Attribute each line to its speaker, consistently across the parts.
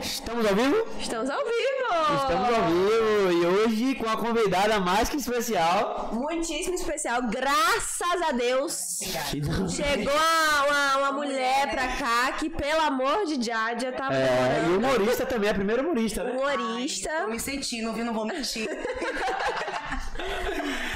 Speaker 1: Estamos ao vivo?
Speaker 2: Estamos ao vivo!
Speaker 1: Estamos ao vivo e hoje com a convidada mais que especial.
Speaker 2: Muitíssimo especial, graças a Deus. Chegou a- uma, uma mulher pra cá que, pelo amor de Jádia, tá
Speaker 1: É, e
Speaker 2: morando.
Speaker 1: humorista também, a primeira humorista, né?
Speaker 2: Humorista.
Speaker 3: Tô me sentindo, viu? Não vou mentir.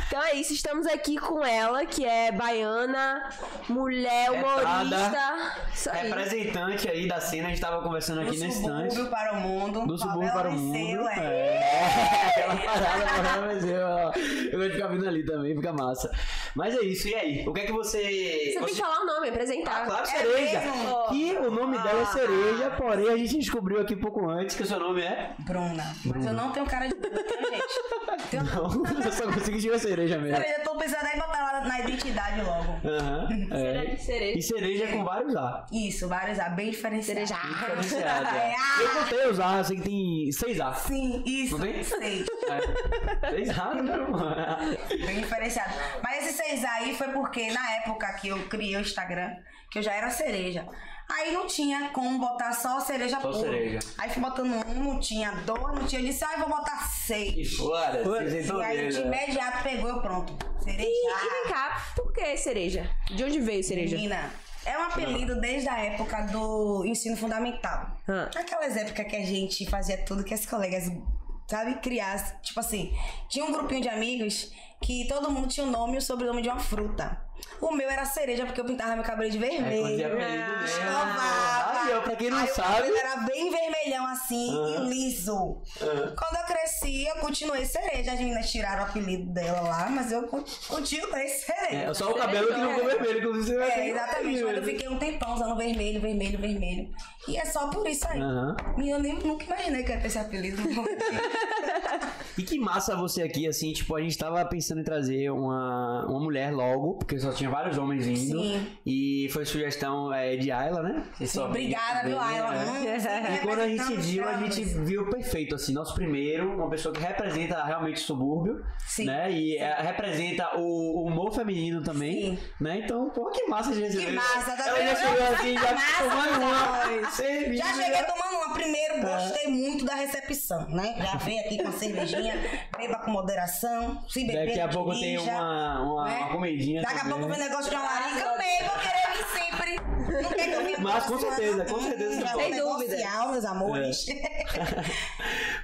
Speaker 2: Então é isso, estamos aqui com ela, que é baiana, mulher humorista. Isso aí.
Speaker 1: É, Representante aí da cena, a gente tava conversando
Speaker 3: Do
Speaker 1: aqui nesse
Speaker 3: subúrbio
Speaker 1: instante.
Speaker 3: para o mundo.
Speaker 1: Do subúrbio
Speaker 3: favela
Speaker 1: para o
Speaker 3: venceu,
Speaker 1: mundo.
Speaker 3: é.
Speaker 1: É, aquela parada, favela venceu, ó. Eu vou ficar vindo ali também, fica massa. Mas é isso, e aí? O que é que você. Ah,
Speaker 2: Você tem que falar o nome, apresentar.
Speaker 1: Claro,
Speaker 3: É
Speaker 1: cereja.
Speaker 3: mesmo?
Speaker 1: que o nome dela é
Speaker 3: Ah.
Speaker 1: cereja, porém a gente descobriu aqui pouco antes que o seu nome é.
Speaker 3: Bruna. Mas eu não tenho cara de Bruna, tenho, gente. Tenho...
Speaker 1: Não, eu só consigo tirar cereja mesmo.
Speaker 3: Eu tô pensando em botar ela na identidade logo.
Speaker 1: Aham. é.
Speaker 2: Cereja, cereja.
Speaker 1: E cereja com vários A.
Speaker 3: Isso, vários A, bem diferenciados.
Speaker 2: Cereja.
Speaker 1: Diferenciado, é.
Speaker 3: É, ah,
Speaker 1: Eu contei os A, eu sei que tem seis A.
Speaker 3: Sim, isso,
Speaker 1: Não tem?
Speaker 3: sei.
Speaker 1: É. Seis A, não, mano.
Speaker 3: Bem diferenciado. Mas esses seis aí foi porque na época que eu criei o Instagram, que eu já era cereja. Aí não tinha como botar só cereja
Speaker 1: Só
Speaker 3: puro.
Speaker 1: cereja.
Speaker 3: Aí fui botando um, não tinha dois, não tinha. Eu disse, ah, eu vou botar seis.
Speaker 1: E fora, vocês
Speaker 3: E aí de imediato pegou eu pronto. Cereja. Ah,
Speaker 2: E, e vem cá, por que cereja? De onde veio cereja?
Speaker 3: Menina. É um apelido desde a época do ensino fundamental.
Speaker 2: Ah.
Speaker 3: Aquelas épocas que a gente fazia tudo que as colegas, sabe, criassem. Tipo assim, tinha um grupinho de amigos que todo mundo tinha o nome e o sobrenome de uma fruta. O meu era cereja porque eu pintava meu cabelo de
Speaker 1: É, quando tinha
Speaker 3: vermelho.
Speaker 1: apelido mesmo.
Speaker 3: Escovava.
Speaker 1: Aí, ó, Ah, pra quem não
Speaker 3: Aí o
Speaker 1: sabe.
Speaker 3: cabelo era bem vermelhão assim e liso. Quando eu cresci, eu continuei cereja. As meninas tiraram o apelido dela lá, mas eu con- continuei cereja.
Speaker 1: É, só o cabelo que não ficou vermelho, que você vai
Speaker 3: É, exatamente. Mas eu fiquei um tempão usando vermelho, vermelho, vermelho. E é só por isso aí.
Speaker 1: Aham.
Speaker 3: Menina, eu nem, nunca imaginei que ia ter esse apelido.
Speaker 1: E que massa você aqui, assim, tipo, a gente tava pensando em trazer uma, uma mulher logo, porque só tinha vários homens vindo.
Speaker 3: Sim.
Speaker 1: E foi sugestão é, de Ayla, né? E só-
Speaker 3: Obrigada, viu, Ayla? Hum,
Speaker 1: né? E quando a gente
Speaker 3: representando
Speaker 1: viu, a
Speaker 3: os
Speaker 1: gente
Speaker 3: jovens.
Speaker 1: viu perfeito, assim, nosso primeiro, uma pessoa que representa realmente o subúrbio,
Speaker 3: Sim.
Speaker 1: né? E é, representa o, o humor feminino também,
Speaker 3: Sim.
Speaker 1: né? Então, pô, que massa de receber.
Speaker 3: Que massa, tá
Speaker 1: Ela já
Speaker 3: vendo?
Speaker 1: chegou assim, já
Speaker 3: Massa,
Speaker 1: tomando uma,
Speaker 3: tá.
Speaker 1: cerveja.
Speaker 3: Já cheguei tomando uma. Primeiro,
Speaker 1: Tá.
Speaker 3: gostei muito da recepção, né? Já veio aqui com a cervejinha, beba com moderação, se beber.
Speaker 1: Daqui a
Speaker 3: não
Speaker 1: pouco tem
Speaker 3: dirija,
Speaker 1: uma, uma,
Speaker 3: né?
Speaker 1: uma comidinha
Speaker 3: Daqui a
Speaker 1: também. né?
Speaker 3: pouco vem negócio de uma larica, eu bem, vou querer vir sempre. Não quer que eu venha
Speaker 1: Mas com
Speaker 3: próxima,
Speaker 1: certeza,
Speaker 3: não.
Speaker 1: com certeza É. que
Speaker 3: Já vou
Speaker 2: pode. Sem dúvida.
Speaker 3: negociar, meus amores.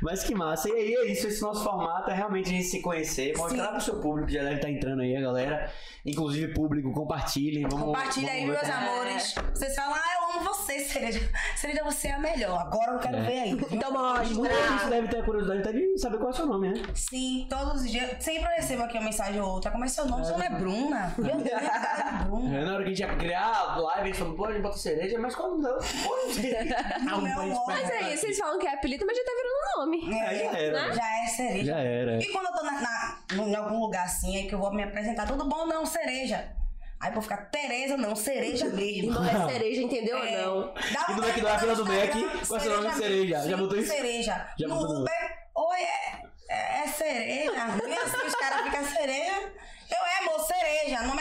Speaker 1: Mas que massa. E aí é isso, esse nosso formato é realmente a gente se conhecer, mostrar pro seu público, que já deve estar entrando aí a galera. Inclusive, público, compartilhem. Vamos,
Speaker 3: Compartilha aí,
Speaker 1: vamos é.
Speaker 3: meus
Speaker 1: botar-
Speaker 3: amores. Vocês falam, ah, eu amo você, Cereja. Cereja, você é a melhor. Agora eu quero ver aí.
Speaker 2: Então
Speaker 1: Muita gente
Speaker 2: mostra.
Speaker 1: deve ter a curiosidade até de saber qual é o seu nome, né?
Speaker 3: Sim, todos os dias. Sempre eu recebo aqui uma mensagem ou outra. Como é seu nome? Seu nome é Bruna. Meu Deus, é Bruna.
Speaker 1: É, Na hora que a gente ia criar a live, a gente falou, pô, a gente bota cereja, mas como não? Não,
Speaker 3: Não,
Speaker 2: Mas aí, vocês falam que é apelido, mas já tá virando nome.
Speaker 1: É, já era.
Speaker 3: Já é cereja.
Speaker 1: Já era.
Speaker 3: E quando eu tô na, na- no- em algum lugar assim, aí que eu vou me apresentar, tudo bom? Não, cereja. Aí eu vou ficar, Tereza, não, cereja mesmo.
Speaker 2: Não é cereja, entendeu ou
Speaker 3: É,
Speaker 2: não?
Speaker 3: dá
Speaker 1: E
Speaker 3: um
Speaker 1: do
Speaker 3: tempo
Speaker 1: McDonald's,
Speaker 3: no
Speaker 1: fila do Mac,
Speaker 3: Instagram,
Speaker 1: qual é o seu nome de cereja?
Speaker 3: mesmo.
Speaker 1: Já botou isso?
Speaker 3: Cereja.
Speaker 1: Já
Speaker 3: no
Speaker 1: botou.
Speaker 3: Uber, oi, é, é, é cereja. E assim os caras ficam cereja. Eu é, amor, cereja, nome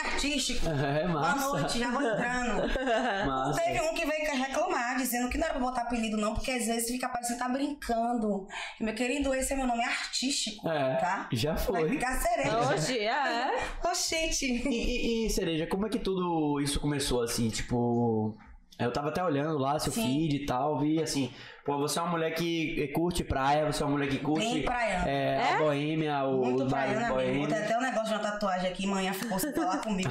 Speaker 3: artístico.
Speaker 1: É
Speaker 3: Boa
Speaker 1: massa. Tá
Speaker 3: noite, já vou entrando.
Speaker 1: Massa.
Speaker 3: Teve um que veio reclamar, dizendo que não era pra botar apelido, não, porque às vezes fica parecendo que tá brincando. Meu querido, esse é meu nome artístico,
Speaker 1: É,
Speaker 3: tá?
Speaker 1: já
Speaker 3: Vai
Speaker 1: foi.
Speaker 3: ficar cereja.
Speaker 2: Hoje, é.
Speaker 3: Oxente.
Speaker 1: E, e- e, Cereja, como é que tudo isso começou, assim, tipo... Eu tava até olhando lá seu
Speaker 3: Sim.
Speaker 1: feed e tal, vi assim, pô, você é uma mulher que curte praia, você é uma mulher que curte
Speaker 3: Bem praiana.
Speaker 1: é, a boêmia, o
Speaker 3: Muito
Speaker 1: baile
Speaker 3: baiana mesmo.
Speaker 1: boêmio.
Speaker 3: Botei até um negócio de uma tatuagem aqui, manhã ficou sem falar tá comigo.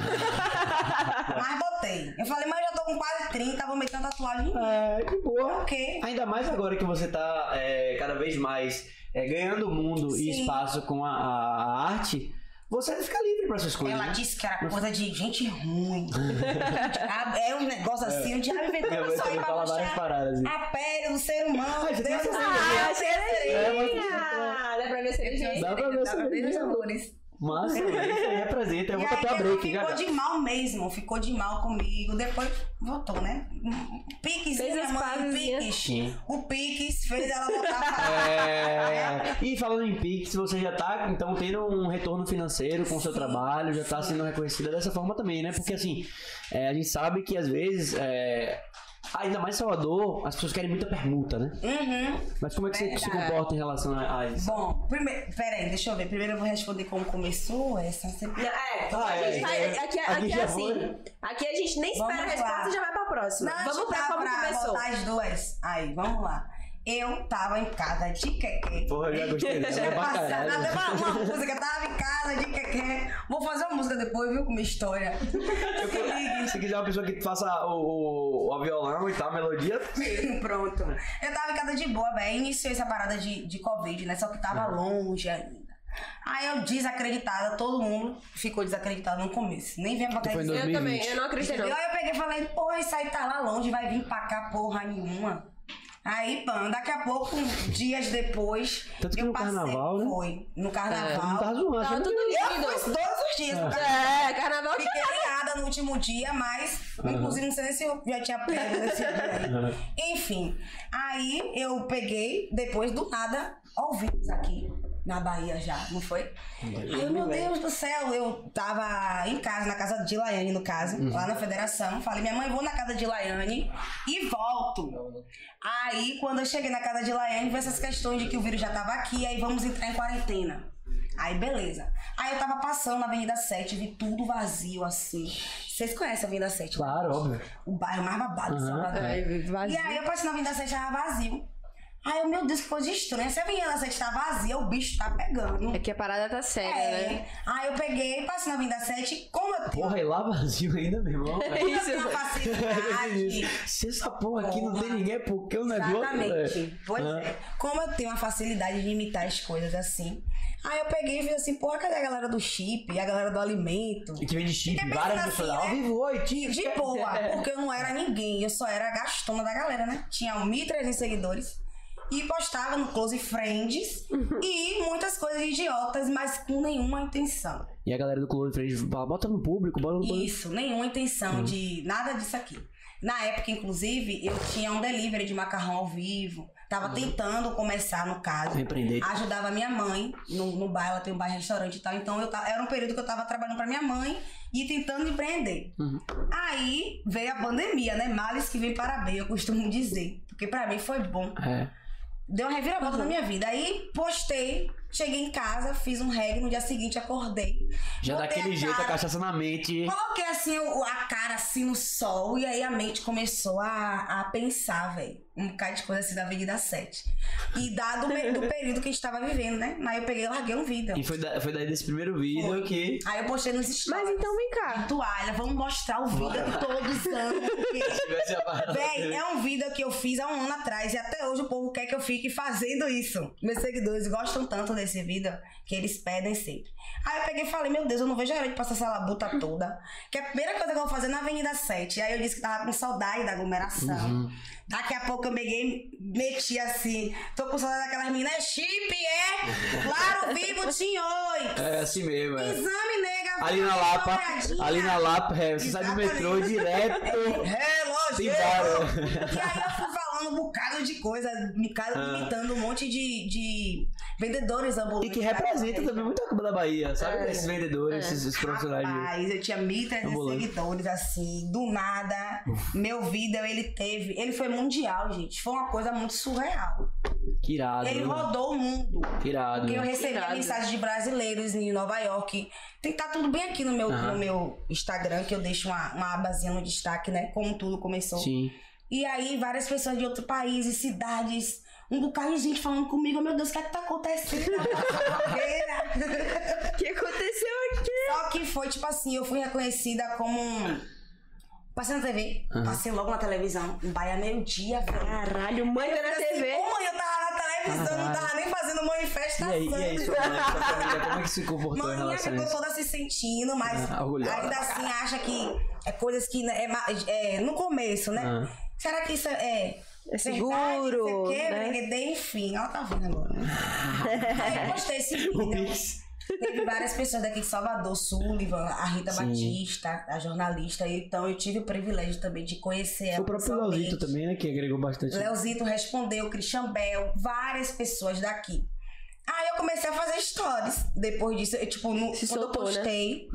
Speaker 3: Mas botei. Eu falei, mas eu já tô com quase 30, vou meter uma tatuagem em mim.
Speaker 1: É, de boa.
Speaker 3: Ok.
Speaker 1: Ainda mais agora que você tá é, cada vez mais é, ganhando mundo e
Speaker 3: Sim.
Speaker 1: espaço com a, a- a arte, você fica livre pra essas coisas.
Speaker 3: Ela
Speaker 1: né?
Speaker 3: disse que era coisa de gente ruim. Ah, é um negócio assim, o diabo
Speaker 1: Minha
Speaker 3: inventou
Speaker 1: mãe
Speaker 3: isso aí
Speaker 1: também
Speaker 3: pra
Speaker 1: fala várias
Speaker 3: mostrar
Speaker 1: paradas. assim.
Speaker 3: a pele do ser humano.
Speaker 1: Ai, você tem
Speaker 3: Deus
Speaker 1: essa
Speaker 3: do
Speaker 1: cerejinha.
Speaker 3: céu.
Speaker 2: Ah, cerejinha!
Speaker 1: É,
Speaker 2: Dá pra ver cerejinha?
Speaker 1: Dá pra ver
Speaker 3: Dá pra ver meus
Speaker 1: cerejinha.
Speaker 3: amores.
Speaker 1: Massa, é isso aí representa. Eu
Speaker 3: E
Speaker 1: vou
Speaker 3: aí
Speaker 1: tatuar
Speaker 3: ela
Speaker 1: break,
Speaker 3: ficou
Speaker 1: galera.
Speaker 3: de mal mesmo, ficou de mal comigo. Depois voltou, né? Piques,
Speaker 2: Fez
Speaker 3: minha
Speaker 2: as né?
Speaker 3: mãe,
Speaker 2: pazinhas.
Speaker 3: Piques.
Speaker 1: Sim.
Speaker 3: O Piques fez ela voltar a falar.
Speaker 1: É... E falando em Pix, você já tá então tendo um retorno financeiro com o seu
Speaker 3: Sim,
Speaker 1: trabalho, já tá
Speaker 3: sim.
Speaker 1: sendo reconhecida dessa forma também, né? Porque assim, é, a gente sabe que às vezes é, Ainda mais em Salvador, as pessoas querem muita permuta, né?
Speaker 3: Uhum.
Speaker 1: Mas como é que você se
Speaker 3: Verdade.
Speaker 1: comporta em relação a, a isso?
Speaker 3: Bom, primeiro. Pera aí, deixa eu ver. Primeiro eu vou responder como começou essa. Você... Não, é,
Speaker 1: Ah, é.
Speaker 2: Tá,
Speaker 1: Aqui
Speaker 2: Aqui, aqui é
Speaker 1: já
Speaker 2: assim.
Speaker 1: foi.
Speaker 2: Aqui a gente nem
Speaker 3: Vamos
Speaker 2: espera a
Speaker 3: lá.
Speaker 2: resposta e já vai pra próxima.
Speaker 3: Não,
Speaker 2: Vamos
Speaker 3: dá
Speaker 2: ver como
Speaker 3: pra
Speaker 2: começou.
Speaker 3: botar as duas. Aí, vamos lá. Eu tava em casa de queque.
Speaker 1: Porra, eu já gostei dela
Speaker 2: Já é
Speaker 1: pra caralho.
Speaker 3: Passada, uma, uma música, tava em casa de queque. Vou fazer uma música depois, viu? Com minha história.
Speaker 1: Se quiser uma pessoa que faça o, o, o violão e tal, a melodia.
Speaker 3: Pronto. Eu tava em casa de boa, velho. Iniciou essa parada de, de Covid, né? Só que tava
Speaker 1: Uhum.
Speaker 3: longe ainda. Aí eu desacreditada, todo mundo ficou desacreditado no começo. Nem vinha pra
Speaker 1: Tu
Speaker 3: cá
Speaker 1: foi em
Speaker 2: Eu também,
Speaker 1: 2020.
Speaker 2: eu não acreditei não.
Speaker 3: Aí eu peguei e falei, porra, isso aí tá lá longe, vai vir pra cá porra nenhuma. Aí, pã, daqui a pouco, dias depois.
Speaker 1: Tanto que
Speaker 3: eu
Speaker 1: no
Speaker 3: passei-
Speaker 1: carnaval, né?
Speaker 3: Foi. No
Speaker 1: Eu não
Speaker 3: carnaval.
Speaker 1: tava tá zoando. né?
Speaker 2: Tava
Speaker 1: achando
Speaker 2: tudo
Speaker 1: que-
Speaker 3: eu fui
Speaker 2: lindo.
Speaker 3: todos os dias no carnaval.
Speaker 2: É, carnaval tinha
Speaker 3: Fiquei ligada no último dia, mas inclusive não sei nem se eu já tinha pego nesse dia.
Speaker 1: Uhum.
Speaker 3: aí. Enfim, aí eu peguei, depois do nada, ouvimos aqui na Bahia já, não foi? Aí, meu Deus do céu, eu tava em casa, na casa de Laiane, no caso, lá na federação. Falei, minha mãe, vou na casa de Laiane e volto. Aí, quando eu cheguei na casa de Laiane, veio essas questões de que o vírus já tava aqui, aí vamos entrar em quarentena. Aí, beleza. Aí eu tava passando na Avenida 7, vi tudo vazio assim. Vocês conhecem a Avenida 7? né?
Speaker 1: Claro, óbvio.
Speaker 3: O bairro mais babado de
Speaker 1: Aham.
Speaker 3: Salvador.
Speaker 2: é.
Speaker 3: E aí eu passei na Avenida 7 tava vazio. Aí eu, meu Deus, que coisa estranha. Se a Avenida 7 tá vazia, o bicho tá pegando.
Speaker 2: É que a parada tá séria, né?
Speaker 3: É. Aí eu peguei, passei na Avenida 7, como eu tenho
Speaker 1: Porra, e lá vazio ainda, meu irmão.
Speaker 2: É isso.
Speaker 3: uma facilidade.
Speaker 1: Se essa porra aqui não
Speaker 3: Porra.
Speaker 1: tem ninguém, é porque o negócio.
Speaker 3: Exatamente.
Speaker 1: velho?
Speaker 3: Pois
Speaker 1: Ah.
Speaker 3: é. Como eu tenho uma facilidade de imitar as coisas assim. Aí eu peguei e fiz assim, porra, cadê a galera do chip? A galera do alimento?
Speaker 1: E É. que vende chip,
Speaker 3: Fica
Speaker 1: várias
Speaker 3: pensando
Speaker 1: pessoas
Speaker 3: assim,
Speaker 1: lá, ao
Speaker 3: né?
Speaker 1: vivo, oi, tio.
Speaker 3: de boa, porque eu não era ninguém, eu só era a gastona da galera, né? Tinha 1.300 seguidores e postava no Close Friends e muitas coisas idiotas, mas com nenhuma intenção.
Speaker 1: E a galera do Clube de Frente fala, bota no público, bota no público.
Speaker 3: Isso, nenhuma intenção de nada disso aqui. Na época, inclusive, eu tinha um delivery de macarrão ao vivo. Tava tentando começar, no caso.
Speaker 1: Empreender.
Speaker 3: Ajudava minha mãe no, no bairro, ela tem um bairro restaurante e tal. Então eu ta- era um período que eu tava trabalhando pra minha mãe e tentando empreender.
Speaker 1: Uhum.
Speaker 3: Aí veio a pandemia, né? Males que vem para bem, eu costumo dizer. Porque pra mim foi bom.
Speaker 1: É.
Speaker 3: Deu uma reviravolta
Speaker 1: Uhum.
Speaker 3: na minha vida. Aí postei, cheguei em casa, fiz um reggae, no dia seguinte acordei.
Speaker 1: Já
Speaker 3: Botei
Speaker 1: daquele jeito, a
Speaker 3: cara-
Speaker 1: cachaça na mente.
Speaker 3: Coloquei assim o- a cara assim no sol e aí a mente começou a, a pensar, velho. Um bocado de coisa assim da Avenida 7. E dado o me- do período que a gente tava vivendo, né? Aí eu peguei e larguei um vídeo.
Speaker 1: E foi, da- foi daí desse primeiro vídeo que.
Speaker 3: Aí eu postei nos stories.
Speaker 2: Mas então vem cá.
Speaker 3: de toalha, vamos mostrar o vídeo que todos amam. porque-
Speaker 1: Tivesse a parada.
Speaker 3: Véi, é um vídeo que eu fiz há um ano atrás e até hoje o povo quer que eu fique fazendo isso. Meus seguidores gostam tanto desse vídeo que eles pedem sempre. Aí eu peguei e falei, meu Deus, eu não vejo a hora de passar essa labuta toda. Que a primeira coisa que eu vou fazer é na Avenida 7. Aí eu disse que tava com saudade da aglomeração.
Speaker 1: Uhum.
Speaker 3: Daqui a pouco eu peguei, meti assim, tô com saudade daquelas meninas, é chip, é? Claro, vivo, tinha oi.
Speaker 1: É assim mesmo, é.
Speaker 3: Exame, nega.
Speaker 1: Ali na
Speaker 3: fica
Speaker 1: Lapa,
Speaker 3: sobradinha.
Speaker 1: ali na Lapa, é, você sai do
Speaker 3: Exatamente.
Speaker 1: metrô direto.
Speaker 3: Relógio!
Speaker 1: Simbora.
Speaker 3: E aí eu fui falando um bocado de coisa, um bocado
Speaker 1: Ah.
Speaker 3: imitando um monte de, de vendedores ambulantes.
Speaker 1: E que representa também muita Copa da Bahia, sabe?
Speaker 2: É.
Speaker 1: Esses vendedores, esses, esses profissionais. de-
Speaker 3: Rapaz, eu tinha 1.300
Speaker 1: Ambulante.
Speaker 3: seguidores, assim, do nada. Meu vídeo, ele teve. Ele foi mundial, gente. Foi uma coisa muito surreal.
Speaker 1: Que irado.
Speaker 3: Ele
Speaker 1: né?
Speaker 3: rodou o mundo.
Speaker 1: Que irado.
Speaker 3: Porque eu
Speaker 1: né?
Speaker 3: recebi
Speaker 2: Irado.
Speaker 3: mensagem de brasileiros em Nova York. Tem que tá tudo bem aqui no meu,
Speaker 1: Aham.
Speaker 3: no meu Instagram, que eu deixo uma, uma abazinha no destaque, né? Como tudo começou.
Speaker 1: Sim.
Speaker 3: E aí, várias pessoas de outros países, cidades, um bocado de gente falando comigo, meu Deus, o que é que tá acontecendo? Só
Speaker 2: O que aconteceu aqui?
Speaker 3: que foi tipo assim, eu fui reconhecida como um. Passei na TV, passei logo na televisão, em Bahia meio-dia, velho.
Speaker 2: Caralho, mãe tá na
Speaker 3: Assim,
Speaker 2: TV.
Speaker 3: Como eu tava na televisão, não tava nem fazendo
Speaker 1: E
Speaker 3: manifestação.
Speaker 1: aí, e aí sua, mãe, sua família, como é que se comportou em
Speaker 3: Maninha
Speaker 1: relação a
Speaker 3: ficou
Speaker 1: isso?
Speaker 3: toda se sentindo, mas
Speaker 1: Ah, orgulhosa.
Speaker 3: ainda assim acha que é coisas que né, é, ma- é no começo, né?
Speaker 1: Ah.
Speaker 3: Será que isso é. é
Speaker 2: É
Speaker 3: verdade,
Speaker 2: seguro,
Speaker 3: não sei o quê,
Speaker 2: né?
Speaker 3: brinquedei, enfim, ela tá vendo agora. Aí eu postei esse
Speaker 1: O
Speaker 3: vídeo.
Speaker 1: Pix.
Speaker 3: Teve várias pessoas daqui de Salvador, Sullivan, a Rita
Speaker 1: Sim.
Speaker 3: Batista, a jornalista. Então eu tive o privilégio também de conhecer ela.
Speaker 1: O próprio
Speaker 3: pessoalmente.
Speaker 1: Leozito também, né? Que agregou bastante.
Speaker 3: Leozito respondeu, Christian Bell, várias pessoas daqui. Aí eu comecei a fazer stories. Depois disso, eu, tipo, no,
Speaker 2: Se
Speaker 3: quando
Speaker 2: soltou,
Speaker 3: eu
Speaker 2: né?
Speaker 3: postei,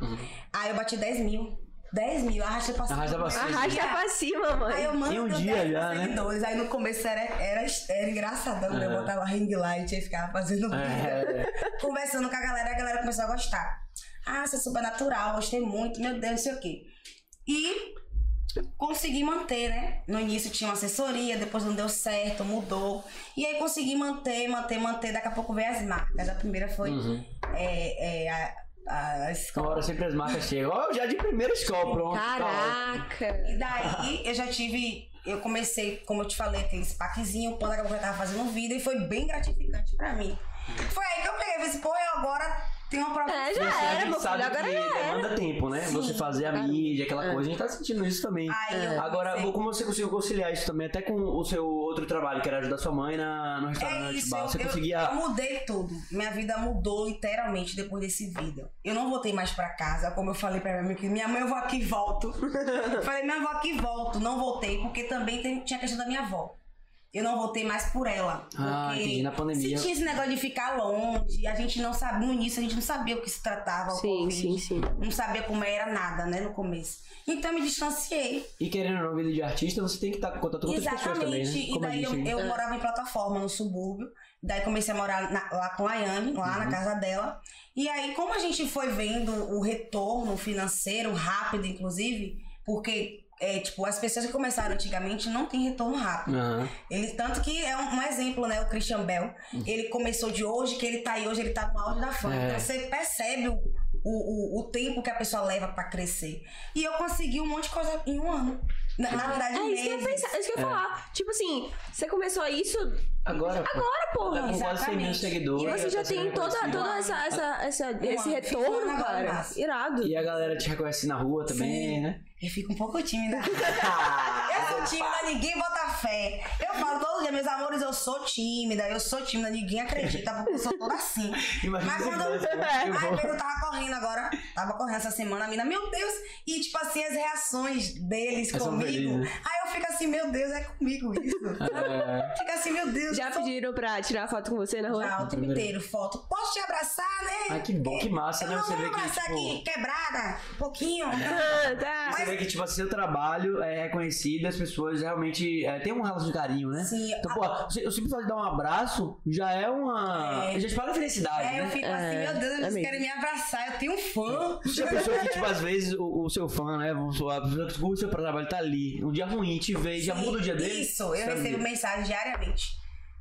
Speaker 3: aí eu bati 10 mil. 10 mil, arrasta pra cima.
Speaker 1: Uhum. Arrasta pra cima.
Speaker 2: Arrasta pra cima,
Speaker 3: Aí
Speaker 2: mãe.
Speaker 3: eu mando
Speaker 1: Tem um
Speaker 3: 10
Speaker 1: dia
Speaker 3: pra
Speaker 1: já, né?
Speaker 3: seguidores. Aí no começo era, era, era engraçadão, né?
Speaker 1: É.
Speaker 3: Eu botava ring light e ficava fazendo vídeo.
Speaker 1: É.
Speaker 3: Conversando com a galera, a galera começou a gostar. Ah, isso é sobrenatural, gostei muito, meu Deus, não sei o quê. E consegui manter, né? No início tinha uma assessoria, depois não deu certo, mudou. E aí consegui manter, manter, manter. Daqui a pouco veio as marcas. A primeira foi
Speaker 1: Uhum.
Speaker 3: é, é, a, a
Speaker 1: Uma
Speaker 3: escola.
Speaker 1: hora sempre as marcas chegam. Ó, já de primeira escola, pronto. tá ótimo.
Speaker 2: Caraca.
Speaker 3: E daí eu já tive. Eu comecei, como eu te falei, tem esse paquezinho, quando acabou que eu tava fazendo um vídeo e foi bem gratificante pra mim. Foi aí que eu peguei, falei assim, pô, eu agora tenho uma prova.
Speaker 2: É,
Speaker 1: E assim,
Speaker 2: já
Speaker 1: a
Speaker 2: era,
Speaker 1: gente
Speaker 2: meu
Speaker 1: sabe
Speaker 2: filho. Agora
Speaker 1: que
Speaker 2: já era.
Speaker 1: demanda tempo, né?
Speaker 3: Sim,
Speaker 1: você fazer a
Speaker 2: claro.
Speaker 1: mídia, aquela
Speaker 2: É.
Speaker 1: coisa. A gente tá sentindo isso também. É.
Speaker 3: Aí eu
Speaker 1: Agora,
Speaker 3: comecei.
Speaker 1: como você conseguiu conciliar isso também, até com o seu outro trabalho, que era ajudar sua mãe na, no
Speaker 3: É
Speaker 1: restaurante
Speaker 3: isso,
Speaker 1: bar?
Speaker 3: eu,
Speaker 1: Você
Speaker 3: eu-
Speaker 1: conseguia.
Speaker 3: eu mudei tudo. Minha vida mudou literalmente depois desse vídeo. Eu não voltei mais pra casa, como eu falei pra minha mãe, que minha mãe eu vou aqui e volto. Eu falei, minha avó aqui e volto. Não voltei, porque também tem- tinha a questão da minha avó. Eu não voltei mais por ela.
Speaker 1: Ah,
Speaker 3: porque
Speaker 1: entendi, na pandemia.
Speaker 3: Se tinha esse negócio de ficar longe, a gente não sabia, no início a gente não sabia o que se tratava. o
Speaker 2: Sim,
Speaker 3: Covid,
Speaker 2: sim, sim.
Speaker 3: Não sabia como era nada, né, no começo. Então eu me distanciei.
Speaker 1: E querendo ou não, vida de artista, você tem que estar com contato com outras pessoas também, né?
Speaker 3: E
Speaker 1: Como a
Speaker 3: daí eu,
Speaker 1: gente-
Speaker 2: É.
Speaker 3: eu morava em plataforma no subúrbio. Daí comecei a morar na- lá com a Yane, lá
Speaker 1: Uhum.
Speaker 3: na casa dela. E aí, como a gente foi vendo o retorno financeiro rápido, inclusive, porque é, tipo, as pessoas que começaram antigamente não tem retorno rápido.
Speaker 1: Aham.
Speaker 3: Ele, tanto que é um, um exemplo, né? O Christian Bell. Ele começou de hoje, que ele tá aí hoje, ele tá no auge da fama.
Speaker 1: Uhum. É.
Speaker 3: Então você percebe o, o, o, o tempo que a pessoa leva pra crescer. E eu consegui um monte de coisa em um ano. Na, na verdade,
Speaker 2: É isso que eu ia
Speaker 3: meses.
Speaker 2: pensar, é isso que eu ia falar. Tipo assim, você começou isso
Speaker 1: Agora, pô.
Speaker 2: agora, porra.
Speaker 1: Tá com quase 100 mil
Speaker 3: exatamente.
Speaker 1: seguidores.
Speaker 2: E você já
Speaker 1: tá sendo
Speaker 2: tem toda,
Speaker 1: reconhecido.
Speaker 2: toda essa, essa, essa- esse
Speaker 3: ano.
Speaker 2: retorno,
Speaker 3: Agora
Speaker 2: cara.
Speaker 3: massa.
Speaker 2: Irado.
Speaker 1: E a galera te reconhece na rua também,
Speaker 3: Sim.
Speaker 1: né? Ah, é assim.
Speaker 3: Eu fico um pouco tímida. eu sou tímida, ninguém bota fé. Eu falo todo dia, meus amores, eu sou tímida, eu sou tímida, ninguém acredita, porque eu sou toda assim.
Speaker 1: Imagina
Speaker 3: Mas
Speaker 1: se
Speaker 3: quando
Speaker 1: fosse,
Speaker 3: eu.
Speaker 1: né? Eu
Speaker 3: Ai,
Speaker 1: vou-
Speaker 3: mas eu tava correndo agora, tava correndo essa semana, a mina, meu Deus! E tipo assim, as reações deles
Speaker 1: Elas são
Speaker 3: comigo.
Speaker 1: felizes.
Speaker 3: Aí eu fico assim, meu Deus, é comigo isso.
Speaker 1: É.
Speaker 3: Fica assim, meu Deus.
Speaker 2: Já
Speaker 3: eu sou
Speaker 2: pediram pra tirar foto com você na rua?
Speaker 3: já, o tempo inteiro, foto. Posso te abraçar, né?
Speaker 1: Ai, que bom, que massa,
Speaker 3: eu
Speaker 1: né?
Speaker 3: não
Speaker 1: Você
Speaker 3: vou
Speaker 1: vê que,
Speaker 3: abraçar
Speaker 1: tipo-
Speaker 3: aqui, quebrada, um pouquinho.
Speaker 2: Ah, tá.
Speaker 1: Você vê que, tipo, assim, seu trabalho é reconhecido, as pessoas realmente é, têm um relação de carinho, né?
Speaker 3: Sim,
Speaker 1: Então, pô, o simples fato de dar um abraço já é uma.
Speaker 3: É.
Speaker 1: Já espalha felicidade,
Speaker 3: É, eu
Speaker 1: né?
Speaker 3: fico
Speaker 2: É,
Speaker 3: assim, meu Deus, eles
Speaker 2: amigo.
Speaker 3: querem me abraçar, eu tenho um fã.
Speaker 1: Se a pessoa que, tipo, às vezes o, o seu fã, né? Vamos supor, a pessoa que curte o seu trabalho tá ali. Um dia ruim, te vê, já
Speaker 3: Sim,
Speaker 1: muda o dia dele.
Speaker 3: Isso, eu
Speaker 1: sabe?
Speaker 3: recebo mensagem diariamente.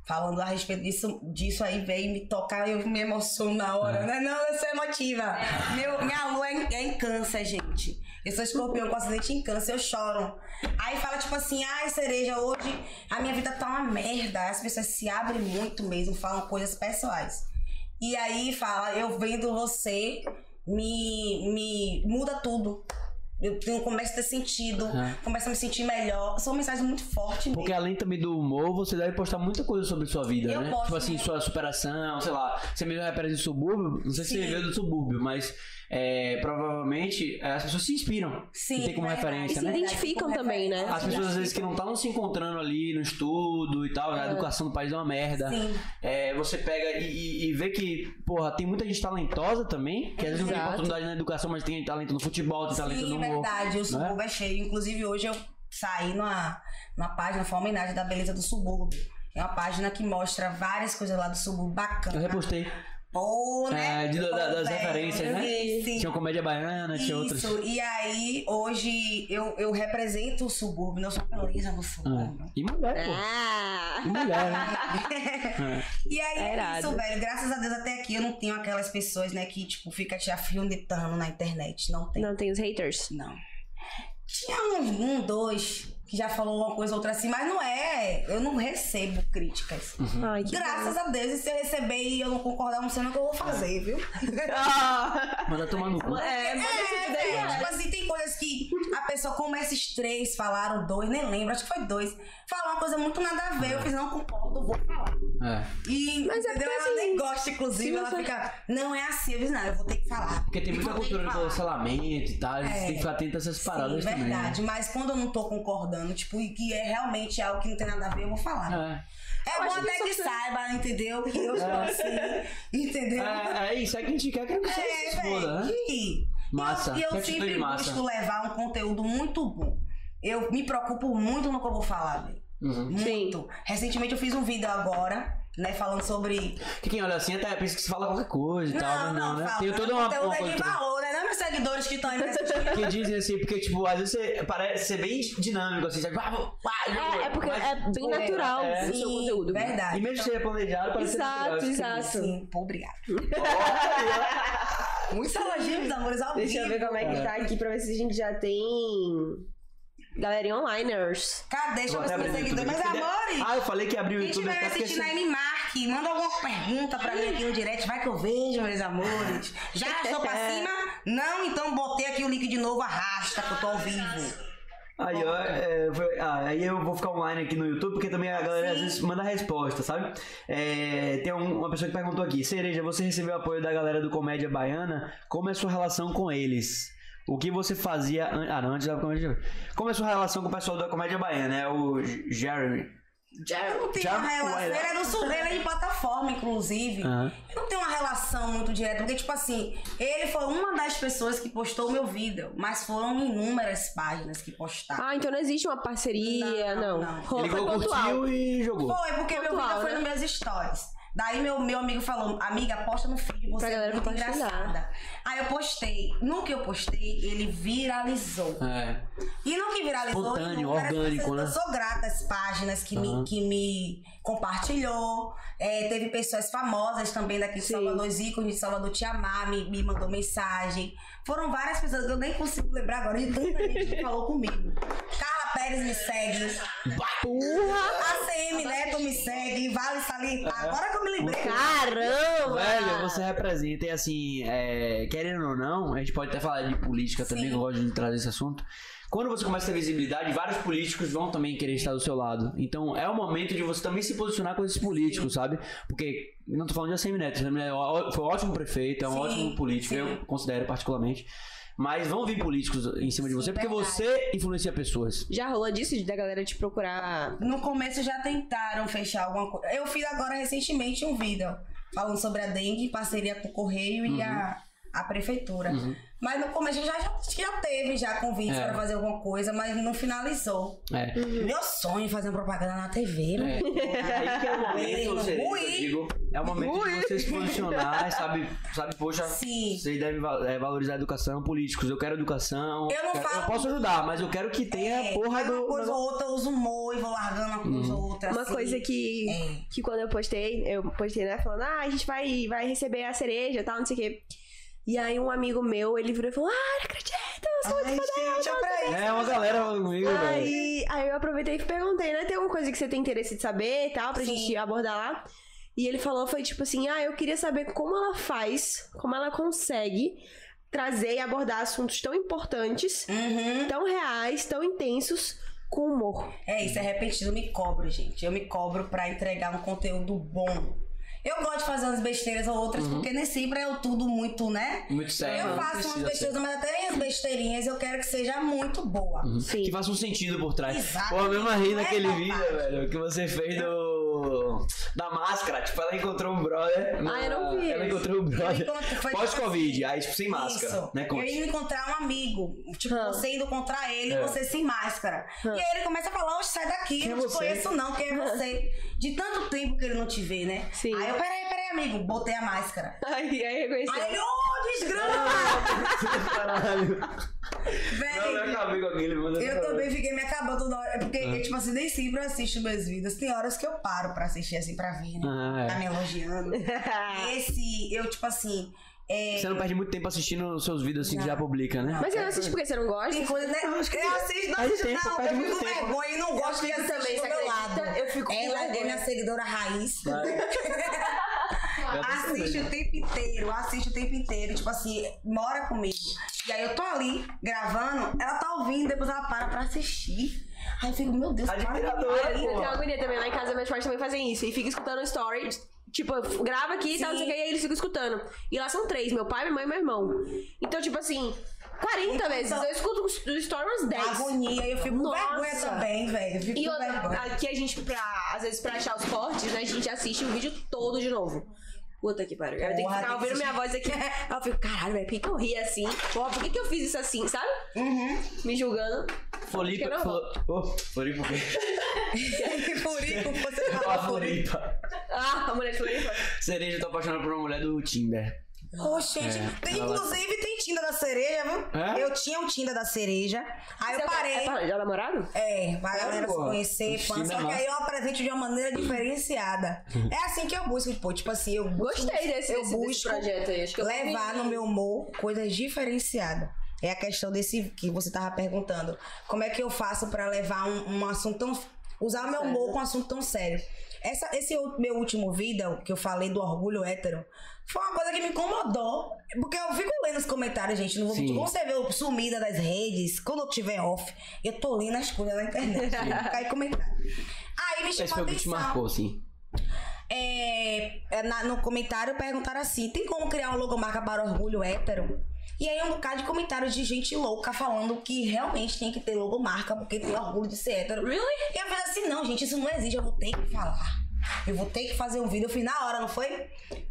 Speaker 3: Falando a respeito disso, disso aí, vem me tocar, eu me emociono na
Speaker 1: É.
Speaker 3: hora, né? Não, eu sou emotiva. Meu, minha lua é em, é em câncer, gente. Eu sou escorpião com acidente em câncer, eu choro. Aí fala tipo assim, ai, cereja, hoje a minha vida tá uma merda. As pessoas se abrem muito mesmo, falam coisas pessoais. E aí fala, eu vendo você, me, me muda tudo. Eu tenho, começo a ter sentido,
Speaker 1: Uhum.
Speaker 3: começo a me sentir melhor. São mensagens muito fortes mesmo.
Speaker 1: Porque além também do humor, você deve postar muita coisa sobre sua vida,
Speaker 3: Eu
Speaker 1: né?
Speaker 3: posto
Speaker 1: tipo assim,
Speaker 3: muito.
Speaker 1: sua superação, sei lá. Você mesmo representa o subúrbio, não sei se você
Speaker 3: Sim.
Speaker 1: viveu do subúrbio, mas é, provavelmente é, as pessoas se inspiram.
Speaker 3: Sim, é
Speaker 1: e tem como
Speaker 3: verdade.
Speaker 2: E
Speaker 1: referência,
Speaker 2: se
Speaker 1: né?
Speaker 2: identificam também, né?
Speaker 1: As pessoas às vezes que não estavam se encontrando ali no estudo e tal, a educação do país é uma merda.
Speaker 3: Sim.
Speaker 1: É, você pega e, e- e vê que, porra, tem muita gente talentosa também, que às vezes não tem
Speaker 2: Exato.
Speaker 1: oportunidade na educação, mas tem talento no futebol, tem talento
Speaker 3: Sim,
Speaker 1: no humor. né?
Speaker 3: verdade, o subúrbio é cheio. Inclusive, hoje eu saí numa, numa página, foi uma homenagem da beleza do subúrbio. É uma página que mostra várias coisas lá do subúrbio
Speaker 1: Eu
Speaker 3: bacana.
Speaker 1: repostei.
Speaker 3: Pô, né?
Speaker 1: É, de- da- da-
Speaker 3: Pô,
Speaker 1: das
Speaker 3: velho,
Speaker 1: referências,
Speaker 3: eu
Speaker 1: né?
Speaker 3: vi, Sim.
Speaker 1: Tinha comédia baiana, tinha outros.
Speaker 3: Isso, e aí hoje eu, eu represento o subúrbio, não sou a beleza do subúrbio.
Speaker 1: É. E mulher, pô.
Speaker 2: Ah!
Speaker 1: E mulher, né?
Speaker 3: E aí
Speaker 2: É
Speaker 3: é
Speaker 2: irado.
Speaker 3: isso, velho. Graças a Deus até aqui eu não tenho aquelas pessoas, né, que tipo fica te afiondetando na internet. Não tem.
Speaker 2: Não tem os haters.
Speaker 3: Não. Tinha um, um, dois que já falou uma coisa ou outra assim, mas não é. Eu não recebo críticas.
Speaker 2: Ai, que
Speaker 3: Graças a Deus, e se eu receber e eu não concordar, não sei nem o que eu vou fazer, viu?
Speaker 2: Ah.
Speaker 1: Manda tomar no cu.
Speaker 2: É, manda esse vídeo daí,
Speaker 3: É,
Speaker 2: cara.
Speaker 3: tipo assim, tem coisas que a pessoa, como esses três falaram, dois, nem lembro, acho que foi dois. Falou uma coisa muito nada a ver, eu fiz, não concordo, vou falar.
Speaker 1: É.
Speaker 3: E
Speaker 2: Mas é
Speaker 3: entendeu?
Speaker 2: porque,
Speaker 3: ela nem
Speaker 2: assim,
Speaker 3: gosta, inclusive,
Speaker 2: se
Speaker 3: ela
Speaker 2: você-
Speaker 3: fica, não é assim, eu fiz, não, eu vou ter que falar.
Speaker 1: Porque tem
Speaker 3: Eu
Speaker 1: muita
Speaker 3: vou ter
Speaker 1: cultura
Speaker 3: que
Speaker 1: do
Speaker 3: falar.
Speaker 1: cancelamento e tal, a gente
Speaker 3: É.
Speaker 1: tem que ficar atento a essas paradas
Speaker 3: Sim,
Speaker 1: também. né?
Speaker 3: verdade, mas quando eu não tô concordando, tipo, e que é realmente algo que não tem nada a ver, eu vou falar.
Speaker 1: É.
Speaker 3: É bom
Speaker 2: acho que
Speaker 3: até
Speaker 2: só
Speaker 3: que
Speaker 2: tem-
Speaker 3: saiba, entendeu? Que eu sou assim, entendeu?
Speaker 1: É, é isso, é que a gente quer que a pessoa se
Speaker 3: É,
Speaker 1: exploda, né?
Speaker 3: velho. que-
Speaker 1: Massa.
Speaker 3: E eu, e
Speaker 1: Que
Speaker 3: eu
Speaker 1: atitude
Speaker 3: sempre
Speaker 1: massa.
Speaker 3: busco levar um conteúdo muito bom. Eu me preocupo muito no que eu vou falar, velho.
Speaker 1: Uhum.
Speaker 3: Muito. Recentemente eu fiz um vídeo agora, né, falando sobre.
Speaker 1: Que quem olha assim até pensa que se fala qualquer coisa e tal.
Speaker 3: Não, não,
Speaker 1: né?
Speaker 3: fala.
Speaker 1: Tem toda
Speaker 3: meu
Speaker 1: uma.
Speaker 3: conteúdo é
Speaker 1: uma-
Speaker 3: de valor, né? Não é meus seguidores que estão aí me assistindo.
Speaker 1: que dizem assim, porque, tipo, às vezes você parece ser bem dinâmico, assim, sabe? Ah, vou- ah,
Speaker 2: É, é porque
Speaker 1: mas-
Speaker 2: é bem natural
Speaker 1: é.
Speaker 2: o seu
Speaker 3: Sim,
Speaker 2: conteúdo.
Speaker 3: Verdade.
Speaker 1: E mesmo que seja planejado, parece ser assim.
Speaker 2: Exato,
Speaker 1: natural, isso que
Speaker 2: exato.
Speaker 1: diz.
Speaker 3: Sim, pô, obrigada.
Speaker 1: Olha,
Speaker 3: Muitos elogios, meus amores, ao
Speaker 2: Deixa eu
Speaker 3: vivo.
Speaker 2: ver como é que tá aqui pra ver se a gente já tem. Galerinha onliners.
Speaker 3: Cadê? Deixa
Speaker 1: vou
Speaker 3: eu ver
Speaker 1: até
Speaker 3: se
Speaker 1: abrir o YouTube
Speaker 3: meus seguidores. Meus
Speaker 1: aqui.
Speaker 3: amores,
Speaker 1: Ah, eu falei que abriu o
Speaker 3: quem
Speaker 1: YouTube
Speaker 3: estiver me
Speaker 1: até porque assim,
Speaker 3: assistindo aí, me marque. Manda alguma pergunta pra mim aqui no direct. Vai que eu vejo, meus amores. Já sou pra cima? Não, então botei aqui o link de novo. Arrasta, que eu tô ao vivo.
Speaker 1: Aí, ó, é, foi- ah, aí eu vou ficar online aqui no YouTube, porque também
Speaker 2: Ah,
Speaker 1: a galera às vezes manda resposta, sabe? É, tem um- uma pessoa que perguntou aqui: Cereja, você recebeu apoio da galera do Comédia Baiana? Como é sua relação com eles? O que você fazia. an- Ah, não, antes da comédia. Como é sua relação com o pessoal da Comédia Baiana? É o J- Jeremy.
Speaker 3: Eu não tenho
Speaker 1: Já
Speaker 3: uma relação.
Speaker 1: foi,
Speaker 3: Ele
Speaker 1: né?
Speaker 3: é do sul, ele é de plataforma, inclusive.
Speaker 1: Aham.
Speaker 3: Eu não tenho uma relação muito direta, porque, tipo assim, ele foi uma das pessoas que postou o meu vídeo, mas foram inúmeras páginas que postaram.
Speaker 2: Ah, então não existe uma parceria, não.
Speaker 3: Não, não.
Speaker 2: Foi-
Speaker 1: Ele
Speaker 2: Foi
Speaker 1: colocou,
Speaker 2: pontual.
Speaker 1: curtiu e jogou.
Speaker 3: Foi, porque meu
Speaker 2: Pontual,
Speaker 3: vídeo foi
Speaker 2: né?
Speaker 3: nos meus stories. Daí meu, meu amigo falou, amiga, posta no feed, você
Speaker 2: Pra
Speaker 3: é
Speaker 2: galera
Speaker 3: muito
Speaker 2: compartilhar.
Speaker 3: engraçada. Aí eu postei. No que eu postei, ele viralizou.
Speaker 1: É.
Speaker 3: E no que viralizou,
Speaker 1: Espontâneo,
Speaker 3: inúmeras
Speaker 1: orgânico,
Speaker 3: pessoas-
Speaker 1: né?
Speaker 3: Eu sou grata às páginas que,
Speaker 1: Aham.
Speaker 3: me, que me compartilhou. É, teve pessoas famosas também daqui de
Speaker 2: Sim.
Speaker 3: Salvador, os ícones de Salvador te amar, me, me mandou mensagem. Foram várias pessoas que eu nem consigo lembrar agora de tanta gente que falou comigo. Carla Pérez me segue.
Speaker 2: Porra!
Speaker 3: ACM Neto né, me segue, vale salientar.
Speaker 1: É.
Speaker 3: Agora que eu me lembrei.
Speaker 2: Caramba!
Speaker 1: Velho,
Speaker 3: Ah.
Speaker 1: você representa, e assim, é, querendo ou não, a gente pode até falar de política também,
Speaker 3: Sim.
Speaker 1: que eu gosto de trazer esse assunto. Quando você começa a ter visibilidade, vários políticos vão também querer estar do seu lado. Então é o momento de você também se posicionar com esses políticos, sabe? Porque não tô falando de ACM Neto, ACM Neto é ó- foi um ótimo prefeito, é um
Speaker 3: Sim,
Speaker 1: ótimo político,
Speaker 3: sim.
Speaker 1: eu considero particularmente. Mas vão vir políticos em cima de
Speaker 3: Sim,
Speaker 1: você, porque
Speaker 3: verdade.
Speaker 1: você influencia pessoas.
Speaker 2: Já rolou disso de da galera te procurar.
Speaker 3: No começo já tentaram fechar alguma coisa. Eu fiz agora recentemente um vídeo falando sobre a dengue, em parceria com o Correio
Speaker 1: Uhum.
Speaker 3: e a, a prefeitura. Mas no começo já, já, já teve já convites
Speaker 1: É.
Speaker 3: pra fazer alguma coisa, mas não finalizou.
Speaker 1: É.
Speaker 3: Meu sonho é fazer uma propaganda na né? TV, mano.
Speaker 1: É. Aí que é o momento, ou seja,
Speaker 3: Ui.
Speaker 1: eu digo, é o momento de você se posicionar, sabe, sabe, poxa,
Speaker 3: Sim.
Speaker 1: vocês devem va- é, valorizar a educação, políticos, eu quero educação,
Speaker 3: Eu não
Speaker 1: quero-
Speaker 3: falo-
Speaker 1: posso ajudar, mas eu quero que tenha a
Speaker 3: É,
Speaker 1: porra
Speaker 3: uma
Speaker 1: do... Uhum.
Speaker 3: coisa
Speaker 1: negócio-
Speaker 3: ou outra, eu uso humor e vou largando uma coisa ou outra.
Speaker 2: Uma
Speaker 3: assim.
Speaker 2: coisa que,
Speaker 3: É.
Speaker 2: que quando eu postei, eu postei, né? Falando, ah, a gente vai, vai receber a cereja e tal, não sei o quê. E aí um amigo meu, ele virou e falou, ah, não acredito, eu sou
Speaker 3: Ai, gente, olha pra isso.
Speaker 1: É, uma galera falando comigo, velho.
Speaker 2: Aí, aí eu aproveitei e perguntei, né? Tem alguma coisa que você tem interesse de saber e tal, pra
Speaker 3: Sim.
Speaker 2: gente abordar lá? E ele falou, foi tipo assim, ah, eu queria saber como ela faz, como ela consegue trazer e abordar assuntos tão importantes,
Speaker 3: Uhum.
Speaker 2: tão reais, tão intensos, com humor.
Speaker 3: É isso, é repetido, eu me cobro, gente. Eu me cobro pra entregar um conteúdo bom. Eu gosto de fazer umas besteiras ou outras, porque nem sempre é tudo muito, né?
Speaker 1: Uhum. Muito sério.
Speaker 3: eu
Speaker 1: não
Speaker 3: faço umas
Speaker 1: precisa ser.
Speaker 3: besteiras, mas até minhas besteirinhas eu quero que seja muito boa.
Speaker 2: Sim.
Speaker 1: Que faça um sentido por trás.
Speaker 3: Exato.
Speaker 1: Pô, eu mesmo ri
Speaker 3: Não é
Speaker 1: naquele
Speaker 3: verdade.
Speaker 1: vídeo, velho, que você fez do. Da máscara. Tipo, ela encontrou um
Speaker 3: Ah,
Speaker 1: brother. na-
Speaker 2: eu não vi
Speaker 1: Ela
Speaker 2: esse.
Speaker 1: encontrou um brother.
Speaker 3: Eu encontro- foi
Speaker 1: Pós-Covid,
Speaker 3: tipo assim,
Speaker 1: aí, tipo, sem máscara.
Speaker 3: Isso.
Speaker 1: Né,
Speaker 3: eu
Speaker 1: Conte?
Speaker 3: ia encontrar um amigo. Tipo,
Speaker 2: Hum.
Speaker 3: você indo encontrar ele,
Speaker 1: Ah. É. Ah.
Speaker 3: você sem máscara. E aí ele começa a falar, oxe, sai daqui,
Speaker 1: Quem é
Speaker 3: não te
Speaker 1: você?"
Speaker 3: conheço não, quem é você? De tanto tempo que ele não te vê, né?
Speaker 2: Sim.
Speaker 3: Aí eu, peraí, peraí, amigo, botei a máscara.
Speaker 2: Aí, aí reconheci.
Speaker 3: Aí ele, ô, oh,
Speaker 1: Ah.
Speaker 3: desgrama!
Speaker 1: Caralho. Não,
Speaker 3: Velho,
Speaker 1: não acabei com aquele, mas
Speaker 3: Eu
Speaker 1: acabei.
Speaker 3: também fiquei me acabando toda hora. Porque, eu, tipo assim, nem sempre eu assisto meus vídeos. Tem horas que eu paro pra assistir, assim, pra ver, né?
Speaker 1: Ah, é.
Speaker 3: Tá me elogiando. Esse, eu, tipo assim. é,
Speaker 1: Você não perde muito tempo assistindo os seus vídeos assim que já publica, né?
Speaker 2: Mas você não assiste porque você não gosta?
Speaker 3: Tem coisa, né? Eu
Speaker 1: acho que-
Speaker 3: assisto, não
Speaker 1: Faz
Speaker 3: assisto,
Speaker 1: tempo,
Speaker 3: não.
Speaker 1: faz
Speaker 3: Eu
Speaker 1: muito
Speaker 3: fico com
Speaker 1: tempo.
Speaker 3: vergonha e não gosto de
Speaker 2: fico
Speaker 3: assistir
Speaker 2: também,
Speaker 3: do
Speaker 2: você
Speaker 3: meu lado.
Speaker 2: acredita? Eu fico com
Speaker 3: Ela é
Speaker 2: vergonha.
Speaker 3: minha seguidora raiz.
Speaker 1: Eu assisto
Speaker 3: assiste o tempo inteiro, assiste o tempo inteiro. Tipo assim, mora comigo. E aí eu tô ali gravando, ela tá ouvindo, depois ela para pra assistir. Aí eu fico, meu Deus, para,
Speaker 1: Admiradora,
Speaker 3: para.
Speaker 2: Eu
Speaker 1: pô.
Speaker 2: tenho uma agonia também lá em casa, meus pais também fazem isso. E fica escutando stories. Tipo, grava aqui e tal, não sei o que, e aí eles ficam escutando. E lá são três: meu pai, minha mãe e meu irmão. Então, tipo assim, 40 vezes. Eu escuto os os stories umas 10.
Speaker 3: Então, É agonia. Eu fico com
Speaker 2: Nossa.
Speaker 3: vergonha também, velho. Eu fico
Speaker 2: E
Speaker 3: com
Speaker 2: outra,
Speaker 3: vergonha.
Speaker 2: aqui a gente, pra, às vezes, pra achar os cortes, né, a gente assiste o vídeo todo de novo. Puta que pariu. Eu tenho que
Speaker 3: Porra,
Speaker 2: ficar
Speaker 3: tem
Speaker 2: ouvindo
Speaker 3: que
Speaker 2: minha voz aqui. Aí eu fico, caralho, velho, por que, que eu ri assim? Porra, por que, que eu fiz isso assim, sabe?
Speaker 3: Uhum.
Speaker 2: Me julgando.
Speaker 1: Floripa.
Speaker 2: Acho que
Speaker 1: Flo...
Speaker 2: é
Speaker 1: Oh, Floripa o quê?
Speaker 3: Furico, você
Speaker 1: Ah,
Speaker 3: fala furico.
Speaker 1: Floripa.
Speaker 2: Ah, a mulher de Floripa.
Speaker 1: Cereja, eu tô apaixonado por uma mulher do Tinder.
Speaker 3: Ô, gente,
Speaker 1: É,
Speaker 3: tem-
Speaker 1: ela-
Speaker 3: inclusive tem Tinda da cereja, viu?
Speaker 1: É?
Speaker 3: Eu tinha o Tinda da cereja, aí eu parei.
Speaker 2: Já é namorado?
Speaker 3: É, pra galera se
Speaker 1: boa.
Speaker 3: conhecer,
Speaker 1: Oxi,
Speaker 3: pá, só que
Speaker 1: é massa.
Speaker 3: aí eu apresento de uma maneira diferenciada. É assim que eu busco, tipo, tipo assim, eu busco-
Speaker 2: Gostei desse-
Speaker 3: eu
Speaker 2: desse- desse
Speaker 3: busco
Speaker 2: projeto aí, acho que eu né? vou
Speaker 3: levar
Speaker 2: me-
Speaker 3: no meu humor coisas diferenciadas. É a questão desse que você tava perguntando. Como é que eu faço pra levar um, um assunto tão. Usar o meu humor com um assunto tão sério. Essa, esse u- meu último vídeo, que eu falei do orgulho hétero, foi uma coisa que me incomodou. Porque eu fico lendo os comentários, gente. Não vou
Speaker 1: Sim.
Speaker 3: mentir. Como você vê eu sumida das redes, quando eu tiver off, eu tô lendo as coisas na internet. Cai comentário. Aí me
Speaker 1: Esse
Speaker 3: chamou
Speaker 1: foi
Speaker 3: a
Speaker 1: o que te
Speaker 3: atenção.
Speaker 1: marcou, assim.
Speaker 3: É, é, na- no comentário perguntaram assim: tem como criar uma logomarca para orgulho hétero? E aí um bocado de comentários de gente louca falando que realmente tem que ter logomarca porque tem orgulho de ser hétero.
Speaker 2: Really?
Speaker 3: E eu falei assim, não, gente, isso não existe, eu vou ter que falar. Eu vou ter que fazer um vídeo. Eu fiz na hora, não foi?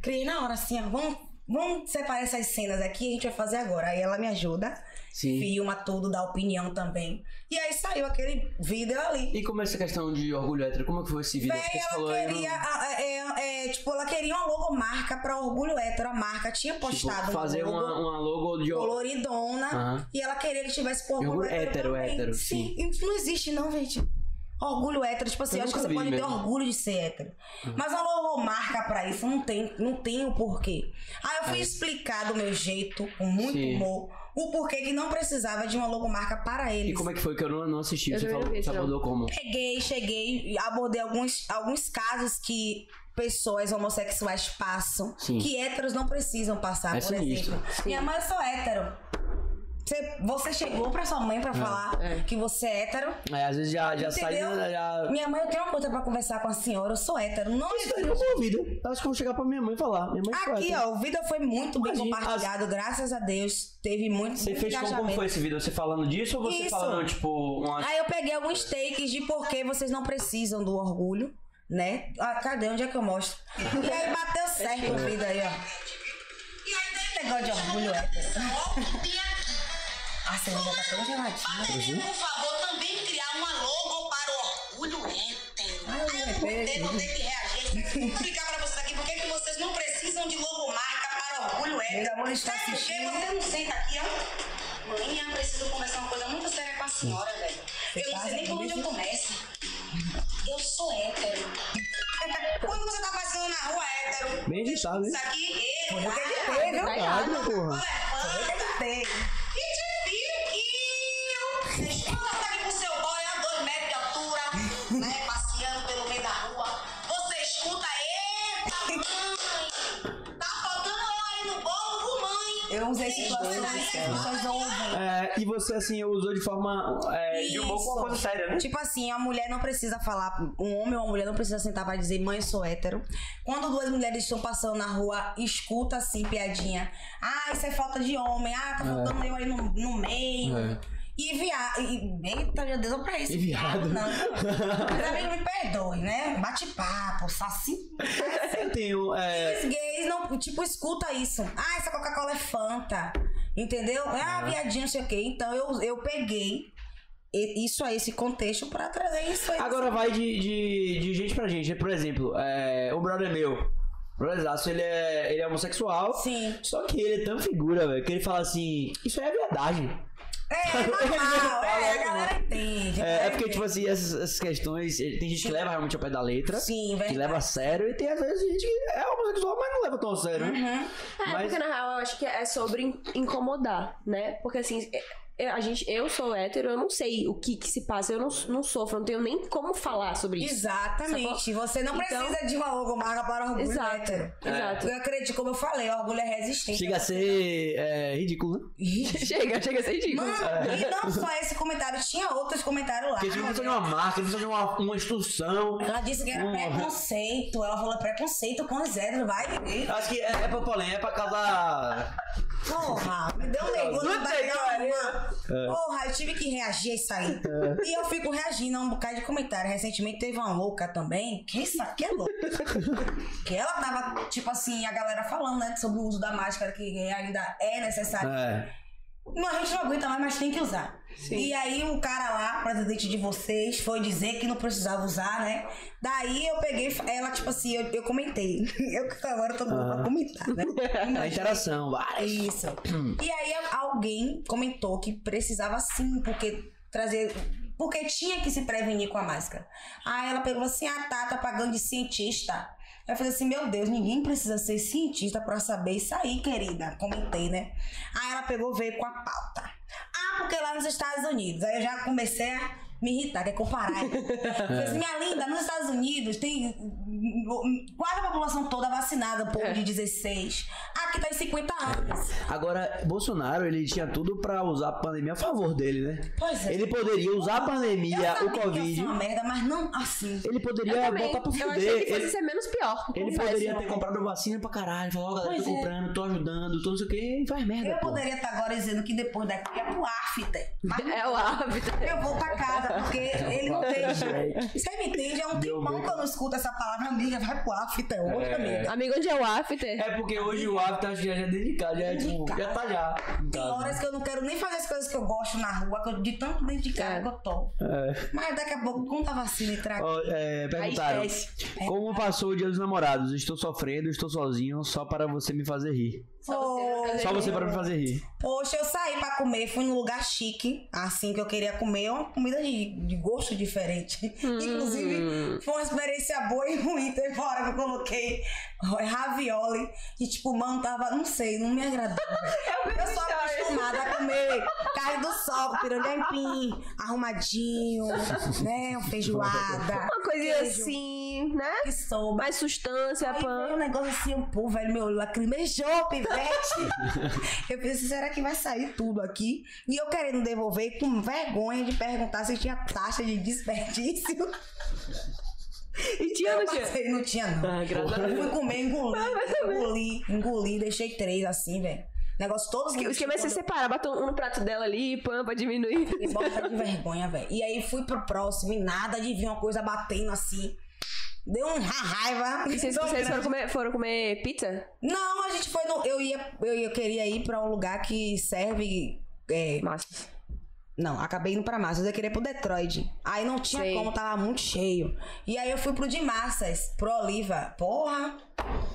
Speaker 3: Criei na hora, assim, ó, vamos, vamos separar essas cenas aqui, a gente vai fazer agora. Aí ela me ajuda,
Speaker 1: Sim.
Speaker 3: filma tudo, dá opinião também. E aí saiu aquele vídeo ali.
Speaker 1: E como é essa questão de orgulho hétero? Como é que foi esse vídeo?
Speaker 3: Véi,
Speaker 1: Porque você
Speaker 3: ela
Speaker 1: falou aí, tipo,
Speaker 3: queria,
Speaker 1: não-
Speaker 3: a- a- é, é, tipo, ela queria uma logomarca pra Orgulho Hétero. A marca tinha
Speaker 1: tipo,
Speaker 3: postado
Speaker 1: fazer
Speaker 3: uma
Speaker 1: uma,
Speaker 3: logo
Speaker 1: uma logo de orgulho.
Speaker 3: coloridona
Speaker 1: Aham.
Speaker 3: e ela queria que tivesse por Orgulho
Speaker 1: Orgulho hétero,
Speaker 3: também.
Speaker 1: hétero,
Speaker 3: sim. Isso não existe não, gente. Orgulho hétero, tipo assim,
Speaker 1: Eu
Speaker 3: eu acho que
Speaker 1: nunca
Speaker 3: você
Speaker 1: vi
Speaker 3: pode ter
Speaker 1: mesmo.
Speaker 3: orgulho de ser hétero. Mas uma logomarca pra isso não tem, não tem o porquê. Aí eu fui explicar do meu jeito, com muito
Speaker 1: É. Sim.
Speaker 3: humor, o porquê que não precisava de uma logomarca para eles.
Speaker 1: E como é que foi que eu não, não assisti?
Speaker 2: Eu
Speaker 1: você
Speaker 2: também não
Speaker 1: falou,
Speaker 2: vi
Speaker 1: você
Speaker 2: isso, não.
Speaker 1: abordou como?
Speaker 3: Cheguei, cheguei, e abordei alguns, alguns casos que pessoas homossexuais passam,
Speaker 1: Sim.
Speaker 3: que héteros não precisam passar,
Speaker 1: É
Speaker 3: por
Speaker 1: sinistro.
Speaker 3: exemplo. Minha mãe, eu sou hétero. Você, você chegou pra sua mãe pra falar
Speaker 2: é.
Speaker 3: que você é hétero.
Speaker 1: É, às vezes já, já sai.
Speaker 3: Entendeu?
Speaker 1: Já...
Speaker 3: Minha mãe, eu tenho uma coisa pra conversar com a senhora, eu sou hétero. Não
Speaker 1: Eu sou ouvido. Eu acho que eu vou chegar pra minha mãe e falar. Minha mãe foi tá
Speaker 3: Aqui,
Speaker 1: hétero.
Speaker 3: ó, o vídeo foi muito bem
Speaker 1: Imagina,
Speaker 3: compartilhado, graças a Deus. Teve muito,
Speaker 1: Você
Speaker 3: muito
Speaker 1: fez como, como
Speaker 3: engajamento.
Speaker 1: foi esse vídeo? Você falando disso ou você
Speaker 3: Isso.
Speaker 1: falando, tipo, uma
Speaker 3: Aí eu peguei alguns takes de por que vocês não precisam do orgulho, né? Ah, cadê? Onde é que eu mostro? E aí bateu certo o vídeo aí, ó. E aí negócio de orgulho é. A cerveja tá tão geladinha.
Speaker 4: Poderia, por favor, também criar uma logo para o orgulho hétero.
Speaker 3: Ai,
Speaker 4: Aí eu vou ter,
Speaker 3: meu
Speaker 4: vou ter que reagir. Eu vou explicar para vocês aqui por que que vocês não precisam de logomarca para orgulho hétero.
Speaker 3: amor, está
Speaker 4: Sabe por quê?
Speaker 3: assistindo.
Speaker 4: Você não senta aqui, ó. Mãe, eu preciso conversar uma coisa muito séria com a senhora, velho. Eu não sei
Speaker 3: tá
Speaker 4: nem por onde eu começo. Eu sou hétero. Quando você tá passando na rua hétero,
Speaker 1: Bem editado, hein?
Speaker 4: isso aqui é.
Speaker 3: Olha o que ele fez, viu?
Speaker 2: Tá
Speaker 3: Olha
Speaker 2: errado.
Speaker 1: porra.
Speaker 3: o que ele fez.
Speaker 4: E te viu que eu estou aqui com seu boy a dois metros de altura, né? Passeando pelo meio da rua. Você escuta, eita, mãe! Tá faltando eu aí no bolo, mãe!
Speaker 3: Eu usei situações
Speaker 4: Coisa
Speaker 3: que as
Speaker 4: legal.
Speaker 3: pessoas vão ouvir.
Speaker 1: É, e você, assim, usou de forma. É, de humor com uma
Speaker 3: Isso.
Speaker 1: coisa séria, né?
Speaker 3: Tipo assim, a mulher não precisa falar, um homem ou uma mulher não precisa sentar pra dizer mãe, eu sou hétero. Quando duas mulheres estão passando na rua, escuta assim, piadinha. Ah, isso é falta de homem, ah, tá faltando eu aí no, no meio.
Speaker 1: É.
Speaker 3: E viado. Eita, meu Deus, olha pra isso.
Speaker 1: E viado.
Speaker 3: Não. Mas amigo, me perdoe, né? Bate-papo, saci.
Speaker 1: Eu tenho. É,
Speaker 3: Os gays não, tipo, escuta isso. Ah, essa Coca-Cola é Fanta. Entendeu? Ah, viadinho, não sei o quê. Então eu, eu peguei e- isso aí, esse contexto, pra trazer isso aí.
Speaker 1: agora vai de, de, de gente pra gente. né? Por exemplo, é, o brother meu. O brotherzaço, ele é, ele é homossexual.
Speaker 3: Sim.
Speaker 1: Só que ele é tão figura, velho, que ele fala assim: Isso aí é verdade.
Speaker 3: É, é normal, é, a galera entende.
Speaker 1: É, é
Speaker 3: né?
Speaker 1: porque, tipo assim, essas, essas questões. Tem gente que leva realmente ao pé da letra.
Speaker 3: Sim,
Speaker 1: Que
Speaker 3: verdade.
Speaker 1: leva a sério. E tem, às vezes, gente que é homossexual, mas não leva tão a sério, né?
Speaker 2: É,
Speaker 1: Mas-
Speaker 2: porque na real eu acho que é sobre in- incomodar, né? Porque assim, é- é- a gente, eu sou hétero, eu não sei o que que se passa, eu não, não sofro, eu não tenho nem como falar sobre isso.
Speaker 3: Exatamente. Você não
Speaker 2: Então-
Speaker 3: precisa de uma logomarca para orgulho
Speaker 2: Exato,
Speaker 3: hétero.
Speaker 2: exato.
Speaker 3: Eu acredito, como eu falei, o orgulho é resistente.
Speaker 1: Chega a ser é, ridículo, né?
Speaker 2: chega, chega, sem ridículo.
Speaker 3: Mano, e não só esse comentário, tinha outros comentários lá. Ah,
Speaker 1: Porque eles não precisam de uma marca, não precisam de uma, uma instrução.
Speaker 3: Ela disse que era
Speaker 1: Hum.
Speaker 3: preconceito. Ela falou preconceito com os héteros, vai ver.
Speaker 1: Acho que é, é pra polêmica, é pra causar.
Speaker 3: Porra, me deu um negócio na
Speaker 1: Puta que
Speaker 3: barriga,
Speaker 1: pariu.
Speaker 3: mano. Porra, eu tive que reagir a isso aí. E eu fico reagindo a um bocado de comentário. Recentemente teve uma louca também, que isso aqui é louco. que ela tava Tipo assim, a galera falando, né, sobre o uso da máscara, que ainda é necessário.
Speaker 1: É.
Speaker 3: Não, a gente não aguenta mais, mas tem que usar. E aí o cara lá, presidente de vocês, foi dizer que não precisava usar, né? Daí eu peguei, ela, tipo assim, eu, eu comentei. Eu que agora todo mundo pra comentar, né?
Speaker 1: A interação, vai.
Speaker 3: É Isso. E aí alguém comentou que precisava sim, porque trazer. Porque tinha que se prevenir com a máscara. Aí ela pegou assim, ah tá, tá pagando de cientista. Aí Eu falei assim, meu Deus, ninguém precisa ser cientista pra saber isso aí, querida. Comentei, né? Aí ela pegou, veio com a pauta. Ah, porque lá nos Estados Unidos. Aí eu já comecei a me irritar, quer comparar. Eu falei assim, minha linda, nos Estados Unidos tem quase a população toda vacinada, povo de 16. Aqui tá em 50 anos.
Speaker 1: Agora, Bolsonaro, ele tinha tudo pra usar a pandemia a favor dele, né?
Speaker 3: Pois é.
Speaker 1: Ele poderia usar a
Speaker 3: Eu
Speaker 1: pandemia,
Speaker 3: sabia
Speaker 1: o
Speaker 3: que ia ser
Speaker 1: Covid.
Speaker 3: uma merda, mas não assim.
Speaker 1: Ele
Speaker 2: Eu
Speaker 1: poderia
Speaker 2: também.
Speaker 1: botar é, pro
Speaker 2: Eu
Speaker 1: fuder.
Speaker 2: achei que fosse
Speaker 1: Ele,
Speaker 2: ser menos pior.
Speaker 1: ele
Speaker 2: confesso.
Speaker 1: poderia ter comprado vacina pra caralho. Falou, ó, galera, tô
Speaker 3: né? Pois é.
Speaker 1: comprando, tô ajudando, tô não sei o que, e faz merda,
Speaker 3: Eu
Speaker 1: pô.
Speaker 3: poderia estar agora dizendo que depois daqui é pro after. Mas
Speaker 2: É o hábito.
Speaker 3: eu vou pra casa, porque ele não deixa.
Speaker 1: Gente.
Speaker 3: Você me entende? É um
Speaker 1: É um Deu
Speaker 3: tempão
Speaker 1: medo.
Speaker 3: que eu não escuto essa palavra, amiga. Vai pro after, é outra amiga.
Speaker 2: Amigo, onde é o after?
Speaker 1: É porque hoje o hábito acho que já é dedicado, já, é,
Speaker 3: De
Speaker 1: tipo,
Speaker 3: casa.
Speaker 1: já tá já. em
Speaker 3: Tem
Speaker 1: casa.
Speaker 3: horas que eu não quero nem fazer as coisas que eu gosto na rua, que eu de tanto dentro de casa
Speaker 2: É.
Speaker 3: que eu tô.
Speaker 1: É.
Speaker 3: Mas daqui a pouco, assim, quando a vacina entrar aqui,
Speaker 1: Ó, é, perguntaram,
Speaker 2: Aí esquece.
Speaker 1: como passou o dia dos namorados? Estou sofrendo, estou sozinho, só para você me fazer rir.
Speaker 2: Só você pra fazer
Speaker 1: Só você para me fazer rir.
Speaker 3: Poxa, eu saí pra comer, fui num lugar chique, assim que eu queria comer, uma comida de, de gosto diferente. Inclusive, foi uma experiência boa e ruim. Teve uma hora que eu coloquei ravioli e, tipo, mano, tava, não sei, não me agradou. eu sou acostumada a comer carne do sol, piranha em pim, arrumadinho, né? uma Feijoada.
Speaker 2: Uma coisinha
Speaker 3: queijo,
Speaker 2: assim, né?
Speaker 3: Que soba.
Speaker 2: Mais sustância,
Speaker 3: Aí
Speaker 2: pã.
Speaker 3: veio um negócio assim, pô, velho, meu olho lacrimejou, pivete. eu pensei, será que vai sair tudo aqui? E eu querendo devolver com vergonha de perguntar se tinha taxa de desperdício.
Speaker 2: E tinha, não
Speaker 3: eu
Speaker 2: tinha?
Speaker 3: passei, não tinha, não.
Speaker 2: Ah, graças a
Speaker 3: Eu
Speaker 2: Deus.
Speaker 3: fui comer, engoli,
Speaker 2: vai saber.
Speaker 3: engoli, engoli, deixei três assim, velho. Negócio todo
Speaker 2: O esquema é você
Speaker 3: quando eu-
Speaker 2: separar, bota um no prato dela ali, pã, pra diminuir.
Speaker 3: Me morta de vergonha, velho. E aí fui pro próximo e nada de vir uma coisa batendo assim. Deu um ra- raiva.
Speaker 2: E vocês,
Speaker 3: Deu
Speaker 2: vocês
Speaker 3: grande
Speaker 2: foram, comer, foram comer pizza?
Speaker 3: Não, a gente foi no. Eu ia. Eu, eu queria ir pra um lugar que serve. é,
Speaker 2: Massa.
Speaker 3: não, acabei indo pra Massas. Eu queria ir pro Detroit. Aí não tinha
Speaker 2: Sei.
Speaker 3: como, tava muito cheio. E aí eu fui pro de Massas, pro Oliva. Porra!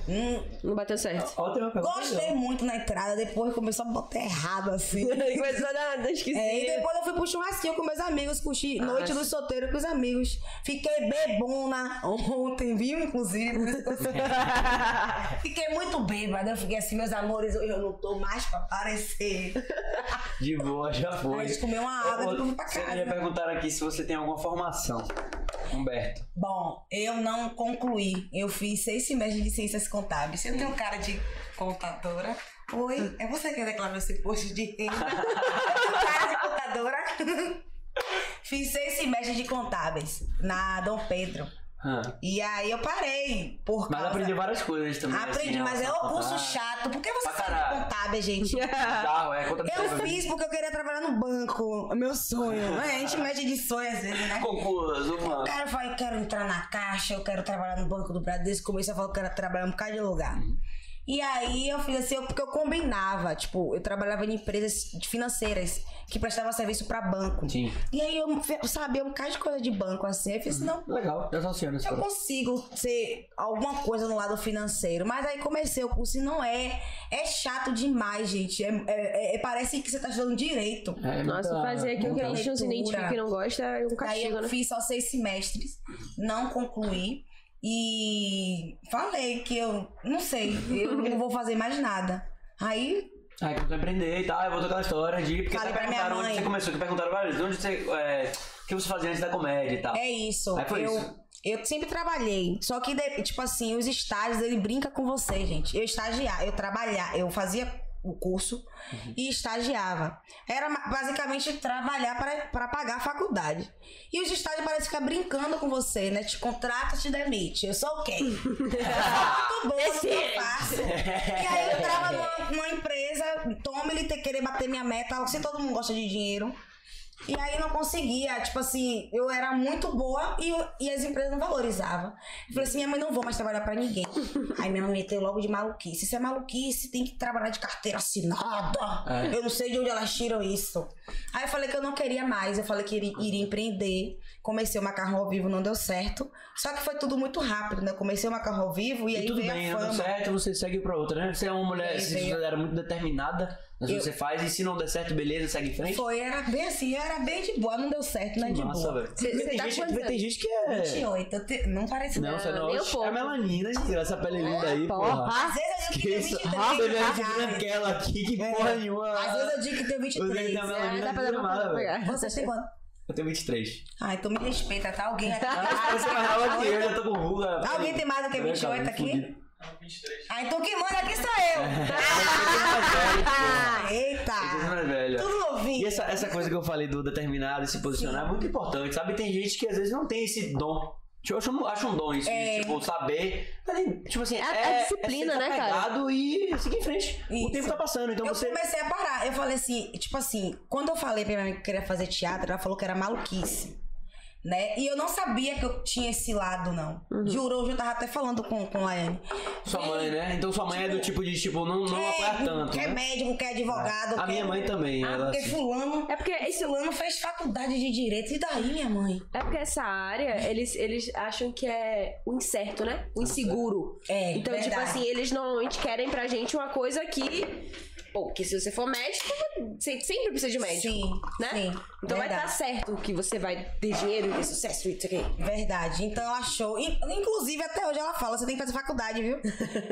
Speaker 3: Hum,
Speaker 2: Não bateu certo.
Speaker 1: Ó, tem uma pergunta
Speaker 3: gostei
Speaker 1: aí,
Speaker 3: muito na entrada, depois começou a botar errado assim.
Speaker 2: Começou a dar dar esquisito.
Speaker 3: É, e depois eu fui pro churrasquinho com meus amigos, curti Noite dos Solteiros com os amigos. Fiquei bebona ontem, viu? Inclusive, por isso que eu sou Fiquei muito bêbada. Eu fiquei assim, meus amores, hoje eu não tô mais pra aparecer.
Speaker 1: ó. De boa, já foi.
Speaker 3: A gente comeu uma água,
Speaker 1: Ô,
Speaker 3: depois foi pra
Speaker 1: vocês
Speaker 3: casa.
Speaker 1: Já perguntaram aqui se você tem alguma formação. Humberto.
Speaker 3: Bom, eu não concluí. Eu fiz seis semestres de ciências contábeis. Eu tenho cara de contadora. Oi, é você que declarou esse imposto de renda? Eu tenho cara de contadora. Fiz seis semestres de contábeis na Dom Pedro.
Speaker 1: Hã.
Speaker 3: E aí eu parei, por
Speaker 1: Mas
Speaker 3: causa...
Speaker 1: aprendi assim, várias coisas também. né?
Speaker 3: Aprendi, mas é um curso chato. Por que você
Speaker 1: Pra
Speaker 3: sabe
Speaker 1: caralho.
Speaker 3: contábil, gente?
Speaker 1: Bizarro, é conta
Speaker 3: Eu fiz porque eu queria trabalhar no banco. Meu sonho. É, a gente mexe de sonho às vezes, né?
Speaker 1: Concurso, mano.
Speaker 3: Cara, eu falei, eu quero entrar na caixa, eu quero trabalhar no Banco do Bradesco. Comecei a falar que eu quero trabalhar em um bocado de lugar. E aí eu fiz assim, eu- porque eu combinava. Tipo, eu trabalhava em empresas financeiras que prestavam serviço pra banco.
Speaker 1: Sim.
Speaker 3: E aí eu fe- sabia um bocado de coisa de banco assim. Eu fiz assim, não,
Speaker 1: Legal, eu sou assistindo esse
Speaker 3: eu consigo ser alguma coisa no lado financeiro, mas aí comecei o curso e não é. É chato demais, gente. É, é- é- parece que você tá estudando direito.
Speaker 1: É,
Speaker 2: Nossa,
Speaker 3: Tá,
Speaker 2: um
Speaker 1: muita-
Speaker 2: fazer aquilo que a
Speaker 1: muita-
Speaker 2: gente não se identifica que não gosta é um
Speaker 3: Aí
Speaker 2: castigo,
Speaker 3: eu
Speaker 2: né?
Speaker 3: fiz só seis semestres, não concluí. E falei que eu não sei, eu não vou fazer mais nada. Aí
Speaker 1: Aí começou a empreender e tal, É, eu voltou aquela história de. Porque
Speaker 3: Falei
Speaker 1: até
Speaker 3: pra minha
Speaker 1: perguntaram onde
Speaker 3: mãe.
Speaker 1: você começou, que perguntaram várias vezes, onde você. é, o que você fazia antes da comédia e tal.
Speaker 3: É isso.
Speaker 1: Aí foi
Speaker 3: eu,
Speaker 1: isso.
Speaker 3: eu sempre trabalhei. Só que, de- tipo assim, os estágios, ele brinca com você, gente. Eu estagiar, eu trabalhar, eu fazia o curso
Speaker 1: Uhum.
Speaker 3: e estagiava. Era ma- basicamente trabalhar para- para pagar a faculdade. E os estágios parecem ficar brincando com você, né? Te contrata, te demite. Eu sou o quê? muito boa no que
Speaker 1: é
Speaker 3: eu faço. E aí eu entrava numa, numa empresa, toma ele ter querer bater minha meta. Se todo mundo gosta de dinheiro. E aí não conseguia, tipo assim, eu era muito boa e, eu- e as empresas não valorizavam. Eu falei assim, minha mãe não vou mais trabalhar pra ninguém. Aí minha mãe meteu logo de maluquice. Isso é maluquice, tem que trabalhar de carteira assinada.
Speaker 1: É.
Speaker 3: Eu não sei de onde elas tiram isso. Aí eu falei que eu não queria mais, eu falei que iria, iria empreender. Comecei o macarrão ao vivo, não deu certo. Só que foi tudo muito rápido, né? Eu comecei o macarrão ao vivo e,
Speaker 1: E
Speaker 3: aí
Speaker 1: tudo
Speaker 3: veio
Speaker 1: bem,
Speaker 3: a
Speaker 1: não deu
Speaker 3: fama.
Speaker 1: certo, você segue pra outra, né? Você é uma mulher,
Speaker 3: Veio,
Speaker 1: se
Speaker 3: veio.
Speaker 1: você era muito determinada, mas
Speaker 3: Eu-
Speaker 1: você faz, e se não der certo, beleza, segue em frente.
Speaker 3: Foi, era bem assim, eu era bem de boa, não deu certo, né? De
Speaker 1: Nossa,
Speaker 3: boa.
Speaker 1: velho.
Speaker 2: Cê-
Speaker 1: Tem,
Speaker 2: cê tá
Speaker 1: gente-
Speaker 2: quantos
Speaker 1: tem
Speaker 2: anos?
Speaker 1: gente que é.
Speaker 3: 28, eu te- não parece
Speaker 1: Não, você não.
Speaker 2: nem um
Speaker 1: oxe,
Speaker 2: pouco.
Speaker 1: É melanina, desgraça, essa pele
Speaker 3: né?
Speaker 1: linda aí, porra.
Speaker 3: Às vezes eu digo que
Speaker 1: Que Ah,
Speaker 3: tem
Speaker 1: isso?
Speaker 3: 23.
Speaker 1: Ah, bebê,
Speaker 3: cara.
Speaker 1: aquela aqui, que porra nenhuma.
Speaker 3: É. Às vezes eu digo que tem
Speaker 1: O dele
Speaker 3: 23.
Speaker 1: tá
Speaker 2: É,
Speaker 1: melanina
Speaker 2: dá pra dar
Speaker 1: desgramada,
Speaker 2: pra
Speaker 1: velho.
Speaker 2: pegar.
Speaker 3: Vocês têm quanto?
Speaker 1: Eu tenho 23.
Speaker 3: Ah, então me respeita, tá? Alguém aqui.
Speaker 1: Ah, você é mais nova que eu, já tô com ruga.
Speaker 3: Alguém tem mais do que 28 aqui? Ah, então quem manda aqui sou eu.
Speaker 1: Ah,
Speaker 3: Ah,
Speaker 1: Vocês
Speaker 3: eita.
Speaker 1: mais velho.
Speaker 3: Tudo
Speaker 1: E assim,
Speaker 3: novinho.
Speaker 1: essa, essa coisa que eu falei do determinado e se posicionar é muito importante, sabe? Tem gente que às vezes não tem esse dom. Eu acho, acho um dom isso, de,
Speaker 3: É.
Speaker 1: tipo, saber. mas, Tipo assim, é,
Speaker 2: a disciplina,
Speaker 1: é ser
Speaker 2: né, cara?
Speaker 1: desapegado e seguir em frente. O
Speaker 3: Isso.
Speaker 1: tempo tá passando, então
Speaker 3: Eu
Speaker 1: você.
Speaker 3: comecei a parar. Eu falei assim, tipo assim, quando eu falei pra minha mãe que eu queria fazer teatro, ela falou que era maluquice. Né? E eu não sabia que eu tinha esse lado, não.
Speaker 1: Uhum.
Speaker 3: Jurou, hoje eu tava até falando com, com a Laiane.
Speaker 1: Sua mãe, né? Então sua mãe é do tipo de, tipo, não,
Speaker 3: é,
Speaker 1: não apoia tanto.
Speaker 3: quer
Speaker 1: né?
Speaker 3: médico, quer advogado.
Speaker 1: A
Speaker 3: quer-
Speaker 1: minha mãe também,
Speaker 3: Ah,
Speaker 1: ela.
Speaker 3: porque
Speaker 1: assim,
Speaker 3: fulano.
Speaker 2: É porque
Speaker 3: Esse fulano fez faculdade de direito. E daí, minha mãe?
Speaker 2: É porque essa área, eles, eles acham que é o incerto, né? O inseguro.
Speaker 3: É,
Speaker 2: Então,
Speaker 3: verdade.
Speaker 2: tipo assim, eles normalmente querem pra gente uma coisa que. Pô, que se você for médico, você sempre precisa de médico.
Speaker 3: Sim,
Speaker 2: né?
Speaker 3: sim,
Speaker 2: então vai
Speaker 3: verdade.
Speaker 2: dar certo que você vai ter dinheiro, ter sucesso, isso aqui.
Speaker 3: Verdade. Então ela achou. In- Inclusive, até hoje ela fala: você tem que fazer faculdade, viu?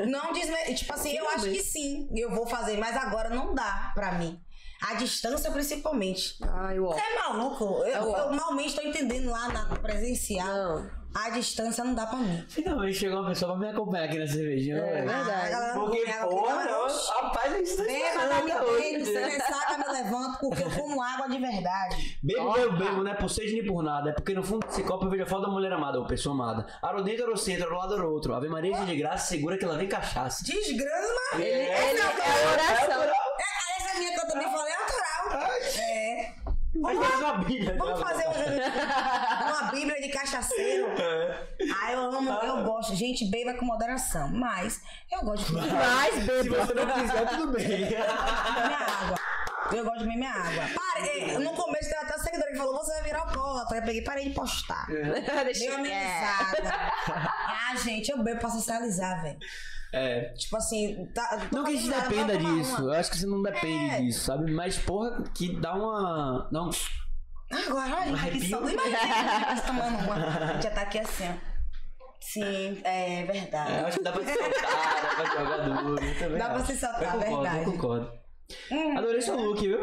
Speaker 3: Não desme... Tipo assim, eu acho que sim, eu vou fazer, mas agora não dá pra mim. A distância, principalmente.
Speaker 2: Ai, ó.
Speaker 3: Você é maluco? Eu,
Speaker 2: ó.
Speaker 3: eu malmente tô entendendo lá na presencial.
Speaker 2: Não.
Speaker 3: A distância não dá pra mim.
Speaker 1: Finalmente assim, chegou uma pessoa pra me acompanhar aqui nessa cervejinha, né?
Speaker 2: É,
Speaker 1: velho.
Speaker 2: verdade.
Speaker 3: Ah, a galera não
Speaker 1: Porque,
Speaker 3: conhece,
Speaker 1: porra,
Speaker 3: ela não-
Speaker 1: eu- rapaz, é isso tá
Speaker 3: Beba, um
Speaker 1: esperando
Speaker 3: me
Speaker 1: até
Speaker 3: bebo,
Speaker 1: hoje.
Speaker 3: se
Speaker 1: né?
Speaker 3: ressaca, me levanto, porque eu como água de verdade.
Speaker 1: Bebo, bebo, bebo, não é por sede nem por nada. É porque no fundo desse copo eu vejo a foto da mulher amada, ou pessoa amada. Aro dentro, aro centro, aro um lado, aro outro. Ave Maria de graça, segura que ela vem cachaça.
Speaker 3: Desgrama!
Speaker 1: Ele,
Speaker 2: Ele é a oração.
Speaker 3: É, Essa minha que eu também falei é autoral. É.
Speaker 1: é,
Speaker 3: Vamos fazer um- uma bíblia de cachaceiro.
Speaker 1: é,
Speaker 3: Ah, eu amo, eu gosto. Gente, beba com moderação. Mas eu gosto de beber
Speaker 2: Mas,
Speaker 1: Se
Speaker 2: bebo.
Speaker 1: você não quiser, tudo bem.
Speaker 3: minha água. Eu gosto de beber minha água. Parei. No começo teve até seguidora que falou: você vai virar alcoólatra. Eu peguei, parei de postar.
Speaker 1: É.
Speaker 2: Deixa eu
Speaker 3: Deu
Speaker 2: É.
Speaker 3: uma amenizada. Ah, gente, eu bebo pra socializar, velho.
Speaker 1: É.
Speaker 3: Tipo assim, tá. tô
Speaker 1: Não que a gente
Speaker 3: fazendo nada,
Speaker 1: dependa
Speaker 3: vou tomar
Speaker 1: disso. Eu
Speaker 3: uma.
Speaker 1: acho que você não depende
Speaker 3: É.
Speaker 1: disso, sabe? Mas, porra, que dá uma. Dá um.
Speaker 3: Agora, olha, tá
Speaker 1: Arrepio.
Speaker 3: que saudade. Imagina a gente tá tomando uma. A gente já tá aqui assim, ó. Sim, é verdade.
Speaker 1: É, eu acho que dá pra se soltar, dá pra jogar duro. eu também
Speaker 3: Dá pra
Speaker 1: acho.
Speaker 3: se soltar,
Speaker 1: eu concordo,
Speaker 3: verdade.
Speaker 1: Eu concordo. É.
Speaker 3: Hum.
Speaker 1: Adorei seu look, viu?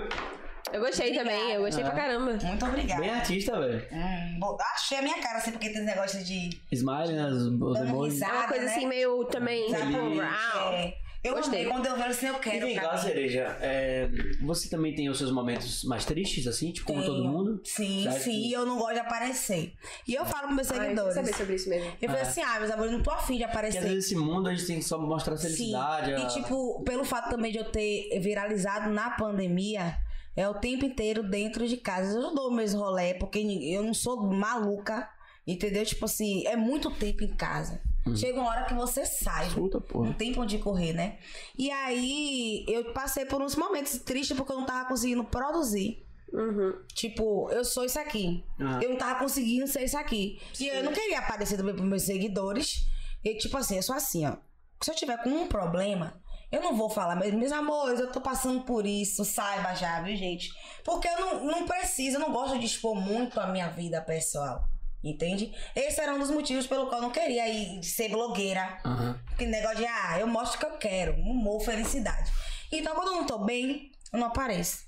Speaker 2: Eu gostei também, eu gostei pra caramba. É
Speaker 3: Muito obrigada.
Speaker 1: Bem artista, velho.
Speaker 3: Hum, bo- achei a minha cara, assim, porque tem esse negócio de.
Speaker 1: Smile, né? Os os
Speaker 3: Dando
Speaker 1: emojis.
Speaker 2: É
Speaker 3: risada.
Speaker 2: uma coisa
Speaker 3: né?
Speaker 2: assim meio também. tipo,
Speaker 1: Feliz.
Speaker 2: Wow.
Speaker 3: É, eu
Speaker 2: Gostei.
Speaker 3: amei, quando eu vejo assim, eu
Speaker 1: E
Speaker 3: quero.
Speaker 1: vem
Speaker 3: pra
Speaker 1: cá,
Speaker 3: mim.
Speaker 1: Cereja, é, você também tem os seus momentos mais tristes, assim, tipo, como
Speaker 3: Tenho.
Speaker 1: todo mundo?
Speaker 3: Sim,
Speaker 1: Você acha
Speaker 3: sim,
Speaker 1: que-
Speaker 3: eu não gosto de aparecer. E eu falo pros meus
Speaker 2: Ai, eu queria
Speaker 3: seguidores.
Speaker 2: saber sobre isso mesmo.
Speaker 1: É.
Speaker 3: eu falei assim, ah, meus amores, não tô afim de
Speaker 1: Porque
Speaker 3: aparecer.
Speaker 1: às vezes esse mundo a gente tem que só mostrar a felicidade.
Speaker 3: E
Speaker 1: a-
Speaker 3: tipo, pelo fato também de eu ter viralizado na pandemia, é o tempo inteiro dentro de casa. Eu não dou meus rolé, porque ni- eu não sou maluca, entendeu? Tipo assim, é muito tempo em casa.
Speaker 1: Uhum.
Speaker 3: Chega uma hora que você sai.
Speaker 1: Puta
Speaker 3: Não
Speaker 1: porra.
Speaker 3: tem pra onde correr, né? E aí, eu passei por uns momentos tristes porque eu não tava conseguindo produzir.
Speaker 2: Uhum.
Speaker 3: Tipo, eu sou isso aqui.
Speaker 1: Ah.
Speaker 3: Eu não tava conseguindo ser isso aqui. E eu não queria aparecer também pros meus seguidores. E, tipo assim, eu sou assim, ó. Se eu tiver com um problema, eu não vou falar, mas, meus amores, eu tô passando por isso, saiba já, viu, gente? Porque eu não, não preciso, eu não gosto de expor muito a minha vida pessoal. Entende? Esse era um dos motivos pelo qual eu não queria ir ser blogueira.
Speaker 1: Aham.
Speaker 3: Que negócio de, ah, eu mostro o que eu quero, um humor, felicidade. Então, quando eu não tô bem, eu não apareço.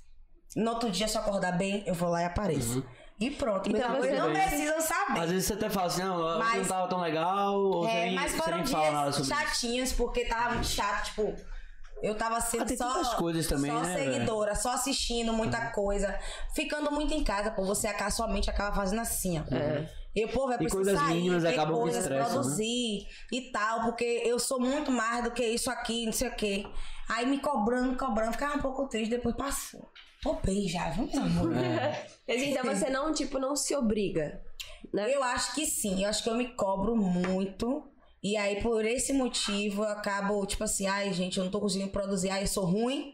Speaker 3: No outro dia, se eu acordar bem, eu vou lá e apareço. E pronto. Então,
Speaker 2: Então,
Speaker 3: amores
Speaker 2: você-
Speaker 3: não precisam
Speaker 1: Às
Speaker 3: saber.
Speaker 1: vezes você até fala assim, não, eu não
Speaker 3: Mas-
Speaker 1: tava tão legal, ou você
Speaker 3: É,
Speaker 1: nem,
Speaker 3: mas
Speaker 1: você
Speaker 3: foram
Speaker 1: nem fala nada
Speaker 3: dias
Speaker 1: sobre isso.
Speaker 3: chatinhos, porque tava muito chato, tipo... Eu tava sendo
Speaker 1: Ah, tem
Speaker 3: só,
Speaker 1: tantas coisas também,
Speaker 3: só
Speaker 1: né, velho? Uhum.
Speaker 3: seguidora, só assistindo muita coisa, ficando muito em casa, pô, você acaba, sua mente acaba fazendo assim, ó. E o povo é preciso
Speaker 1: coisas
Speaker 3: sair,
Speaker 1: mínimas
Speaker 3: ter
Speaker 1: acabam que
Speaker 3: coisas,
Speaker 1: estressam, né?
Speaker 3: produzir e tal, porque eu sou muito mais do que isso aqui, não sei o quê. Aí me cobrando, cobrando, ficava um pouco triste, depois passou. Tô bem já, viu, meu amor?
Speaker 2: Mas então você não, tipo, não se obriga. Né?
Speaker 3: Eu acho que sim, eu acho que eu me cobro muito. E aí, por esse motivo, eu acabo, tipo assim, ai, gente, eu não tô conseguindo produzir, ai, eu sou ruim.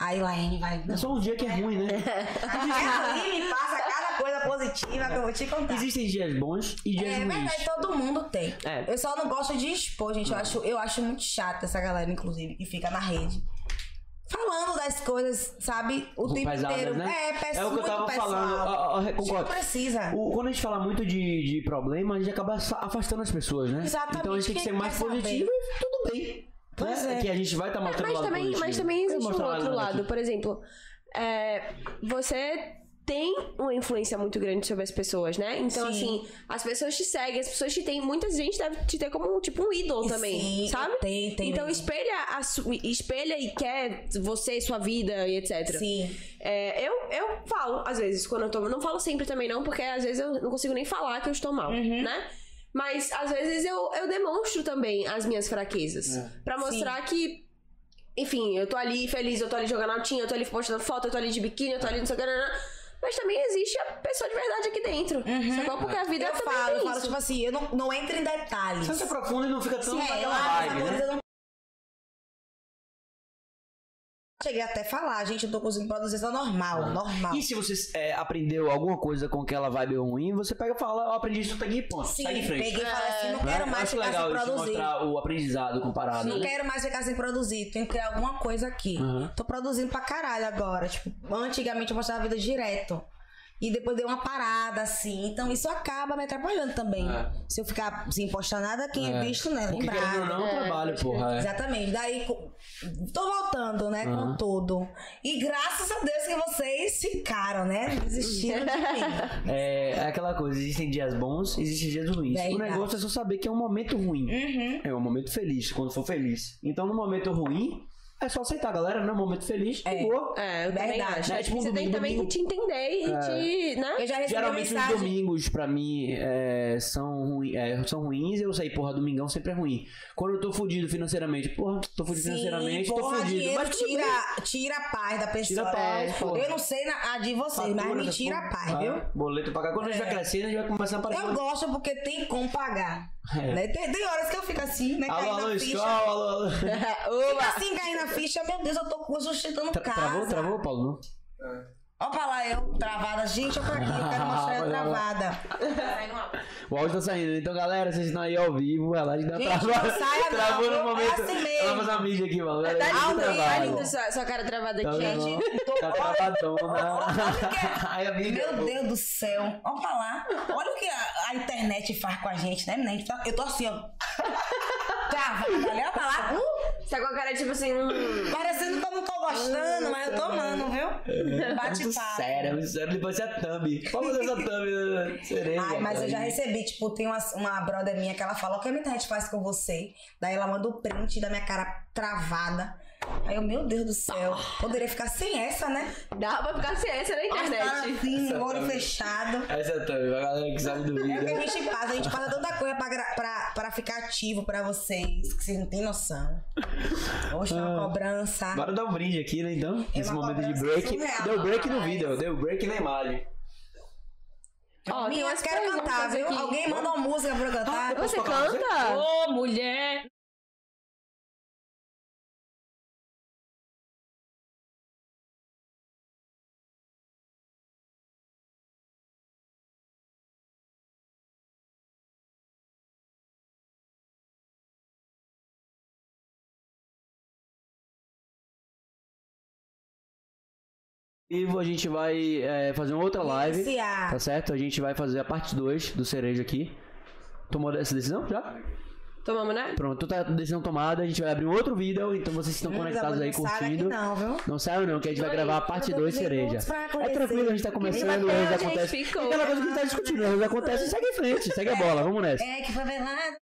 Speaker 3: Aí Laine vai.
Speaker 1: É
Speaker 3: Não.
Speaker 1: só um dia que é ruim, né?
Speaker 3: Aí me passa cada coisa positiva que eu vou te contar.
Speaker 1: Existem dias bons e dias
Speaker 3: É
Speaker 1: ruins.
Speaker 3: verdade, todo mundo tem.
Speaker 1: É.
Speaker 3: Eu só não gosto de expor, gente. Eu acho, eu acho muito chata essa galera, inclusive, que fica na rede. Falando das coisas, sabe? O tempo
Speaker 1: Pesadas,
Speaker 3: inteiro.
Speaker 1: né?
Speaker 3: É, peço
Speaker 1: É o que eu
Speaker 3: muito
Speaker 1: tava
Speaker 3: pessoal.
Speaker 1: falando, ó, ó,
Speaker 3: A gente
Speaker 1: concordo.
Speaker 3: Não precisa.
Speaker 1: O- quando a gente fala muito de, de problema, a gente acaba sa- afastando as pessoas, né?
Speaker 3: Exatamente,
Speaker 1: Então a gente tem que
Speaker 3: quem
Speaker 1: ser mais
Speaker 3: quer saber?
Speaker 1: positivo e tudo bem.
Speaker 3: Pois
Speaker 1: né?
Speaker 3: é.
Speaker 1: Que a gente vai estar mostrando o
Speaker 2: Mas
Speaker 1: lado né?
Speaker 2: também,
Speaker 1: positivo.
Speaker 2: mas também
Speaker 1: Eu
Speaker 2: existe um
Speaker 1: mostro o
Speaker 2: outro
Speaker 1: aqui.
Speaker 2: lado. Por exemplo, é, você tem uma influência muito grande sobre as pessoas, né? Então,
Speaker 3: Sim.
Speaker 2: assim, as pessoas te seguem, as pessoas te têm. Muita gente deve te ter como tipo um ídolo também,
Speaker 3: Sim,
Speaker 2: sabe?
Speaker 3: Tem, tem.
Speaker 2: então
Speaker 3: mesmo.
Speaker 2: espelha, a su- espelha e quer você, sua vida e etc.
Speaker 3: Sim.
Speaker 2: É, eu, eu falo, às vezes, quando eu tô. Não falo sempre também, não, porque às vezes eu não consigo nem falar que eu estou mal, né? Mas às vezes eu, eu demonstro também as minhas fraquezas.
Speaker 1: É.
Speaker 2: Pra mostrar que. Enfim, eu tô ali feliz, eu tô ali jogando altinha, eu tô ali postando foto, eu tô ali de biquíni, eu tô ali não sei o que. não, não, não. Mas também existe a pessoa de verdade aqui dentro. Sacou? Porque a vida
Speaker 3: Eu
Speaker 2: também
Speaker 3: falo,
Speaker 2: tem
Speaker 3: eu falo,
Speaker 2: isso.
Speaker 3: tipo assim, eu não, não entro em detalhes.
Speaker 1: Só que é profundo e não fica tão
Speaker 3: Sim, é, eu
Speaker 1: naquela
Speaker 3: acho essa
Speaker 1: vibe,
Speaker 3: coisa,
Speaker 1: né?
Speaker 3: eu não cheguei até a falar, gente, eu tô conseguindo produzir isso é
Speaker 1: Ah.
Speaker 3: normal, normal.
Speaker 1: E se você é, aprendeu alguma coisa com aquela vibe ruim, você pega e fala, ó, aprendi isso daqui, ponto.
Speaker 3: Sim,
Speaker 1: Segue em frente.
Speaker 3: peguei e falei assim, não
Speaker 1: Né?
Speaker 3: quero
Speaker 1: Eu
Speaker 3: mais
Speaker 1: acho
Speaker 3: ficar
Speaker 1: legal
Speaker 3: sem
Speaker 1: isso,
Speaker 3: produzir.
Speaker 1: mostrar o aprendizado comparado.
Speaker 3: Não
Speaker 1: né?
Speaker 3: quero mais ficar sem produzir, tenho que criar alguma coisa aqui.
Speaker 1: Uhum.
Speaker 3: Tô produzindo pra caralho agora. Tipo, antigamente eu postava vida direto. E depois deu uma parada, assim. Então isso acaba me atrapalhando também.
Speaker 1: É.
Speaker 3: Se eu ficar sem postar nada, quem é, visto, né?
Speaker 1: Porque querendo ou
Speaker 3: Lembrado.
Speaker 1: não, é um trabalho,
Speaker 3: né?
Speaker 1: porra. é.
Speaker 3: Exatamente. Daí, co- tô voltando, né,
Speaker 1: Aham.
Speaker 3: com tudo. E graças a Deus que vocês ficaram, né? Desistiram de mim.
Speaker 1: É, é aquela coisa, existem dias bons, existem dias ruins. O
Speaker 3: Verdade. Uhum.
Speaker 1: negócio é só saber que é um momento ruim. É um momento feliz, quando for feliz. Então, no momento ruim, é só aceitar, galera. Não é um momento feliz,
Speaker 3: É.
Speaker 1: boa.
Speaker 2: É, eu também
Speaker 3: Verdade.
Speaker 2: acho.
Speaker 1: É, tipo, um
Speaker 2: você tem
Speaker 1: domingo,
Speaker 2: também que te entender e
Speaker 1: É.
Speaker 2: te. né?
Speaker 3: Eu já recebi uma
Speaker 1: Geralmente os
Speaker 3: é mensagem.
Speaker 1: domingos, pra mim, é, são, ruim, é, são ruins. Eu sei, porra, domingão sempre é ruim. Quando eu tô fudido financeiramente, porra, tô fudido financeiramente,
Speaker 3: Sim, porra,
Speaker 1: tô fudido.
Speaker 3: dinheiro
Speaker 1: Mas tudo
Speaker 3: tira,
Speaker 1: bem.
Speaker 3: tira a paz da pessoa.
Speaker 1: Tira a paz,
Speaker 3: É,
Speaker 1: porra.
Speaker 3: Eu não sei na- a de vocês, mas
Speaker 1: Fatura,
Speaker 3: me tira a
Speaker 1: essas
Speaker 3: paz,
Speaker 1: porra.
Speaker 3: viu? É.
Speaker 1: Ah, Boleto pagar. Quando a gente vai crescendo, a gente vai começar a parar.
Speaker 3: Eu gosto porque tem como pagar.
Speaker 1: É.
Speaker 3: né? Tem, tem horas que eu fico assim, né?
Speaker 1: Alô,
Speaker 3: caindo
Speaker 1: alô,
Speaker 3: na ficha.
Speaker 1: escola, alô, alô.
Speaker 3: Fica assim, caindo na ficha. Meu Deus, eu tô sustentando
Speaker 1: Tra-
Speaker 3: casa.
Speaker 1: Travou, travou, Paulo?
Speaker 3: Ó pra lá, eu travada. Gente, olha pra aqui, eu quero mostrar eu
Speaker 1: Vai lá, vai lá.
Speaker 3: travada.
Speaker 2: Tá
Speaker 1: O áudio tá saindo. Então, galera, vocês estão aí ao vivo. Vai lá, a gente dá
Speaker 3: Gente,
Speaker 1: travada.
Speaker 3: não saia não,
Speaker 1: Travou no
Speaker 3: viu?
Speaker 1: momento.
Speaker 3: É assim mesmo.
Speaker 1: Ela faz a mídia aqui, mano. Galera,
Speaker 2: Tá
Speaker 1: a gente
Speaker 2: lindo,
Speaker 1: travada.
Speaker 2: tá lindo sua, sua cara travada aqui,
Speaker 1: Tá
Speaker 2: gente.
Speaker 1: vendo? Tá travadona. Aí a mídia.
Speaker 3: é. Meu Deus do céu. Ó pra lá. Olha o que a, a internet faz com a gente, né, menina? A gente tá- Eu tô assim, ó. Travada, né? olha pra lá. Uh,
Speaker 2: Você tá com a cara tipo assim. hum.
Speaker 3: parecendo que eu não tô gostando, mas eu tô amando, viu? Bate
Speaker 1: Muito
Speaker 3: papo.
Speaker 1: sério, muito sério. Depois é a thumb. Vamos fazer essa thumb. né? Sereia.
Speaker 3: Ai, mas eu já
Speaker 1: cara.
Speaker 3: recebi, tipo, tem uma, uma brother minha que ela fala, o que a minha internet faz com você? Daí ela manda o print da minha cara travada. Aí eu, meu Deus do céu, poderia ficar sem essa, né?
Speaker 2: Dá pra ficar sem essa na
Speaker 3: Olha,
Speaker 2: internet.
Speaker 3: assim, olho fechado.
Speaker 1: Essa é a thumb. A galera que sabe do
Speaker 3: É o que
Speaker 1: vídeo.
Speaker 3: a gente passa, a gente passa tanta coisa pra, gra- pra, pra ficar ativo pra vocês, que vocês não têm noção. Hoje é
Speaker 1: Ah.
Speaker 3: uma cobrança.
Speaker 1: Bora dar um brinde aqui, né, então?
Speaker 3: É
Speaker 1: Nesse
Speaker 3: uma
Speaker 1: momento de
Speaker 3: cobrança
Speaker 1: break.
Speaker 3: surreal,
Speaker 1: Deu break no
Speaker 3: rapaz.
Speaker 1: vídeo, deu break na imagem.
Speaker 2: Ó, tem
Speaker 3: Minha,
Speaker 2: umas
Speaker 3: quero
Speaker 2: perguntas
Speaker 3: cantar, viu?
Speaker 2: aqui.
Speaker 3: Alguém manda uma música pra eu cantar.
Speaker 2: Você
Speaker 1: Posso tocar
Speaker 2: canta?
Speaker 5: Ô, mulher!
Speaker 1: vivo, a gente vai é, fazer uma outra live.
Speaker 3: Iniciar.
Speaker 1: Tá certo? A gente vai fazer a parte 2 do cereja aqui. Tomou essa decisão já?
Speaker 2: Tomamos, né?
Speaker 1: Pronto, tá decisão tomada. A gente vai abrir um outro vídeo, então vocês estão conectados aí
Speaker 3: Não sabe
Speaker 1: curtindo.
Speaker 3: aqui não, viu?
Speaker 1: Não saiu não, que a gente vai
Speaker 2: Não,
Speaker 1: gravar a
Speaker 2: eu
Speaker 1: parte
Speaker 3: tô
Speaker 1: 2
Speaker 3: dando
Speaker 1: cereja.
Speaker 3: minutos pra
Speaker 1: É tranquilo, a gente tá
Speaker 3: acontecer.
Speaker 1: começando,
Speaker 2: Ninguém
Speaker 1: erros
Speaker 2: bateu, gente,
Speaker 1: acontecem.
Speaker 2: ficou.
Speaker 1: Aquela coisa que a gente tá discutindo, erros acontecem, segue em frente, segue a bola, vamos nessa.
Speaker 3: É que foi velado.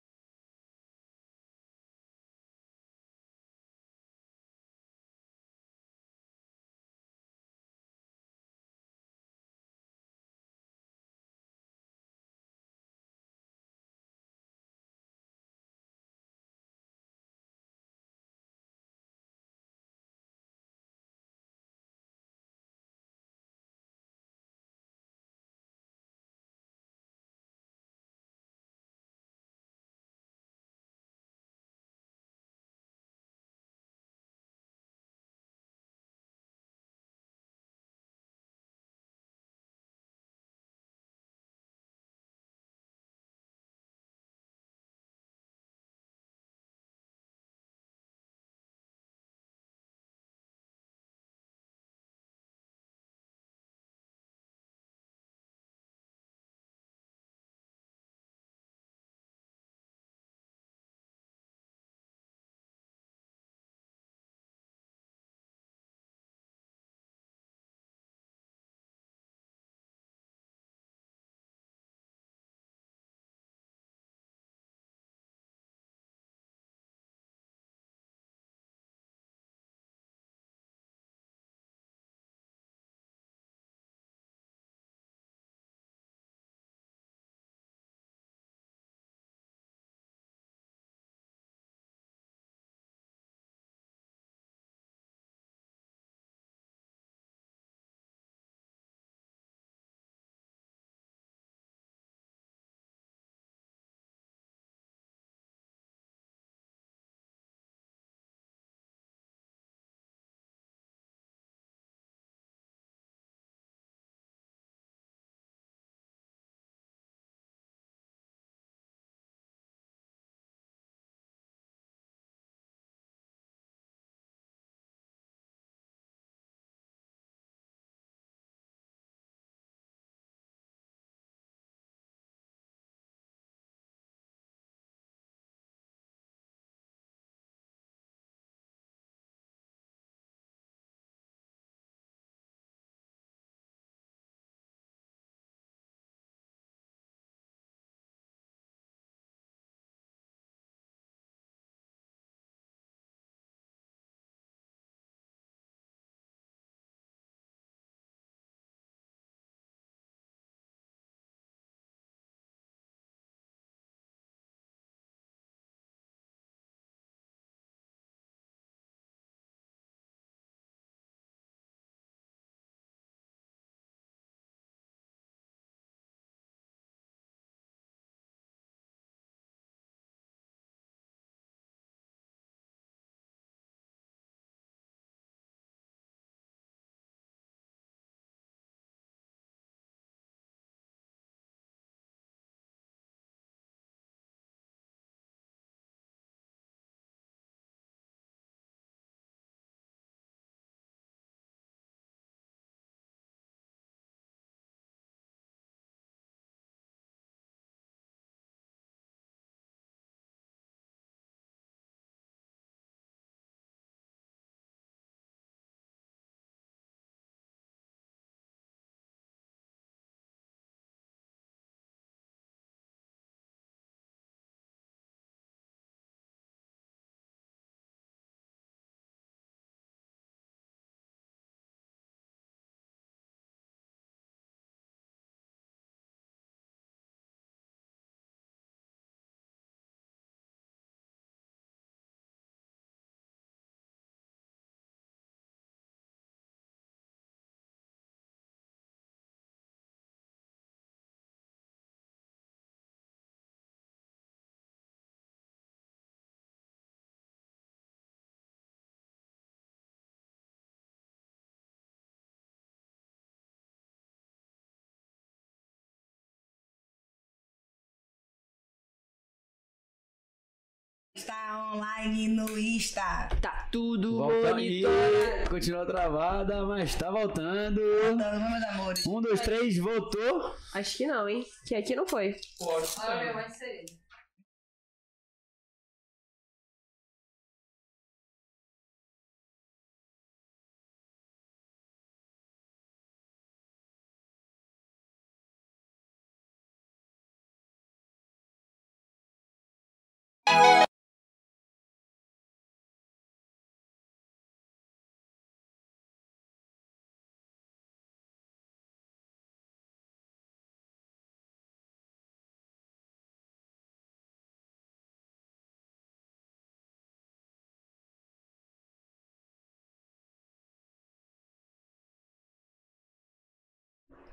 Speaker 3: Está online no Insta.
Speaker 2: Tá tudo
Speaker 1: Volta aí.
Speaker 2: monitorado.
Speaker 1: Continua travada, mas tá voltando.
Speaker 3: Voltando, meus amores.
Speaker 1: Um, dois, três, voltou.
Speaker 2: Acho que não, hein? Que aqui não foi.
Speaker 5: Olha, minha mãe de cereja.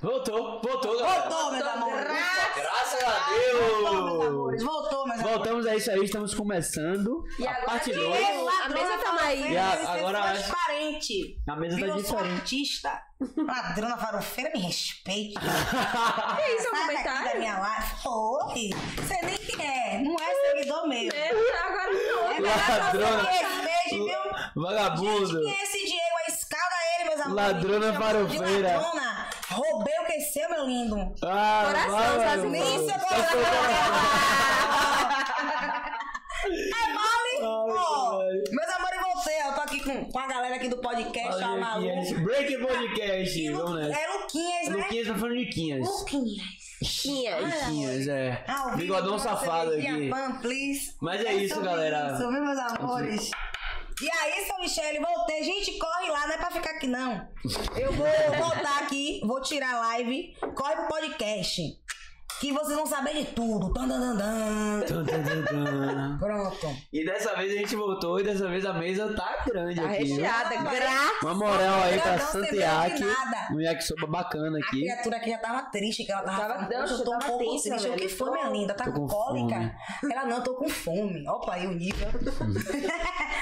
Speaker 1: Voltou, voltou, galera.
Speaker 3: Voltou, meus amores.
Speaker 1: Graças a
Speaker 3: Voltou, meus
Speaker 1: Deus.
Speaker 3: amores. Voltou, meus amores.
Speaker 1: Voltamos a isso aí, estamos começando
Speaker 2: E
Speaker 1: a
Speaker 2: agora
Speaker 1: parte
Speaker 2: tem
Speaker 3: é
Speaker 1: 2.
Speaker 2: eu. A mesa tá
Speaker 3: um
Speaker 2: mais-
Speaker 1: E a- agora- é-
Speaker 3: Transparente.
Speaker 1: A mesa tá
Speaker 3: Virou sua
Speaker 1: diferente.
Speaker 3: artista. Ladrona farofeira, me respeita.
Speaker 2: É isso, é um
Speaker 3: Sai daqui
Speaker 2: comentário?
Speaker 3: da minha live. Oi. Você nem que é. Não é seguidor meu.
Speaker 2: É, agora não.
Speaker 3: É
Speaker 1: Ladrona.
Speaker 3: Beijo, viu?
Speaker 1: Vagabundo.
Speaker 3: Quem é esse Diego? aí? Escalda ele, meus amores.
Speaker 1: Ladrona
Speaker 3: Me chama de
Speaker 1: farofeira.
Speaker 3: Ladrona. Roubei o que é seu, meu lindo.
Speaker 1: Ah,
Speaker 2: Coração,
Speaker 1: vai,
Speaker 2: tá
Speaker 1: vai,
Speaker 2: assim,
Speaker 1: vai.
Speaker 3: Isso,
Speaker 1: Tá
Speaker 3: agora. É
Speaker 1: Ai,
Speaker 3: mole? Pô,
Speaker 1: caralho.
Speaker 3: meus amores, voltei. Eu tô aqui com, com a galera aqui do podcast, ó,
Speaker 1: Olha aqui, é
Speaker 3: maluco.
Speaker 1: esse Break Podcast.
Speaker 3: E Lu-
Speaker 1: Vamos nessa.
Speaker 3: É Luquinhas, né?
Speaker 1: Luquinhas tá falando de Quinhas.
Speaker 3: Luquinhas.
Speaker 1: Luquinhas, é.
Speaker 3: Ao vivo,
Speaker 1: Bigodão
Speaker 3: uma
Speaker 1: safado aqui.
Speaker 3: cervejinha Pan, please.
Speaker 1: Mas é isso,
Speaker 3: sobre
Speaker 1: galera.
Speaker 3: Isso, viu, meus amores? E aí, São Michele, voltei. Gente, corre lá, não é pra ficar aqui, não. Eu vou voltar aqui, vou tirar a live. Corre pro podcast. Que vocês vão saber de tudo. Tan, tan, tan, tan.
Speaker 1: Tum, tum, tum, tum.
Speaker 3: Pronto.
Speaker 1: E dessa vez a gente voltou e dessa vez a mesa tá grande
Speaker 2: Tá
Speaker 1: aqui. viu?
Speaker 2: recheada, graças.
Speaker 1: Uma moral aí pra
Speaker 3: Grandão, sem
Speaker 1: Santiago.
Speaker 3: medo de nada.
Speaker 1: Um yakisoba bacana
Speaker 3: A
Speaker 1: aqui.
Speaker 3: criatura aqui já tava triste, que ela tava,
Speaker 2: Tava
Speaker 3: falando,
Speaker 2: dança,
Speaker 3: "Poxa, eu tô um
Speaker 2: tava
Speaker 3: pouco
Speaker 2: tensa,
Speaker 3: triste. O
Speaker 2: velho.
Speaker 3: que foi, minha linda? Tá
Speaker 1: Tô
Speaker 3: com
Speaker 1: com
Speaker 3: cólica?
Speaker 1: fome.
Speaker 3: Ela, não, eu tô com fome. Opa, aí o nível.
Speaker 1: Galera,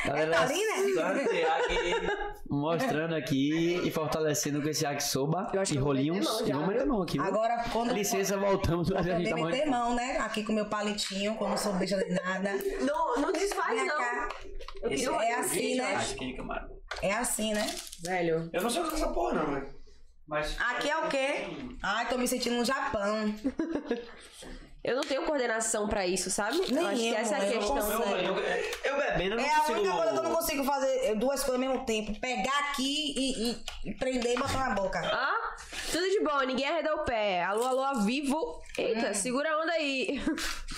Speaker 1: tá
Speaker 3: É Taurina?
Speaker 1: Santiago mostrando aqui e fortalecendo com esse yakisoba
Speaker 2: Eu acho
Speaker 1: e
Speaker 2: que eu vou meter
Speaker 1: rolinhos.
Speaker 2: mão já,
Speaker 1: Eu vou meter a mão aqui. viu?
Speaker 3: Agora, quando...
Speaker 1: Licença, voltamos. Mas a gente
Speaker 3: Também
Speaker 1: tá
Speaker 3: meter
Speaker 1: muito...
Speaker 3: mão, né? Aqui com meu palitinho, quando eu sou bicha de nada.
Speaker 2: Não, não desfaz,
Speaker 3: Vem
Speaker 2: não.
Speaker 3: cá.
Speaker 2: Eu
Speaker 3: Esse
Speaker 2: queria
Speaker 3: é
Speaker 2: olhar.
Speaker 3: assim, né? É assim, né?
Speaker 2: Velho.
Speaker 1: Eu não sei o que é essa porra, não, velho. Mas.
Speaker 3: Aqui é o quê? Ai, tô me sentindo no Japão.
Speaker 2: Eu não tenho coordenação pra isso, sabe?
Speaker 3: Nem
Speaker 2: eu acho que
Speaker 3: eu,
Speaker 2: essa é a
Speaker 3: eu não
Speaker 2: questão.
Speaker 3: consigo.
Speaker 1: Eu, eu bebendo, eu não
Speaker 3: É a
Speaker 1: consigo.
Speaker 3: única coisa que eu não consigo fazer eh, duas coisas ao mesmo tempo. Pegar aqui e, e- e prender e botar na boca.
Speaker 2: Ah, tudo de bom, ninguém arreda o pé. Alô, alô, ao vivo. Eita, segura a onda aí.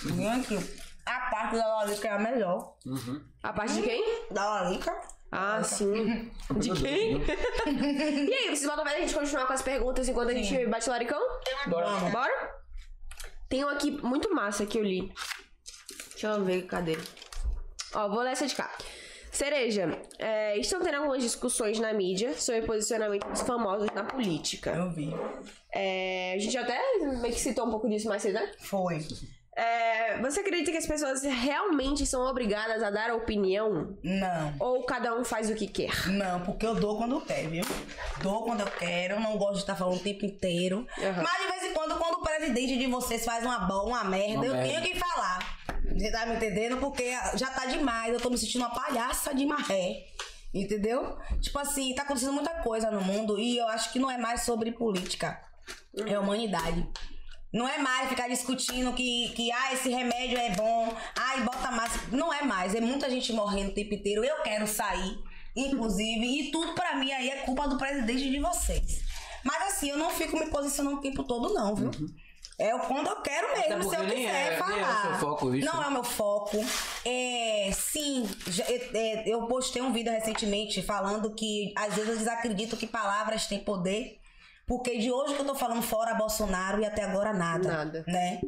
Speaker 3: Vem aqui. A parte da Lalica é a melhor.
Speaker 1: Uhum.
Speaker 2: A parte de quem?
Speaker 3: Da Lalica?
Speaker 2: Ah, sim.
Speaker 1: Uhum.
Speaker 2: De quem? e aí, vocês mandam pra gente continuar com as perguntas enquanto a gente bate o laricão?
Speaker 3: Bora.
Speaker 2: Bora? Tem um aqui muito massa que eu li. Deixa eu ver, cadê? Ó, vou ler essa de cá. Cereja, é, estão tendo algumas discussões na mídia sobre posicionamento dos famosos na política.
Speaker 3: Eu vi.
Speaker 2: É, a gente até meio que citou um pouco disso mais cedo, né?
Speaker 3: Foi.
Speaker 2: É, você acredita que as pessoas realmente são obrigadas a dar opinião?
Speaker 3: Não.
Speaker 2: Ou cada um faz o que quer?
Speaker 3: Não, porque eu dou quando eu quero, viu? Dou quando eu quero, não gosto de estar falando o tempo inteiro.
Speaker 2: Aham.
Speaker 3: Mas de vez em quando, quando o presidente de vocês faz uma, bo- uma merda,
Speaker 1: Uma
Speaker 3: eu
Speaker 1: merda.
Speaker 3: tenho que falar. Você tá me entendendo? Porque já tá demais, eu tô me sentindo uma palhaça de maré. Entendeu? Tipo assim, tá acontecendo muita coisa no mundo e eu acho que não é mais sobre política. É humanidade. Não é mais ficar discutindo que, que ah, esse remédio é bom, ai, bota máscara. Não é mais, é muita gente morrendo o tempo inteiro. Eu quero sair, inclusive, e tudo pra mim aí é culpa do presidente e de vocês. Mas assim, eu não fico me posicionando o tempo todo, não, viu? É o quando eu quero mesmo, se
Speaker 1: porque
Speaker 3: eu
Speaker 1: nem
Speaker 3: quiser
Speaker 1: é- nem
Speaker 3: falar.
Speaker 1: é o seu foco isso,
Speaker 3: Não
Speaker 1: né?
Speaker 3: é o meu foco. É, sim, já- é- é, eu postei um vídeo recentemente falando que às vezes eu desacredito que palavras têm poder. Porque de hoje que eu tô falando fora Bolsonaro e até agora nada.
Speaker 2: Nada.
Speaker 3: Né?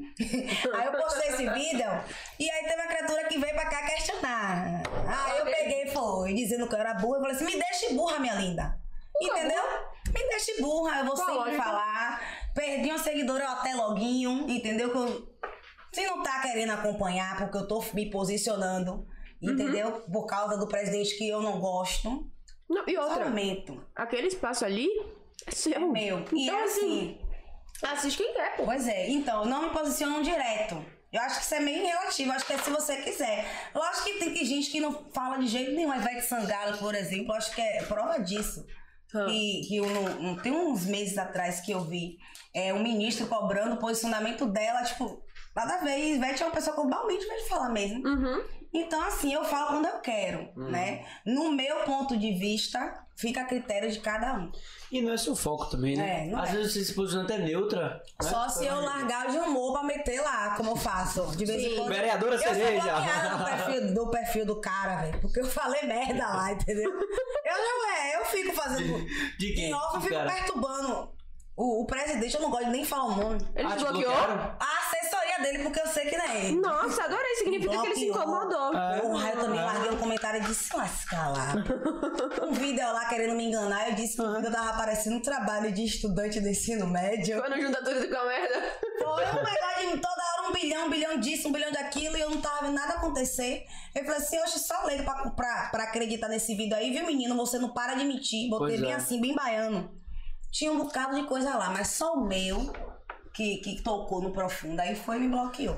Speaker 3: aí eu postei esse vídeo e aí teve uma criatura que veio pra cá questionar. Aí eu peguei e foi, dizendo que eu era burra. Eu falei assim, me deixe burra, minha linda. Entendeu? Me deixe burra, eu vou
Speaker 2: Qual a
Speaker 3: sempre
Speaker 2: lógica?
Speaker 3: falar. Perdi uma seguidora eu até loguinho, entendeu? Que eu- Se não tá querendo acompanhar, porque eu tô me posicionando,
Speaker 2: Uhum.
Speaker 3: entendeu? Por causa do presidente que eu não gosto.
Speaker 2: Não, e outra,
Speaker 3: Lamento.
Speaker 2: aquele espaço ali é seu.
Speaker 3: Meu. E
Speaker 2: Então,
Speaker 3: assim
Speaker 2: Assiste quem quer, pô.
Speaker 3: Pois é, então, eu não me posiciono direto. Eu acho que isso é meio relativo, acho que é se você quiser. Lógico que tem que- gente que não fala de jeito nenhum, a Ivete Sangalo, por exemplo, acho que é prova disso.
Speaker 2: Ah.
Speaker 3: E, que eu não- não- tem uns meses atrás que eu vi é, um ministro cobrando o posicionamento dela, tipo, nada a ver. E Ivete é uma pessoa globalmente vai falar mesmo.
Speaker 2: Uhum.
Speaker 3: Então, assim, eu falo quando eu quero, né? No meu ponto de vista, fica a critério de cada um.
Speaker 1: E não é seu foco também, né?
Speaker 3: É, não
Speaker 1: Às
Speaker 3: é.
Speaker 1: vezes você se posiciona até neutra. né?
Speaker 3: Só se eu largar o de humor pra meter lá, como eu faço. De vez em
Speaker 2: Sim.
Speaker 3: quando.
Speaker 1: Vereadora
Speaker 3: eu sou
Speaker 1: Cereja.
Speaker 3: bloqueada do perfil, do perfil do cara, velho. Porque eu falei merda lá, entendeu? Eu não é, eu fico fazendo.
Speaker 1: De quem?
Speaker 3: Em off, eu
Speaker 1: Do
Speaker 3: fico
Speaker 1: cara?
Speaker 3: perturbando o, o presidente, eu não gosto de nem falar o nome.
Speaker 2: Ele
Speaker 1: Ah,
Speaker 2: te
Speaker 1: te
Speaker 2: bloqueou?
Speaker 1: bloquearam?
Speaker 3: A assessoria dele, porque eu sei que não é ele.
Speaker 2: Nossa, adorei. Significa que ele se
Speaker 3: Bloqueou.
Speaker 2: incomodou.
Speaker 1: É.
Speaker 3: Porra, eu também
Speaker 1: É.
Speaker 3: larguei um comentário e disse, lascar lá. Um vídeo lá querendo me enganar, eu disse que eu tava aparecendo um trabalho de estudante do ensino médio.
Speaker 2: Quando junta tudo fica uma merda.
Speaker 3: Foi um negócio de toda hora um bilhão, um bilhão disso, um bilhão daquilo, e eu não tava vendo nada acontecer. Eu falei assim, oxe, só leigo pra, pra, pra acreditar nesse vídeo aí, viu, menino? Você não para de mentir. Botei
Speaker 1: Pois
Speaker 3: bem
Speaker 1: é.
Speaker 3: assim, bem baiano. Tinha um bocado de coisa lá, mas só o meu que, que tocou no profundo, aí foi e me bloqueou.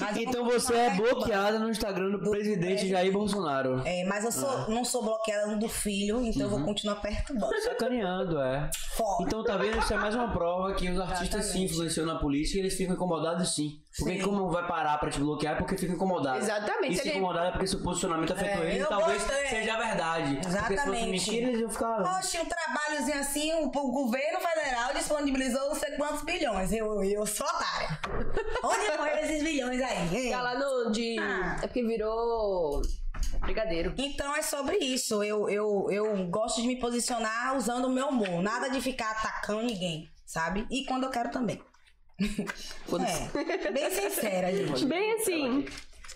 Speaker 3: Mas eu
Speaker 1: Então
Speaker 3: continuo
Speaker 1: você é
Speaker 3: perturbando.
Speaker 1: bloqueada no Instagram do, presidente
Speaker 3: presidente.
Speaker 1: Jair Bolsonaro.
Speaker 3: É, mas eu
Speaker 1: Ah.
Speaker 3: sou, não sou bloqueada do filho, então
Speaker 1: Uhum.
Speaker 3: eu vou continuar perturbando.
Speaker 1: Sacaneando, é.
Speaker 3: Foda.
Speaker 1: Então tá vendo? Isso é mais uma prova que os artistas sim
Speaker 3: Exatamente.
Speaker 1: influenciam na política e eles ficam incomodados sim. Porque
Speaker 3: Sim.
Speaker 1: como não vai parar pra te bloquear é porque fica incomodado.
Speaker 2: Exatamente.
Speaker 1: E se
Speaker 2: Ele-
Speaker 1: incomodado é porque seu posicionamento afetou
Speaker 3: É,
Speaker 1: ele e
Speaker 3: eu
Speaker 1: talvez
Speaker 3: gostei.
Speaker 1: seja a verdade. Porque se fosse
Speaker 3: Exatamente.
Speaker 1: mentira eles iam ficar...
Speaker 3: Oxe, um trabalhozinho assim, o, o governo federal disponibilizou não sei quantos bilhões. Eu, eu sou otária. Onde foram esses bilhões aí? hein?
Speaker 2: Tá lá no de.
Speaker 3: Ah.
Speaker 2: É porque virou. Brigadeiro.
Speaker 3: Então é sobre isso. Eu, eu, eu gosto de me posicionar usando o meu humor. Nada de ficar atacando ninguém, sabe? E quando eu quero também. É, bem sincera, gente.
Speaker 2: Bem assim.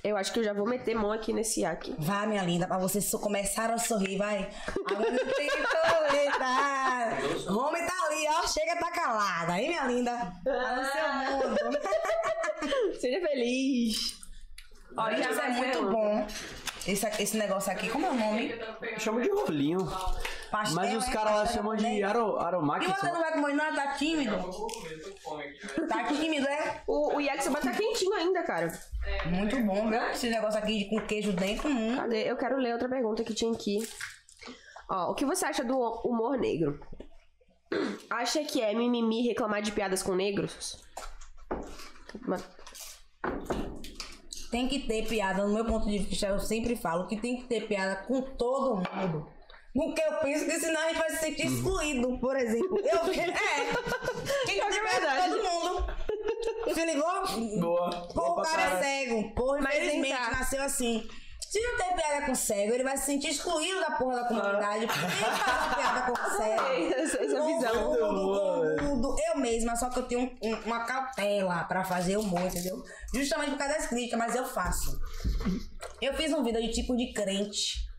Speaker 2: Eu acho que eu já vou meter mão aqui nesse aqui.
Speaker 3: Vai, minha linda, pra vocês so- começaram a sorrir, vai. Agora não tem coleta. Homem tá ali, ó. Chega, tá calada. Aí, minha linda. Tá no seu mundo.
Speaker 2: Seja feliz.
Speaker 3: Olha,
Speaker 2: já
Speaker 3: isso é
Speaker 2: vai
Speaker 3: muito
Speaker 2: vendo.
Speaker 3: bom. Esse, aqui- esse negócio aqui, como é o nome?
Speaker 1: Chama de rolinho.
Speaker 3: Pastel,
Speaker 1: Mas os
Speaker 3: né?
Speaker 1: caras lá
Speaker 3: Pastel
Speaker 1: chamam
Speaker 3: também.
Speaker 1: de aro,
Speaker 3: E
Speaker 1: aromáquia.
Speaker 3: você não vai comer nada, tá tímido? Tá tímido, é?
Speaker 2: O, o yakisoba tá quentinho ainda, cara.
Speaker 3: Muito bom, viu? Esse negócio aqui com queijo dentro, hum.
Speaker 2: Cadê? Eu quero ler outra pergunta que tinha aqui. Ó, o que você acha do humor negro? Acha que é mimimi reclamar de piadas com negros? Mas-
Speaker 3: Tem que ter piada, no meu ponto de vista, eu sempre falo que tem que ter piada com todo mundo. Porque eu penso que senão a gente vai se sentir
Speaker 1: Uhum.
Speaker 3: excluído, por exemplo. Eu vi. É. Tem que
Speaker 2: Pior que
Speaker 3: ter
Speaker 2: é
Speaker 3: piada
Speaker 2: verdade.
Speaker 3: com todo mundo. Se ligou?
Speaker 1: Boa.
Speaker 3: Pô, o
Speaker 1: Boa pra
Speaker 3: cara é
Speaker 1: caralho.
Speaker 3: cego. Porra,
Speaker 2: Mas vem
Speaker 3: infelizmente
Speaker 2: cá.
Speaker 3: nasceu assim. Se não tem piada com cego, ele vai se sentir excluído da porra da comunidade.
Speaker 2: Ah.
Speaker 3: Porque Quem faz piada com cego?
Speaker 2: essa, essa visão.
Speaker 3: Todo mundo,
Speaker 1: Muito
Speaker 3: todo mundo, eu mesma, só que eu tenho um- um- uma cautela pra fazer humor, entendeu? Justamente por causa das críticas, mas eu faço. Eu fiz um vídeo de tipo de crente.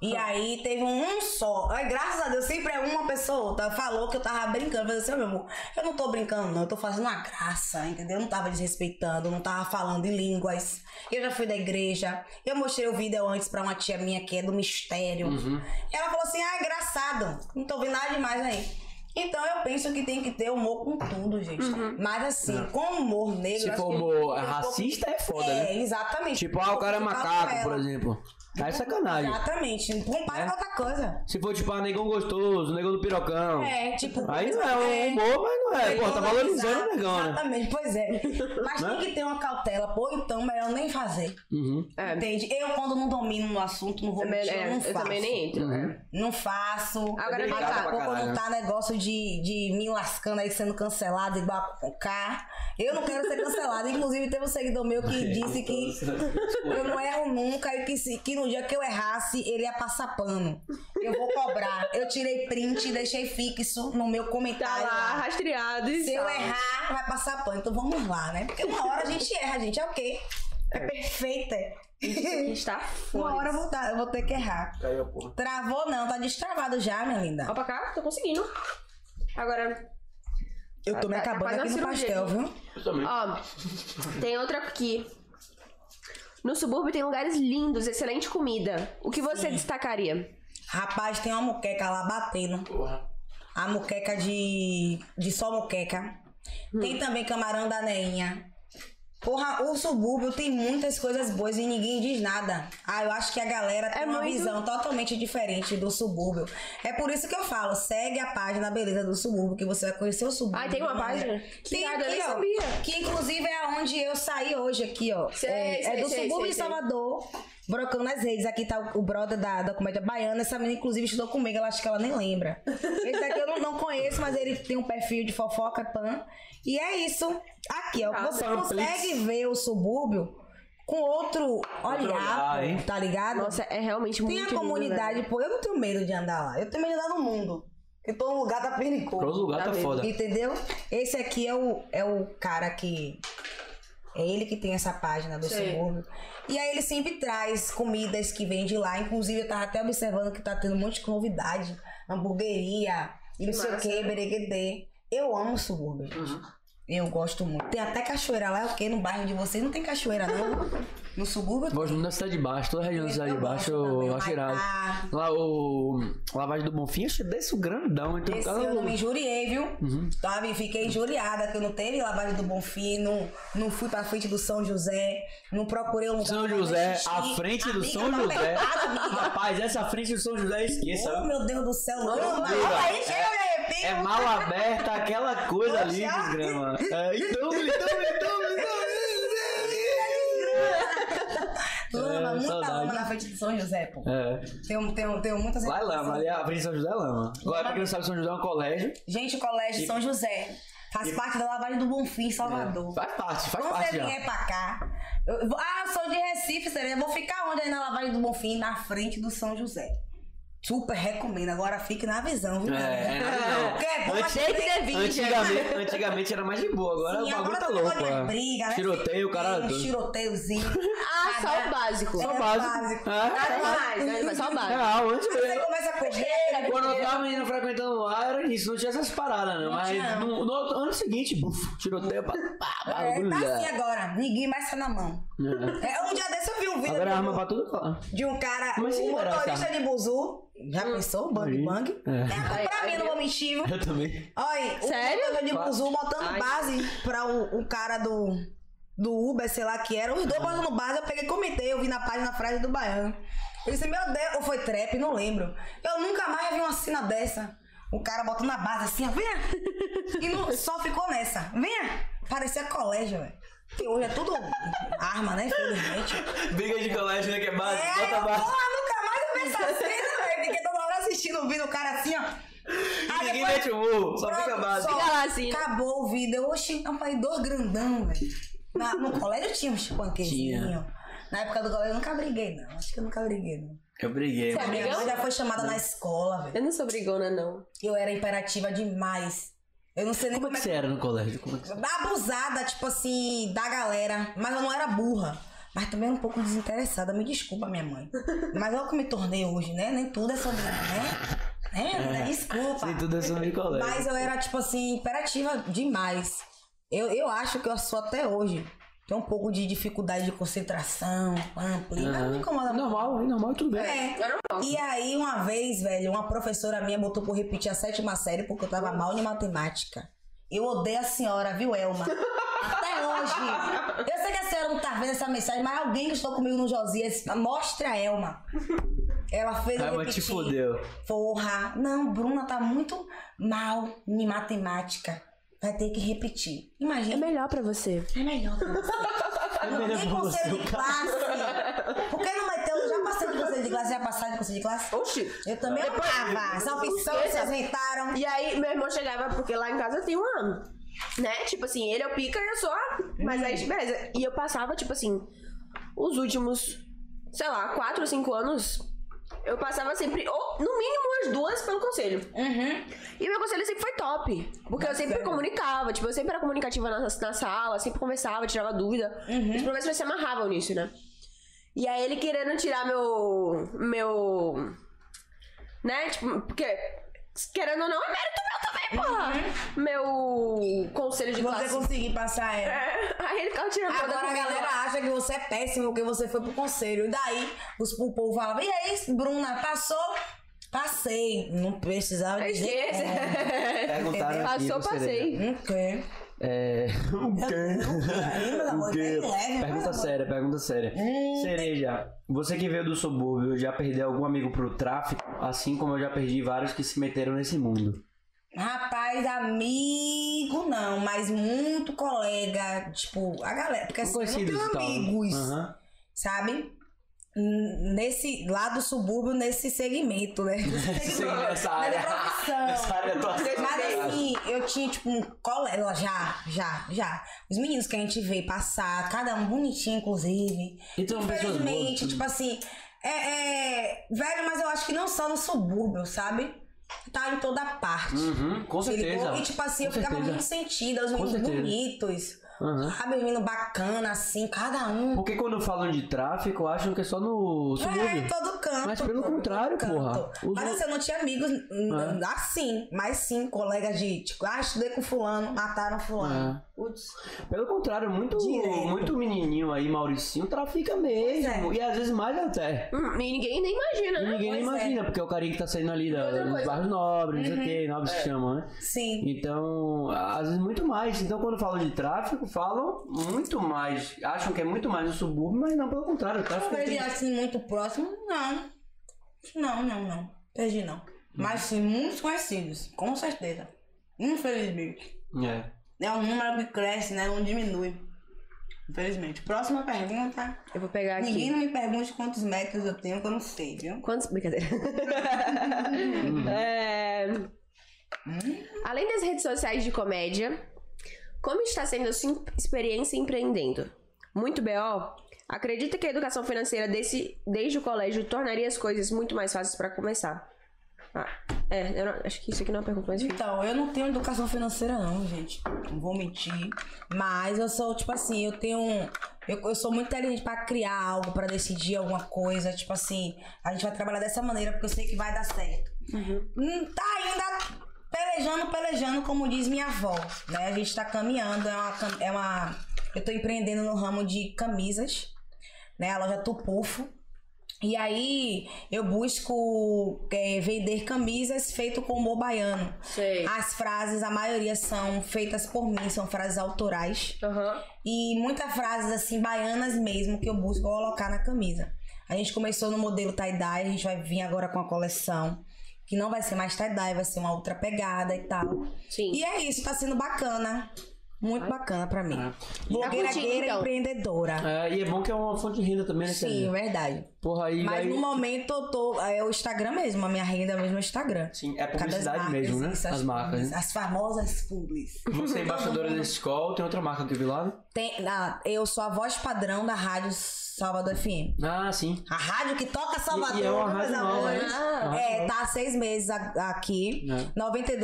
Speaker 3: E aí teve um só. Ai, graças a Deus, sempre é uma pessoa ou outra. Falou que eu tava brincando. Eu Falei assim, "Ô, meu amor, eu não tô brincando, não. Eu tô fazendo uma graça, entendeu? Eu não tava desrespeitando, eu não tava falando em línguas. Eu já fui da igreja. Eu mostrei o vídeo antes pra uma tia minha que é do mistério.
Speaker 1: Uhum.
Speaker 3: Ela falou assim, ah, engraçado. Não tô vendo nada demais aí. Então eu penso que tem que ter humor com tudo, gente. Mas assim, com humor
Speaker 1: Uhum. É. Se
Speaker 3: negro. acho
Speaker 1: for
Speaker 3: que- um
Speaker 1: humor racista, é foda,
Speaker 3: É,
Speaker 1: né?
Speaker 3: exatamente.
Speaker 1: Tipo, ah, o cara é macaco, por
Speaker 3: Cautela.
Speaker 1: exemplo. É. Aí é sacanagem.
Speaker 3: Exatamente. Compara com outra coisa.
Speaker 1: Se for tipo, ah, negão gostoso, negão do pirocão.
Speaker 3: É, tipo.
Speaker 1: Aí não é um humor, mas não é. Pô, tá valorizando o negão, né?
Speaker 3: Exatamente, pois é. Mas
Speaker 1: Né?
Speaker 3: tem que ter uma cautela, pô, então melhor nem fazer.
Speaker 1: Uhum.
Speaker 2: É.
Speaker 3: Entende? Eu, quando não domino no assunto, não vou
Speaker 2: É,
Speaker 3: mentir, eu
Speaker 2: é,
Speaker 3: não
Speaker 2: eu
Speaker 3: faço. Uhum.
Speaker 2: também nem entro.
Speaker 1: Uhum.
Speaker 2: é.
Speaker 3: Não faço.
Speaker 2: Agora
Speaker 3: Daqui
Speaker 2: vem
Speaker 3: a
Speaker 2: cá.
Speaker 3: pouco
Speaker 1: Pra caralho.
Speaker 3: não tá negócio de, de me lascando aí sendo cancelado igual com K. Eu não quero ser cancelada. Inclusive, teve um seguidor meu
Speaker 1: É,
Speaker 3: que disse
Speaker 1: então,
Speaker 3: que eu não erro nunca e que, se- que no dia que eu errasse, ele ia passar pano. Eu vou cobrar. Eu tirei print e deixei fixo no meu
Speaker 2: Tá
Speaker 3: comentário.
Speaker 2: lá,
Speaker 3: lá.
Speaker 2: rastreado. e tá.
Speaker 3: Se eu
Speaker 2: tal.
Speaker 3: errar, vai passar pano. Então vamos lá, né? Porque uma hora a gente erra, gente. É o quê? É perfeita.
Speaker 2: Aqui Está
Speaker 3: Uma hora
Speaker 2: fora.
Speaker 3: eu vou, dar- eu vou ter que errar.
Speaker 1: Caiu a porra.
Speaker 3: Travou não, tá destravado já, minha linda.
Speaker 2: Ó pra cá, tô conseguindo. Agora,
Speaker 3: Eu tô me
Speaker 2: Tá- tá
Speaker 3: acabando
Speaker 2: quase
Speaker 3: aqui
Speaker 2: uma
Speaker 3: no
Speaker 2: cirurgia.
Speaker 3: pastel, viu?
Speaker 1: Eu também.
Speaker 2: ó, tem outra aqui. No subúrbio tem lugares lindos, excelente comida. O que você destacaria?
Speaker 3: Rapaz, tem uma muqueca lá batendo.
Speaker 1: Porra.
Speaker 3: A
Speaker 2: Hum.
Speaker 3: muqueca de. de só muqueca. Tem também camarão da Neinha. Porra, o subúrbio tem muitas coisas boas e ninguém diz nada. Ah, eu acho que a galera tem
Speaker 2: É
Speaker 3: uma
Speaker 2: muito-
Speaker 3: visão totalmente diferente do subúrbio. É por isso que eu falo, segue a página Beleza do Subúrbio, que você vai conhecer o subúrbio.
Speaker 2: Ah, tem uma
Speaker 3: de maneira-
Speaker 2: página? Que
Speaker 3: Tem
Speaker 2: nada, eu
Speaker 3: aqui,
Speaker 2: nem
Speaker 3: ó,
Speaker 2: sabia.
Speaker 3: Que inclusive é onde eu saí hoje aqui, ó.
Speaker 2: Sei,
Speaker 3: é, é
Speaker 2: sei,
Speaker 3: do
Speaker 2: sei,
Speaker 3: subúrbio
Speaker 2: sei,
Speaker 3: de
Speaker 2: sei.
Speaker 3: Salvador, brocando nas redes. Aqui tá o o brother da, da comédia baiana. Essa menina, inclusive, estudou comigo, ela acho que ela nem lembra. Esse daqui eu não, não conheço, mas ele tem um perfil de fofoca, pan. E é isso. Aqui, ó.
Speaker 2: Ah,
Speaker 3: Você
Speaker 1: Pamplix.
Speaker 3: consegue ver o subúrbio com outro olhar,
Speaker 1: olhar, hein?
Speaker 3: pô, tá ligado?
Speaker 2: Nossa, é realmente muito
Speaker 3: tem a
Speaker 2: lindo, né?
Speaker 3: comunidade,
Speaker 2: velho.
Speaker 3: pô. Eu não tenho medo de andar lá. Eu tenho medo de andar no mundo. Eu tô num lugar da pernicou.
Speaker 1: Todo lugar
Speaker 2: Tá
Speaker 1: tá
Speaker 2: mesmo.
Speaker 1: foda.
Speaker 3: Entendeu? Esse aqui é o, é o cara que. É ele que tem essa página do
Speaker 2: Sei.
Speaker 3: subúrbio. E aí ele sempre traz comidas que vem de lá. Inclusive, eu tava até observando que tá tendo um monte de novidade. Hamburgueria, e
Speaker 2: Que
Speaker 3: não sei o
Speaker 2: massa,
Speaker 3: que,
Speaker 2: né? Uhum.
Speaker 3: bereguedê. Eu amo o subúrbio, gente. Eu gosto muito. Tem até cachoeira lá, é o quê? No bairro de vocês não tem cachoeira, não. No subúrbio
Speaker 1: Gosto muito da Cidade de Baixo, toda a região da Cidade de Baixo eu acho irado.
Speaker 3: tá.
Speaker 1: Lá o Lavagem do Bonfim, acho desse grandão, então
Speaker 3: Esse
Speaker 1: cada- Uhum.
Speaker 3: eu não me injuriei, viu? Sabe? Fiquei injuriada que eu não teve lavagem do Bonfim, não, não fui pra frente do São José, não procurei um lugar.
Speaker 1: São
Speaker 3: pra
Speaker 1: José,
Speaker 3: fazer xixi.
Speaker 1: a frente do
Speaker 3: Amiga,
Speaker 1: São
Speaker 3: tá
Speaker 1: José.
Speaker 3: apertado, amiga.
Speaker 1: Rapaz, essa frente do São José
Speaker 3: Oh,
Speaker 1: esqueça.
Speaker 3: meu Deus do céu, não.
Speaker 1: Loucura.
Speaker 3: Olha aí, chega, eu me arrepio.
Speaker 1: É mal aberta aquela coisa ali,
Speaker 3: Poxa.
Speaker 1: desgrama. É, então, então, então, É,
Speaker 3: Lama, muita
Speaker 1: saudade.
Speaker 3: lama na frente do São José, pô.
Speaker 1: então. É.
Speaker 3: Tem, tem, tem muitas...
Speaker 1: Vai lama, ali a frente de São José é lama. Agora, pra quem não sabe, São José é um colégio.
Speaker 3: Gente, o colégio São José faz parte da lavagem do
Speaker 1: É.
Speaker 3: Bonfim, Salvador.
Speaker 1: Faz parte, faz
Speaker 3: Quando
Speaker 1: parte
Speaker 3: você
Speaker 1: já.
Speaker 3: vier pra cá, eu vou- ah, eu sou de Recife, Serena. Vou ficar onde aí na Lavagem do Bonfim, na frente do São José. Super recomendo. Agora fique na visão, viu?
Speaker 1: É, é, não.
Speaker 3: Porque é bom, mas
Speaker 1: Antes-
Speaker 3: tem-
Speaker 1: Antigamente, antigamente era mais de boa, agora
Speaker 3: Sim,
Speaker 1: o bagulho
Speaker 3: agora
Speaker 1: tá
Speaker 3: tem
Speaker 1: louco.
Speaker 3: negócio de
Speaker 1: é.
Speaker 3: Briga, né?
Speaker 1: Tiroteio, o cara.
Speaker 3: Tem Um tiroteiozinho.
Speaker 2: Ah, só o básico.
Speaker 1: Só
Speaker 3: É
Speaker 1: o básico.
Speaker 3: básico.
Speaker 1: É.
Speaker 2: Nada mais, nada mais, só o básico.
Speaker 1: Real, antes
Speaker 3: Quando você
Speaker 1: mesmo.
Speaker 3: começa a correr,
Speaker 1: Quando eu tava menino frequentando lá, era isso, não tinha essas paradas, não. Mas
Speaker 3: tinha.
Speaker 1: no, no outro- ano seguinte, buf, tiroteio, pá, pá,
Speaker 3: é,
Speaker 1: bagulho.
Speaker 3: tá assim
Speaker 1: já.
Speaker 3: agora. Ninguém mais tá na mão.
Speaker 1: É.
Speaker 3: É, um dia desse eu vi um vídeo
Speaker 1: Agora é
Speaker 3: do-
Speaker 1: arma pra tudo lá.
Speaker 3: de um cara,
Speaker 1: Mas
Speaker 3: um
Speaker 1: que engraçado.
Speaker 3: motorista de buzu. Já pensou? Bang,
Speaker 1: Aí.
Speaker 3: bang.
Speaker 1: É.
Speaker 3: É, pra
Speaker 2: Aí,
Speaker 3: mim,
Speaker 2: aí
Speaker 3: não vou mentir.
Speaker 1: Eu também.
Speaker 3: Olha,
Speaker 2: Sério?
Speaker 3: o motor de buzu botando
Speaker 2: Ai.
Speaker 3: base pra o, o cara do, do Uber, sei lá que era. Os dois botando base, eu peguei e comentei, eu vi na página frase do Baiano. Eu disse, meu Deus, ou foi trap, não lembro. Eu nunca mais vi uma cena dessa. O cara botando a base assim, ó, venha! E não- só ficou nessa. Venha! Parecia colégio, velho. Que hoje é tudo arma, né? Infelizmente.
Speaker 1: Briga de colégio, né? Que é base,
Speaker 3: É,
Speaker 1: bota
Speaker 3: eu, porra,
Speaker 1: base.
Speaker 3: nunca mais eu vi essa cena, velho. Fiquei toda hora assistindo o vídeo, o cara assim, ó.
Speaker 1: E
Speaker 3: Aí
Speaker 1: ninguém
Speaker 3: depois-
Speaker 1: mete o burro, só
Speaker 3: Pronto,
Speaker 1: fica base.
Speaker 3: só.
Speaker 2: Fica lá assim, né?
Speaker 3: Acabou o vídeo. Eu, Oxi, é um paidor grandão, velho. Na- No colégio tinha uns panquezinhos.
Speaker 1: Tinha.
Speaker 3: Na época do colégio eu nunca briguei, não. Acho que eu nunca briguei, não.
Speaker 1: Eu briguei,
Speaker 2: Você é
Speaker 1: mano.
Speaker 3: Minha
Speaker 2: brigão?
Speaker 3: mãe já foi chamada na escola, velho.
Speaker 2: Eu não sou brigona, não.
Speaker 3: Eu era imperativa demais. Eu não sei nem
Speaker 1: Como é que você era no colégio? Como é que você...
Speaker 3: abusada, tipo assim, da galera. Mas eu não era burra. Mas também era um pouco desinteressada. Me desculpa, minha mãe. Mas olha o que eu me tornei hoje, né? Nem tudo é sobre mim, né? É, né? Desculpa.
Speaker 1: Sei tudo é sobre colégio.
Speaker 3: Mas eu era, tipo assim, imperativa demais. Eu, eu acho que eu sou até hoje. Tenho um pouco de dificuldade de concentração, ampli, mas não me incomoda muito.
Speaker 1: Normal, é normal, tudo bem.
Speaker 3: É. E aí, uma vez, velho, uma professora minha botou pra eu repetir a sétima série porque eu tava mal de matemática. Eu odeio a senhora, viu, Elma? Até hoje. Eu sei que a senhora não tá vendo essa mensagem, mas alguém que estou comigo no Josias, mostra a Elma. Ela fez eu
Speaker 1: Aí, mas te
Speaker 3: repetir.
Speaker 1: fodeu.
Speaker 3: Porra, não, Bruna tá muito mal em matemática. Vai ter que repetir.
Speaker 2: É
Speaker 3: Imagina.
Speaker 2: melhor pra você.
Speaker 3: É melhor pra você.
Speaker 1: É
Speaker 3: Não
Speaker 1: melhor
Speaker 3: tem
Speaker 1: pra você,
Speaker 3: conselho
Speaker 1: o
Speaker 3: de classe. Por que não meteu? Já passei de conselho de classe, já passaram de conselho de classe?
Speaker 2: Oxi.
Speaker 3: Eu também amava. Essa opção que vocês inventaram.
Speaker 2: E aí, meu irmão chegava, porque lá em casa tem uma. Né? Tipo assim, ele é o pica e eu sou a. Mas aí, beleza. E eu passava, tipo assim, os últimos, sei lá, quatro ou cinco anos. Eu passava sempre, ou no mínimo as duas pelo conselho.
Speaker 3: Uhum.
Speaker 2: E meu conselho sempre foi top. Porque eu sempre comunicava, tipo, eu sempre era comunicativa na, na sala, sempre conversava, tirava dúvida.
Speaker 3: Uhum.
Speaker 2: Os professores se amarravam nisso, né? E aí ele querendo tirar meu. meu. Né? Tipo, porque. Querendo ou não, é mérito meu também, porra! Meu conselho de
Speaker 3: Uhum. Você
Speaker 2: classe.
Speaker 3: conseguiu passar ela.
Speaker 2: É, aí ele ficava tirando toda
Speaker 3: Agora a
Speaker 2: comigo.
Speaker 3: galera acha que você é péssimo porque você foi pro conselho. E daí os, o povo falava: e aí, Bruna, passou? Passei. Não precisava dizer.
Speaker 2: Esquece.
Speaker 3: como.
Speaker 1: Perguntaram aqui,
Speaker 2: Passou,
Speaker 1: você era-
Speaker 2: passei.
Speaker 3: Não quer.
Speaker 1: É. O quê?
Speaker 3: meu amor,
Speaker 1: O quê?
Speaker 3: bem leve, meu
Speaker 1: Pergunta
Speaker 3: amor.
Speaker 1: séria, pergunta séria. Cereja, você que veio do subúrbio já perdeu algum amigo pro tráfico, assim como eu já perdi vários que se meteram nesse mundo.
Speaker 3: Rapaz, amigo não, mas muito colega, tipo, a galera, porque assim, eu não
Speaker 1: Conhecidos e
Speaker 3: tenho
Speaker 1: tal, né?
Speaker 3: amigos,
Speaker 1: Aham.
Speaker 3: sabe? Hum, Nesse, lá do subúrbio, nesse segmento, né? é
Speaker 1: Sim, nessa área. Nessa área eu tô
Speaker 3: Mas assim, eu tinha tipo um colega, já, já, já. Os meninos que a gente vê passar, cada um bonitinho, inclusive.
Speaker 1: Então, pessoas
Speaker 3: Infelizmente,
Speaker 1: boas.
Speaker 3: tipo assim, é, é, velho, mas eu acho que não só no subúrbio, sabe? Tá em toda parte.
Speaker 1: Uhum, com certeza.
Speaker 3: Ligou? E tipo assim, eu
Speaker 1: Com
Speaker 3: ficava
Speaker 1: certeza.
Speaker 3: muito sentida, os
Speaker 1: Com
Speaker 3: meninos
Speaker 1: certeza.
Speaker 3: bonitos.
Speaker 1: Aham.
Speaker 3: Sabe, os meninos bacana, assim, cada um.
Speaker 1: Porque quando falam de tráfico, acham que é só no
Speaker 3: É, em
Speaker 1: subúrbio.
Speaker 3: todo canto.
Speaker 1: Mas pelo
Speaker 3: pô, em
Speaker 1: contrário,
Speaker 3: todo
Speaker 1: porra.
Speaker 3: canto.
Speaker 1: Os
Speaker 3: Mas
Speaker 1: outros-
Speaker 3: assim, eu não tinha amigos n- assim, mas sim, colega de tipo, ah, estudei com fulano, mataram
Speaker 1: É.
Speaker 3: fulano. Putz.
Speaker 1: Pelo contrário, muito,
Speaker 3: Direto. é.
Speaker 1: muito menininho aí, Mauricinho, trafica mesmo. E às vezes mais até.
Speaker 2: Hum, e ninguém nem imagina,
Speaker 1: E
Speaker 2: né?
Speaker 1: Uhum. ninguém nem
Speaker 3: Pois é. Uhum.
Speaker 1: imagina, porque é o carinha que tá saindo ali da,
Speaker 2: Outra
Speaker 1: dos
Speaker 2: coisa.
Speaker 1: bairros nobres, não sei o que, nobres
Speaker 3: É.
Speaker 1: que chamam, né?
Speaker 3: Sim.
Speaker 1: Então, às vezes muito mais. Então, quando falam de tráfico, falam muito mais. Acham que é muito mais no subúrbio, mas não, pelo contrário. O
Speaker 3: Eu
Speaker 1: tráfico é
Speaker 3: perdi
Speaker 1: tem...
Speaker 3: assim muito próximo, não. Não, não, não. Perdi
Speaker 1: Hum.
Speaker 3: não. Mas sim, muitos conhecidos, com certeza. Infelizmente.
Speaker 1: É.
Speaker 3: É um número que cresce, né? Não diminui. Infelizmente. Próxima pergunta.
Speaker 2: Eu vou pegar aqui.
Speaker 3: Ninguém não me pergunte quantos metros eu tenho, que eu não sei, viu?
Speaker 2: Quantos? Brincadeira.
Speaker 1: Uhum.
Speaker 2: É,
Speaker 3: Hum?
Speaker 2: Além das redes sociais de comédia, como está sendo a sua em- experiência empreendendo? Muito B.O.? Acredita que a educação financeira desse, desde o colégio tornaria as coisas muito mais fáceis para começar? Ah, é, eu não- acho que isso aqui não é uma pergunta mais difícil.
Speaker 3: Então, eu não tenho educação financeira, não, gente. Não vou mentir. Mas eu sou, tipo assim, eu tenho. um- Eu, eu sou muito inteligente pra criar algo, pra decidir alguma coisa. Tipo assim, a gente vai trabalhar dessa maneira porque eu sei que vai dar certo. Hum, Tá ainda pelejando, pelejando, como diz minha avó. Né? A gente tá caminhando, é uma, cam- é uma. Eu tô empreendendo no ramo de camisas, né? A loja Tupufo. E aí eu busco eh, vender camisas feitas com humor baiano.
Speaker 2: Sei.
Speaker 3: As frases, a maioria são feitas por mim, são frases autorais. E muitas frases assim, baianas mesmo, que eu busco colocar na camisa. A gente começou no modelo tie-dye, a gente vai vir agora com a coleção. Que não vai ser mais tie-dye, vai ser uma outra pegada e tal.
Speaker 2: Sim.
Speaker 3: E é isso, tá sendo bacana. Muito bacana pra mim.
Speaker 1: Ah.
Speaker 3: Blogueira,
Speaker 2: curtindo,
Speaker 3: gueira,
Speaker 2: então?
Speaker 3: empreendedora.
Speaker 1: É, e é bom que é uma fonte de renda também, né?
Speaker 3: Sim,
Speaker 1: Cereja?
Speaker 3: verdade.
Speaker 1: Porra, aí
Speaker 3: Mas
Speaker 1: vai...
Speaker 3: no momento eu tô. É o Instagram mesmo, a minha renda mesmo é o Instagram.
Speaker 1: Sim, é
Speaker 3: Por causa das
Speaker 1: publicidade mesmo, né?
Speaker 3: isso,
Speaker 1: As marcas,
Speaker 3: publis,
Speaker 1: né?
Speaker 3: As famosas publis.
Speaker 1: Você é embaixadora da escola, tem outra marca que eu vi lá?
Speaker 3: Tem, ah, eu sou a voz padrão da rádio Salvador FM.
Speaker 1: Ah, sim.
Speaker 3: A rádio que toca Salvador.
Speaker 1: E- e é uma
Speaker 3: meus
Speaker 1: rádio nova,
Speaker 3: amores.
Speaker 1: né?
Speaker 2: Ah,
Speaker 1: Uma rádio
Speaker 3: É,
Speaker 1: nova.
Speaker 3: tá há seis meses a- aqui,
Speaker 1: É.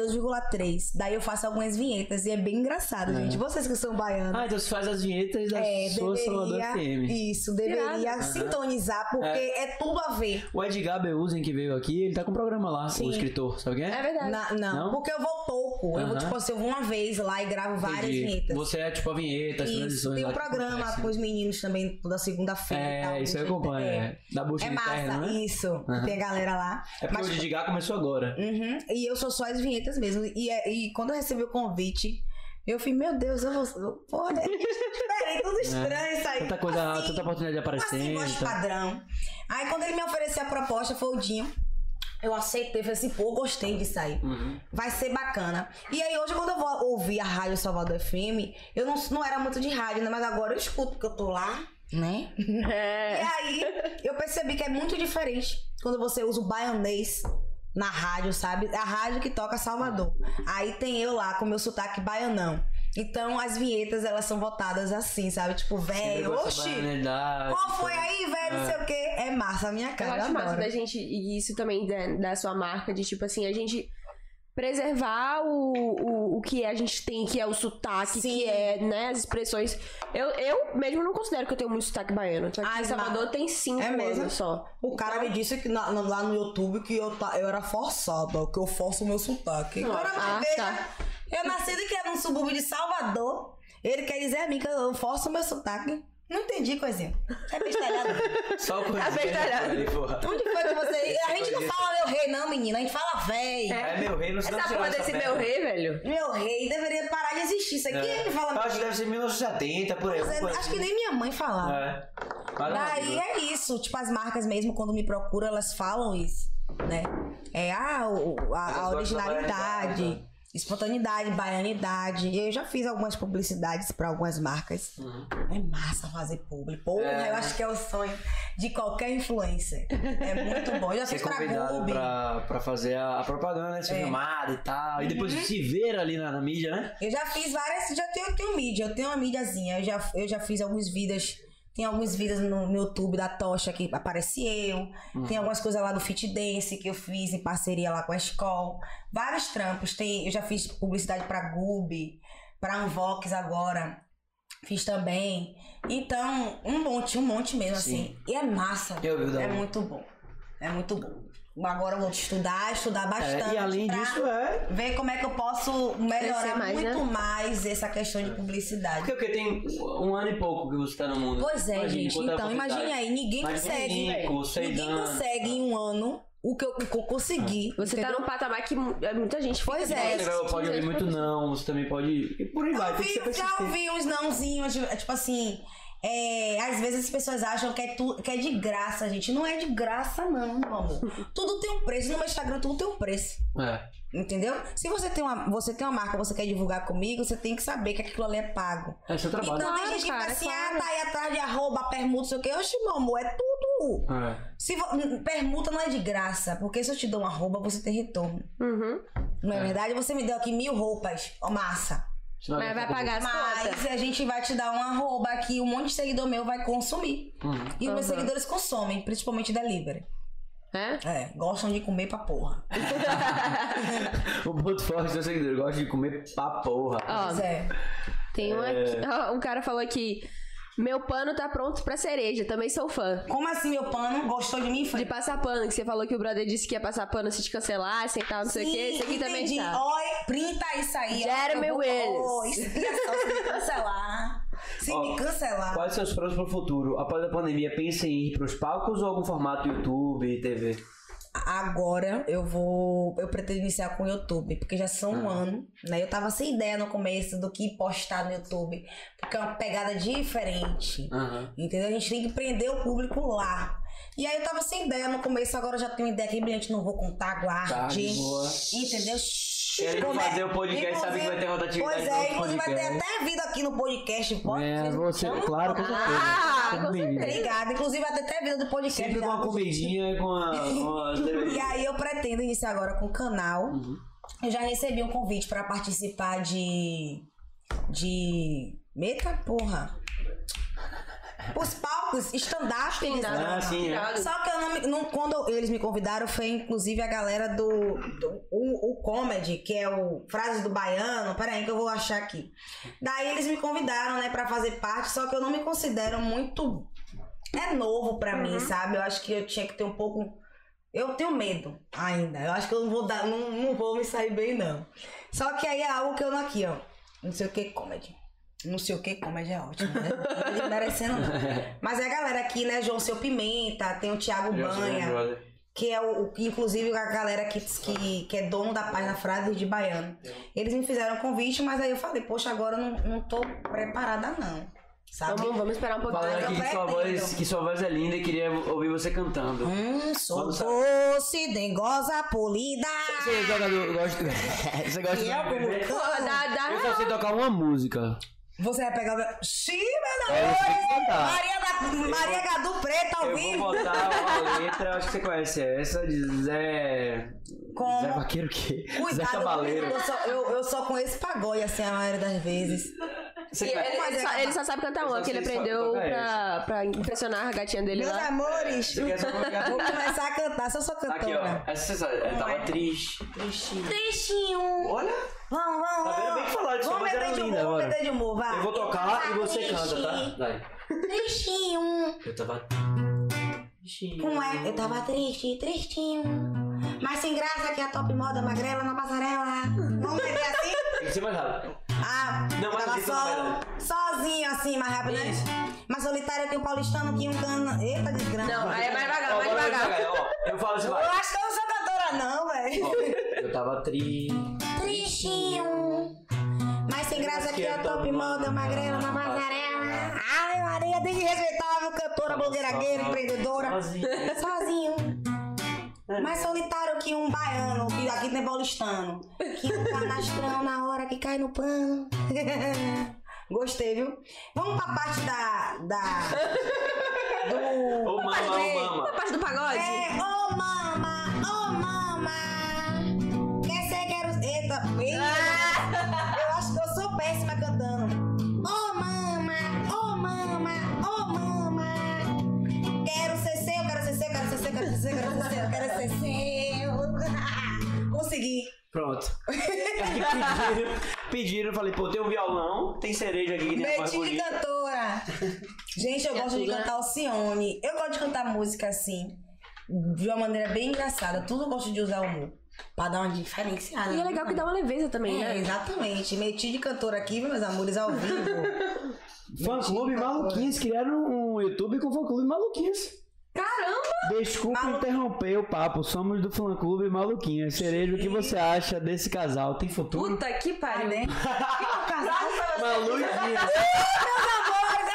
Speaker 3: 92,3. Daí eu faço algumas vinhetas e é bem engraçado, gente. Vocês que são baianos.
Speaker 1: Ah, então você faz as vinhetas da
Speaker 3: é,
Speaker 1: sua Salvador
Speaker 3: deveria,
Speaker 1: FM.
Speaker 3: isso, deveria sintonizar, porque é. tudo a ver.
Speaker 1: O Edgar Beuzen, que veio aqui, ele tá com um programa lá, o escritor, sabe quem é?
Speaker 2: É verdade.
Speaker 3: Na- não,
Speaker 1: Não?
Speaker 3: porque eu vou pouco. Eu vou,
Speaker 1: Aham.
Speaker 3: tipo assim, eu vou uma vez lá e gravo várias
Speaker 1: Entendi.
Speaker 3: vinhetas.
Speaker 1: Você é tipo a vinheta, as
Speaker 3: Isso,
Speaker 1: transições
Speaker 3: tem um
Speaker 1: lá que
Speaker 3: programa
Speaker 1: acontecem.
Speaker 3: com os meninos também toda segunda-feira. e tal,
Speaker 1: É, isso eu
Speaker 3: gente,
Speaker 1: acompanho.
Speaker 3: é.
Speaker 1: É. Da bucha
Speaker 3: É
Speaker 1: de
Speaker 3: massa,
Speaker 1: terra, né?
Speaker 3: isso. Tem a galera lá.
Speaker 1: É porque
Speaker 3: Mas-
Speaker 1: o Didigá começou agora.
Speaker 3: Uhum, E eu sou só as vinhetas mesmo. E, é- e quando eu recebi o convite, eu falei, meu Deus, eu vou. eu- Porra, é diferente, tudo estranho isso aí.
Speaker 1: É. Tanta coisa,
Speaker 3: Assim,
Speaker 1: tanta oportunidade
Speaker 3: assim,
Speaker 1: aparecendo.
Speaker 3: gosto
Speaker 1: tá?
Speaker 3: padrão. Aí quando ele me ofereceu a proposta, foi o Dinho. Eu aceitei, falei assim, pô, gostei disso aí.
Speaker 1: Uhum.
Speaker 3: Vai ser bacana. E aí hoje, quando eu vou ouvir a Rádio Salvador FM, eu não, não era muito de rádio, né? Mas agora eu escuto, porque eu tô lá, né? E
Speaker 2: É.
Speaker 3: aí, eu percebi que é muito diferente quando você usa o baianês na rádio, sabe? É A rádio que toca Salvador. Aí tem eu lá com meu sotaque baianão. Então, as vinhetas, elas são votadas assim, sabe? Tipo, velho,
Speaker 1: Negócio
Speaker 3: oxi,
Speaker 1: da banalidade,
Speaker 3: qual foi
Speaker 1: tá?
Speaker 3: aí, velho, não sei o quê. É massa a minha
Speaker 2: Eu
Speaker 3: cara,
Speaker 2: acho massa
Speaker 3: adoro.
Speaker 2: da gente, e isso também da, da sua marca, de tipo assim, a gente preservar o, o, o que a gente tem, que é o sotaque,
Speaker 3: Sim.
Speaker 2: que é, né, as expressões. Eu, eu mesmo não considero que eu tenho muito sotaque baiano. Só que
Speaker 3: Ai,
Speaker 2: em Salvador
Speaker 3: mas-
Speaker 2: tem cinco
Speaker 3: É mesmo?
Speaker 2: anos só.
Speaker 3: O cara me disse que na- na- lá no YouTube que eu, ta- eu era forçada, que eu forço o meu sotaque. Agora me
Speaker 2: Ah,
Speaker 3: veja.
Speaker 2: tá.
Speaker 3: Eu nasci e criado num subúrbio de Salvador. Ele quer dizer a mim que eu forço o meu sotaque. Não entendi, coisinha. É bestalhada.
Speaker 1: Só o
Speaker 2: Tá bem talhado.
Speaker 1: Aí, porra.
Speaker 3: Onde foi que você. A gente não fala meu rei, não, menina. A gente fala véi.
Speaker 1: É meu rei, não sei
Speaker 2: Essa porra tá desse meu rei, velho.
Speaker 3: Meu rei deveria parar de existir isso aqui. sei o quê, me
Speaker 1: Eu
Speaker 3: é fala.
Speaker 1: acho que deve ser 1970, por aí.
Speaker 3: Mas
Speaker 1: alguma
Speaker 3: eu
Speaker 1: É. coisa
Speaker 3: Acho que
Speaker 1: assim.
Speaker 3: nem minha mãe falava.
Speaker 1: É. Mas não,
Speaker 3: Daí é isso, tipo, as marcas mesmo, quando me procuram, elas falam isso, né? É ah, o- a,
Speaker 1: Elas
Speaker 3: a
Speaker 1: gostam da variedade,
Speaker 3: originalidade,
Speaker 1: né?
Speaker 3: espontaneidade, baianidade. Eu já fiz algumas publicidades pra algumas marcas. É massa fazer publi. Porra,
Speaker 1: Uhum. É.
Speaker 3: eu acho que é o sonho de qualquer influencer. É muito bom. Eu já
Speaker 1: Ser
Speaker 3: fiz pra
Speaker 1: convidado
Speaker 3: Globo.
Speaker 1: pra, pra fazer a, a propaganda, né? Ser
Speaker 3: É. Uhum.
Speaker 1: filmado e tal. E depois se ver ali na, na mídia, né?
Speaker 3: Eu já fiz várias, já tenho, eu tenho mídia, eu tenho uma mídiazinha, eu já, eu já fiz alguns vídeos, tem alguns vídeos no, no YouTube da Tocha que apareci eu,
Speaker 1: Uhum.
Speaker 3: tem algumas coisas lá do Fit Dance que eu fiz em parceria lá com a escola, vários trampos, tem, eu já fiz publicidade pra Gube, pra Unvox agora, fiz também, então um monte, um monte mesmo
Speaker 1: Sim.
Speaker 3: assim, e é massa,
Speaker 1: Eu um- vi o da
Speaker 3: é
Speaker 1: Gube.
Speaker 3: muito bom, é muito bom. Agora eu vou estudar, estudar bastante.
Speaker 1: É, e além
Speaker 3: pra-
Speaker 1: disso, é
Speaker 3: ver como é que eu posso melhorar
Speaker 2: Crescer mais,
Speaker 3: muito
Speaker 2: né?
Speaker 3: mais essa questão de publicidade.
Speaker 1: Porque o que tem um ano e pouco que você tá no mundo.
Speaker 3: Pois é,
Speaker 1: Imagine,
Speaker 3: gente.
Speaker 1: quanta
Speaker 3: Então,
Speaker 1: oportunidade.
Speaker 3: imagine aí, ninguém
Speaker 1: Mas
Speaker 3: consegue.
Speaker 1: ninguém
Speaker 3: velho.
Speaker 1: consegue,
Speaker 3: ninguém
Speaker 1: né?
Speaker 3: consegue em um ano o que eu, o que eu consegui.
Speaker 2: Você tá
Speaker 3: entendeu?
Speaker 2: num patamar que mu- muita gente fica assim, né?
Speaker 3: Pois é.
Speaker 2: bem.
Speaker 1: Você vai- pode ouvir muito não, você também pode. E por aí
Speaker 2: Ah,
Speaker 1: vai,
Speaker 3: Eu
Speaker 1: tem que ser
Speaker 3: vi, já
Speaker 1: persistente.
Speaker 3: ouvi uns nãozinhos, de- tipo assim. é, às vezes as pessoas acham que é, tu, que é de graça, gente. Não é de graça, não, meu amor. tudo tem um preço. No meu Instagram, tudo tem um preço.
Speaker 1: É.
Speaker 3: Entendeu? Se você tem uma, você tem uma marca, você quer divulgar comigo, você tem que saber que aquilo ali é pago.
Speaker 1: É seu
Speaker 3: Então
Speaker 1: trabalho.
Speaker 3: tem
Speaker 2: Claro,
Speaker 3: gente que fica
Speaker 2: cara,
Speaker 3: assim,
Speaker 2: claro.
Speaker 3: ah, tá aí atrás de arroba, permuta, não sei o quê. Oxe, meu amor, é tudo.
Speaker 1: É.
Speaker 3: Se vo- n- Permuta não é de graça, porque se eu te dou um arroba, você tem retorno.
Speaker 2: Uhum.
Speaker 3: Não é,
Speaker 1: É.
Speaker 3: verdade? Você me deu aqui mil roupas, ó, massa.
Speaker 1: Você não
Speaker 2: Mas vai pagar as contas.
Speaker 3: Mas a gente vai te dar um arroba aqui, um monte de seguidor meu vai consumir.
Speaker 1: Uhum.
Speaker 3: E os meus
Speaker 2: Uhum.
Speaker 3: seguidores consomem, principalmente delivery.
Speaker 2: É?
Speaker 3: É, gostam de comer pra porra.
Speaker 1: O ponto forte do seguidor gosta de comer pra porra.
Speaker 2: Ó,
Speaker 3: Pois é.
Speaker 2: tem um aqui.
Speaker 1: É.
Speaker 2: Ó, um cara falou aqui. Meu pano tá pronto pra cereja, também sou fã.
Speaker 3: Como assim, meu pano? Gostou de mim? Foi?
Speaker 2: De passar pano, que você falou que o brother disse que ia passar pano se te cancelasse e tal, não sei o quê. Esse aqui também
Speaker 3: entendi.
Speaker 2: tá.
Speaker 3: Oi, printa isso aí. ó,
Speaker 2: Jeremy
Speaker 3: que eu vou-
Speaker 2: Willis.
Speaker 3: Oi, espia é só se me cancelar. Se
Speaker 1: Ó,
Speaker 3: me cancelar.
Speaker 1: Quais seus planos pro futuro? Após a pandemia, pensa em ir pros palcos ou algum formato YouTube, TV?
Speaker 3: Agora eu vou. Eu pretendo iniciar com o YouTube, porque já são um ano, né? Eu tava sem ideia no começo do que postar no YouTube, porque é uma pegada diferente.
Speaker 1: Aham.
Speaker 3: Entendeu? A gente tem que prender o público lá. E aí eu tava sem ideia no começo, agora eu já tenho ideia que brilhante não vou contar
Speaker 1: Tá,
Speaker 3: guarde.
Speaker 1: de boa.
Speaker 3: entendeu?
Speaker 1: Querem
Speaker 3: Como
Speaker 1: fazer o podcast, sabe
Speaker 3: inclusive-
Speaker 1: que vai ter rotatividade
Speaker 3: Pois
Speaker 1: no
Speaker 3: é, inclusive vai ter
Speaker 1: podcast. É.
Speaker 3: até vida aqui no podcast, pode? vocês chamam?
Speaker 1: claro,
Speaker 2: com certeza. Ah, Sempre com bem-vindo. certeza.
Speaker 3: Obrigada. Inclusive vai ter até vida do podcast.
Speaker 1: Sempre com
Speaker 3: já.
Speaker 1: uma comidinha, com a. Com a cervejinha.
Speaker 3: E aí eu pretendo iniciar agora com o canal.
Speaker 1: Uhum.
Speaker 3: Eu já recebi um convite pra participar de. De. Meta, porra! Os palcos, stand-up. eles
Speaker 2: Stand-up.
Speaker 3: chamam.
Speaker 1: Ah, sim, é.
Speaker 3: Só que eu não, me- não- quando eles me convidaram foi inclusive a galera do, do- o, o comedy, que é o Frases do Baiano, peraí que eu vou achar aqui. Daí eles me convidaram, né, pra fazer parte, só que eu não me considero muito é novo pra mim, sabe? Eu acho que eu tinha que ter um pouco eu tenho medo ainda. Eu acho que eu não vou dar, não, não vou me sair bem não. Só que aí é algo que eu não aqui, ó. Não sei o que comedy. Não sei o que comedy é ótimo, né? Não tô merecendo não. Mas é a galera aqui, né? João Seu Pimenta, tem o Thiago
Speaker 1: Eu sou meu
Speaker 3: Banha,
Speaker 1: brother.
Speaker 3: que é o, o- inclusive a galera que, que, que é dono da página Frases de Baiano. Eles me fizeram um convite, mas aí eu falei, poxa, agora eu não, não tô preparada, não. Sabe?
Speaker 2: Vamos, vamos esperar um pouquinho.
Speaker 1: Falando
Speaker 3: Mas eu
Speaker 1: aqui que sua,
Speaker 3: pretendo.
Speaker 1: voz, que sua voz é linda e queria ouvir você cantando.
Speaker 3: Hum, sou
Speaker 1: Vamos,
Speaker 3: doce, dengosa, polida. é
Speaker 1: Você é joga do. Gosta do... Você gosta
Speaker 3: E
Speaker 1: do
Speaker 3: eu, como Ah! Tá
Speaker 1: BBB?
Speaker 2: Pô, dá, dá.
Speaker 1: Eu só sei tocar uma música.
Speaker 3: Você vai pegar o. Xiii, meu
Speaker 1: É, eu sei
Speaker 3: amor!
Speaker 1: cantar.
Speaker 3: Maria, da... Maria Gadu Preta ao
Speaker 1: Eu vou
Speaker 3: vivo!
Speaker 1: botar uma letra, acho que você conhece essa, de Zé.
Speaker 3: Como?
Speaker 1: Zé Vaqueiro o quê? Zé
Speaker 3: É. Cuidado,
Speaker 1: Cabaleiro.
Speaker 3: eu só, eu, eu só conheço pagode assim a maioria das vezes.
Speaker 1: Você
Speaker 2: E ele,
Speaker 1: conhece?
Speaker 2: ele só, ele só sabe cantar
Speaker 1: Eu só
Speaker 2: uma, que ele
Speaker 1: sei só
Speaker 2: aprendeu
Speaker 1: tocar
Speaker 2: pra, pra impressionar a gatinha dele
Speaker 3: Meus
Speaker 2: lá.
Speaker 3: amores,
Speaker 1: Você quer só colocar-
Speaker 3: vou começar a cantar, se eu sou
Speaker 1: Tá Aqui,
Speaker 3: cantora.
Speaker 1: ó. Essa você sabe. Eu tava triste.
Speaker 3: Tristinho.
Speaker 1: Olha,
Speaker 3: Vamos,
Speaker 1: Tá
Speaker 3: vamos,
Speaker 1: vendo?
Speaker 3: vamos.
Speaker 1: Bem que falaram que sua
Speaker 3: vamos
Speaker 1: voz era
Speaker 3: meter de
Speaker 1: linda
Speaker 3: humor, vamos
Speaker 1: agora.
Speaker 3: meter de humor, vai.
Speaker 1: eu vou tocar e você canta, tá?
Speaker 3: triste.
Speaker 1: Vai.
Speaker 3: Tristinho.
Speaker 1: Eu tava.
Speaker 3: Não é, eu tava triste, tristinho. Mas sem graça que é a top moda magrela na passarela. Vamos meter assim?
Speaker 1: Tem que ser mais rápido.
Speaker 3: Ah,
Speaker 1: Não,
Speaker 3: eu
Speaker 1: mas
Speaker 3: tava
Speaker 1: isso não vai
Speaker 3: solo, sozinho assim, mais rápido, né? Mais solitário que um paulistano que um cano. Eita, desgrama.
Speaker 2: Não, aí é mais devagar,
Speaker 1: Ó,
Speaker 2: mais
Speaker 1: agora
Speaker 2: devagar.
Speaker 1: eu vou devagar, ó. Eu falo assim,
Speaker 3: Eu
Speaker 1: vai.
Speaker 3: acho que eu não sou cantora, não, velho.
Speaker 1: Ó, Eu tava triste.
Speaker 3: Tristinho. Mas sem graça que é top moda, magrela, na passarela. Ai, Maria, tem que respeitar, viu? Cantora, blogueira, gueira, empreendedora.
Speaker 1: Sozinha.
Speaker 3: Sozinho. Mais solitário que um baiano, que aqui tem paulistano. Que um canastrão na hora que cai no pano. Gostei, viu? Vamos pra parte da. da do.
Speaker 1: Ô, mama, ô, mama.
Speaker 2: Na parte do pagode?
Speaker 3: É, ô mama, ô mama. Quer ser quero. Eita,
Speaker 1: Ah!
Speaker 3: eita. Eu acho que eu sou péssima cantando. Ô mama, ô mama, ô mama. Quero ser seu, quero ser seu, quero ser seu, quero ser seu, quero ser seu, quero ser seu. Consegui.
Speaker 1: Pronto. Aí pediram, pediram, eu falei, pô, tem um violão, tem cereja aqui né? que tem uma voz é
Speaker 3: Betinho de
Speaker 1: bonita.
Speaker 3: cantora. Gente, eu
Speaker 2: É
Speaker 3: gosto de
Speaker 2: tudo, né?
Speaker 3: cantar Alcione. Eu gosto de cantar música assim, de uma maneira bem engraçada. Tudo eu gosto de usar o humor. Pra dar uma diferenciada. né?
Speaker 2: E é legal que dá uma leveza também,
Speaker 3: É,
Speaker 2: né?
Speaker 3: exatamente. Meti de cantora aqui, viu, meus amores, ao vivo.
Speaker 1: Fã clube maluquinhos, criaram um YouTube com fã clube maluquinhos.
Speaker 2: Caramba!
Speaker 1: Desculpa
Speaker 3: Malu-
Speaker 1: interromper o papo, somos do fã clube maluquinhos. Cereja, o que você acha desse casal? Tem futuro?
Speaker 2: Puta que pariu.
Speaker 3: Cadê?
Speaker 1: Maluquinhos.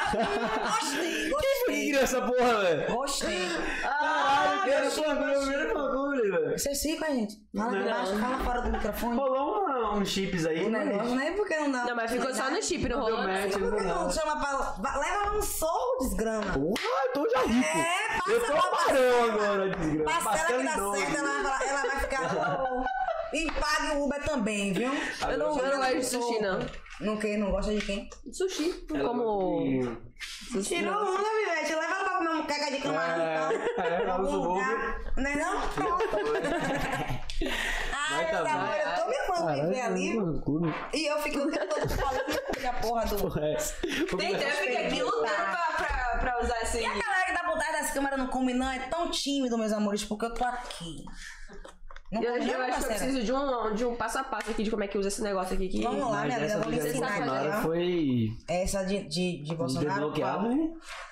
Speaker 1: Quem
Speaker 3: Gostei,
Speaker 1: foi que
Speaker 3: gostei.
Speaker 1: criou essa porra, velho?
Speaker 3: Gostei. Ah,
Speaker 1: Caralho, que era fã clube,
Speaker 3: baixinho.
Speaker 1: primeiro fã clube, velho.
Speaker 3: Vocês ficam, gente. Fala
Speaker 1: Não.
Speaker 3: aqui embaixo, fala fora do microfone.
Speaker 1: Rolou uma- uns chips aí,
Speaker 3: O
Speaker 1: mas-
Speaker 3: negócio não é porque não dá.
Speaker 2: Não, mas ficou só no chip, não
Speaker 1: Deu
Speaker 2: rolou.
Speaker 1: merda.
Speaker 2: né?
Speaker 3: Por que não chama pra. vai- Leva lá um sol, desgrama.
Speaker 1: Porra, então eu tô já rico.
Speaker 3: É, passa
Speaker 1: eu
Speaker 3: lá,
Speaker 1: tô
Speaker 3: passa
Speaker 1: parão agora, desgraça.
Speaker 3: Parcela
Speaker 1: Pastel
Speaker 3: que
Speaker 1: em
Speaker 3: dá
Speaker 1: dobro.
Speaker 3: certo, ela vai, falar- ela vai ficar. "Ô, E pague o Uber também,
Speaker 2: Eu
Speaker 3: viu?
Speaker 2: não, eu não gosto de sushi, não.
Speaker 3: Não, quem? não gosta de quem?
Speaker 2: Sushi,
Speaker 1: Ela
Speaker 2: como.
Speaker 1: gosta de-
Speaker 2: Sushi,
Speaker 3: Tirou
Speaker 2: não.
Speaker 3: onda, Vivete. Leva ela pra comer um caca de camarão,
Speaker 1: É,
Speaker 3: então.
Speaker 1: é, ela
Speaker 3: Em
Speaker 1: usa
Speaker 3: algum
Speaker 1: o
Speaker 3: lugar. Não é não? Pronto. Ai,
Speaker 1: Vai
Speaker 3: meu
Speaker 1: tá
Speaker 3: amor, eu tô me amando viver ali.
Speaker 1: Caralho, mano, clube.
Speaker 3: E eu fico o tempo todo falando da porra do...
Speaker 1: Porra, é.
Speaker 2: Tem tempo que aqui lutando pra, pra, pra usar esse.
Speaker 3: A galera que tá por trás das câmeras não come não, é tão tímido, meus amores, porque eu tô aqui. Não
Speaker 2: Eu,
Speaker 3: come
Speaker 2: eu
Speaker 3: não,
Speaker 2: acho que eu
Speaker 3: parceira?
Speaker 2: preciso de um, de um passo a passo aqui de como é que usa esse negócio aqui. Que...
Speaker 3: Vamos lá,
Speaker 1: Mas
Speaker 3: minha vida,
Speaker 1: essa
Speaker 3: né, vamos
Speaker 1: do Jair
Speaker 3: ensinar.
Speaker 1: Bolsonaro
Speaker 3: galera.
Speaker 1: foi
Speaker 3: Essa de, de, de Bolsonaro...
Speaker 1: desbloqueada, né?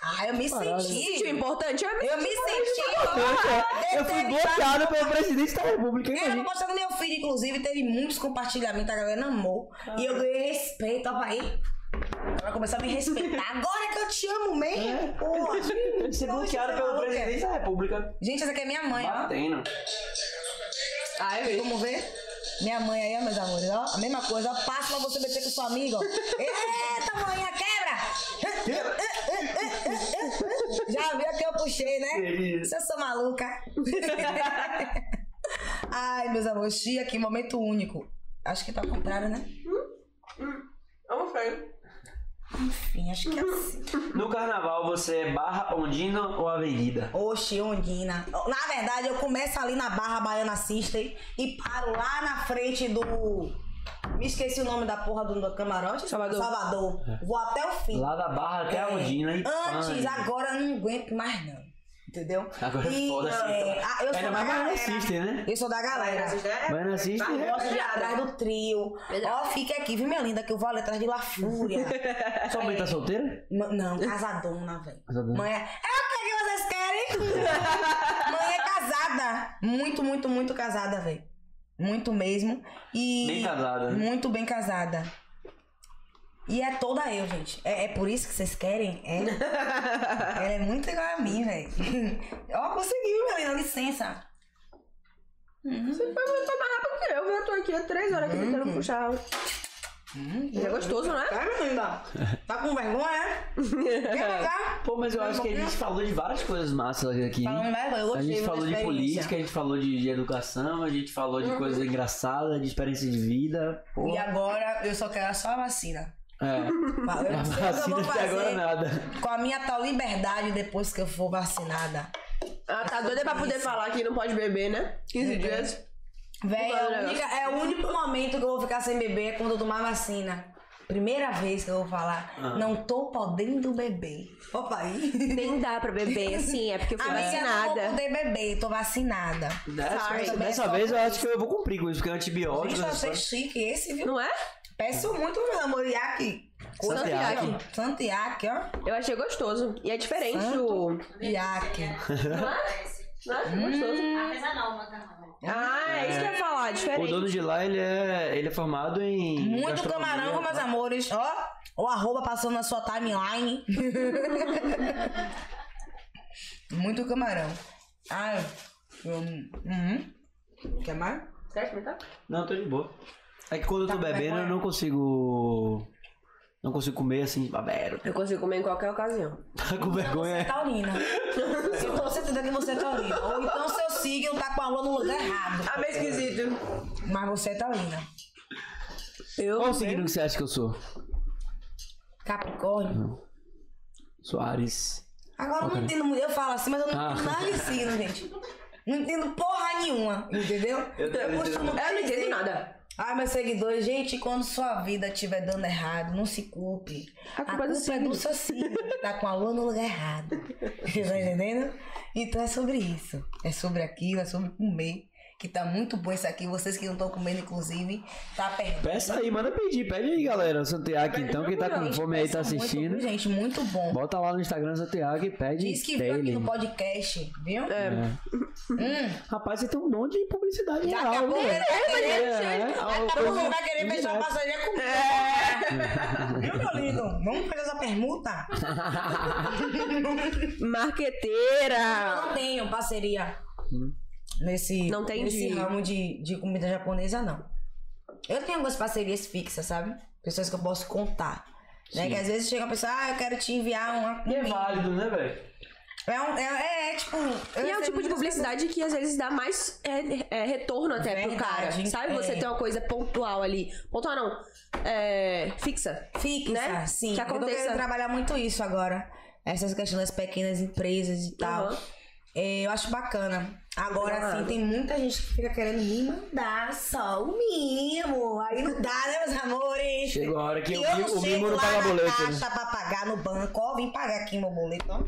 Speaker 3: Ah, eu me
Speaker 1: Caralho.
Speaker 3: senti...
Speaker 2: Sentiu importante? Eu me
Speaker 3: Eu me
Speaker 2: tipo,
Speaker 3: senti...
Speaker 1: Eu fui bloqueado pelo presidente da república,
Speaker 3: É, eu
Speaker 1: imagina.
Speaker 3: postei no meu feed, inclusive, teve muitos compartilhamentos, a galera amou. E eu ganhei respeito, ó, aí. Ela começou a me respeitar. Agora que eu te amo mesmo, porra. Então,
Speaker 1: Você bloqueado
Speaker 3: Nossa,
Speaker 1: pelo
Speaker 3: maluca.
Speaker 1: presidente da república.
Speaker 3: Gente, essa aqui é minha mãe, ó.
Speaker 1: Batendo.
Speaker 2: Ai, velho.
Speaker 3: Vamos ver? Minha mãe aí, ó, meus amores, ó. A mesma coisa, ó. Passa pra você meter com sua amiga, ó. Eita, manhã, quebra! Já viu que eu puxei, né? Se eu sou maluca. Ai, meus amores, tia, que momento único. Acho que tá ao contrário, né?
Speaker 2: Vamos ver.
Speaker 3: Enfim, acho que é assim.
Speaker 1: No carnaval você é barra, ondina ou avenida?
Speaker 3: Oxi, Ondina. Na verdade, eu começo ali na Barra Baiana System e paro lá na frente do. Me esqueci o nome da porra do, do camarote.
Speaker 2: Salvador.
Speaker 3: Salvador. Vou até o fim.
Speaker 1: É. Lá da barra até a ondina e
Speaker 3: É. Antes,
Speaker 1: pã.
Speaker 3: agora eu não aguento mais, não. Entendeu?
Speaker 1: Agora é
Speaker 3: E,
Speaker 1: foda-se.
Speaker 3: é, ah, eu sou
Speaker 1: Ainda
Speaker 3: da
Speaker 1: mais Baiana
Speaker 3: galera.
Speaker 1: System, né?
Speaker 3: Eu sou da galera.
Speaker 1: Baiana System é...
Speaker 3: Gosto de ir atrás do trio. Ó,
Speaker 2: Verdade.
Speaker 3: fique aqui, viu, minha linda, que eu vou ali atrás de La Fúria.
Speaker 1: Sua mãe tá solteira?
Speaker 3: Ma- Não, casadona, velho.
Speaker 1: É. Casadona.
Speaker 3: Mãe é. É o que vocês querem? Mãe é casada. Muito, muito, muito casada, velho. Muito mesmo. E.
Speaker 1: Bem casada, né?
Speaker 3: Muito bem casada. E é toda eu, gente. É, é por isso que vocês querem? É. Ela é muito igual a mim, velho. Ó, consegui, meu lindo. Licença.
Speaker 2: Você foi muito mais rápido que eu, viu? Eu tô aqui há três horas aqui tentando puxar. É gostoso, né?
Speaker 3: Tá, meu linda? Tá com vergonha, é? Quer pegar?
Speaker 1: Pô, mas eu acho que a gente falou de várias coisas massas aqui.
Speaker 3: Falando mais, eu
Speaker 1: A
Speaker 3: gostei
Speaker 1: gente
Speaker 3: da
Speaker 1: falou de
Speaker 3: experiência. Uhum.
Speaker 1: política, a gente falou de, de educação, a gente falou de coisas engraçadas, de experiência de vida. Pô,
Speaker 3: E agora eu só quero só a vacina.
Speaker 1: é.
Speaker 3: Eu
Speaker 1: A
Speaker 3: não sei o que eu
Speaker 1: vacina
Speaker 3: vou
Speaker 1: até agora
Speaker 3: fazer
Speaker 1: nada.
Speaker 3: com a minha tal liberdade depois que eu for vacinada.
Speaker 2: Ela tá doida pra poder falar que não pode beber, né? 15 dias.
Speaker 3: Véi, é, a
Speaker 2: Bora.
Speaker 3: única- é o único momento que eu vou ficar sem beber é quando eu tomar vacina. Primeira vez que eu vou falar,
Speaker 1: Ah.
Speaker 3: não tô podendo beber. Opa aí.
Speaker 2: Nem dá pra beber, assim, é porque eu fui
Speaker 3: Amiga, não vou
Speaker 2: vacinada.
Speaker 3: poder beber, tô vacinada.
Speaker 1: Dessa,
Speaker 2: Sorry.
Speaker 3: né?
Speaker 1: dessa vez eu acho que eu vou cumprir com isso, porque é antibiótico.
Speaker 3: Gente, eu
Speaker 1: essas
Speaker 3: achei
Speaker 1: coisas.
Speaker 3: chique esse, viu?
Speaker 2: Não é?
Speaker 3: Peço muito, meu amor, Iaque.
Speaker 1: Santo Iaque.
Speaker 2: Santiago.
Speaker 3: Santiago, ó.
Speaker 2: Eu achei gostoso. E é diferente do.
Speaker 3: Iaque.
Speaker 2: Não é? Não é? Gostoso.
Speaker 5: Apesar cereja não, tá macarrão.
Speaker 2: Ah, é isso que eu ia falar,
Speaker 1: O
Speaker 2: diferente.
Speaker 1: dono de lá, ele é, ele é formado em.
Speaker 3: Muito
Speaker 1: gastronomia.
Speaker 3: camarão, é meus amores. Ó, o arroba passando na sua timeline. Muito camarão. Ah, eu amo. Uhum. Quer mais?
Speaker 2: Quer experimentar?
Speaker 1: Não, tô de boa. É que quando eu tô
Speaker 3: Tá, mas
Speaker 1: bebendo,
Speaker 3: qual é?
Speaker 1: eu não consigo. Não consigo comer assim, babero.
Speaker 2: Eu consigo comer em qualquer ocasião.
Speaker 1: Tá com vergonha.
Speaker 3: é Taurina. Eu tô certeza que você é taurina. Ou então seu signo tá com a lua no lugar errado.
Speaker 2: Ah, meio esquisito.
Speaker 3: Mas você é taurina.
Speaker 2: Eu.
Speaker 1: Qual o signo que você acha que eu sou?
Speaker 3: Capricórnio.
Speaker 1: Soares.
Speaker 3: Agora eu não
Speaker 1: Ok.
Speaker 3: entendo muito. Eu falo assim, mas eu não
Speaker 1: Ah.
Speaker 3: entendo nada de signo, gente. Não entendo porra nenhuma, entendeu?
Speaker 1: Eu também não entendo
Speaker 2: Eu não
Speaker 3: dizer-
Speaker 2: entendo nada.
Speaker 3: Ai, meus seguidores, gente, quando sua vida estiver dando errado, não se culpe.
Speaker 2: A culpa é do
Speaker 3: é
Speaker 2: signo.
Speaker 3: do seu signo, que tá com a lua no lugar errado. Vocês estão entendendo? Então é sobre isso. É sobre aquilo, é sobre comer. Que tá muito bom isso aqui. Vocês que não estão comendo, inclusive, tá perdendo.
Speaker 1: Peça aí, manda pedir. Pede aí, galera. Santiago, então, quem tá com fome aí, tá
Speaker 3: Peçam muito,
Speaker 1: assistindo.
Speaker 3: viu, gente, muito bom.
Speaker 1: Bota lá no Instagram Santiago e pede.
Speaker 3: Diz que viu aqui
Speaker 1: daily.
Speaker 3: no podcast, viu?
Speaker 1: É.
Speaker 3: Hum,
Speaker 1: Rapaz, você tem um dom de publicidade
Speaker 3: daqui
Speaker 1: moral,
Speaker 3: a pouco
Speaker 1: né?
Speaker 3: ele vai querer. né?
Speaker 1: É,
Speaker 2: tá
Speaker 3: Daqui a
Speaker 1: uma
Speaker 3: pouco
Speaker 1: coisa
Speaker 3: não tá vai querer fechar a
Speaker 1: indireta.
Speaker 3: parceria
Speaker 2: É.
Speaker 3: comigo. Viu, meu lindo? Vamos fazer essa permuta? Eu
Speaker 2: Marqueteira!
Speaker 3: não tenho parceria
Speaker 1: Hum.
Speaker 3: nesse,
Speaker 2: Não tem
Speaker 3: nesse
Speaker 2: de-
Speaker 3: ramo de, de comida japonesa, não. Eu tenho algumas parcerias fixas, sabe? Pessoas que eu posso contar. Né?
Speaker 1: Sim.
Speaker 3: Que às vezes chega uma pessoa, ah, eu quero te enviar uma
Speaker 1: E é
Speaker 3: comida."
Speaker 1: válido, né, velho?
Speaker 3: É, um, é, é, é, tipo. eu
Speaker 2: E é o
Speaker 3: recebo
Speaker 2: tipo de
Speaker 3: muitas
Speaker 2: publicidade que às vezes dá mais é, é, retorno até pro cara.
Speaker 3: Verdade,
Speaker 2: Sabe?
Speaker 3: é.
Speaker 2: Você tem uma coisa pontual ali. Pontual não. É, fixa.
Speaker 3: fixa,
Speaker 2: né?
Speaker 3: sim.
Speaker 2: Que
Speaker 3: Eu tô
Speaker 2: aconteça.
Speaker 3: querendo trabalhar muito isso agora. Essas questões das pequenas empresas e tal.
Speaker 2: Aham.
Speaker 3: É, eu acho bacana. Agora,
Speaker 2: Claro.
Speaker 3: assim, tem muita gente que fica querendo me mandar só o mimo. Aí não dá, né, meus amores?
Speaker 1: Chegou a hora que
Speaker 3: E
Speaker 1: o
Speaker 3: eu
Speaker 1: mimo- o
Speaker 3: não chego
Speaker 1: mimo não
Speaker 3: lá
Speaker 1: paga
Speaker 3: na
Speaker 1: boleto, né?
Speaker 3: caixa pra pagar no banco. Ó, vim pagar aqui meu boleto, ó.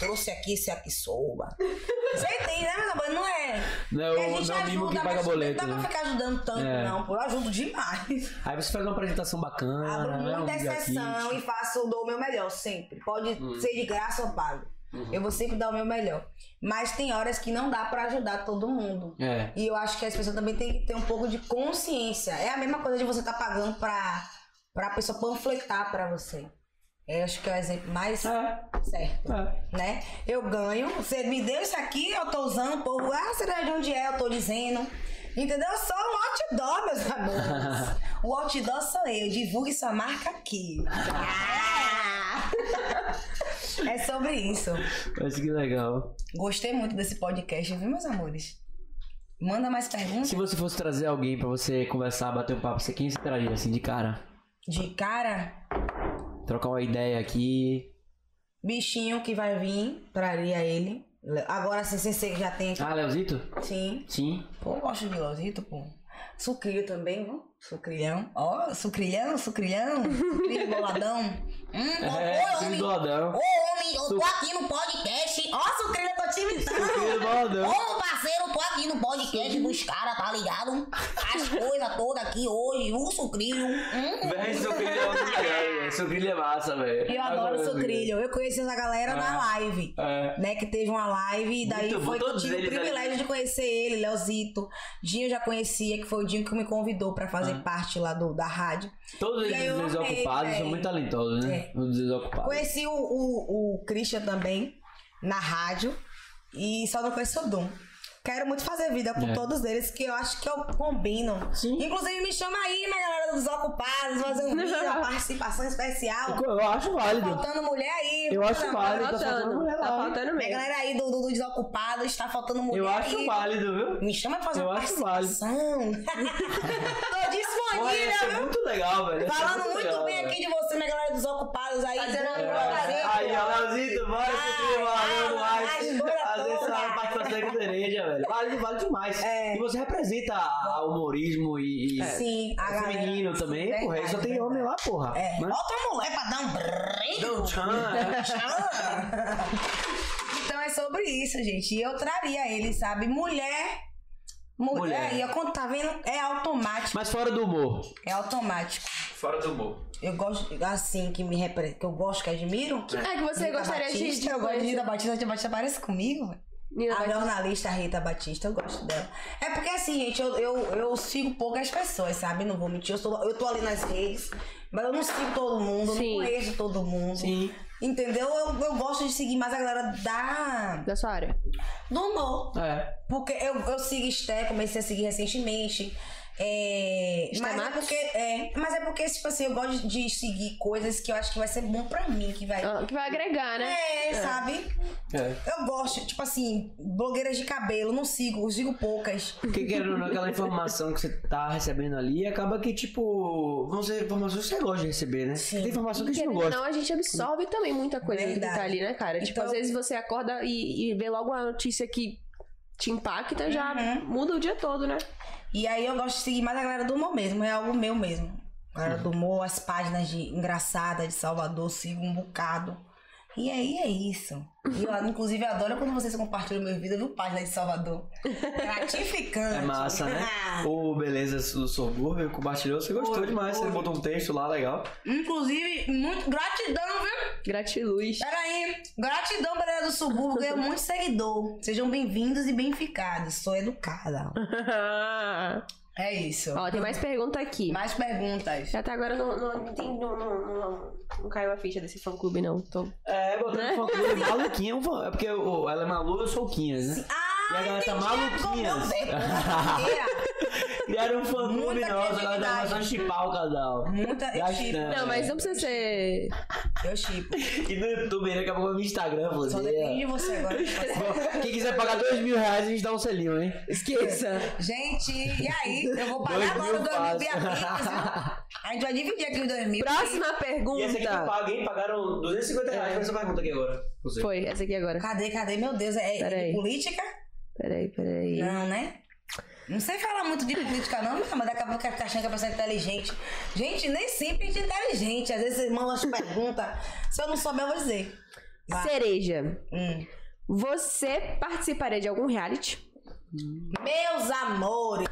Speaker 3: Trouxe aqui esse aqui soba. Você entende, né, meus amores? Não é...
Speaker 1: Não,
Speaker 3: Porque a gente
Speaker 1: não é o mimo que
Speaker 3: ajuda,
Speaker 1: paga
Speaker 3: mas
Speaker 1: boleto,
Speaker 3: Não dá
Speaker 1: né?
Speaker 3: pra ficar ajudando tanto,
Speaker 1: É.
Speaker 3: não. Pô, eu ajudo demais.
Speaker 1: Aí você faz uma apresentação bacana.
Speaker 3: Abro
Speaker 1: né,
Speaker 3: muita
Speaker 1: um vídeo aqui, Uhum.
Speaker 3: exceção e faço, dou o meu melhor sempre. Pode ser de graça ou pago. Eu vou sempre dar o meu melhor. Mas tem horas que não dá pra ajudar todo mundo.
Speaker 1: É.
Speaker 3: E eu acho que as pessoas também têm que ter um pouco de consciência. É a mesma coisa de você estar pagando pra, pra pessoa panfletar pra você. Eu acho que é o exemplo mais
Speaker 1: É,
Speaker 3: certo
Speaker 1: é.
Speaker 3: né? Eu ganho, você me deu isso aqui, eu tô usando, o povo, ah, será de onde é, eu tô dizendo. Entendeu? Eu sou um outdoor, meus amores. o outdoor sou eu, divulgue sua marca aqui. Ah! é sobre isso.
Speaker 1: Mas que legal.
Speaker 3: Gostei muito desse podcast, viu, meus amores? Manda mais perguntas.
Speaker 1: Se você fosse trazer alguém pra você conversar, bater um papo, você quem você traria assim de cara?
Speaker 3: De cara,
Speaker 1: Trocar uma ideia aqui.
Speaker 3: bichinho que vai vir, traria ele. Le- Agora, assim, sem ser que já tem aqui.
Speaker 1: Ah, Leozito?
Speaker 3: Sim.
Speaker 1: Sim.
Speaker 3: Pô, eu gosto de Leozito, pô. Sucrilho também, viu? Sucrilhão. Ó, sucrilhão, sucrilhão. Sucrilho boladão. Hum, ô,
Speaker 1: É,
Speaker 3: ô,
Speaker 1: filho
Speaker 3: homem.
Speaker 1: do
Speaker 3: Ô,
Speaker 1: Ladão.
Speaker 3: homem, eu tô aqui no podcast. Ó, sucrilho, eu tô te
Speaker 1: Filho do
Speaker 3: imitando.
Speaker 1: Ladão.
Speaker 3: Ô, parceiro, eu tô aqui no podcast dos caras, tá ligado? As coisas todas aqui hoje. O sucrilho. Hum.
Speaker 1: Véi, seu grilho é muito legal, velho. Seu grilho é massa, velho.
Speaker 3: Eu adoro
Speaker 1: seu
Speaker 3: sucrilho. Eu conheci essa galera na live.
Speaker 1: É.
Speaker 3: né? Que teve uma live e daí
Speaker 1: Ah. Muito bom,
Speaker 3: foi que eu
Speaker 1: todos
Speaker 3: tive o
Speaker 1: eles, né?
Speaker 3: privilégio de conhecer ele, Leozito. Dinho eu já conhecia, que foi o Dinho que me convidou pra fazer
Speaker 1: Ah.
Speaker 3: parte lá do, da rádio.
Speaker 1: Todos
Speaker 3: E
Speaker 1: eles
Speaker 3: aí eu é, amei,
Speaker 1: desocupados são
Speaker 3: velho.
Speaker 1: muito talentosos, né? Os desocupados.
Speaker 3: Conheci o, o, o Christian também na rádio e só não conheço o Dom. Quero muito fazer vida com
Speaker 1: É.
Speaker 3: todos eles, que eu acho que eu combino.
Speaker 1: Sim.
Speaker 3: Inclusive, me chama aí, minha galera dos ocupados, fazer um vídeo, uma participação especial.
Speaker 1: Eu acho válido.
Speaker 3: Faltando mulher aí.
Speaker 1: Eu acho
Speaker 3: Faltando-
Speaker 1: válido.
Speaker 2: Tá
Speaker 1: tá faltando
Speaker 2: faltando.
Speaker 1: mulher
Speaker 2: Tá
Speaker 1: lá, hein?
Speaker 2: faltando
Speaker 3: Minha
Speaker 2: mesmo.
Speaker 3: galera aí do, do, do desocupado, está faltando mulher
Speaker 1: Eu acho
Speaker 3: aí.
Speaker 1: válido, viu?
Speaker 3: Me chama pra fazer
Speaker 1: Eu
Speaker 3: uma
Speaker 1: acho
Speaker 3: participação. Tô
Speaker 1: Olha, ia ser
Speaker 3: disponível,
Speaker 1: muito legal, velho.
Speaker 3: viu?
Speaker 1: Ia ser
Speaker 3: Falando muito
Speaker 1: legal, né?
Speaker 3: bem
Speaker 1: velho.
Speaker 3: aqui de você, minha galera dos ocupados aí.
Speaker 2: Fazendo
Speaker 3: dando
Speaker 2: amor,
Speaker 3: pra
Speaker 2: garoto.
Speaker 3: você,
Speaker 1: Aí,
Speaker 3: ó.
Speaker 1: Leozito, vai, você
Speaker 3: Ai,
Speaker 1: valeu
Speaker 3: ai,
Speaker 1: mais.
Speaker 3: ai,
Speaker 1: Às vezes
Speaker 3: toda.
Speaker 1: ela passa a cereja, velho. Vale, vale demais.
Speaker 3: É.
Speaker 1: E você representa o humorismo e. e
Speaker 3: Sim, a
Speaker 1: o
Speaker 3: galera.
Speaker 1: feminino É. também,
Speaker 3: Verdade,
Speaker 1: porra. Aí só tem
Speaker 3: verdade.
Speaker 1: homem lá, porra.
Speaker 3: É.
Speaker 1: Né?
Speaker 3: Outra mulher pra dar um
Speaker 1: Não,
Speaker 3: brrrr.
Speaker 1: tchan, é.
Speaker 3: Então é sobre isso, gente. E eu traria ele, sabe? Mulher. Mulher.
Speaker 1: Mulher.
Speaker 3: E eu, quando tá vendo, é automático.
Speaker 1: Mas fora do humor.
Speaker 3: É automático.
Speaker 1: Fora do humor.
Speaker 3: Eu gosto, assim, que me repre... que eu gosto, que admiro.
Speaker 2: É que você
Speaker 3: Rita
Speaker 2: gostaria de.
Speaker 3: Batista,
Speaker 2: de
Speaker 3: Eu gosto de
Speaker 2: conhecer.
Speaker 3: Rita Batista, a Rita Batista parece comigo, velho.
Speaker 2: Nina
Speaker 3: A
Speaker 2: Batista.
Speaker 3: jornalista Rita Batista, eu gosto dela. É porque assim, gente, eu, eu, eu sigo poucas pessoas, sabe? Não vou mentir. Eu, sou, eu tô ali nas redes, mas eu não sigo todo mundo, eu
Speaker 2: Sim.
Speaker 3: não conheço todo mundo.
Speaker 1: Sim.
Speaker 3: Entendeu? Eu, eu gosto de seguir mais a galera da.
Speaker 2: Da sua área.
Speaker 3: do humor.
Speaker 1: É.
Speaker 3: Porque eu, eu sigo Esté, comecei a seguir recentemente. É,
Speaker 2: Esté
Speaker 3: mas, é
Speaker 2: Matos?
Speaker 3: porque, é, mas é porque, tipo assim, eu gosto de seguir coisas que eu acho que vai ser bom pra mim, que vai.
Speaker 2: Ah, Que vai agregar, né?
Speaker 3: É, sabe?
Speaker 1: É.
Speaker 3: Eu gosto, tipo assim, blogueiras de cabelo, não sigo, sigo poucas.
Speaker 1: Porque querendo ou não, aquela informação que você tá recebendo ali acaba que, tipo, vão ser informações que você gosta de receber, né?
Speaker 3: Sim.
Speaker 1: Tem informação que a gente não
Speaker 2: Querendo ou
Speaker 1: gosta.
Speaker 2: não, a gente absorve também muita coisa que
Speaker 3: Verdade.
Speaker 2: tá ali, né, cara? Tipo,
Speaker 3: Então-
Speaker 2: às vezes você acorda e, e vê logo uma notícia que te impacta, já muda o dia todo, né?
Speaker 3: E aí eu gosto de seguir mais a galera do humor mesmo, é algo meu mesmo. A galera do humor, as páginas de engraçada de Salvador, sigo um bocado. E aí é isso. E eu, inclusive, adoro quando vocês compartilham meu vídeo, viu? Página de Salvador. Gratificante.
Speaker 1: É massa, né? O Beleza do Subúrbio compartilhou, você gostou
Speaker 3: Foi,
Speaker 1: demais.
Speaker 3: foi.
Speaker 1: Você botou um texto lá legal.
Speaker 3: Inclusive, muito gratidão, viu?
Speaker 2: Gratiluz.
Speaker 3: Peraí, gratidão, galera do subúrbio, ganhou muito seguidor. Sejam bem-vindos e bem-ficados. Sou educada. É isso.
Speaker 2: Ó, tem mais pergunta aqui.
Speaker 3: Mais perguntas.
Speaker 2: Até agora não, não, entendi, não, não, não, não caiu a ficha desse fã clube, não. Tô...
Speaker 1: É,
Speaker 3: um
Speaker 1: botando
Speaker 2: Né?
Speaker 1: né? fã clube maluquinha. é um fã- É porque o- ela é maluca, eu sou o Quinhas, né? e a galera tá maluquinha. Criaram um fã clube
Speaker 3: Muita
Speaker 1: nosso, a galera tá
Speaker 3: criatividade.
Speaker 1: começando a chipar o casal.
Speaker 3: Muita eu
Speaker 1: Gastando.
Speaker 3: chipo.
Speaker 2: Não, mas não precisa ser.
Speaker 3: Eu chipo.
Speaker 1: E no YouTube, né? Acabou no Instagram,
Speaker 3: Só depende de
Speaker 1: você.
Speaker 3: você agora.
Speaker 1: Bom, Quem quiser pagar dois mil reais, a gente dá um selinho, hein?
Speaker 2: Esqueça.
Speaker 3: Gente, e aí? Eu vou
Speaker 1: Dois
Speaker 3: pagar agora
Speaker 1: mil
Speaker 3: o 2000 via Pix,
Speaker 1: fácil.
Speaker 3: viu? um, A gente vai dividir aqui os 2000.
Speaker 1: E essa
Speaker 2: Próxima
Speaker 3: é
Speaker 1: aqui não
Speaker 2: pergunta.
Speaker 1: paga, hein? Pagaram 250 reais pra essa pergunta aqui agora. Você.
Speaker 2: Foi, essa aqui agora.
Speaker 3: Cadê, cadê? Meu Deus, é, é de
Speaker 2: Peraí.
Speaker 3: política?
Speaker 2: Peraí, peraí.
Speaker 3: Não, né? Não sei falar muito de política, não, mas daqui a pouco vai ficar achando que a pessoa é inteligente. Gente, nem sempre a gente é inteligente. Às vezes vocês mandam as perguntas. Se eu não souber, eu vou dizer. Vai.
Speaker 2: Cereja.
Speaker 3: Hum.
Speaker 2: Você participaria de algum reality?
Speaker 3: Meus amores.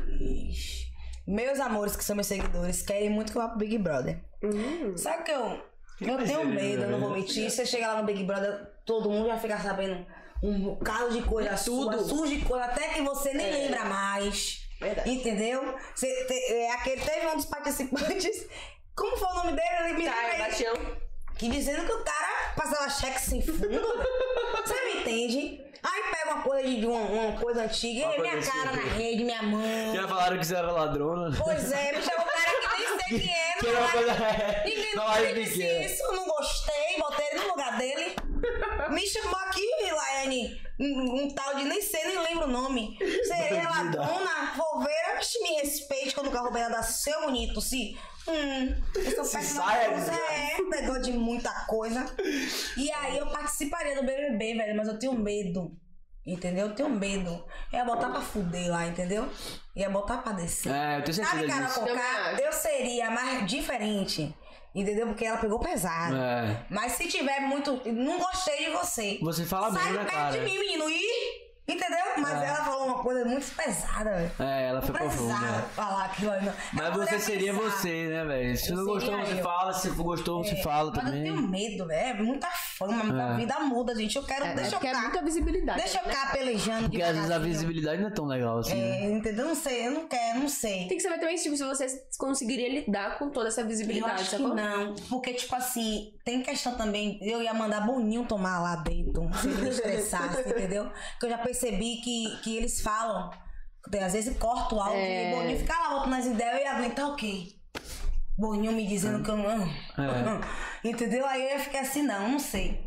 Speaker 3: Meus amores, que são meus seguidores, querem muito que eu vá pro Big Brother. Sabe que eu. Eu
Speaker 1: Mas
Speaker 3: tenho
Speaker 1: ele-
Speaker 3: medo, eu não vou mentir. Você chega lá no Big Brother, todo mundo vai ficar sabendo um bocado de coisa sua,
Speaker 2: Tudo.
Speaker 3: surge coisa até que você
Speaker 1: É.
Speaker 3: nem lembra mais.
Speaker 1: Tá.
Speaker 2: Verdade.
Speaker 3: Entendeu? Você te- é, aquele, teve um dos participantes. Como foi o nome dele? Ele me
Speaker 2: Tá,
Speaker 3: lembra aí. Que dizendo que o cara passava cheque sem fundo. Você me entende? Aí pega uma coisa de de uma, uma coisa antiga,
Speaker 1: Uma
Speaker 3: e minha
Speaker 1: coisa
Speaker 3: cara
Speaker 1: antiga.
Speaker 3: na rede, minha mão.
Speaker 1: Já falaram que você era ladrona.
Speaker 3: Pois é, me chamou um cara que nem sei quem é.
Speaker 1: Que era uma coisa.
Speaker 3: Ninguém
Speaker 1: Não,
Speaker 3: nunca
Speaker 1: aí
Speaker 3: me disse
Speaker 1: pequena.
Speaker 3: isso, não gostei, botei ele no lugar dele. Me chamou aqui, Milaiane, um, um tal de nem sei, nem lembro o nome. Sereia
Speaker 1: Bandida.
Speaker 3: ladrona, foveira, vixe, me respeite quando o carro beira da seu bonito, se. Hum, eu sou péssima
Speaker 1: saia,
Speaker 3: coisa, é, negócio de muita coisa. E aí eu participaria do BBB, velho, mas eu tenho medo. Entendeu? Eu tenho medo. Eu ia botar pra fuder lá, entendeu? Ia botar pra descer.
Speaker 1: É, eu tenho
Speaker 3: Sabe,
Speaker 1: certeza
Speaker 3: Carol
Speaker 1: disso.
Speaker 3: Conká,
Speaker 2: Também
Speaker 3: eu seria mais diferente. Entendeu? Porque ela pegou pesado.
Speaker 1: É.
Speaker 3: Mas se tiver muito. Não gostei de você.
Speaker 1: Você fala
Speaker 3: Sai
Speaker 1: bem, né,
Speaker 3: perto
Speaker 1: cara?
Speaker 3: de mim, menino. E. Entendeu? Mas
Speaker 1: É.
Speaker 3: ela falou uma coisa muito pesada, velho.
Speaker 1: É, ela foi
Speaker 3: Não precisava
Speaker 1: profunda.
Speaker 3: falar aquilo ali, não.
Speaker 1: Mas
Speaker 3: Ela poderia
Speaker 1: você seria
Speaker 3: pensar.
Speaker 1: você, né, velho? Se
Speaker 3: Eu
Speaker 1: não gostou,
Speaker 3: seria
Speaker 1: você
Speaker 3: eu. É.
Speaker 1: fala. Se gostou, você fala
Speaker 3: Mas eu
Speaker 1: também.
Speaker 3: tenho medo, velho. É muita fama, muita
Speaker 1: É.
Speaker 3: vida muda, gente. Eu quero.
Speaker 2: É,
Speaker 3: deixa
Speaker 2: é
Speaker 3: eu
Speaker 2: porque é
Speaker 3: cá.
Speaker 2: muita visibilidade.
Speaker 3: Deixa eu
Speaker 2: né?
Speaker 3: cá pelejando.
Speaker 1: Porque às vezes a
Speaker 3: devagarzinho.
Speaker 1: visibilidade não é tão legal assim, né?
Speaker 3: É, entendeu? Não sei, eu não quero, não sei.
Speaker 2: Tem que saber também tipo, se você conseguiria lidar com toda essa
Speaker 3: Eu
Speaker 2: visibilidade,
Speaker 3: acho que
Speaker 2: sacou?
Speaker 3: não, porque, tipo assim, tem questão também. Eu ia mandar Boninho tomar lá dentro, se ele me estressasse, entendeu? Porque eu já percebi que, que eles falam. tem- Às vezes corta o áudio
Speaker 2: É.
Speaker 3: e Boninho fica lá botando nas ideias, eu ia aguentar o quê? Boninho me dizendo que eu não.
Speaker 1: É.
Speaker 3: Entendeu? Aí eu ia ficar assim, não, não sei.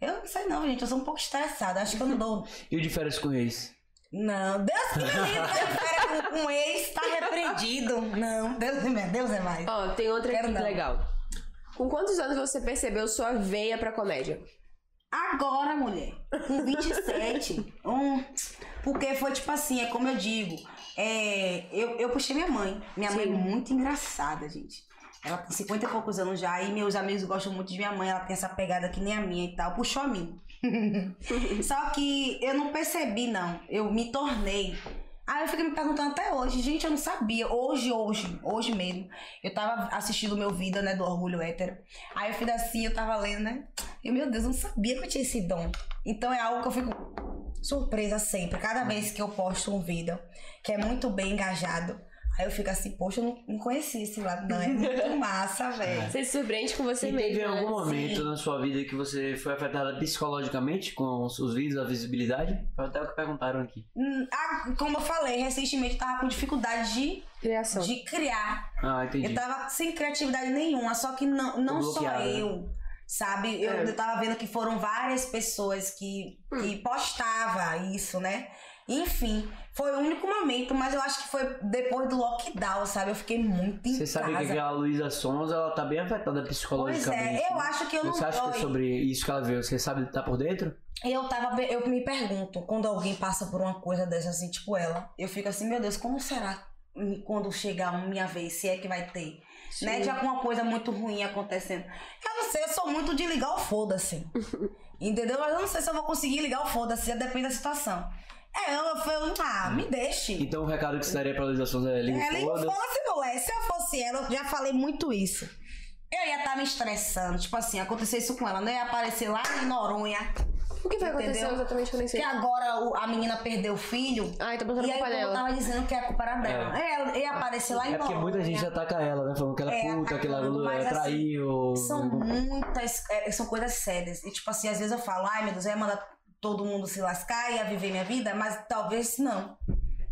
Speaker 3: Eu não sei, não, gente, eu sou um pouco estressada. Acho que eu não dou.
Speaker 1: E o de férias com ex?
Speaker 3: Não, Deus que me livre, cara, com, com ex, tá repreendido. Não, Deus, Deus é mais.
Speaker 2: Ó, tem outra
Speaker 3: Quero
Speaker 2: aqui é
Speaker 3: não.
Speaker 2: legal. Com quantos anos você percebeu sua veia pra comédia?
Speaker 3: Agora, mulher, com 27. um, porque foi tipo assim, é como eu digo. é, eu, eu puxei minha mãe. Minha mãe é
Speaker 2: Sim.
Speaker 3: muito engraçada, gente. Ela tem 50 e poucos anos já, e meus amigos gostam muito de minha mãe. Ela tem essa pegada que nem a minha e tal. Puxou a mim. Só que eu não percebi, não. Eu me tornei. Aí eu fiquei me perguntando até hoje, gente, eu não sabia. Hoje, hoje, hoje mesmo. Eu tava assistindo o meu vida, né, do Orgulho Hétero. Aí eu fiz assim, eu tava lendo, né? E meu Deus, eu não sabia que eu tinha esse dom. Então é algo que eu fico. surpresa sempre. Cada vez que eu posto um vídeo que é muito bem engajado, aí eu fico assim, poxa, eu não, não conhecia esse lado, não. É muito massa, velho.
Speaker 2: Você se surpreende com você
Speaker 1: E
Speaker 2: mesmo.
Speaker 1: teve algum
Speaker 2: né?
Speaker 1: momento na sua vida que você foi afetada psicologicamente com os, os vídeos, a visibilidade? Foi até o que perguntaram aqui.
Speaker 3: Hum, ah, Como eu falei, recentemente eu tava com dificuldade de,
Speaker 2: Criação.
Speaker 3: de criar.
Speaker 1: Ah,
Speaker 3: Eu
Speaker 1: entendi.
Speaker 3: tava sem criatividade nenhuma, só que não, não
Speaker 1: Tô
Speaker 3: só
Speaker 1: bloqueada, né?
Speaker 3: eu. Sabe, eu,
Speaker 1: É. Hum.
Speaker 3: eu tava vendo que foram várias pessoas que, que postava isso, né? Enfim, foi o único momento, mas eu acho que foi depois do lockdown, sabe? Eu fiquei muito em
Speaker 1: Você sabe que é
Speaker 3: casa.
Speaker 1: aquela Luísa Sons, ela tá bem afetada
Speaker 3: Pois
Speaker 1: psicologicamente.
Speaker 3: é, eu
Speaker 1: né?
Speaker 3: acho que eu não
Speaker 1: Você acha que é
Speaker 3: dói.
Speaker 1: sobre isso que ela veio? Você sabe tá por dentro?
Speaker 3: Eu tava, be- eu me pergunto, quando alguém passa por uma coisa dessa assim, tipo ela, eu fico assim, meu Deus, como será hum, quando chegar a minha vez, se é que vai ter? Né? De alguma coisa muito ruim acontecendo. Eu não sei, eu sou muito de ligar o foda-se. entendeu? Mas eu não sei se eu vou conseguir ligar o foda-se, depende da situação. É, eu, eu falei, ah, me deixe.
Speaker 1: Então o recado que você daria pra Luísa Sons é liga
Speaker 3: Ela
Speaker 1: é,
Speaker 3: não
Speaker 1: foda
Speaker 3: fala assim, não é. Se eu fosse ela, eu já falei muito isso. Eu ia estar me estressando. Tipo assim, aconteceu isso com ela, né? Ia aparecer lá em Noronha.
Speaker 2: O que foi que aconteceu
Speaker 3: Entendeu?
Speaker 2: exatamente que eu nem sei?
Speaker 3: Que agora o- a menina perdeu o filho.
Speaker 2: Ai, tá botando
Speaker 3: e
Speaker 2: a
Speaker 3: aí
Speaker 2: culpa
Speaker 3: o povo
Speaker 2: dela.
Speaker 3: tava dizendo que a culpa era dela. É. Ela, ele apareceu lá em
Speaker 1: É porque muita
Speaker 3: Noronha.
Speaker 1: gente ataca ela, né? Falando que ela é,
Speaker 3: É,
Speaker 1: puta, que ela
Speaker 3: atacando, mas,
Speaker 1: é,
Speaker 3: assim,
Speaker 1: traiu.
Speaker 3: São
Speaker 1: Uhum.
Speaker 3: muitas. é, São coisas sérias. E tipo assim, às vezes eu falo, ai meu Deus, eu ia mandar todo mundo se lascar e ia viver minha vida, mas talvez não.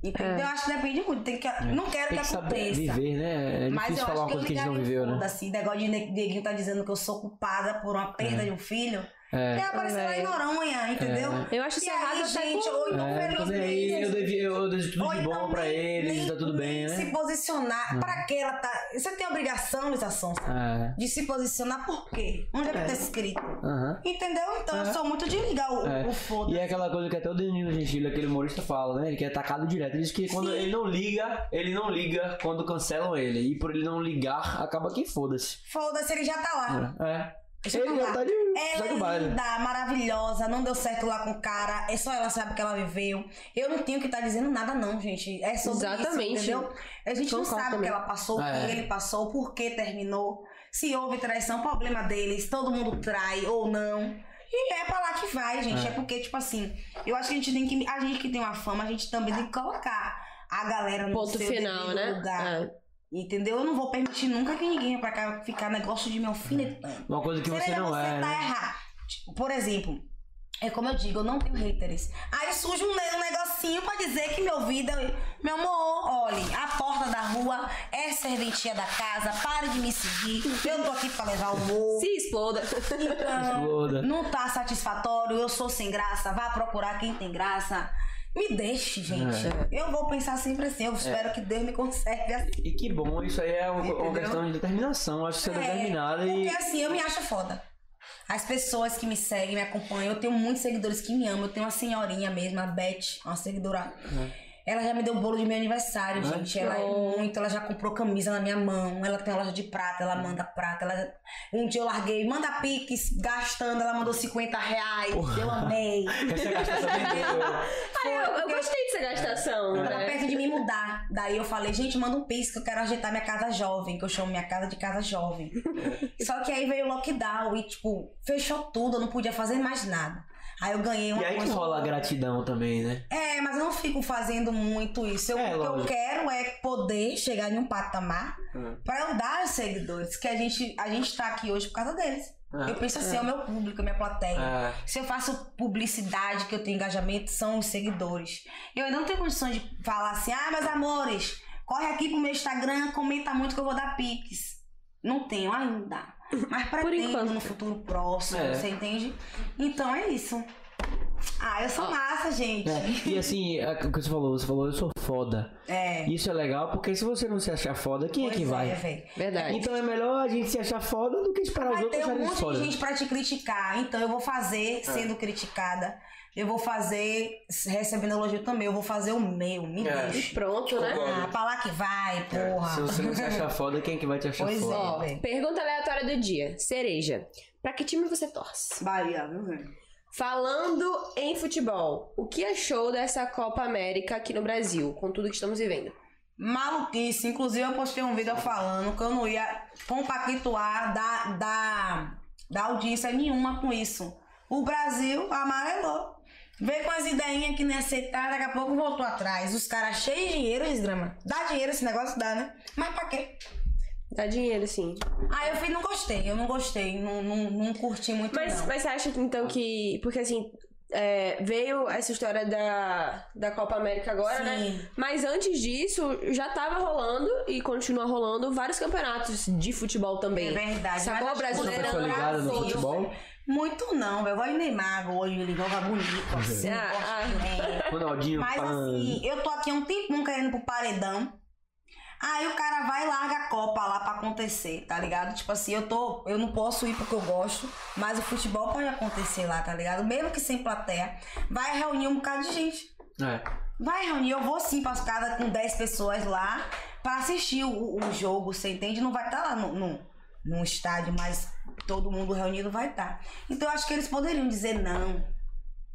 Speaker 3: Entendeu? Eu acho que depende muito. Tem que, Não quero
Speaker 1: É. Tem
Speaker 3: que,
Speaker 1: que saber
Speaker 3: aconteça.
Speaker 1: viver, né? É
Speaker 3: Mas
Speaker 1: difícil
Speaker 3: eu
Speaker 1: falar
Speaker 3: acho
Speaker 1: uma
Speaker 3: que eu
Speaker 1: coisa que a gente não
Speaker 3: ligaria
Speaker 1: viveu, né?
Speaker 3: foda-se. Negócio de ne- neguinho tá dizendo que eu sou culpada por uma perda de um filho.
Speaker 1: É.
Speaker 3: É, apareceu lá em
Speaker 2: velho.
Speaker 3: Noronha, entendeu?
Speaker 2: Eu acho isso
Speaker 3: E aí,
Speaker 2: errado até
Speaker 3: gente,
Speaker 2: com-
Speaker 3: ou então
Speaker 1: É,
Speaker 3: feliz
Speaker 1: também aí
Speaker 3: mesmo.
Speaker 1: eu devi, eu, eu desejo tudo
Speaker 3: Ou
Speaker 1: de
Speaker 3: então
Speaker 1: bom pra
Speaker 3: nem-
Speaker 1: eles,
Speaker 3: nem-
Speaker 1: tá tudo bem,
Speaker 3: nem
Speaker 1: né? Uhum.
Speaker 3: Se posicionar. Pra que ela tá. Você tem obrigação, Luiz Assunção,
Speaker 1: É.
Speaker 3: de se posicionar por quê? Onde é que tá escrito?
Speaker 1: Aham.
Speaker 3: Entendeu? Então eu
Speaker 1: É.
Speaker 3: sou muito de ligar o,
Speaker 1: É.
Speaker 3: o foda.
Speaker 1: E é aquela coisa que até o Danilo Gentili, aquele humorista, fala, né? Ele que é atacado direto. Ele diz que quando ele não liga, ele não liga quando cancelam ele. E por ele não ligar, acaba que foda-se.
Speaker 3: Foda-se, ele já tá lá.
Speaker 1: É.
Speaker 3: Deixa eu
Speaker 1: Ele já
Speaker 3: falar.
Speaker 1: tá de.
Speaker 3: Ela
Speaker 1: segue o
Speaker 3: é
Speaker 1: baile.
Speaker 3: linda, maravilhosa, não deu certo lá com o cara, é só ela sabe o que ela viveu. Eu não tenho que estar dizendo nada, não, gente. É sobre
Speaker 2: Exatamente.
Speaker 3: isso, entendeu? A gente não
Speaker 2: Concordo
Speaker 3: sabe o que
Speaker 2: também.
Speaker 3: ela passou, o
Speaker 1: É.
Speaker 3: que ele passou, por que terminou. Se houve traição, problema deles, todo mundo trai ou não. E é pra lá que vai, gente. É. porque, tipo assim, eu acho que a gente tem que. A gente que tem uma fama, a gente também tem que colocar a galera no
Speaker 2: Ponto
Speaker 3: seu
Speaker 2: final,
Speaker 3: devido
Speaker 2: né?
Speaker 3: lugar.
Speaker 2: É.
Speaker 3: Entendeu? Eu não vou permitir nunca que ninguém pra cá ficar negócio de me alfinetando.
Speaker 1: Uma coisa É. que você
Speaker 3: Serena,
Speaker 1: não é,
Speaker 3: tá
Speaker 1: né?
Speaker 3: errado. Tipo, Por exemplo, é como eu digo, eu não tenho haters. Aí surge um, ne- um negocinho pra dizer que meu vida. Meu amor, olhe, a porta da rua é serventia da casa, pare de me seguir. Eu tô aqui pra levar o bolo.
Speaker 2: Se exploda.
Speaker 1: Exploda.
Speaker 3: Não tá satisfatório, eu sou sem graça, vá procurar quem tem graça. Me deixe, gente.
Speaker 1: É.
Speaker 3: Eu vou pensar sempre assim. Eu espero que Deus me conserve assim.
Speaker 1: E que bom, isso aí é uma, uma
Speaker 3: Entendeu?
Speaker 1: questão de determinação. Acho que você é
Speaker 3: É,
Speaker 1: determinada e.
Speaker 3: Porque assim, eu me acho foda. As pessoas que me seguem, me acompanham, eu tenho muitos seguidores que me amam. Eu tenho uma senhorinha mesmo, a Beth, uma seguidora.
Speaker 1: Hum.
Speaker 3: Ela já me deu o bolo de meu aniversário,
Speaker 1: É?
Speaker 3: gente. Ela é muito, ela já comprou camisa na minha mão. Ela tem uma loja de prata, ela manda prata. Ela... Um dia eu larguei, manda piques, gastando. Ela mandou 50 reais. Eu amei.
Speaker 1: Essa gastação vendeu.
Speaker 2: Ah, eu, eu gostei dessa gastação.
Speaker 3: Tava
Speaker 2: né?
Speaker 3: perto de me mudar. Daí eu falei, gente, manda um pix que eu quero ajeitar minha casa jovem, que eu chamo minha casa de casa jovem.
Speaker 1: É.
Speaker 3: Só que aí veio o lockdown e, tipo, fechou tudo, eu não podia fazer mais nada. Aí eu ganhei uma
Speaker 1: E aí que
Speaker 3: coisa.
Speaker 1: rola né? a gratidão também, né?
Speaker 3: É, mas eu não fico fazendo muito isso. Eu-
Speaker 1: É,
Speaker 3: o que eu
Speaker 1: lógico.
Speaker 3: quero é poder chegar em um patamar
Speaker 1: Hum.
Speaker 3: pra eu dar aos seguidores. Que a gente, a gente tá aqui hoje por causa deles.
Speaker 1: Ah.
Speaker 3: Eu penso assim, é o meu público, é minha plateia.
Speaker 1: Ah.
Speaker 3: Se eu faço publicidade, que eu tenho engajamento, são os seguidores. Eu ainda não tenho condições de falar assim, ah, meus amores, corre aqui pro meu Instagram, comenta muito que eu vou dar piques. Não tenho ainda. Mas pretendo
Speaker 2: enquanto.
Speaker 3: no futuro próximo,
Speaker 1: É.
Speaker 3: você entende? Então é isso. Ah, eu sou massa, gente.
Speaker 1: É, E assim, é o que você falou, você falou, eu sou foda.
Speaker 3: É.
Speaker 1: Isso é legal, porque se você não se achar foda, quem é
Speaker 3: Pois
Speaker 1: que vai?
Speaker 3: é, véi.
Speaker 2: Verdade.
Speaker 1: Então é melhor a gente se achar foda do que esperar os
Speaker 3: Vai
Speaker 1: outros
Speaker 3: ter um
Speaker 1: acharem
Speaker 3: monte
Speaker 1: foda.
Speaker 3: de gente pra te criticar. Então eu vou
Speaker 1: É.
Speaker 3: fazer sendo criticada. Eu vou fazer recebendo elogio também. Eu vou fazer o meu, me
Speaker 1: É.
Speaker 3: deixa.
Speaker 2: E pronto, né?
Speaker 1: Concordo.
Speaker 3: Ah, pra lá que vai, porra.
Speaker 1: Se você não se achar foda, quem é que vai te achar
Speaker 3: Pois é.
Speaker 1: foda?
Speaker 2: Ó,
Speaker 3: velho.
Speaker 2: pergunta aleatória do dia. Cereja. Pra que time você torce?
Speaker 3: Bahia, viu, velho?
Speaker 2: Falando em futebol, o que achou dessa Copa América aqui no Brasil, com tudo que estamos vivendo?
Speaker 3: Maluquice. Inclusive, eu postei um vídeo falando que eu não ia compactuar da, da, da audiência nenhuma com isso. O Brasil amarelou. Veio com as ideinhas que nem aceitaram, daqui a pouco voltou atrás. Os caras cheios de dinheiro, desgrama. Dá dinheiro esse negócio? Dá, né? Mas pra quê?
Speaker 2: Dá dinheiro, assim.
Speaker 3: Ah, eu fui, não gostei, eu não gostei, não, não, não curti muito
Speaker 2: Mas,
Speaker 3: não.
Speaker 2: mas você acha, então, que... Porque, assim, é, veio essa história da, da Copa América agora,
Speaker 3: Sim.
Speaker 2: né? Mas antes disso, já tava rolando e continua rolando vários campeonatos de futebol também.
Speaker 3: É verdade.
Speaker 2: Sacou? é
Speaker 3: mas acho que
Speaker 2: Brasileirão,
Speaker 1: Você
Speaker 3: eu
Speaker 1: foi ligada no
Speaker 3: sou-
Speaker 1: futebol?
Speaker 3: Muito não, velho. Eu gosto de Neymar hoje, ele joga bonito, assim,
Speaker 2: Ah,
Speaker 3: gosto
Speaker 2: ah.
Speaker 3: dele.
Speaker 1: Ronaldinho,
Speaker 3: é. Mas
Speaker 1: pá.
Speaker 3: assim, eu tô aqui há um tempão querendo pro paredão. Aí o cara vai e larga a Copa lá pra acontecer, tá ligado? Tipo assim, eu tô. Eu não posso ir porque eu gosto, mas o futebol pode acontecer lá, tá ligado? Mesmo que sem plateia. Vai reunir um bocado de gente.
Speaker 1: É.
Speaker 3: Vai reunir, eu vou sim pra casa com 10 pessoas lá pra assistir o, o jogo, você entende? Não vai estar lá no, no, num estádio, mas todo mundo reunido vai estar. Então eu acho que eles poderiam dizer não.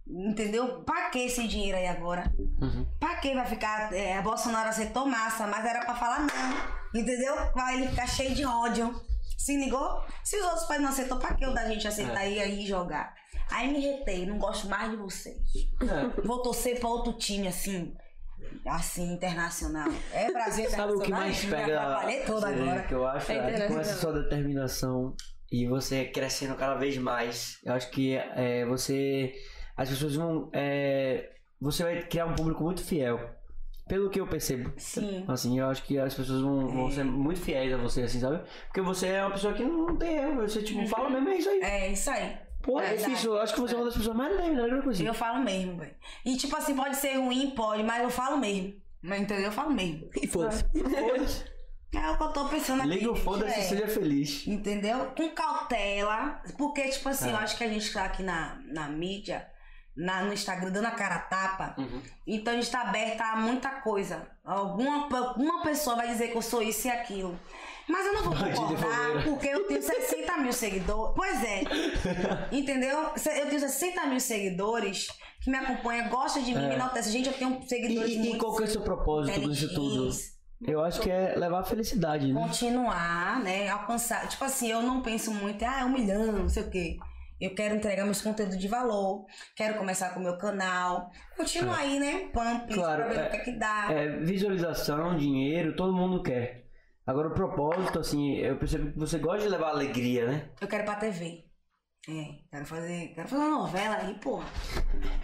Speaker 3: Entendeu? Pra que esse dinheiro aí agora?
Speaker 1: Uhum.
Speaker 3: Pra que vai ficar. É, Bolsonaro aceitou massa, mas era pra falar não. Entendeu? Pra ele ficar cheio de ódio. Se ligou? Se os outros pais não aceitou, pra que o da gente aceitar e aí jogar? Aí me retei, não gosto mais de vocês.
Speaker 1: É.
Speaker 3: Vou torcer pra outro time, assim. Assim, internacional. É Brasil
Speaker 1: Sabe o
Speaker 3: internacional.
Speaker 1: que mais
Speaker 3: Ih, me
Speaker 1: pega?
Speaker 3: atrapalhei toda
Speaker 1: Serena,
Speaker 3: agora. Tá
Speaker 1: Que eu acho
Speaker 2: É
Speaker 1: é,
Speaker 2: interessante.
Speaker 1: com essa sua determinação e você crescendo cada vez mais, eu acho que é, você. As pessoas vão. é, você vai criar um público muito fiel. Pelo que eu percebo.
Speaker 3: Sim.
Speaker 1: Assim, eu acho que as pessoas vão,
Speaker 3: É.
Speaker 1: vão ser muito fiéis a você, assim, sabe? Porque você é uma pessoa que não tem erro. Você, tipo, fala mesmo, é isso aí.
Speaker 3: É isso aí.
Speaker 1: Pô, é
Speaker 3: verdade.
Speaker 1: difícil. Eu acho que você é uma das pessoas mais determinadas que eu
Speaker 3: Eu
Speaker 1: consigo.
Speaker 3: falo mesmo, velho. E tipo assim, pode ser ruim, pode, mas eu falo mesmo. Mas entendeu? Eu falo mesmo.
Speaker 1: E foda-se. Foda-se.
Speaker 3: É o que eu tô pensando aqui.
Speaker 1: Liga o
Speaker 3: gente,
Speaker 1: foda-se
Speaker 3: é.
Speaker 1: e seja feliz.
Speaker 3: Entendeu? Com cautela. Porque, tipo assim,
Speaker 1: É.
Speaker 3: eu acho que a gente tá aqui na, na mídia, na, no Instagram, dando a cara a tapa.
Speaker 1: Uhum.
Speaker 3: Então a gente tá aberta a muita coisa. Alguma, alguma pessoa vai dizer que eu sou isso e aquilo. Mas eu não vou
Speaker 1: Bandido
Speaker 3: concordar,
Speaker 1: fogueira.
Speaker 3: porque eu tenho 60 mil seguidores. Pois é. Entendeu? Se- Eu tenho 60 mil seguidores que me acompanham, gostam de mim, me enaltecem. Gente, eu tenho
Speaker 1: É. E,
Speaker 3: seguidores
Speaker 1: e- e
Speaker 3: muito
Speaker 1: qual que é o seu propósito nisso tudo?
Speaker 3: inteligentes.
Speaker 1: Eu acho que é levar a felicidade, né?
Speaker 3: continuar, né? Alcançar. Tipo assim, eu não penso muito, ah, um milhão, não sei o quê. Eu quero entregar meus conteúdos de valor, quero começar com o meu canal. Continua aí, né? Pump,
Speaker 1: É. Claro,
Speaker 3: pra ver
Speaker 1: é-
Speaker 3: o que é que dá.
Speaker 1: É, visualização, dinheiro, todo mundo quer. Agora o propósito, assim, eu percebo que você gosta de levar alegria, né?
Speaker 3: Eu quero ir pra TV. É, quero fazer, quero fazer uma novela aí, porra.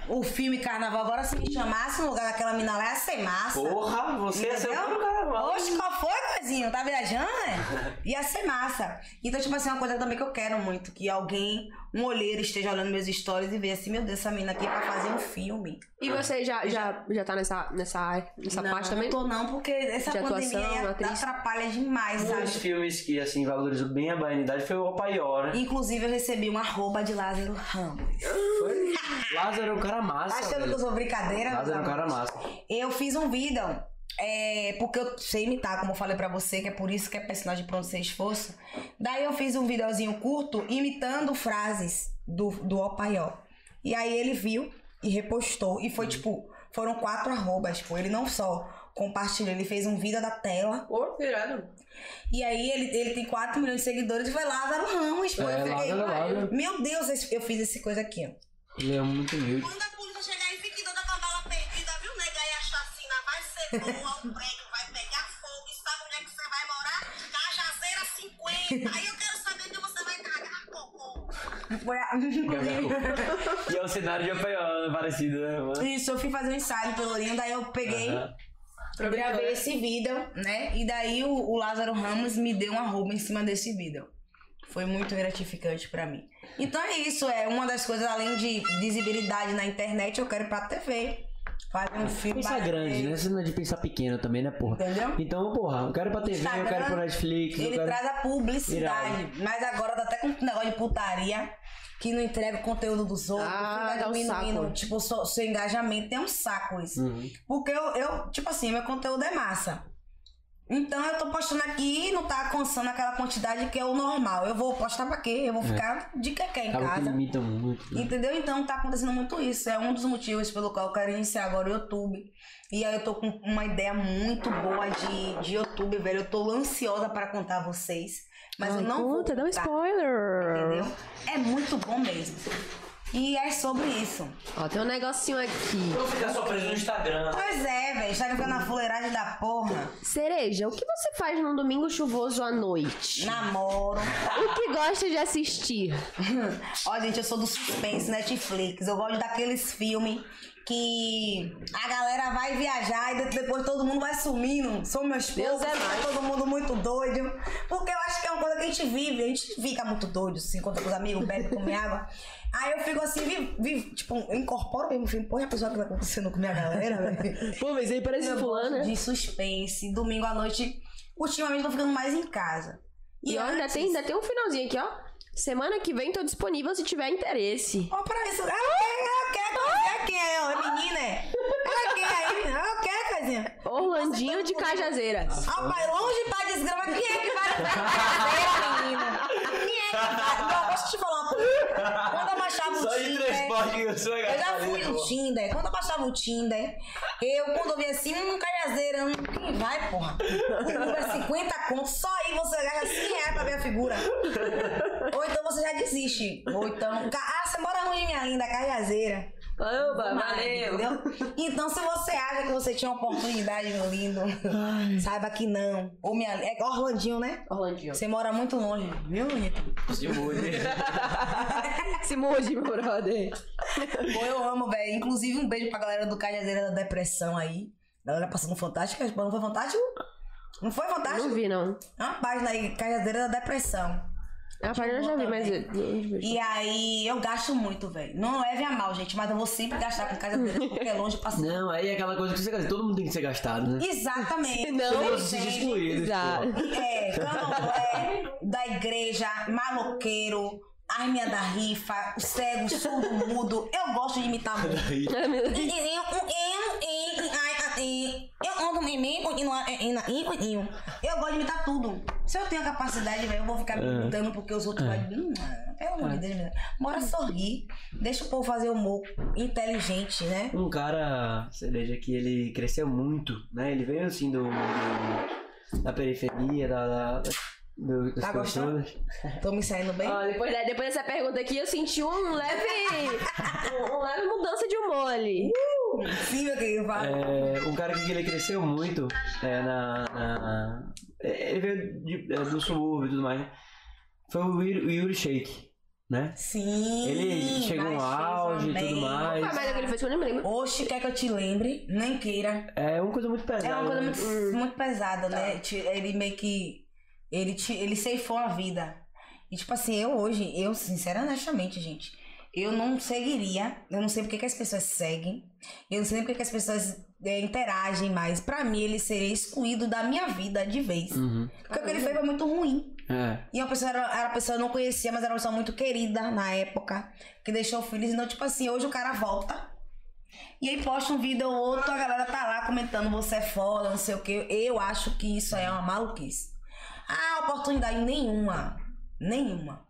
Speaker 3: O filme Carnaval, agora se me chamasse no lugar daquela mina lá, ia ser massa.
Speaker 1: Porra, você é seu
Speaker 3: Entendeu?
Speaker 1: carnaval.
Speaker 3: Oxe, qual foi, coisinho? Tá viajando, né? Ia ser massa. Então, tipo assim, uma coisa também que eu quero muito, que alguém, um olheiro, esteja olhando meus stories e veja assim, meu Deus, essa menina aqui é pra fazer um filme.
Speaker 2: E você já, já, já tá nessa, nessa, área, nessa
Speaker 3: não,
Speaker 2: parte também?
Speaker 3: Não tô não, porque essa
Speaker 2: De
Speaker 3: pandemia
Speaker 2: atuação,
Speaker 3: aí
Speaker 2: atriz?
Speaker 3: atrapalha demais,
Speaker 1: Um dos
Speaker 3: sabe?
Speaker 1: filmes que, assim, valorizou bem a baianidade foi o Opaió, né?
Speaker 3: Inclusive, eu recebi uma arroba de Lázaro Ramos.
Speaker 1: Foi? Lázaro é um cara
Speaker 3: Tá
Speaker 1: massa,
Speaker 3: achando que eu
Speaker 1: velho.
Speaker 3: sou brincadeira? meus
Speaker 1: Lázaro é um cara
Speaker 3: amores?
Speaker 1: massa.
Speaker 3: Eu fiz um vídeo. é, porque eu sei imitar, como eu falei pra você, que é por isso que é personagem pronto sem esforço. Daí eu fiz um videozinho curto imitando frases do, do Opaió. E aí ele viu e repostou. E
Speaker 1: Uhum.
Speaker 3: foi tipo, foram quatro arrobas. Tipo, ele não só compartilhou, ele fez um vídeo da tela.
Speaker 2: Ô, virado.
Speaker 3: E aí ele, ele tem 4 milhões de seguidores e foi Lázaro Ramos. Pô,
Speaker 1: É,
Speaker 3: eu fiquei,
Speaker 1: Lázaro é Lázaro.
Speaker 3: Meu Deus, esse- eu fiz essa coisa aqui, ó.
Speaker 1: Ele é muito humilde.
Speaker 4: Quando a polícia chegar aí, fique toda com a bala perdida, viu, nega? Aí a chacina vai ser boa, o prédio vai pegar fogo. E sabe onde é que você vai morar? Cajazeira 50. Aí eu quero saber onde você vai cagar, cocô.
Speaker 3: Foi a- Inclusive.
Speaker 1: e é o cenário de Opaió, né? Parecido, né, mano?
Speaker 3: Isso, eu fui fazer um ensaio pelourinho, daí eu peguei,
Speaker 1: Aham.
Speaker 3: gravei esse vídeo, né? E daí o, o Lázaro Ramos me deu uma roupa em cima desse vídeo. Foi muito gratificante pra mim. Então é isso, é uma das coisas, além de visibilidade na internet, eu quero ir pra TV. Fazer um filme.
Speaker 1: Pensar
Speaker 3: pra
Speaker 1: é grande,
Speaker 3: TV,
Speaker 1: né? Você não é de pensar pequeno também, né, porra?
Speaker 3: Entendeu?
Speaker 1: Então, porra, eu quero ir pra TV, eu quero ir pra
Speaker 3: Instagram,
Speaker 1: Netflix, eu
Speaker 3: Ele
Speaker 1: quero.
Speaker 3: traz a publicidade. Mas agora tá até com um negócio de putaria. Que não entrega o conteúdo dos outros.
Speaker 2: Ah,
Speaker 3: fica
Speaker 2: dá um
Speaker 3: diminuindo,
Speaker 2: saco.
Speaker 3: tipo, o seu, seu engajamento. É um saco isso.
Speaker 1: Uhum.
Speaker 3: Porque eu, eu, tipo assim, meu conteúdo é massa. Então eu tô postando aqui e não tá alcançando aquela quantidade que é o normal. Eu vou postar pra quê?
Speaker 2: É.
Speaker 3: Eu vou ficar de quequé em
Speaker 1: Acaba que
Speaker 3: casa.
Speaker 1: limitam muito. Né?
Speaker 3: Entendeu? Então tá acontecendo muito isso. É um dos motivos pelo qual eu quero iniciar agora o YouTube. E aí eu tô com uma ideia muito boa de, de YouTube, velho. Eu tô ansiosa pra contar a vocês. Mas eu não.
Speaker 2: Conta,
Speaker 3: vou
Speaker 2: dá um
Speaker 3: contar,
Speaker 2: spoiler.
Speaker 3: Entendeu? É muito bom mesmo. E é sobre isso.
Speaker 2: Ó, tem um negocinho aqui.
Speaker 1: Não ficar só preso no Instagram.
Speaker 3: Pois é, velho. Está ficando na fuleiragem da porra.
Speaker 2: Cereja, o que você faz num domingo chuvoso à noite?
Speaker 3: Namoro.
Speaker 2: O que gosta de assistir?
Speaker 3: Ó, gente, eu sou do suspense Netflix. Eu gosto daqueles filmes que a galera vai viajar e de- depois todo mundo vai sumindo. São meus
Speaker 2: Deus
Speaker 3: poucos,
Speaker 2: é
Speaker 3: fica
Speaker 2: mais.
Speaker 3: todo mundo muito doido. Porque eu acho que é uma coisa que a gente vive. A gente fica muito doido, se encontra com os amigos, bebe, come água. Aí eu fico assim, vi, vi- tipo, eu incorporo mesmo, enfim, porra, a pessoa que tá acontecendo com a minha galera, velho.
Speaker 2: Pô, mas aí parece né?
Speaker 3: Eu
Speaker 2: fulana.
Speaker 3: gosto de suspense. Domingo à noite, ultimamente eu tô ficando mais em casa.
Speaker 2: E ó, ainda
Speaker 3: antes-
Speaker 2: tem, ainda tem um finalzinho aqui, ó. Semana que vem tô disponível se tiver interesse.
Speaker 3: Ó, pra isso. Ah, o que? Ah, o que? É quem é? ó, menina? é? Ah, quem aí? Ah, o que, casinha?
Speaker 2: Orlandinho de Cajazeiras.
Speaker 3: Ó, pai, longe pra desgrama. Quem é que vai na festa da menina? Quem é que vai? Não, posso te falar uma coisa? Quando eu baixava o
Speaker 1: Só de
Speaker 3: Tinder...
Speaker 1: transporte que eu sou a
Speaker 3: Eu já
Speaker 1: galera,
Speaker 3: fui tipo,
Speaker 1: pô.
Speaker 3: no Tinder. Quando eu baixava o Tinder, eu, quando eu vi assim, hum, calhazeira, hum, quem vai, porra? Por 50 contos, só aí você gasta 100 reais pra ver a figura. Ou então você já desiste. Ou então, ca- ah, você mora ruim, minha linda, calhazeira.
Speaker 2: Oba,
Speaker 3: Entendeu? Então, se você acha que você tinha uma oportunidade, meu lindo, saiba que não. Ou minha, é Orlandinho, né?
Speaker 2: Orlandinho.
Speaker 3: Você mora muito longe, viu, bonito?
Speaker 1: Se mude.
Speaker 2: Se mude, meu brother.
Speaker 3: Pô, eu amo, velho. Inclusive, um beijo pra galera do Cajazeira da Depressão aí. Galera passando fantástico. Não foi fantástico? Não foi fantástico?
Speaker 2: Não vi, não.
Speaker 3: É uma página aí, Cajazeira da Depressão.
Speaker 2: A página eu já vi, mas... eu-
Speaker 3: E aí, eu gasto muito, velho. Não leve a mal, gente, mas eu vou sempre gastar com Cajazeira porque é longe passando.
Speaker 1: Não, aí é aquela coisa que você gasta. Todo mundo tem que ser gastado, né?
Speaker 3: Exatamente.
Speaker 2: Não,
Speaker 1: Todos se excluídos,
Speaker 2: Exato.
Speaker 1: pô.
Speaker 3: É, candomblé, da igreja, maloqueiro, arminha da rifa, cego, surdo, mudo. Eu gosto de imitar muito.
Speaker 2: Ai, meu Deus.
Speaker 3: Eu ando em mim, continua em mim, Eu gosto de imitar tudo. Se eu tenho a capacidade, velho, eu vou ficar me imitando porque os outros vão. Hum, ah, Pelo amor de Deus, menina. Bora sorrir. Deixa o povo fazer humor inteligente, né?
Speaker 1: Um cara, cereja, que ele cresceu muito, né? Ele veio assim do. do- da periferia, da. da do, das
Speaker 3: Tá gostando?
Speaker 1: pessoas.
Speaker 3: Tô me saindo bem?
Speaker 2: Ó, depois, da- depois dessa pergunta aqui, eu senti um leve... um, um leve mudança de humor ali.
Speaker 3: Sim, meu querido. vai.
Speaker 1: É, um cara que ele cresceu muito é, na, na- é, Ele veio de- é, do subúrbio e tudo mais. né? Foi o Yuri, o Yuri Shake, né?
Speaker 3: Sim.
Speaker 1: Ele chegou no
Speaker 3: mas
Speaker 1: auge e
Speaker 3: fez
Speaker 1: tudo
Speaker 3: uma merda.
Speaker 2: Qual a
Speaker 1: mais.
Speaker 2: merda que ele fez que eu nem me lembro?
Speaker 3: Oxe, quer que eu te lembre? Nem queira.
Speaker 1: É uma coisa muito
Speaker 3: É
Speaker 1: pesada.
Speaker 3: uma coisa
Speaker 1: né?
Speaker 3: muito, muito pesada, né? Ti- Ele meio que. Ele, te, ele ceifou a vida. E tipo assim, eu hoje, eu, sinceramente, honestamente, gente, eu não seguiria. Eu não sei porque que as pessoas seguem. Eu não sei nem porque que as pessoas é, interagem mais. Pra mim, ele seria excluído da minha vida de vez.
Speaker 1: Uhum.
Speaker 3: Porque o que ele fez foi muito ruim.
Speaker 1: É.
Speaker 3: E uma pessoa era, era uma pessoa que eu não conhecia, mas era uma pessoa muito querida na época, que deixou filhos. Então, tipo assim, hoje o cara volta. E aí posta um vídeo ou outro, a galera tá lá comentando, você é foda, não sei o quê. Eu acho que isso é uma maluquice. Ah, oportunidade nenhuma. Nenhuma.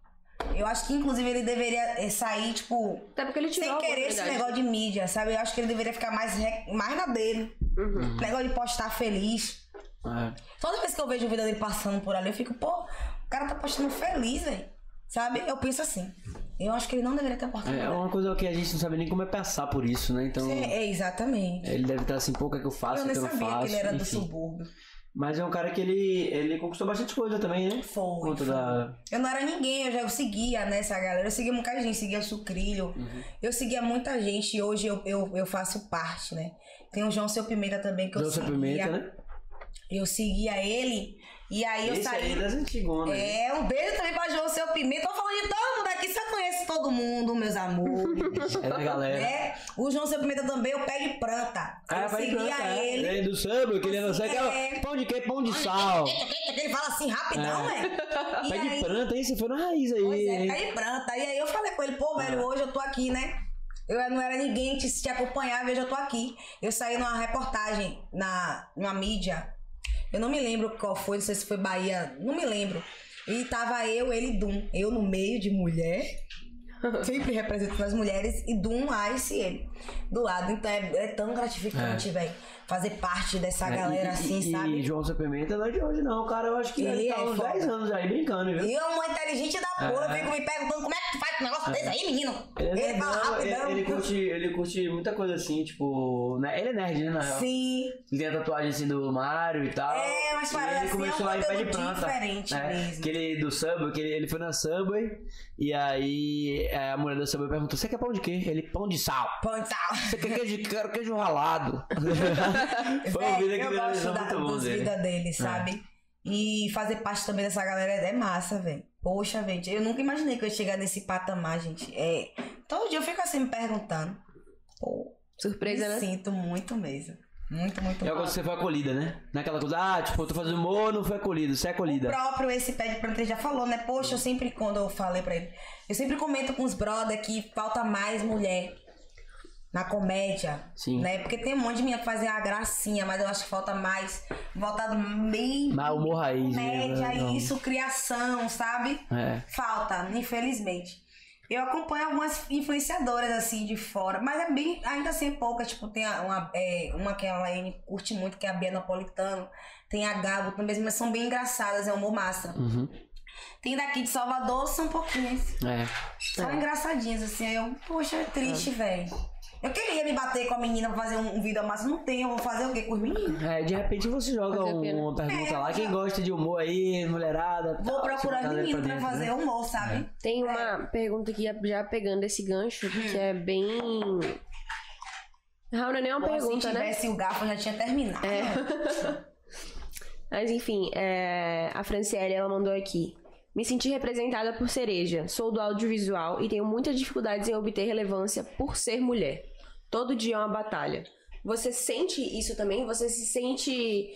Speaker 3: Eu acho que, inclusive, ele deveria eh, sair, tipo,
Speaker 2: Até porque ele tirou
Speaker 3: sem
Speaker 2: a
Speaker 3: querer esse
Speaker 2: oportunidade.
Speaker 3: negócio de mídia, sabe? Eu acho que ele deveria ficar mais, re- mais na dele.
Speaker 2: Uhum.
Speaker 3: Negócio de postar feliz.
Speaker 1: é.
Speaker 3: Toda vez que eu vejo o vídeo dele passando por ali, eu fico, pô, o cara tá postando feliz, velho. Sabe? Eu penso assim. Eu acho que ele não deveria ter
Speaker 1: É
Speaker 3: oportunidade.
Speaker 1: uma coisa que a gente não sabe nem como é passar por isso, né? Então.
Speaker 3: É, é, exatamente.
Speaker 1: Ele deve estar assim, pô, o que é que eu faço,
Speaker 3: eu
Speaker 1: o que
Speaker 3: nem
Speaker 1: eu não
Speaker 3: sabia
Speaker 1: faço.
Speaker 3: que ele era do
Speaker 1: enfim.
Speaker 3: subúrbio.
Speaker 1: Mas é um cara que ele, ele conquistou bastante coisa também, né?
Speaker 3: Foi.
Speaker 1: Por conta
Speaker 3: foi.
Speaker 1: da.
Speaker 3: Eu não era ninguém, eu já eu seguia, né, essa galera. Eu seguia um bocado de gente, seguia o Sucrilho.
Speaker 1: Uhum.
Speaker 3: Eu seguia muita gente e hoje eu, eu, eu faço parte, né? Tem o João Seu Pimenta também que eu
Speaker 1: Doce
Speaker 3: seguia.
Speaker 1: Pimenta, né?
Speaker 3: Eu seguia ele e aí eu
Speaker 1: Esse
Speaker 3: saí.
Speaker 1: aí é das antigonas. né?
Speaker 3: É, um beijo também pra João Seu Pimenta. Tô falando de todo mundo aqui, só conheço todo mundo, meus amores.
Speaker 1: É da galera.
Speaker 3: né? O João Seu Pimenta também, eu pego e planta.
Speaker 1: vai
Speaker 3: eu seguia
Speaker 1: plantar, é.
Speaker 3: ele.
Speaker 1: É do samba, que ele não sei o que
Speaker 3: É.
Speaker 1: é pão de queijo, pão de sal.
Speaker 3: Ele fala assim rapidão,
Speaker 1: É.
Speaker 3: velho. E
Speaker 1: Pé de
Speaker 3: aí,
Speaker 1: planta, hein? Você foi na raiz aí.
Speaker 3: pois é,
Speaker 1: hein?
Speaker 3: pé de planta. E aí eu falei com ele, pô,
Speaker 1: Ah.
Speaker 3: velho, hoje eu tô aqui, né? Eu não era ninguém que te acompanhava, hoje eu tô aqui. Eu saí numa reportagem, na, numa mídia. Eu não me lembro qual foi, não sei se foi Bahia, não me lembro. E tava eu, ele e Dum. Eu no meio de mulher. Sempre representando as mulheres e Dum, Ice e ele. Do lado. Então é, é tão gratificante, velho. Fazer parte dessa
Speaker 1: É,
Speaker 3: galera
Speaker 1: e-
Speaker 3: assim,
Speaker 1: e,
Speaker 3: sabe?
Speaker 1: E João Sapimenta não é de hoje, não, cara. Eu acho que
Speaker 3: Ele
Speaker 1: ele tá
Speaker 3: é
Speaker 1: uns
Speaker 3: foda.
Speaker 1: 10 anos aí brincando, viu? Ah.
Speaker 3: E eu, uma inteligente da porra, eu fico me perguntando como é que tu faz um negócio desse aí, menino. Ele é fala
Speaker 1: é nerdão,
Speaker 3: rapidão.
Speaker 1: ele, ele curte, ele curte muita coisa assim, tipo. né? Ele é nerd, né? Na real.
Speaker 3: Sim.
Speaker 1: Ele tem a tatuagem assim do Mario e tal.
Speaker 3: É, mas
Speaker 1: E
Speaker 3: parece
Speaker 1: Ah, Ele
Speaker 3: assim,
Speaker 1: começou
Speaker 3: é um
Speaker 1: lá em pé de
Speaker 3: conteúdo
Speaker 1: planta. né?
Speaker 3: diferente mesmo.
Speaker 1: Aquele do Subway, que ele, ele foi na Subway. E aí é, a mulher da Subway perguntou: Você quer pão de quê? Ele, pão de sal.
Speaker 3: Pão e tal.
Speaker 1: Você quer queijo de quero queijo ralado. foi um
Speaker 3: Velho,
Speaker 1: vídeo que
Speaker 3: É, eu
Speaker 1: viralizou
Speaker 3: gosto da,
Speaker 1: muito bom né?
Speaker 3: dos
Speaker 1: dele. É.
Speaker 3: vídeos dele, sabe? E fazer parte também dessa galera é massa, velho. Poxa, gente, eu nunca imaginei que eu ia chegar nesse patamar, gente. É, todo dia eu fico assim me perguntando. Pô,
Speaker 2: Surpresa,
Speaker 3: me
Speaker 2: né?
Speaker 3: sinto muito mesmo. Muito, muito
Speaker 1: É quando você foi acolhida, né? Naquela coisa, ah, tipo, eu tô fazendo humor, não foi acolhido, você é
Speaker 3: O
Speaker 1: acolhida.
Speaker 3: próprio esse pé de planta ele já falou, né? Poxa, eu sempre, quando eu falei pra ele, eu sempre comento com os brother que falta mais mulher na comédia.
Speaker 1: Sim.
Speaker 3: Né? Porque tem um monte de menina que fazem a gracinha, mas eu acho que falta mais. um Voltado bem.
Speaker 1: Mas humor raiz.
Speaker 3: Comédia,
Speaker 1: né? Não.
Speaker 3: isso, criação, sabe?
Speaker 1: É.
Speaker 3: Falta, infelizmente. Eu acompanho algumas influenciadoras assim de fora, mas é bem, ainda assim, é pouca. Tipo, tem a- uma, é, uma que a Laine curte muito, que é a Bia Napolitano, tem a Gabo também, mas são bem engraçadas, é humor massa.
Speaker 1: Uhum.
Speaker 3: Tem daqui de Salvador, são pouquinhas.
Speaker 1: É.
Speaker 3: São engraçadinhas, assim. aí Eu, poxa, é triste, velho. Eu queria me bater com a menina pra fazer um, um vídeo, mas não tem, eu vou fazer o quê com os meninos?
Speaker 1: É, de repente você joga
Speaker 2: Fazer o quê, né?
Speaker 1: uma pergunta
Speaker 3: É,
Speaker 1: lá, quem
Speaker 3: já-
Speaker 1: gosta de humor aí, mulherada.
Speaker 3: Vou
Speaker 1: tal,
Speaker 3: procurar
Speaker 1: você
Speaker 3: os
Speaker 1: botar
Speaker 3: meninos pra
Speaker 1: tá dentro,
Speaker 3: fazer
Speaker 1: né?
Speaker 3: humor, sabe?
Speaker 2: Tem uma pergunta aqui, já pegando esse gancho, que é bem. Raul, não é nem uma
Speaker 3: Pô,
Speaker 2: pergunta,
Speaker 3: se
Speaker 2: né?
Speaker 3: assim, tivesse o garfo, eu já tinha terminado.
Speaker 2: É. Mas enfim, é, a Franciele ela mandou aqui. Me senti representada por cereja. Sou do audiovisual e tenho muitas dificuldades em obter relevância por ser mulher. Todo dia é uma batalha. Você sente isso também? Você se sente.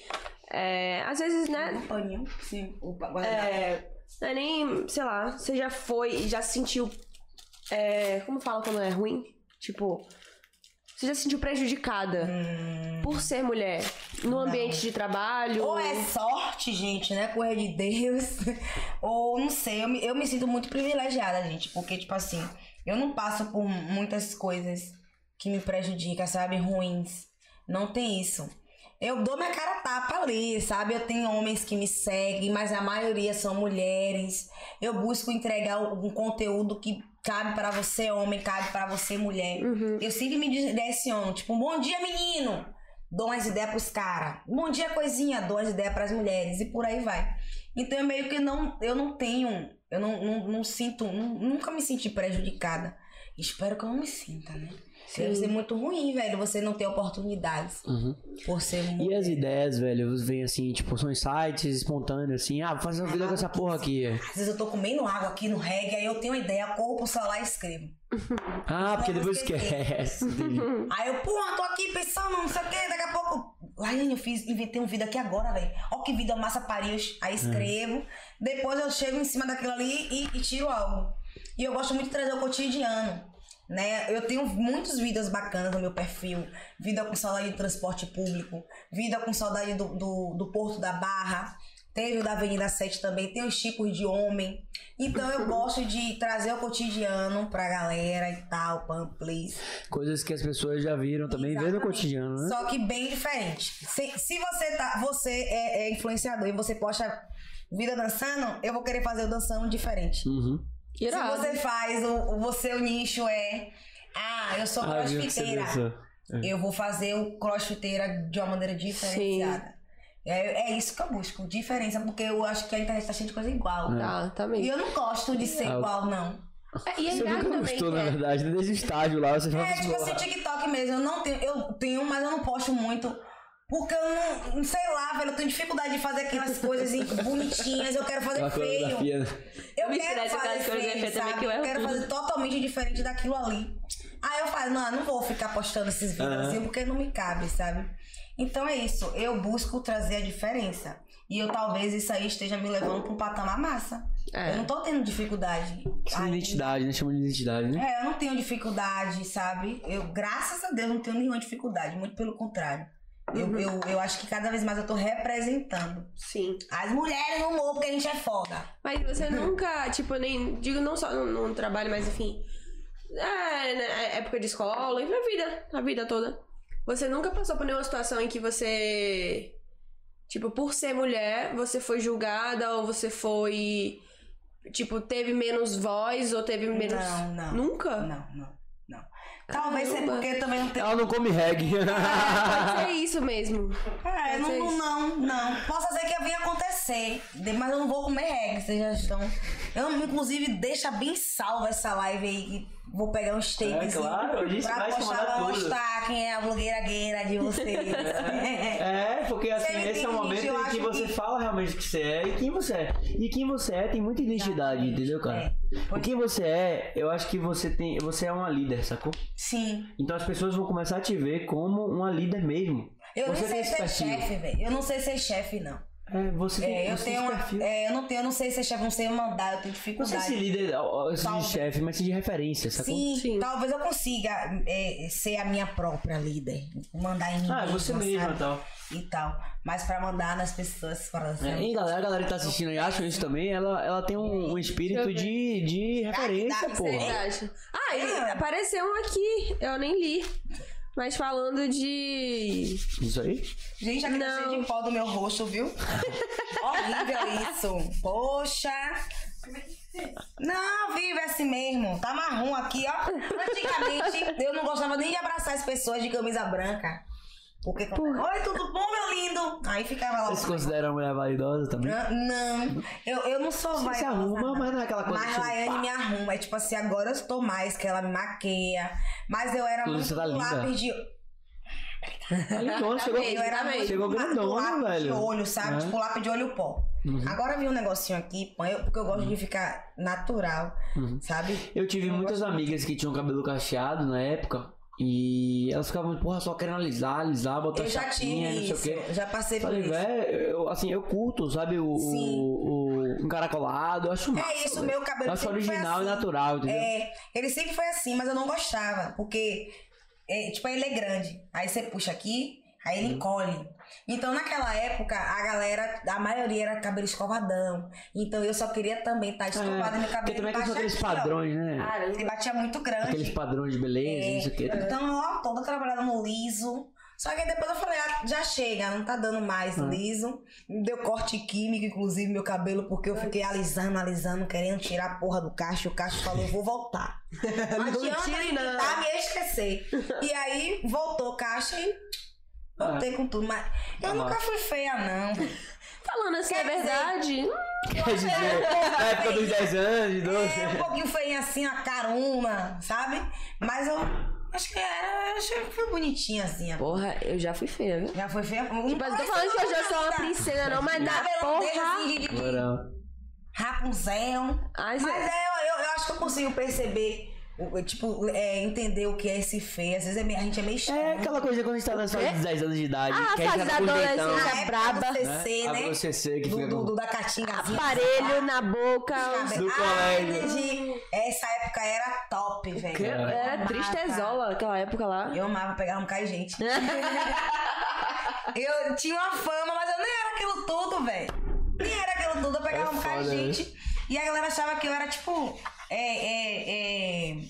Speaker 2: é, às vezes, né?
Speaker 3: Um paninho, sim. Opa,
Speaker 2: É, não é nem, sei lá, você já foi, já se sentiu. é, como fala quando é ruim? Tipo. Você já se sentiu prejudicada por ser mulher no ambiente de trabalho?
Speaker 3: Ou é sorte, gente, né? Correr de Deus. Ou não sei, eu me, eu me sinto muito privilegiada, gente. Porque, tipo assim, eu não passo por muitas coisas que me prejudicam, sabe? Ruins. Não tem isso. Eu dou minha cara a tapa ali, sabe? Eu tenho homens que me seguem, mas a maioria são mulheres. Eu busco entregar um conteúdo que cabe pra você, homem, cabe pra você, mulher. Eu sempre me direciono, tipo, bom dia, menino! dou umas ideias pros caras. Bom dia, coisinha, dou umas ideias pras mulheres e por aí vai. Então eu meio que não, eu não tenho, eu não, não, não sinto, nu- nunca me senti prejudicada. Espero que eu não me sinta, né? Deve ser muito ruim, velho, você não ter oportunidades
Speaker 1: Uhum.
Speaker 3: por ser
Speaker 1: E
Speaker 3: mulher.
Speaker 1: as ideias, velho, vem assim, tipo, são insights espontâneos, assim, ah, vou fazer uma vida com essa porra aqui.
Speaker 3: Às vezes eu tô comendo água aqui no reggae, aí eu tenho uma ideia, corro pro celular e escrevo.
Speaker 1: Ah, porque depois esquece. entendi.
Speaker 3: Aí eu, pô, tô aqui pensando, não sei o que, daqui a pouco. Laiane, eu fiz, inventei um vídeo aqui agora, velho. Ó, que vida massa pariu. Aí escrevo. Depois eu chego em cima daquilo ali e, e tiro algo. E eu gosto muito de trazer o cotidiano. Né? Eu tenho muitos vídeos bacanas no meu perfil. Vida com saudade de transporte público. Vida com saudade do, do, do Porto da Barra. Teve o da Avenida 7 também, tem os tipos de homem. Então eu gosto de trazer o cotidiano pra galera e tal, pam, please.
Speaker 1: Coisas que as pessoas já viram também, vê no
Speaker 3: Exatamente.
Speaker 1: cotidiano, né?
Speaker 3: Só que bem diferente. Se, se você tá, você é, é influenciador e você posta vida dançando, eu vou querer fazer o dançando diferente.
Speaker 1: Uhum.
Speaker 2: Irado.
Speaker 3: Se você faz, o, o- você, o nicho é. Ah, eu sou
Speaker 1: Ah, viu que você
Speaker 3: crossfiteira.
Speaker 1: pensou.
Speaker 3: Eu vou fazer o crossfiteira de uma maneira diferenciada. É, é isso que eu busco, diferença, porque eu acho que a internet tá cheia de coisa igual.
Speaker 2: Tá, tá
Speaker 3: E
Speaker 2: mesmo.
Speaker 3: eu não gosto de ser
Speaker 1: É. Ah,
Speaker 3: igual, não.
Speaker 2: E, é
Speaker 1: Você
Speaker 2: irado
Speaker 1: nunca
Speaker 2: também,
Speaker 1: gostou, na
Speaker 2: né?
Speaker 1: verdade, né? desde o estágio lá, você fala, "Ah,
Speaker 3: É, tipo assim, o
Speaker 1: "Porra".
Speaker 3: TikTok mesmo, eu não tenho, eu tenho, mas eu não posto muito. Porque eu não, sei lá, velho, eu tenho dificuldade de fazer aquelas coisas em- bonitinhas, eu quero fazer
Speaker 1: Aquela
Speaker 3: feio.
Speaker 1: coreografia, né?
Speaker 3: Eu
Speaker 2: Misturar
Speaker 3: quero fazer
Speaker 2: aquelas coreografias
Speaker 3: feio,
Speaker 2: também
Speaker 3: sabe?
Speaker 2: que eu
Speaker 3: Eu
Speaker 2: erro
Speaker 3: quero
Speaker 2: tudo.
Speaker 3: fazer totalmente diferente daquilo ali. Aí eu falo, não, não vou ficar postando esses vídeos
Speaker 1: Aham.
Speaker 3: assim, porque não me cabe, sabe? Então é isso, eu busco trazer a diferença. E eu talvez isso aí esteja me levando pra um patamar massa.
Speaker 2: É.
Speaker 3: Eu não tô tendo dificuldade.
Speaker 1: Isso é
Speaker 3: ainda.
Speaker 1: identidade, né? Chama de identidade, né?
Speaker 3: É, eu não tenho dificuldade, sabe? Eu, graças a Deus, não tenho nenhuma dificuldade, muito pelo contrário. Eu, eu, eu acho que cada vez mais eu tô representando.
Speaker 2: Sim.
Speaker 3: As mulheres no humor, porque a gente é foda.
Speaker 2: Mas você nunca, tipo, nem. Digo não só no, no trabalho, mas enfim. É, né, é- época de escola, e na vida, a vida toda. Você nunca passou por nenhuma situação em que você. Tipo, por ser mulher, você foi julgada ou você foi. Tipo, teve menos voz ou teve menos.
Speaker 3: Não, não.
Speaker 2: Nunca?
Speaker 3: Não, não, não. Talvez seja
Speaker 2: Caramba.
Speaker 3: porque eu também não tenho.
Speaker 1: Ela não come reggae.
Speaker 2: Pode ser isso mesmo.
Speaker 3: Ah, eu
Speaker 2: Pode
Speaker 3: não,
Speaker 2: ser
Speaker 3: não, não. Posso dizer que eu vim acontecer, de- mas eu não vou comer reggae, vocês já estão. Eu, inclusive, deixa bem salva essa live aí. e Vou pegar um steakzinho
Speaker 1: É, claro, a gente
Speaker 3: pra
Speaker 1: vai te
Speaker 3: postar,
Speaker 1: mandar
Speaker 3: pra
Speaker 1: tudo.
Speaker 3: mostrar quem é a blogueira gueira de vocês.
Speaker 1: É, porque assim,
Speaker 3: Você me
Speaker 1: esse é o
Speaker 3: entende,
Speaker 1: momento
Speaker 3: eu
Speaker 1: em que
Speaker 3: acho
Speaker 1: você
Speaker 3: que-
Speaker 1: fala realmente o que você é e quem você é. E quem você é tem muita identidade, entendeu, cara?
Speaker 3: É.
Speaker 1: O que você é, eu acho que você tem. Você é uma líder, sacou?
Speaker 3: Sim.
Speaker 1: Então as pessoas vão começar a te ver como uma líder mesmo.
Speaker 3: Eu
Speaker 1: você
Speaker 3: nem sei ser
Speaker 1: perfil.
Speaker 3: chefe, velho. Eu não sei ser chefe, não.
Speaker 1: É, você tem,
Speaker 3: É, eu
Speaker 1: você tem
Speaker 3: tenho
Speaker 1: esse
Speaker 3: uma-
Speaker 1: perfil.
Speaker 3: é, eu não tenho, eu não sei ser chefe, não sei mandar, eu tenho
Speaker 1: Não
Speaker 3: dificuldade.
Speaker 1: sei se líder, ó, ó, se de
Speaker 3: Talvez.
Speaker 1: chefe, mas se de referência, sacou?
Speaker 3: Sim,
Speaker 2: Sim.
Speaker 3: talvez eu consiga é, ser a minha própria líder. Mandar em mim.
Speaker 1: Ah, é você mesma e
Speaker 3: sabe?
Speaker 1: tal.
Speaker 3: E tal. Mas pra mandar nas pessoas fora da
Speaker 1: É, e galera, a galera que tá assistindo e acham isso também, ela, ela tem um, um espírito
Speaker 2: Deixa
Speaker 1: de, de referência,
Speaker 3: dá,
Speaker 1: porra.
Speaker 2: Verdade. Ah, e
Speaker 3: É.
Speaker 2: apareceu um aqui, eu nem li. Mas falando de.
Speaker 1: Isso aí?
Speaker 3: Gente, a
Speaker 2: Não.
Speaker 3: cheia de pó do meu rosto, viu? Horrível isso. Poxa. Não, vive assim mesmo. Tá marrom aqui, ó. Antigamente, eu não gostava nem de abraçar as pessoas de camisa branca. Porque, oi, tudo bom, meu lindo? Aí ficava lá.
Speaker 1: Você se considera uma mulher validosa também?
Speaker 3: Não, não. eu, eu não sou
Speaker 1: Você se
Speaker 3: vaidosa,
Speaker 1: arruma, mas não é aquela coisa
Speaker 3: Mas
Speaker 1: que você-
Speaker 3: Laiane me arruma. É tipo assim, agora eu estou mais, que ela me maqueia. Mas eu era
Speaker 1: Inclusive,
Speaker 3: muito
Speaker 1: você tá linda.
Speaker 3: lápis de.
Speaker 1: Grandona, "Ah, então chegou,
Speaker 2: bem,
Speaker 3: Eu era
Speaker 2: Exatamente.
Speaker 3: muito
Speaker 1: chegou
Speaker 3: lápis
Speaker 1: grandona,
Speaker 3: de
Speaker 1: velho.
Speaker 3: olho, sabe?
Speaker 1: É. Uhum.
Speaker 3: Tipo, lápis de olho pó. Agora vi um negocinho aqui, pô, eu- porque eu gosto de ficar natural,
Speaker 1: Uhum.
Speaker 3: sabe?
Speaker 1: Eu tive muitas amigas que tinham cabelo cacheado na época. E elas ficavam, porra, só querendo alisar, alisar, botar
Speaker 3: Eu já
Speaker 1: chapinha, não
Speaker 3: tive isso.
Speaker 1: sei o quê.
Speaker 3: Já passei
Speaker 1: Eu
Speaker 3: por
Speaker 1: Falei,
Speaker 3: isso.
Speaker 1: velho, eu, assim, eu curto, sabe, o,
Speaker 3: Sim.
Speaker 1: o, o encaracolado, eu acho massa.
Speaker 3: É isso,
Speaker 1: velho.
Speaker 3: meu cabelo
Speaker 1: Eu acho
Speaker 3: sempre foi
Speaker 1: original
Speaker 3: assim.
Speaker 1: e natural, entendeu?
Speaker 3: É, ele sempre foi assim, mas eu não gostava, porque, é, tipo, ele é grande. Aí você puxa aqui, aí
Speaker 1: Uhum.
Speaker 3: ele encolhe. Então, naquela época, a galera, a maioria era cabelo escovadão. Então, eu só queria também estar escovado e meu
Speaker 1: É, porque
Speaker 3: cabelo tá
Speaker 1: também tem
Speaker 3: baixo
Speaker 1: aqueles
Speaker 3: aqui, ó.
Speaker 1: padrões, né?
Speaker 3: Ele batia muito grande.
Speaker 1: Aqueles padrões de beleza, não sei o quê.
Speaker 3: É, Então, ó, toda trabalhada no liso. Só que aí depois eu falei, ah, já chega, não tá dando mais
Speaker 2: Ah.
Speaker 3: liso. Me Deu corte químico, inclusive, meu cabelo, porque eu fiquei alisando, alisando, querendo tirar a porra do cacho. O cacho falou, eu vou voltar. Não adianta
Speaker 2: tire,
Speaker 3: ele
Speaker 2: não.
Speaker 3: tentar me esquecer. E aí, voltou o cacho e voltei
Speaker 2: Ah.
Speaker 3: com tudo. Mas eu
Speaker 1: Tá
Speaker 3: nunca
Speaker 1: massa.
Speaker 3: fui feia, não.
Speaker 2: Falando assim, é
Speaker 3: Quer dizer-
Speaker 2: verdade.
Speaker 1: Quer dizer, na época dos 10 anos, de 12.
Speaker 3: É, um pouquinho feinha assim, a caruma, sabe? Mas eu acho que era, eu achei que foi bonitinha assim, a
Speaker 2: Porra, eu já fui feia, viu?
Speaker 3: Já foi feia? Tipo,
Speaker 2: Mas eu tô falando que eu já sou uma princesa, não, mas dá porra.
Speaker 3: assim, de, de
Speaker 1: Moral.
Speaker 3: Rapunzel.
Speaker 2: Ai, cê-
Speaker 3: Mas é, eu, eu acho que eu consigo perceber, o- tipo, é, entender o que é esse feio. Às vezes é meio- a gente é meio chato.
Speaker 1: É aquela coisa quando a gente tá nas fases dos 10 anos de
Speaker 3: assim,
Speaker 1: idade.
Speaker 2: Ah,
Speaker 1: que a gente
Speaker 2: fase
Speaker 1: tá com
Speaker 2: da
Speaker 1: os
Speaker 2: adolescência.
Speaker 1: dentão,
Speaker 3: Na
Speaker 1: né?
Speaker 3: época do
Speaker 2: é braba.
Speaker 3: CC, né?
Speaker 1: A CC que
Speaker 3: Do,
Speaker 1: fica
Speaker 3: do,
Speaker 1: com...
Speaker 3: do- da catingazinha.
Speaker 2: Aparelho na boca.
Speaker 1: Do colégio.
Speaker 3: entendi. Essa época era top, velho.
Speaker 1: É.
Speaker 3: Eu
Speaker 2: Era
Speaker 3: amava.
Speaker 2: tristezola aquela época lá.
Speaker 3: Eu amava pegar um cara de gente. Eu tinha uma fama, mas eu nem era aquilo tudo, velho. Nem era aquilo tudo. Eu pegava
Speaker 1: É
Speaker 3: um cara de
Speaker 1: foda, né?
Speaker 3: gente. E a galera achava que eu era tipo. É. é, é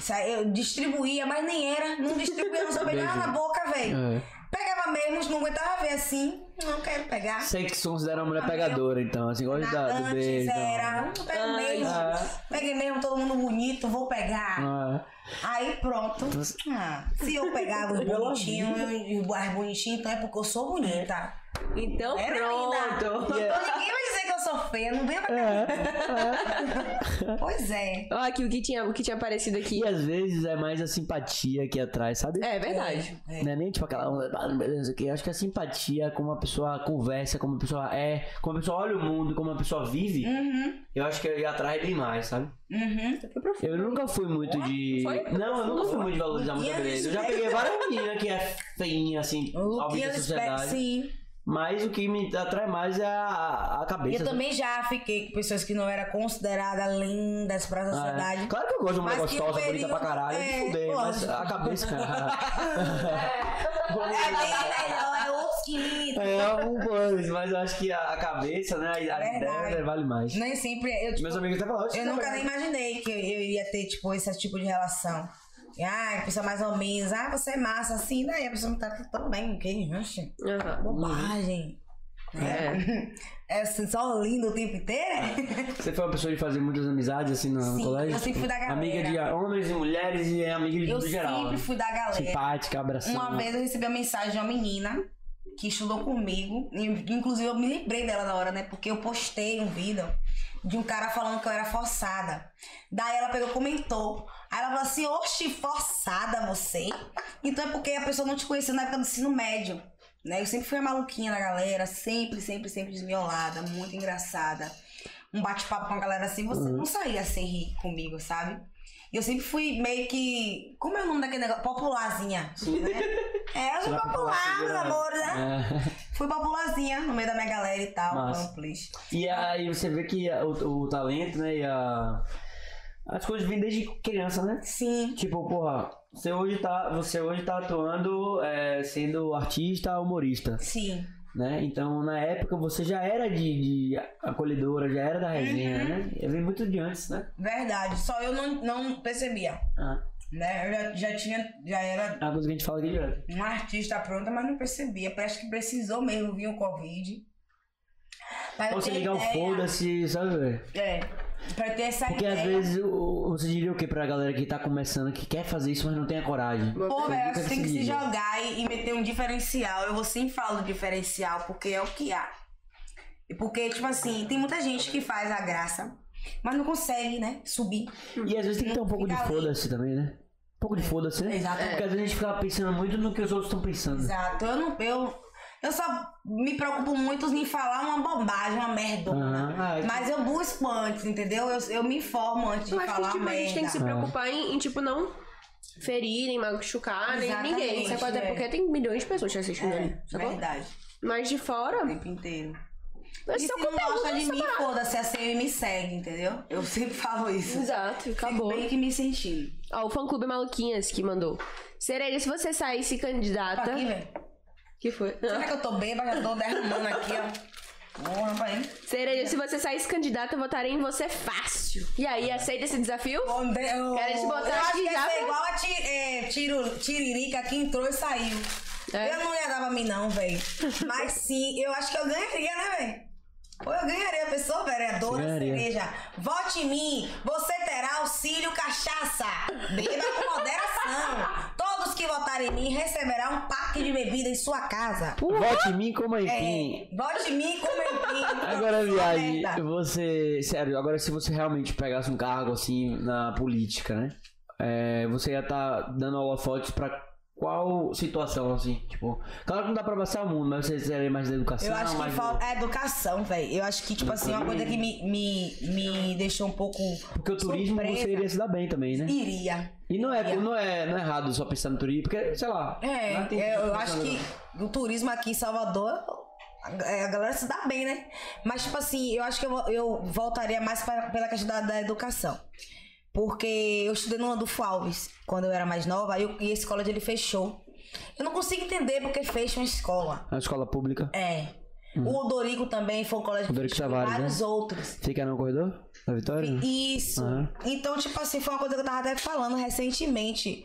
Speaker 3: sa- eu distribuía, mas nem era. Não distribuía, não só pegava
Speaker 1: Beijo.
Speaker 3: na boca, velho.
Speaker 1: É.
Speaker 3: Pegava mesmo, não aguentava ver assim. Não quero pegar.
Speaker 1: Sei que se considera uma mulher pegadora, então. Assim, gosta da, do beijo. então.
Speaker 3: era. Não pego mesmo.
Speaker 1: Ah.
Speaker 3: Peguei mesmo, todo mundo bonito, vou pegar.
Speaker 1: Ah,
Speaker 3: Aí pronto. Ah, se eu pegava os bonitinhos e os mais bonitinhos, então é porque eu sou bonita.
Speaker 2: Então,
Speaker 3: Era linda.
Speaker 2: pronto.
Speaker 3: Então
Speaker 1: é,
Speaker 3: ninguém vai dizer que eu sou feia, não vem pra cá. Pois é.
Speaker 2: Olha aqui o que tinha, o que tinha aparecido aqui.
Speaker 1: E às vezes é mais a simpatia que atrai, sabe?
Speaker 2: É verdade.
Speaker 1: Não é nem tipo aquela onda, ah, beleza, que acho que a simpatia, como a pessoa conversa, como a pessoa é, como a pessoa olha o mundo, como a pessoa vive,
Speaker 3: Hum.
Speaker 1: eu acho que ele atrai bem mais, sabe?
Speaker 3: Uhum.
Speaker 2: Foi profundo.
Speaker 1: Eu nunca fui muito de.
Speaker 2: Foi?
Speaker 1: Não, eu nunca fui muito de valorizar muito a
Speaker 3: Luquinhas
Speaker 1: beleza. Eu já peguei várias meninas que é feinha, assim, óbvio da
Speaker 3: Luquinhas
Speaker 1: sociedade.
Speaker 3: sim.
Speaker 1: Mas o que me atrai mais é a, a cabeça.
Speaker 3: Eu também já fiquei com pessoas que não eram consideradas lindas pra
Speaker 1: Ah, é.
Speaker 3: sociedade.
Speaker 1: Claro que eu gosto de uma
Speaker 3: Mas que
Speaker 1: gostosa, bonita pra
Speaker 3: período-
Speaker 1: caralho,
Speaker 3: é,
Speaker 1: me fudei, mas
Speaker 3: lógico.
Speaker 1: a cabeça,
Speaker 3: É bem melhor, é osquinho.
Speaker 1: É um coisa, mas eu acho que a, a cabeça, né, a
Speaker 3: É Verdade.
Speaker 1: ideia vale mais.
Speaker 3: Nem sempre. Eu, tipo,
Speaker 1: Meus amigos até falaram, "Oxe,
Speaker 3: Eu
Speaker 1: tá
Speaker 3: nunca
Speaker 1: legal."
Speaker 3: nem imaginei que eu ia ter, tipo, esse tipo de relação. Ah, pessoa mais ou menos. né?" Ah, você é massa, assim. Daí a pessoa não tá tão bem. Que, oxe,
Speaker 2: Aham.
Speaker 3: bobagem. É assim, só lindo o tempo inteiro?
Speaker 1: Você foi uma pessoa de fazer muitas amizades assim no, É. no
Speaker 3: Sim,
Speaker 1: colégio?
Speaker 3: eu sempre fui da galera.
Speaker 1: Amiga de homens e mulheres e amiga de
Speaker 3: Eu
Speaker 1: tudo geral.
Speaker 3: sempre
Speaker 1: né?
Speaker 3: fui da galera.
Speaker 1: Simpática, abraçando.
Speaker 3: Uma vez eu recebi a mensagem de uma menina que estudou comigo. e, Inclusive, eu me lembrei dela na hora, né? Porque eu postei um vídeo de um cara falando que eu era forçada. Daí ela pegou e comentou. Aí ela falou assim: Oxi, forçada você? Então é porque a pessoa não te conheceu na época do ensino médio. Né? Eu sempre fui a maluquinha da galera, sempre, sempre, sempre desmiolada, muito engraçada. Um bate-papo com a galera assim, você não saía sem rir comigo, sabe? E eu sempre fui meio que. Como é o nome daquele negócio? Popularzinha. Né? É, eu
Speaker 1: Você
Speaker 3: fui
Speaker 1: vai pra
Speaker 3: popular,
Speaker 1: falar,
Speaker 3: meu amor, né?
Speaker 1: É.
Speaker 3: Fui popularzinha no meio da minha galera e tal,
Speaker 1: Massa.
Speaker 3: amplis.
Speaker 1: E aí você vê que a- o, o talento, né, e a... As coisas vêm desde criança, né?
Speaker 3: Sim.
Speaker 1: Tipo, porra, você hoje tá, você hoje tá atuando é, sendo artista, humorista,
Speaker 3: Sim.
Speaker 1: né? Então, na época, você já era de, de acolhedora, já era da resenha,
Speaker 3: Uhum.
Speaker 1: né? Eu vim muito de antes, né?
Speaker 3: Verdade. Só eu não, não percebia.
Speaker 1: Ah,
Speaker 3: Né? Eu já, já tinha. Já era
Speaker 1: é uma coisa que a gente fala aqui direto.
Speaker 3: uma artista pronta, mas não percebia. Parece que precisou mesmo vir o Covid. Pra eu
Speaker 1: Ou você
Speaker 3: ter
Speaker 1: ligar o
Speaker 3: É ideia-
Speaker 1: foda-se, sabe? velho?
Speaker 3: É. Pra ter essa
Speaker 1: Porque
Speaker 3: ideia.
Speaker 1: às vezes o- você diria o que pra galera que tá começando, que quer fazer isso, mas não tem a coragem?
Speaker 3: Pô, velho,
Speaker 1: nunca
Speaker 3: você tem é assim que se
Speaker 1: conseguiu.
Speaker 3: jogar e, e meter um diferencial. Eu vou sempre falar do diferencial, porque é o que há. E porque, tipo assim, tem muita gente que faz a graça, mas não consegue, né? Subir.
Speaker 1: E às vezes tem que ter um pouco de
Speaker 3: Fica ali. É.
Speaker 1: foda-se também, né? Um pouco de foda-se, né?
Speaker 3: Exato.
Speaker 1: Porque às vezes a gente fica pensando muito no que os outros estão pensando.
Speaker 3: Exato. Eu não. Eu, eu só me preocupo muito em falar uma bobagem, uma merdona.
Speaker 1: Aham. Ah, é que-
Speaker 3: Mas eu busco antes, entendeu? Eu, eu me informo antes
Speaker 2: Eu
Speaker 3: de
Speaker 2: acho
Speaker 3: falar
Speaker 2: que tipo, a
Speaker 3: merda.
Speaker 2: gente tem que se preocupar em, em, tipo, não ferir, nem machucar, nem
Speaker 3: Exatamente,
Speaker 2: ninguém. Sacou? Até
Speaker 3: é.
Speaker 2: porque tem milhões de pessoas te assistindo ali,
Speaker 3: É,
Speaker 2: sacou?
Speaker 3: verdade.
Speaker 2: Mas de
Speaker 3: O
Speaker 2: fora,
Speaker 3: tempo inteiro. E
Speaker 2: esse
Speaker 3: se
Speaker 2: é o
Speaker 3: não gosta
Speaker 2: conteúdo.
Speaker 3: de mim,
Speaker 2: essa parada.
Speaker 3: foda-se, assim e me segue, entendeu? Eu sempre falo isso.
Speaker 2: Exato, acabou.
Speaker 3: Bem que me sentindo.
Speaker 2: Ó, o fã clube Maluquinhas que mandou. Sereia, se você saísse
Speaker 3: Tá
Speaker 2: candidata.
Speaker 3: aqui, velho.
Speaker 2: que foi?
Speaker 3: Será que eu tô bêbada? Já tô derramando aqui, ó. Porra, vai.
Speaker 2: Sereia, se você saísse candidata, eu votaria em você fácil. E aí,
Speaker 3: Tá.
Speaker 2: aceita esse desafio? Quero te botar
Speaker 3: eu acho
Speaker 2: aqui
Speaker 3: que
Speaker 2: já
Speaker 3: ia ser
Speaker 2: pra-
Speaker 3: igual a ti- é, tiro, Tiririca que entrou e saiu.
Speaker 2: É.
Speaker 3: Eu não ia dar pra mim, não, velho. Mas sim, eu acho que eu ganharia, né, velho? Ou eu ganharia, a pessoa vereadora,
Speaker 1: Você ganharia.
Speaker 3: cereja. Vote em mim, você terá auxílio cachaça. Beba com moderação. Todos que votarem em mim receberão um pack de bebida em sua casa.
Speaker 1: Vote em mim como enfim.
Speaker 3: É, vote em mim, como em mim.
Speaker 1: Agora,
Speaker 3: Sua
Speaker 1: viagem,
Speaker 3: merda.
Speaker 1: você. Sério, agora se você realmente pegasse um cargo assim na política, né? É, você ia estar dando holofotes pra qual situação, assim? Tipo, claro que não dá pra passar o mundo, mas você seria mais da educação.
Speaker 3: Eu acho que
Speaker 1: mais do-
Speaker 3: falta. É educação, velho. Eu acho que, tipo assim, uma coisa que me, me, me deixou um pouco.
Speaker 1: Porque o turismo
Speaker 3: surpresa.
Speaker 1: você iria se dar bem também, né?
Speaker 3: Iria.
Speaker 1: E não é, não é, não é errado só pensar no turismo, porque, sei lá.
Speaker 3: É,
Speaker 1: né, tem
Speaker 3: é, eu
Speaker 1: gente
Speaker 3: acho que
Speaker 1: pensando-
Speaker 3: o turismo aqui em Salvador. A a galera se dá bem, né? Mas, tipo assim, eu acho que eu, vo- eu voltaria mais pra- pela questão da, da educação. Porque eu estudei no Randolfo Alves quando eu era mais nova e, o- e esse colégio ele fechou. Eu não consigo entender porque fecha uma escola.
Speaker 1: A escola pública
Speaker 3: É. O Odorico também foi um colégio que
Speaker 1: Odorico
Speaker 3: fechou,
Speaker 1: Tavares, né?
Speaker 3: vários outros.
Speaker 1: fica no corredor da Vitória? né?
Speaker 3: Isso.
Speaker 1: Aham.
Speaker 3: Então, tipo assim, foi uma coisa que eu tava até falando recentemente.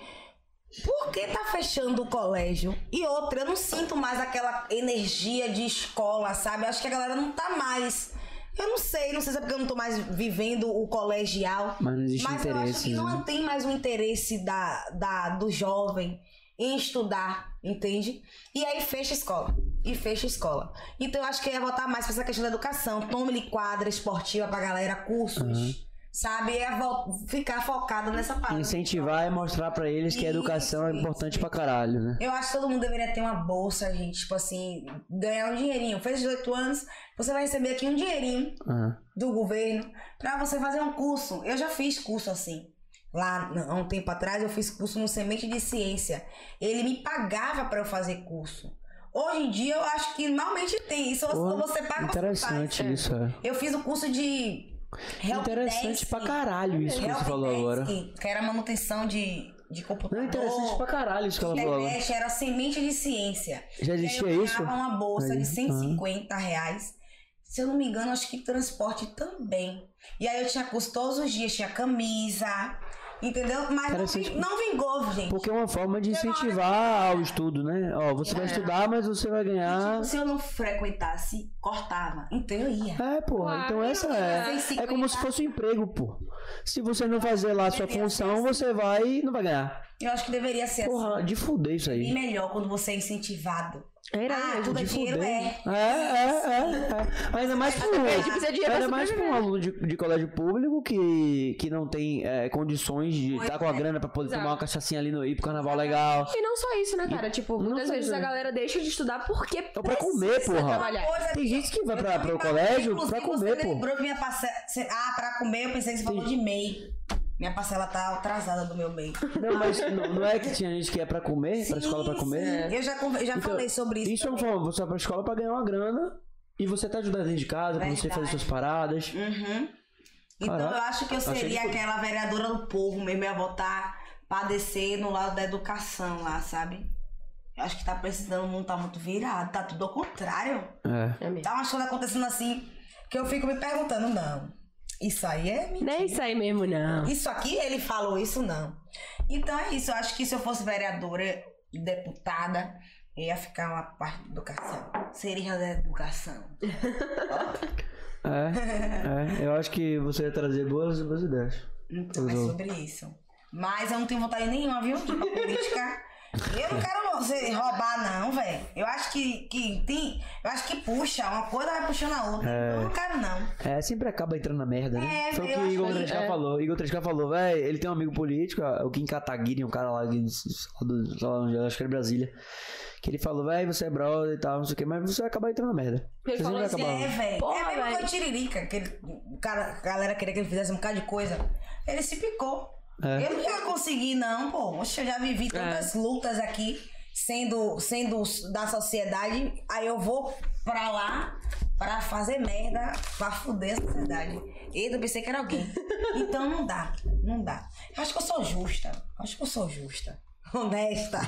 Speaker 3: Por que tá fechando o colégio? E outra, eu não sinto mais aquela energia de escola, sabe? Eu acho que a galera não tá mais. Eu não sei, não sei se é porque eu não tô mais vivendo o colegial.
Speaker 1: Mas não existe
Speaker 3: Mas eu acho
Speaker 1: interesse.
Speaker 3: que
Speaker 1: né?
Speaker 3: não tem mais um interesse da, da, do jovem em estudar, entende? E aí fecha a escola. E fecha a escola. Então eu acho que eu ia voltar mais pra essa questão da educação. Tome-lhe quadra esportiva pra galera, cursos. Sabe? Eu ia vol- ficar focada nessa parte.
Speaker 1: Incentivar e mostrar pra eles que a educação é
Speaker 3: Isso,
Speaker 1: importante pra caralho, né?
Speaker 3: Eu acho que todo mundo deveria ter uma bolsa, gente. Tipo assim, ganhar um dinheirinho. Fez 18 anos, você vai receber aqui um dinheirinho
Speaker 1: Aham.
Speaker 3: do governo pra você fazer um curso. Eu já fiz curso assim. Lá há um tempo atrás eu fiz curso no Semente de Ciência. Ele me pagava pra eu fazer curso. Hoje em dia eu acho que normalmente tem isso. Ou
Speaker 1: Porra,
Speaker 3: você paga ou
Speaker 1: Interessante
Speaker 3: você faz.
Speaker 1: isso, é.
Speaker 3: Eu fiz o curso de helpdesk.
Speaker 1: Interessante pra caralho isso que você falou agora.
Speaker 3: Helpdesk, Que era manutenção de, de computador.
Speaker 1: Não, interessante pra caralho isso que ela falou agora.
Speaker 3: Internet, era semente de ciência.
Speaker 1: Já
Speaker 3: E aí
Speaker 1: existia
Speaker 3: É, eu
Speaker 1: isso?
Speaker 3: ganhava uma
Speaker 1: Aí,
Speaker 3: bolsa
Speaker 1: tá.
Speaker 3: de 150 reais. Se eu não me engano, acho que transporte também. E aí eu tinha curso todos os dias, tinha camisa, Entendeu? Mas
Speaker 1: Cara,
Speaker 3: não,
Speaker 1: vocês-
Speaker 3: ving- não vingou, gente.
Speaker 1: Porque é uma forma de incentivar ao estudo, né? Ó, você
Speaker 3: É.
Speaker 1: vai estudar, mas você vai ganhar.
Speaker 3: Tipo, se eu não frequentasse, cortava. Então eu ia.
Speaker 1: É, porra, então essa é. É como se fosse um emprego, pô. Se você não fazer lá a sua função, você vai e não vai ganhar.
Speaker 3: Eu acho que deveria ser assim.
Speaker 1: Porra, de fuder isso
Speaker 3: E
Speaker 1: aí.
Speaker 3: melhor quando você é incentivado.
Speaker 2: É irado
Speaker 3: ah,
Speaker 2: mesmo.
Speaker 3: tudo é
Speaker 1: De
Speaker 3: dinheiro,
Speaker 1: fuder.
Speaker 3: é.
Speaker 1: É, é, é. é. Ainda mais pro.
Speaker 2: A gente precisa de dinheiro
Speaker 3: é
Speaker 2: pra
Speaker 1: Ainda mais pra um
Speaker 2: sobreviver.
Speaker 1: aluno de, de colégio público que, que não tem é, condições de
Speaker 3: Pois
Speaker 1: estar com a
Speaker 3: é.
Speaker 1: grana pra poder
Speaker 2: Exato.
Speaker 1: tomar uma cachaçinha ali no ir pro carnaval legal.
Speaker 2: E não só isso, né, cara? Tipo,
Speaker 1: Não
Speaker 2: muitas
Speaker 1: só
Speaker 2: vezes
Speaker 1: isso,
Speaker 2: a
Speaker 1: né?
Speaker 2: galera deixa de estudar porque
Speaker 1: É pra comer,
Speaker 2: precisa
Speaker 1: porra.
Speaker 2: trabalhar.
Speaker 3: Coisa
Speaker 1: Tem
Speaker 3: que-
Speaker 1: gente que vai
Speaker 3: Eu
Speaker 1: pra-
Speaker 3: tô
Speaker 1: pro
Speaker 3: me
Speaker 1: colégio
Speaker 3: passando,
Speaker 1: pra
Speaker 3: inclusive,
Speaker 1: comer,
Speaker 3: você
Speaker 1: pô.
Speaker 3: lembrou que minha parcela... cê- Ah, pra comer, eu pensei que você falou de MEI. Minha parcela tá atrasada do meu MEI.
Speaker 1: Não, mas não, não é que tinha gente que é pra comer, pra escola pra
Speaker 3: Sim,
Speaker 1: comer.
Speaker 3: sim. Eu já, conver- já
Speaker 1: Então,
Speaker 3: falei sobre isso.
Speaker 1: Isso é uma forma, você vai pra escola pra ganhar uma grana e você tá ajudando dentro de casa, pra você
Speaker 3: Verdade.
Speaker 1: fazer suas paradas.
Speaker 3: Uhum. Então
Speaker 1: Caraca,
Speaker 3: eu acho que eu
Speaker 1: Ah, achei
Speaker 3: seria
Speaker 1: que foi.
Speaker 3: aquela vereadora do povo mesmo, ia votar padecer no lado da educação lá, sabe? Eu acho que tá precisando, não tá muito virado, tá tudo ao contrário.
Speaker 1: É.
Speaker 2: É mesmo.
Speaker 3: Tá umas coisas acontecendo assim que eu fico me perguntando, não. Isso aí é
Speaker 2: Não
Speaker 3: mentira.
Speaker 2: é isso aí mesmo, não.
Speaker 3: Isso aqui ele falou, isso não. Então é isso, eu acho que se eu fosse vereadora, deputada, eu ia ficar uma parte da educação. Seria da educação.
Speaker 1: É, é. Eu acho que você ia trazer boas, boas ideias.
Speaker 3: Então é sobre isso. Mas eu não tenho vontade nenhuma, viu? De ir pra política. Eu não quero ser- roubar, não, velho. Eu acho que, que tem. Eu acho que puxa, uma coisa vai puxando a outra. Eu não quero, não.
Speaker 1: É, sempre acaba entrando na merda, né?
Speaker 3: É,
Speaker 1: Foi o
Speaker 3: eu
Speaker 1: que
Speaker 3: acho
Speaker 1: Igor
Speaker 3: que-
Speaker 1: 3K
Speaker 2: é.
Speaker 1: falou. Igor 3K falou, velho, ele tem um amigo político, ah, o Kim Kataguiri, um cara lá, que- do- sei lá onde é, acho que era em Brasília. Que ele falou, velho, você é brother e tal, não sei o que, mas você vai acabar entrando na merda.
Speaker 2: Ele
Speaker 1: Você
Speaker 2: falou
Speaker 1: sempre
Speaker 2: assim,
Speaker 1: vai
Speaker 3: É,
Speaker 1: acabar.
Speaker 3: velho.
Speaker 2: Porra,
Speaker 3: É mesmo
Speaker 2: velho.
Speaker 3: foi Tiririca, que ele, o cara, a galera queria que ele fizesse um bocado de coisa. Ele se picou.
Speaker 1: É.
Speaker 3: Eu não ia conseguir, não, pô. Oxe, eu já vivi
Speaker 2: É.
Speaker 3: tantas lutas aqui, sendo, sendo da sociedade. Aí eu vou pra lá pra fazer merda, pra fuder a sociedade. Eita, eu pensei que era alguém. Então não dá, não dá. Eu acho que eu sou justa. Eu Acho que eu sou justa. Honesta.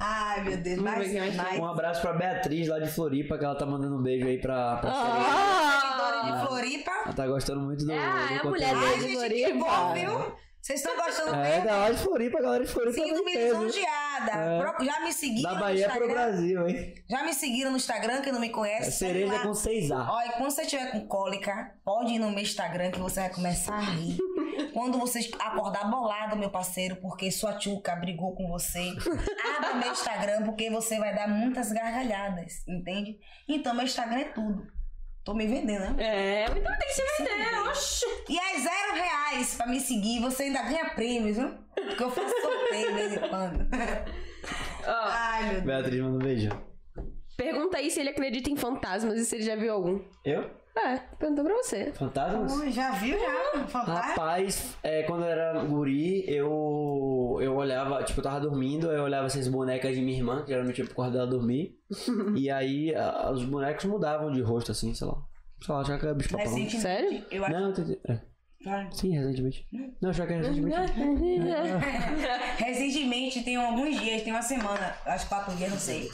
Speaker 3: Ai, meu Deus.
Speaker 2: Vamos ver
Speaker 3: Mas,
Speaker 2: quem vai
Speaker 3: mas...
Speaker 1: Um abraço pra Beatriz lá de Floripa, que ela tá mandando um beijo aí pra. pra Serena.
Speaker 3: Seguidora de
Speaker 2: Ah,
Speaker 3: Floripa.
Speaker 1: Ela tá gostando muito do.
Speaker 2: É,
Speaker 1: do
Speaker 2: é a
Speaker 1: conteúdo.
Speaker 2: mulher
Speaker 3: Ai,
Speaker 2: dele.
Speaker 3: gente, que
Speaker 2: Floripa.
Speaker 3: bom, viu? Vocês estão gostando
Speaker 1: É,
Speaker 3: mesmo?
Speaker 1: da lá de Floripa, a galera de Floripa.
Speaker 3: Sinto me
Speaker 1: tem peso.
Speaker 3: lisonjeada.
Speaker 1: É.
Speaker 3: Pro- Já me seguiram
Speaker 1: Da
Speaker 3: no
Speaker 1: Bahia pro
Speaker 3: Instagram?
Speaker 1: Brasil, hein?
Speaker 3: Já me seguiram no Instagram, quem não me conhece?
Speaker 1: É
Speaker 3: segue
Speaker 1: cereja
Speaker 3: lá.
Speaker 1: com 6A.
Speaker 3: Olha, quando você tiver com cólica, pode ir no meu Instagram que você vai começar a rir. Quando você acordar bolado, meu parceiro, porque sua tchuca brigou com você, abre meu Instagram porque você vai dar muitas gargalhadas, entende? Então, meu Instagram é tudo. Tô me vendendo, né?
Speaker 2: É, então tem que se vender, oxi.
Speaker 3: E é zero reais pra me seguir. Você ainda ganha prêmios, viu? Porque eu faço sorteio de vez em quando.
Speaker 2: Ó,
Speaker 3: Ai, meu Deus.
Speaker 1: Beatriz manda um beijo.
Speaker 2: pergunta aí se ele acredita em fantasmas e se ele já viu algum.
Speaker 1: Eu?
Speaker 2: É, perguntou pra você.
Speaker 1: Fantasmas?
Speaker 3: Ui, já viu, já? Fantástico.
Speaker 1: Rapaz, é, quando eu era guri, eu, eu olhava, tipo, eu tava dormindo, aí eu olhava essas bonecas de minha irmã, que geralmente eu ia pro quarto dela dormir. e aí a- os bonecos mudavam de rosto, assim, sei lá. Sei lá, achava que era bicho papão.
Speaker 3: Recentemente,
Speaker 2: Sério?
Speaker 3: Eu acho.
Speaker 1: Não, eu entendi. É,
Speaker 3: Ah.
Speaker 1: sim, recentemente. Não, achava que era
Speaker 3: Uhum.
Speaker 2: Hum,
Speaker 1: recentemente.
Speaker 2: Uhum.
Speaker 3: Recentemente, tem alguns dias, tem uma semana, acho que quatro dias, não sei.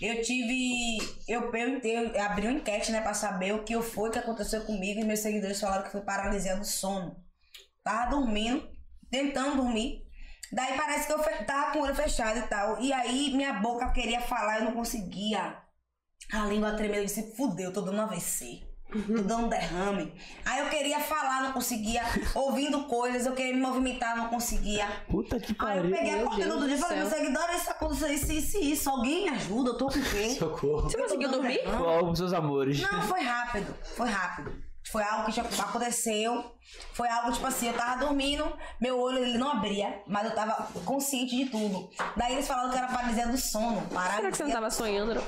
Speaker 3: Eu tive. Eu perguntei, eu abri uma enquete, né, pra saber o que foi que aconteceu comigo. E meus seguidores falaram que foi paralisia do sono. Tava dormindo, tentando dormir. Daí parece que eu fe- tava com o olho fechado e tal. E aí minha boca queria falar e não conseguia. A língua tremendo, eu disse, fudeu, tô dando um AVC. Tô dando um derrame. Aí eu queria falar, não conseguia. Ouvindo coisas, eu queria me movimentar, não conseguia.
Speaker 1: Puta que
Speaker 3: Aí eu
Speaker 1: pariu.
Speaker 3: peguei a
Speaker 2: meu
Speaker 3: cortina
Speaker 2: Deus
Speaker 3: do dia e
Speaker 2: do
Speaker 3: falei, meus
Speaker 2: céu.
Speaker 3: seguidores, isso aconteceu, isso, isso, isso. Alguém me ajuda, eu tô com quem?
Speaker 1: Socorro.
Speaker 2: Você conseguiu dormir?
Speaker 3: é.
Speaker 1: Qual os seus amores?
Speaker 3: Não, foi rápido, foi rápido. Foi algo que já aconteceu. Foi algo, tipo assim, eu tava dormindo, meu olho ele não abria, mas eu tava consciente de tudo. Daí eles falaram que era paralisia do
Speaker 2: Será
Speaker 3: sono.
Speaker 2: que você não
Speaker 3: Paralisia.
Speaker 2: tava sonhando? não?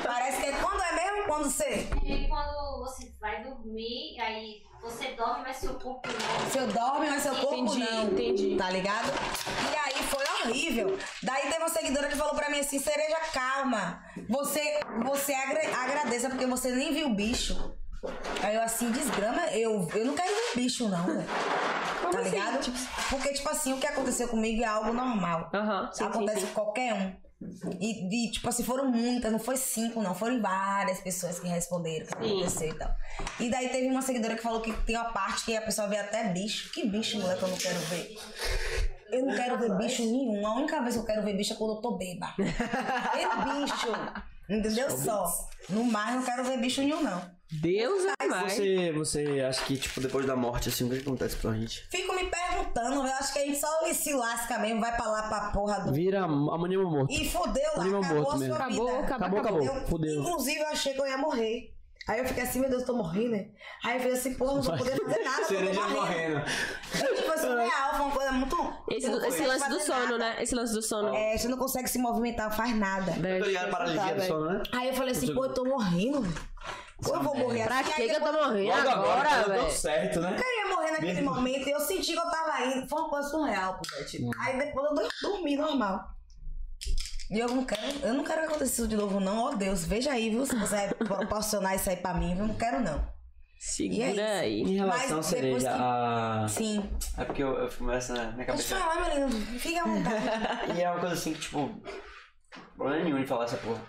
Speaker 3: Parece que é quando é mesmo quando você.
Speaker 5: É quando você vai dormir, aí você dorme, mas seu corpo não.
Speaker 3: Seu dorme, mas seu corpo
Speaker 2: Entendi,
Speaker 3: não.
Speaker 2: entendi.
Speaker 3: Tá ligado? E aí foi horrível. Daí teve uma seguidora que falou pra mim assim, Cereja, calma. Você, você agra- agradeça porque você nem viu o bicho. Aí eu assim, desgrama, eu, eu não quero ver bicho não, velho. Tá tipo
Speaker 2: assim?
Speaker 3: ligado? Porque, tipo assim, o que aconteceu comigo é algo normal.
Speaker 2: Aham, sim, sim,
Speaker 3: Acontece
Speaker 2: sim.
Speaker 3: com qualquer um. E, e, tipo assim, foram muitas, não foi cinco, não. Foram várias pessoas que responderam, que aconteceu e tal. E daí teve uma seguidora que falou que tem uma parte que a pessoa vê até bicho. Que bicho, moleque, eu não quero ver. Eu não quero ver bicho nenhum. A única vez que eu quero ver bicho é quando eu tô beba. Ver bicho. Entendeu só? No mais, não quero ver bicho nenhum, não.
Speaker 2: Deus é mais.
Speaker 1: Você, você acha que, tipo, depois da morte, assim, o que acontece com a gente?
Speaker 3: Fico me perguntando, eu acho que a gente só se lasca mesmo, vai pra lá pra porra do.
Speaker 1: Vira amanhã é um morto.
Speaker 3: E fudeu lá,
Speaker 1: Animal
Speaker 3: acabou
Speaker 1: morto
Speaker 3: a sua
Speaker 1: mesmo.
Speaker 2: Acabou,
Speaker 3: vida.
Speaker 2: acabou,
Speaker 1: Acabou,
Speaker 2: acabou.
Speaker 1: acabou. Fudeu.
Speaker 3: Inclusive, eu achei que eu ia morrer. Aí eu fiquei assim, meu Deus, eu tô morrendo. né? Aí eu falei assim, porra, não vou poder fazer nada. porque eu tô
Speaker 1: Cereja morrendo.
Speaker 3: Gente, foi surreal, foi uma coisa muito.
Speaker 2: Esse,
Speaker 3: eu não
Speaker 2: do- esse
Speaker 3: consigo
Speaker 2: lance do
Speaker 3: fazer
Speaker 2: sono,
Speaker 3: nada.
Speaker 2: né? Esse lance do sono.
Speaker 3: É, você não consegue se movimentar, faz nada.
Speaker 2: Deve
Speaker 1: Tá ligado?
Speaker 2: ser
Speaker 1: Paralisia
Speaker 2: saudável.
Speaker 1: do sono, né?
Speaker 3: Aí eu falei assim, pô, eu tô morrendo. velho. Pô, eu vou morrer
Speaker 2: Pra
Speaker 3: assim.
Speaker 2: que
Speaker 3: Aí
Speaker 2: que eu tô morrendo
Speaker 1: Logo agora,
Speaker 2: agora,
Speaker 1: tá dando
Speaker 2: velho?
Speaker 1: certo, né?
Speaker 3: Eu ia morrer naquele momento e eu senti que eu tava indo. Foi uma coisa surreal, pô, velho, tipo. Aí depois eu dor- dormi normal. E eu não quero, eu não quero que aconteça isso de novo, não. Ó Deus, veja aí, viu? Se você vai proporcionar isso aí pra mim, eu não quero, não. E
Speaker 2: Segura
Speaker 3: é
Speaker 2: aí.
Speaker 1: Em
Speaker 3: Mas
Speaker 1: relação,
Speaker 3: depois
Speaker 1: cereja,
Speaker 3: que-
Speaker 1: a.
Speaker 3: Sim.
Speaker 1: É porque eu, eu fico nessa na minha
Speaker 3: Pode
Speaker 1: cabeça.
Speaker 3: falar, meu lindo. Fica à vontade.
Speaker 1: E é uma coisa assim que, tipo, problema nenhum de falar essa porra.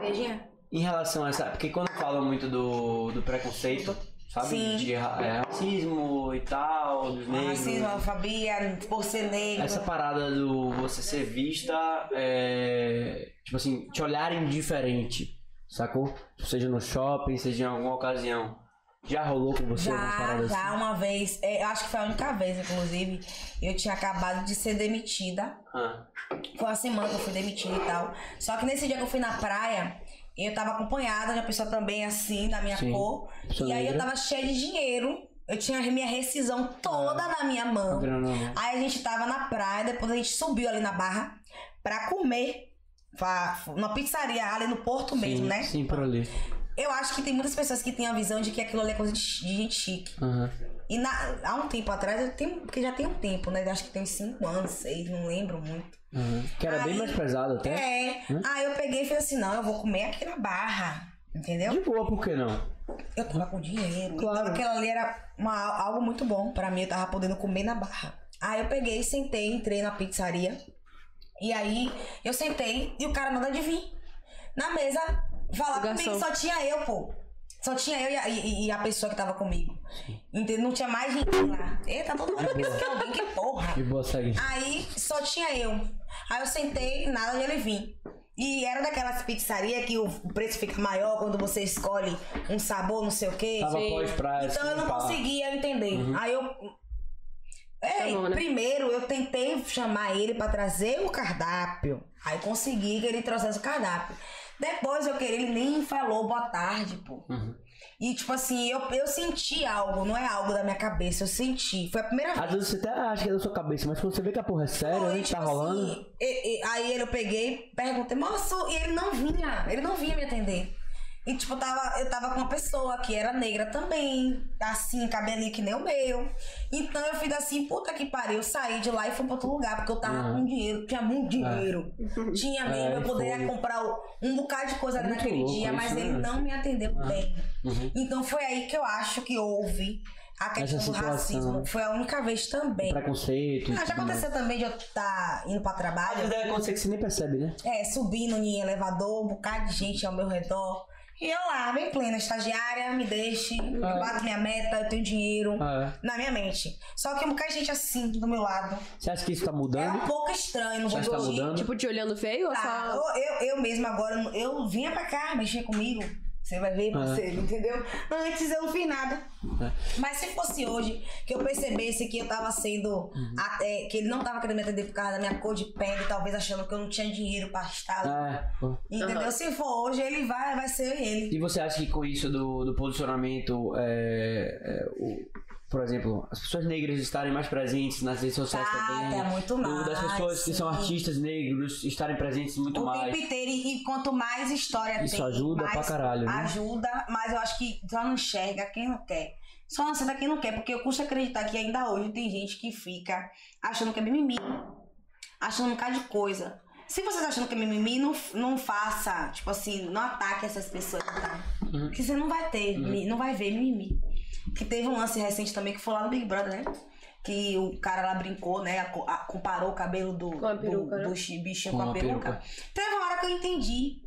Speaker 3: Beijinha.
Speaker 1: Em relação a essa. Porque quando falam muito do, do preconceito, sabe?
Speaker 3: Sim.
Speaker 1: De ra- é, racismo e tal, dos negros.
Speaker 3: Racismo, é alfabia, por ser negro.
Speaker 1: Essa parada do você ser vista, é, tipo assim, te olharem diferente, sacou? Seja no shopping, seja em alguma ocasião. Já rolou com você alguma
Speaker 3: Já,
Speaker 1: parada
Speaker 3: já,
Speaker 1: assim?
Speaker 3: uma vez. é, Eu acho que foi a única vez, inclusive. Eu tinha acabado de ser demitida.
Speaker 1: Ah,
Speaker 3: Foi uma semana que eu fui demitida e tal. Só que nesse dia que eu fui na praia, eu tava acompanhada de uma pessoa também assim, da minha
Speaker 1: Sim.
Speaker 3: cor.
Speaker 1: Sou
Speaker 3: e aí eu
Speaker 1: negra.
Speaker 3: tava cheia de dinheiro. Eu tinha a minha rescisão toda na minha
Speaker 1: a
Speaker 3: mão.
Speaker 1: grana na mão.
Speaker 3: Aí a gente tava na praia, depois a gente subiu ali na barra pra comer. Pra, numa pizzaria ali no Porto mesmo,
Speaker 1: sim,
Speaker 3: né?
Speaker 1: Sim, por ali.
Speaker 3: Eu acho que tem muitas pessoas que têm a visão de que aquilo ali é coisa de, chi- de gente chique.
Speaker 1: Aham.
Speaker 3: E na- há um tempo atrás, eu tenho, porque já tem um tempo, né? Acho que tem uns 5 anos, 6, não lembro muito.
Speaker 1: aham. Uhum. Que era bem
Speaker 3: Aí-
Speaker 1: mais pesado até.
Speaker 3: É.
Speaker 2: Hum?
Speaker 3: Aí eu peguei e falei assim: não, eu vou comer aqui na barra. Entendeu?
Speaker 2: Hum?
Speaker 1: De boa, por que não?
Speaker 3: Eu tava com dinheiro.
Speaker 1: Claro.
Speaker 3: Então aquela ali era uma- algo muito bom pra mim. Eu tava podendo comer na barra. Aí eu peguei, sentei, entrei na pizzaria. E aí eu sentei e o cara nada de vir. Na mesa, falar
Speaker 2: O garçom.
Speaker 3: comigo, só tinha eu, pô. Só tinha eu e a, e- e a pessoa que tava comigo. Entendeu? Não tinha mais ninguém lá. Eita, todo mundo aqui, que é alguém, que porra.
Speaker 1: De boa,
Speaker 3: Ah,
Speaker 1: segue.
Speaker 3: Aí só tinha eu. Aí eu sentei, nada de ele vir. E era daquelas pizzarias que o preço fica maior quando você escolhe um sabor, não sei o quê.
Speaker 1: Tava
Speaker 2: sim.
Speaker 1: pós-praia.
Speaker 3: Então eu
Speaker 1: assim,
Speaker 3: não
Speaker 1: pá.
Speaker 3: conseguia entender. Aí eu. Ei,
Speaker 2: Tá bom, né?
Speaker 3: primeiro eu tentei chamar ele pra trazer o cardápio. Aí consegui que ele trouxesse o cardápio. Depois eu queria, ele nem falou boa tarde, pô. E tipo assim, eu, eu senti algo, não é algo da minha cabeça, eu senti. Foi a primeira vez.
Speaker 1: Às vezes você até acha que é da sua cabeça, mas quando você vê que a porra é séria,
Speaker 3: Foi,
Speaker 1: né, que
Speaker 3: tipo
Speaker 1: tá rolando.
Speaker 3: assim, e- e- aí eu peguei, perguntei, moço, e ele não vinha, ele não vinha me atender. E tipo, eu tava, eu tava com uma pessoa que era negra também, assim, cabelinho que nem o meu. Então eu fiz assim, puta que pariu, eu saí de lá e fui pra outro lugar, porque eu tava
Speaker 1: Uhum.
Speaker 3: com dinheiro, tinha muito dinheiro. Tinha mesmo,
Speaker 1: É,
Speaker 3: eu poderia
Speaker 1: foi.
Speaker 3: comprar o- um bocado de coisa
Speaker 1: É muito
Speaker 3: naquele
Speaker 1: louco
Speaker 3: dia,
Speaker 1: isso,
Speaker 3: mas
Speaker 1: né?
Speaker 3: ele não me atendeu bem.
Speaker 1: Uhum.
Speaker 3: Então foi aí que eu acho que houve a questão do
Speaker 1: situação.
Speaker 3: racismo. Foi a única vez também.
Speaker 1: Preconceito. e
Speaker 3: Ah, já
Speaker 1: tudo mais.
Speaker 3: aconteceu também de eu estar indo pra
Speaker 1: Às
Speaker 3: trabalho,
Speaker 1: vezes deve acontecer que você nem percebe, né?
Speaker 3: é, subindo em elevador, um bocado de gente ao meu redor. E eu lá, bem plena, estagiária, me deixe, eu
Speaker 1: Ah.
Speaker 3: bato minha meta, eu tenho dinheiro.
Speaker 1: Ah,
Speaker 3: Na minha mente. Só que um bocado de gente assim, do meu lado.
Speaker 1: é. Você acha que isso tá
Speaker 3: É um
Speaker 1: mudando?
Speaker 3: pouco estranho, não vou
Speaker 1: Já está
Speaker 3: mentir.
Speaker 1: mudando?
Speaker 2: Tipo, te olhando feio ou
Speaker 3: Tá,
Speaker 2: só.
Speaker 3: eu, eu, eu mesma agora, eu vinha pra cá mexer comigo. Você vai ver,
Speaker 1: Ah.
Speaker 3: parceiro, entendeu? Antes eu não fiz nada. Mas se fosse hoje que eu percebesse que eu tava sendo. a- é, que ele não tava querendo me atender por causa da minha cor de pele, talvez achando que eu não tinha dinheiro pra estar lá.
Speaker 1: É. pô.
Speaker 3: Entendeu? Se for hoje, ele vai, vai ser ele.
Speaker 1: E você acha que com isso do, do posicionamento, é, é, o- por exemplo, as pessoas negras estarem mais presentes nas redes sociais
Speaker 3: Tá,
Speaker 1: também?
Speaker 3: tá muito
Speaker 1: do- Das
Speaker 3: mais,
Speaker 1: pessoas que são
Speaker 3: sim.
Speaker 1: artistas negros estarem presentes muito
Speaker 3: O
Speaker 1: mais.
Speaker 3: tempo inteiro, e e quanto mais história
Speaker 1: Isso
Speaker 3: tem.
Speaker 1: ajuda
Speaker 3: mais
Speaker 1: pra caralho, né?
Speaker 3: Ajuda, mas eu acho que só não enxerga quem não quer. Só não aceita quem não quer, porque eu custa acreditar que ainda hoje tem gente que fica achando que é mimimi, achando um bocado de coisa. Se você tá achando que é mimimi, não, não faça, tipo assim, não ataque essas pessoas. Tá?
Speaker 1: Uhum.
Speaker 3: Porque você não vai ter, mi- não vai ver mimimi. Que teve um lance recente também que foi lá no Big Brother, né? que o cara lá brincou, né? a co- a- comparou o cabelo do,
Speaker 2: Com a peruca,
Speaker 3: do,
Speaker 2: né?
Speaker 3: do chi- bichinho
Speaker 1: Com
Speaker 3: com,
Speaker 1: a
Speaker 3: a peruca. Teve uma hora que eu entendi.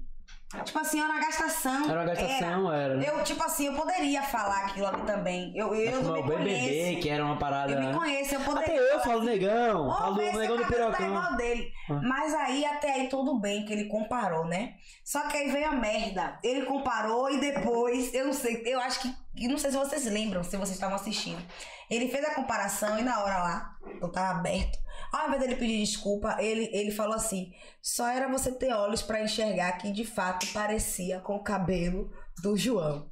Speaker 3: Tipo assim, era uma gastação.
Speaker 1: Era uma gastação, era. né?
Speaker 3: Eu, tipo assim, eu poderia falar aquilo ali também. Eu, eu
Speaker 1: Mas
Speaker 3: não me
Speaker 1: Tá o BBB,
Speaker 3: conheço.
Speaker 1: que era uma parada.
Speaker 3: Eu me
Speaker 1: né?
Speaker 3: conheço, eu poderia.
Speaker 1: Até eu falo negão,
Speaker 3: Ó,
Speaker 1: falo
Speaker 3: vê se
Speaker 1: negão
Speaker 3: o
Speaker 1: do
Speaker 3: cabelo tá
Speaker 1: pirocão.
Speaker 3: igual dele.
Speaker 1: Ah.
Speaker 3: Mas aí, até aí, tudo bem que ele comparou, né? Só que aí veio a merda. Ele comparou e depois, eu não sei, eu acho que. eu não sei se vocês lembram, se vocês estavam assistindo. Ele fez a comparação e na hora lá, eu tava aberto. Ao invés dele pedir desculpa, ele, ele falou assim: só era você ter olhos pra enxergar que de fato parecia com o cabelo do João.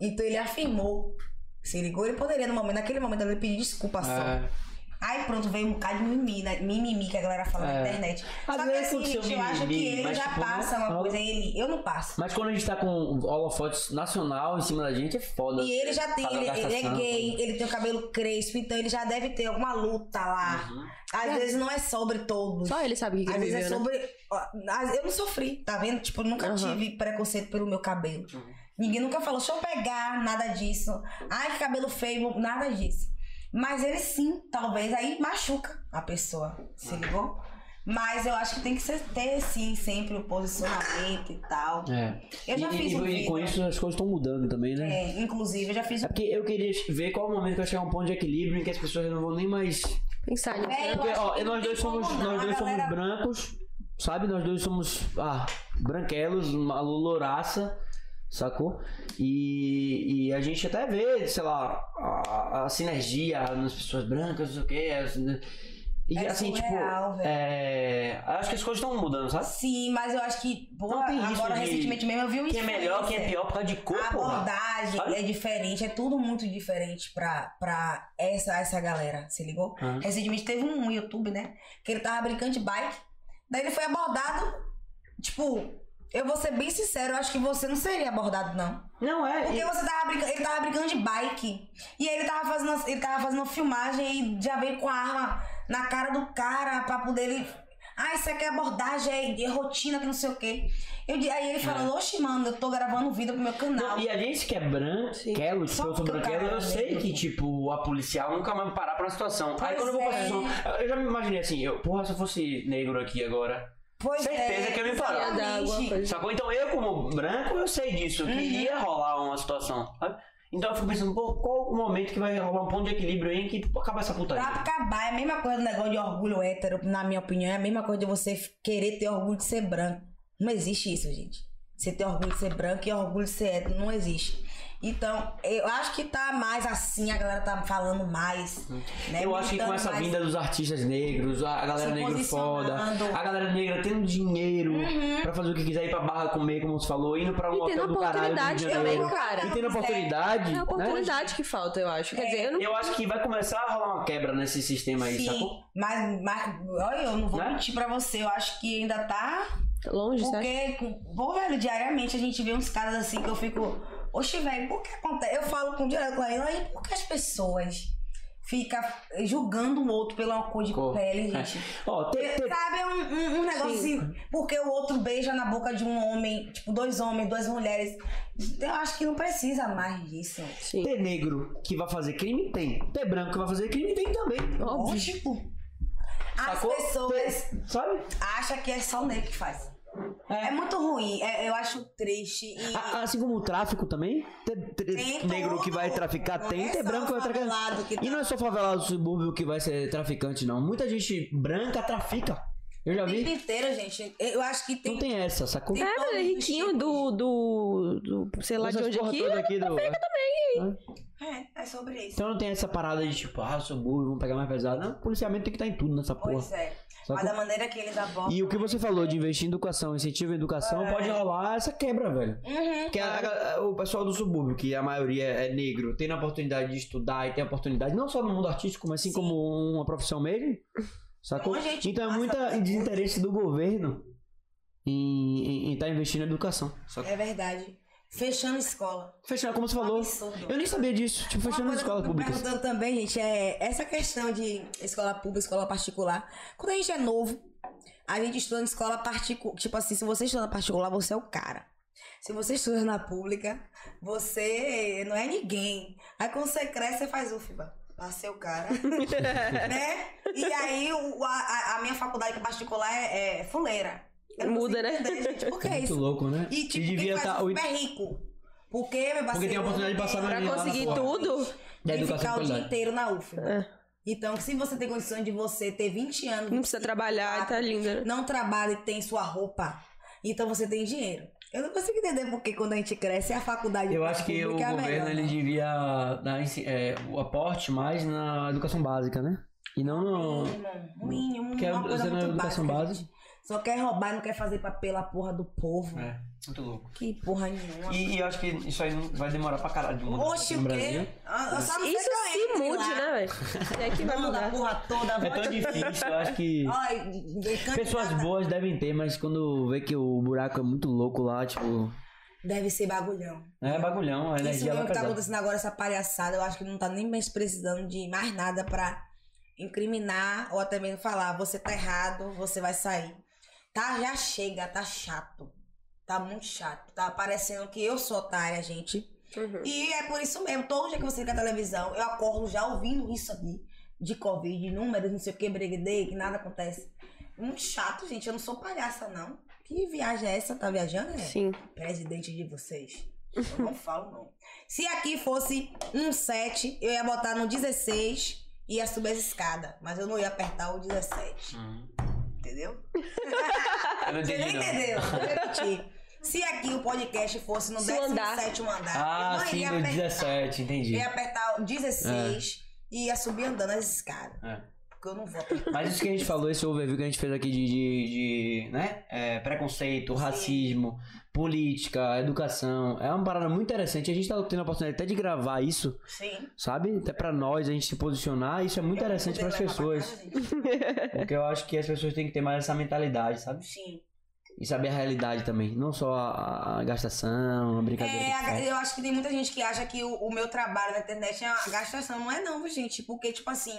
Speaker 3: Então ele afirmou. Se ligou, ele poderia, no momento, naquele momento, ele pedir desculpa só.
Speaker 1: É.
Speaker 3: Aí pronto, veio um bocado de mimimi, né? mimimi que a galera fala
Speaker 1: É.
Speaker 3: na internet.
Speaker 1: Às
Speaker 3: Só que
Speaker 1: vezes
Speaker 3: assim,
Speaker 1: aconteceu
Speaker 3: gente, eu acho que
Speaker 1: mimimi,
Speaker 3: ele
Speaker 1: mas,
Speaker 3: já
Speaker 1: tipo,
Speaker 3: passa uma
Speaker 1: não-
Speaker 3: coisa, ele, eu não passo.
Speaker 1: Mas quando a gente tá com holofotes nacional em cima da gente, é foda.
Speaker 3: E ele já tem,
Speaker 1: Faz a
Speaker 3: ele, ele é
Speaker 1: gastação,
Speaker 3: gay, ele tem o cabelo crespo, então ele já deve ter alguma luta lá.
Speaker 1: Uhum.
Speaker 3: Às vezes não é sobre todos.
Speaker 2: Só ele sabe o que, que
Speaker 3: Às
Speaker 2: ele
Speaker 3: vezes é
Speaker 2: viveu, né?
Speaker 3: sobre. ó, às- Eu não sofri, tá vendo? Tipo, eu nunca
Speaker 2: Aham.
Speaker 3: tive preconceito pelo meu cabelo. Ninguém nunca falou, deixa eu pegar, nada disso. Ai, que cabelo feio, nada disso. Mas ele sim, talvez aí machuca a pessoa, se ligou? Mas eu acho que tem que ser- ter sim sempre o posicionamento e tal.
Speaker 1: É.
Speaker 3: Eu já
Speaker 1: e,
Speaker 3: fiz
Speaker 1: e,
Speaker 3: um
Speaker 1: e
Speaker 3: vídeo.
Speaker 1: com isso as coisas estão mudando também, né?
Speaker 3: É, inclusive, eu já fiz
Speaker 1: É
Speaker 3: um.
Speaker 1: porque eu queria ver qual o momento que vai chegar um ponto de equilíbrio em que as pessoas não vão nem mais.
Speaker 2: Pensar nisso.
Speaker 3: É, eu
Speaker 1: Porque,
Speaker 3: acho
Speaker 1: ó,
Speaker 3: que não
Speaker 1: nós
Speaker 3: tem
Speaker 1: dois somos,
Speaker 3: como não,
Speaker 1: nós
Speaker 3: a
Speaker 1: dois
Speaker 3: galera-
Speaker 1: somos brancos, sabe? Nós dois somos ah, branquelos, uma louraça, sacou? E, e a gente até vê, sei lá, a, a sinergia nas pessoas brancas, não sei o quê. as- assim, né? E
Speaker 3: É
Speaker 1: assim,
Speaker 3: surreal,
Speaker 1: tipo.
Speaker 3: velho.
Speaker 1: É, acho que as coisas estão mudando, sabe?
Speaker 3: Sim, mas eu acho que, pô,
Speaker 1: Não Então tem isso
Speaker 3: agora
Speaker 1: de-
Speaker 3: recentemente mesmo eu vi um
Speaker 1: Quem é melhor, quem é
Speaker 3: influencer.
Speaker 1: pior por causa de cor,
Speaker 3: A
Speaker 1: porra.
Speaker 3: abordagem
Speaker 1: Sabe?
Speaker 3: é diferente, é tudo muito diferente pra, pra essa, essa galera, se ligou?
Speaker 1: Aham.
Speaker 3: Recentemente teve um YouTube, né? Que ele tava brincando de bike. Daí ele foi abordado. Tipo, eu vou ser bem sincero, eu acho que você não seria abordado, não.
Speaker 1: Não é.
Speaker 3: Porque
Speaker 1: e-
Speaker 3: você tava brincando, ele tava brincando de bike. E aí ele tava fazendo, ele tava fazendo uma filmagem e já veio com a arma na cara do cara pra poder ele. Ah, isso aqui é abordagem, é, é rotina, que não sei o quê. Eu, di- aí ele falando, oxe, mano, eu tô gravando um vídeo pro meu canal.
Speaker 1: Não, É. e a gente que é branquelo, tipo,
Speaker 3: Só
Speaker 1: eu sou
Speaker 3: porque o
Speaker 1: branquelo,
Speaker 3: cara
Speaker 1: eu
Speaker 3: é
Speaker 1: sei
Speaker 3: negro.
Speaker 1: que, tipo, a policial nunca mais vai parar pra uma situação. Aí
Speaker 3: Pois
Speaker 1: quando eu vou pra
Speaker 3: é.
Speaker 1: situação, eu já me imaginei assim, eu, porra, se eu fosse negro aqui agora.
Speaker 3: Pois
Speaker 1: Certeza
Speaker 3: é,
Speaker 1: que eu ia parar.
Speaker 2: Ia dar alguma
Speaker 3: exatamente.
Speaker 2: coisa.
Speaker 1: Sacou? Então eu, como branco, eu sei disso, que
Speaker 3: Uhum.
Speaker 1: ia rolar uma situação, sabe? Então eu fico pensando, pô, qual o momento que vai rolar um ponto de equilíbrio aí em que acaba essa
Speaker 3: Pra
Speaker 1: putaria?
Speaker 3: acabar, é a mesma coisa do negócio de orgulho hétero, na minha opinião, é a mesma coisa de você querer ter orgulho de ser branco. Não existe isso, gente. Você ter orgulho de ser branco e orgulho de ser hétero, não existe. Então, eu acho que tá mais assim, a galera tá falando mais. Né?
Speaker 1: Hum. Eu acho que com
Speaker 2: Então,
Speaker 3: Gritando
Speaker 1: essa
Speaker 3: mais.
Speaker 1: vinda dos artistas negros, a a galera
Speaker 3: Se
Speaker 1: negra foda,
Speaker 3: posicionando.
Speaker 1: a galera negra tendo dinheiro pra fazer o que quiser, ir pra barra comer, como você falou, indo pra um
Speaker 2: Uhum. E tendo
Speaker 1: hotel do caralho do Rio de
Speaker 2: oportunidade também,
Speaker 1: Janeiro.
Speaker 2: cara.
Speaker 1: E tendo oportunidade,
Speaker 2: É a
Speaker 1: né?
Speaker 2: oportunidade que falta, eu acho.
Speaker 3: É.
Speaker 2: Quer dizer, eu não.
Speaker 1: Eu acho que vai começar a rolar uma quebra nesse sistema aí,
Speaker 3: Sim,
Speaker 1: sacou?
Speaker 3: mas, mas olha, eu não vou
Speaker 1: Né?
Speaker 3: mentir pra você, eu acho que ainda tá
Speaker 2: Longe, sabe?
Speaker 3: Porque, com- pô, velho, diariamente a gente vê uns casos assim que eu fico, oxe, velho, por que acontece? Eu falo com direto com ela, e por que as pessoas ficam julgando o outro pela cor de
Speaker 1: Cor.
Speaker 3: pele, gente?
Speaker 1: Ó, te, te-
Speaker 3: Sabe, é um, um- um negócio assim, porque o outro beija na boca de um homem, tipo, dois homens, duas mulheres. Eu acho que não precisa mais disso.
Speaker 2: Sim.
Speaker 1: ter negro que vai fazer crime, tem. Ter branco que vai fazer crime, tem também.
Speaker 2: Óbvio.
Speaker 3: Lógico. As
Speaker 1: Sacou?
Speaker 3: pessoas
Speaker 1: Ter- Sabe?
Speaker 3: acham que é só o negro que faz. É, muito ruim, é- eu acho triste. E...
Speaker 1: A- Assim como o tráfico também, ter, ter
Speaker 3: Tem
Speaker 1: negro que vai
Speaker 3: tudo.
Speaker 1: traficar
Speaker 3: Não
Speaker 1: tem,
Speaker 3: é
Speaker 1: ter
Speaker 3: só
Speaker 1: branco que vai traficar.
Speaker 3: favelado que
Speaker 1: E não é só favelado do subúrbio que vai ser traficante, não. Muita gente branca trafica. Eu já
Speaker 3: O tempo
Speaker 1: vi.
Speaker 3: inteiro, gente. Eu acho que um
Speaker 1: Não
Speaker 3: tem.
Speaker 1: tem essa, sacou?
Speaker 2: É, mas é riquinho do, do, do. Sei lá de
Speaker 1: Essas
Speaker 2: onde
Speaker 1: porra
Speaker 2: aqui.
Speaker 1: toda aqui do-
Speaker 3: É, é sobre isso.
Speaker 1: Então não tem essa parada de tipo, ah, subúrbio, vamos pegar mais pesado. Não, policiamento tem que estar em tudo nessa porra.
Speaker 3: Pois é.
Speaker 1: Só
Speaker 3: Mas
Speaker 1: que-
Speaker 3: da maneira que eles abordam.
Speaker 1: tá E o que você falou de investir em educação, incentivo à educação, pode rolar essa quebra, velho.
Speaker 3: É. Uhum.
Speaker 1: Porque a- a- o pessoal do subúrbio, que a maioria é negro, tendo a oportunidade de estudar e tem a oportunidade, não só no mundo artístico, mas sim,
Speaker 3: Sim.
Speaker 1: como uma profissão mesmo, sacou?
Speaker 3: Então, gente,
Speaker 1: então é
Speaker 3: passa
Speaker 1: muito
Speaker 3: por-
Speaker 1: desinteresse do governo em estar investindo na educação. Sacou?
Speaker 3: É verdade. Fechando escola.
Speaker 1: Fechando, como você falou.
Speaker 3: Absurdo.
Speaker 1: Eu nem sabia disso, tipo, fechando as escolas
Speaker 3: que eu tô
Speaker 1: públicas.
Speaker 3: perguntando também, gente, é essa questão de escola pública, escola particular. Quando a gente é novo, a gente estuda em escola particular. Tipo assim, se você estuda na particular, você é o cara. Se você estuda na pública, você não é ninguém. Aí quando você cresce, você faz UFBA. Passei o cara. né? E aí o- a, a- a minha faculdade que eu particular é, é fuleira. Eu não
Speaker 2: Muda,
Speaker 3: consigo
Speaker 2: né?
Speaker 3: entender, gente. Por que
Speaker 1: É muito
Speaker 3: isso?
Speaker 1: louco, né?
Speaker 3: E tipo, quem
Speaker 1: devia
Speaker 3: faz
Speaker 1: tá
Speaker 3: isso
Speaker 1: oito-
Speaker 3: é rico. Porque, meu parceiro, é,
Speaker 1: Porque tem a oportunidade de passar
Speaker 3: tem
Speaker 1: na
Speaker 2: Pra
Speaker 1: lá
Speaker 2: conseguir
Speaker 1: fora.
Speaker 2: tudo.
Speaker 1: Da
Speaker 3: de
Speaker 1: educação
Speaker 3: ficar o
Speaker 1: de
Speaker 3: dia
Speaker 1: qualidade.
Speaker 3: inteiro na UFBA.
Speaker 2: É.
Speaker 3: Então, se você tem condições de você ter 20 anos,
Speaker 2: Não precisa trabalhar e tá linda. né?
Speaker 3: não trabalha e tem sua roupa, então você tem dinheiro. Eu não consigo entender porque quando a gente cresce a faculdade
Speaker 1: Eu acho que o
Speaker 3: pública é a
Speaker 1: governo
Speaker 3: melhor,
Speaker 1: ele
Speaker 3: né?
Speaker 1: devia dar ensi- é, o aporte mais na educação básica, né? E não no.
Speaker 3: Mínimo, mínimo,
Speaker 1: Quer
Speaker 3: um uma coisa
Speaker 1: você não é
Speaker 3: muito
Speaker 1: educação
Speaker 3: básica,
Speaker 1: básica?
Speaker 3: gente. Só quer roubar, não quer fazer papel a porra do povo.
Speaker 1: É, muito louco.
Speaker 3: Que porra nenhuma.
Speaker 1: E, e eu acho que isso aí não- vai demorar pra caralho de mudar
Speaker 3: Oxe,
Speaker 1: no
Speaker 3: o
Speaker 1: Brasil.
Speaker 3: quê? Ah, eu só não sei
Speaker 2: Isso
Speaker 3: que eu
Speaker 2: se
Speaker 3: entre
Speaker 2: mude,
Speaker 3: lá.
Speaker 2: né, velho? É que vai
Speaker 3: Manda a
Speaker 2: mudar.
Speaker 3: porra toda.
Speaker 1: É tão difícil, eu acho que. Pessoas boas devem ter, mas quando vê que o buraco é muito louco lá, tipo.
Speaker 3: Deve ser bagulhão.
Speaker 1: É bagulhão, a
Speaker 3: Isso
Speaker 1: energia
Speaker 3: mesmo
Speaker 1: vai
Speaker 3: que tá
Speaker 1: pesar.
Speaker 3: acontecendo agora, essa palhaçada, eu acho que não tá nem mais precisando de mais nada pra incriminar ou até mesmo falar, você tá errado, você vai sair. Tá, já chega, tá chato. Tá muito chato. Tá parecendo que eu sou otária, gente.
Speaker 2: Uhum.
Speaker 3: E é por isso mesmo, todo dia que você liga a televisão, eu acordo já ouvindo isso aqui, de Covid, de números, não sei o que, briguei, que nada acontece. Muito chato, gente. Eu não sou palhaça, não. Que viagem é essa? Tá viajando, né?
Speaker 2: Sim.
Speaker 3: presidente de vocês. Eu não falo, não. Se aqui fosse um 7, eu ia botar no 16 e ia subir essa escada. Mas eu não ia apertar o 17. Entendeu?
Speaker 1: Hum. Eu não
Speaker 3: Você não
Speaker 1: entendi, não.
Speaker 3: entendeu? Vou repetir. Se aqui o podcast fosse no
Speaker 2: Se
Speaker 3: 17 andar,
Speaker 1: Ah,
Speaker 3: eu não
Speaker 1: sim,
Speaker 3: ia
Speaker 1: do
Speaker 3: apertar.
Speaker 1: 17,
Speaker 3: Eu
Speaker 1: entendi.
Speaker 3: ia apertar o 16 e ia subir andando as escadas.
Speaker 1: É.
Speaker 3: Porque eu não vou apertar.
Speaker 1: Mas isso que a gente falou, esse overview que a gente fez aqui de, de, de, né? É, preconceito, racismo, política, educação, é uma parada muito interessante. A gente tá tendo a oportunidade até de gravar isso,
Speaker 3: Sim.
Speaker 1: sabe? Até pra nós, a gente se posicionar, isso é muito interessante
Speaker 3: Poder
Speaker 1: pras
Speaker 3: levar pra
Speaker 1: pessoas.
Speaker 3: casa, gente.
Speaker 1: Porque eu acho que as pessoas têm que ter mais essa mentalidade, sabe?
Speaker 3: Sim.
Speaker 1: E saber a realidade também, não só a, a gastação, a brincadeira. né?
Speaker 3: É,
Speaker 1: que
Speaker 3: a-
Speaker 1: faz.
Speaker 3: eu acho que tem muita gente que acha que o, o meu trabalho na internet é uma gastação. Não é não, viu, gente. Porque, tipo assim,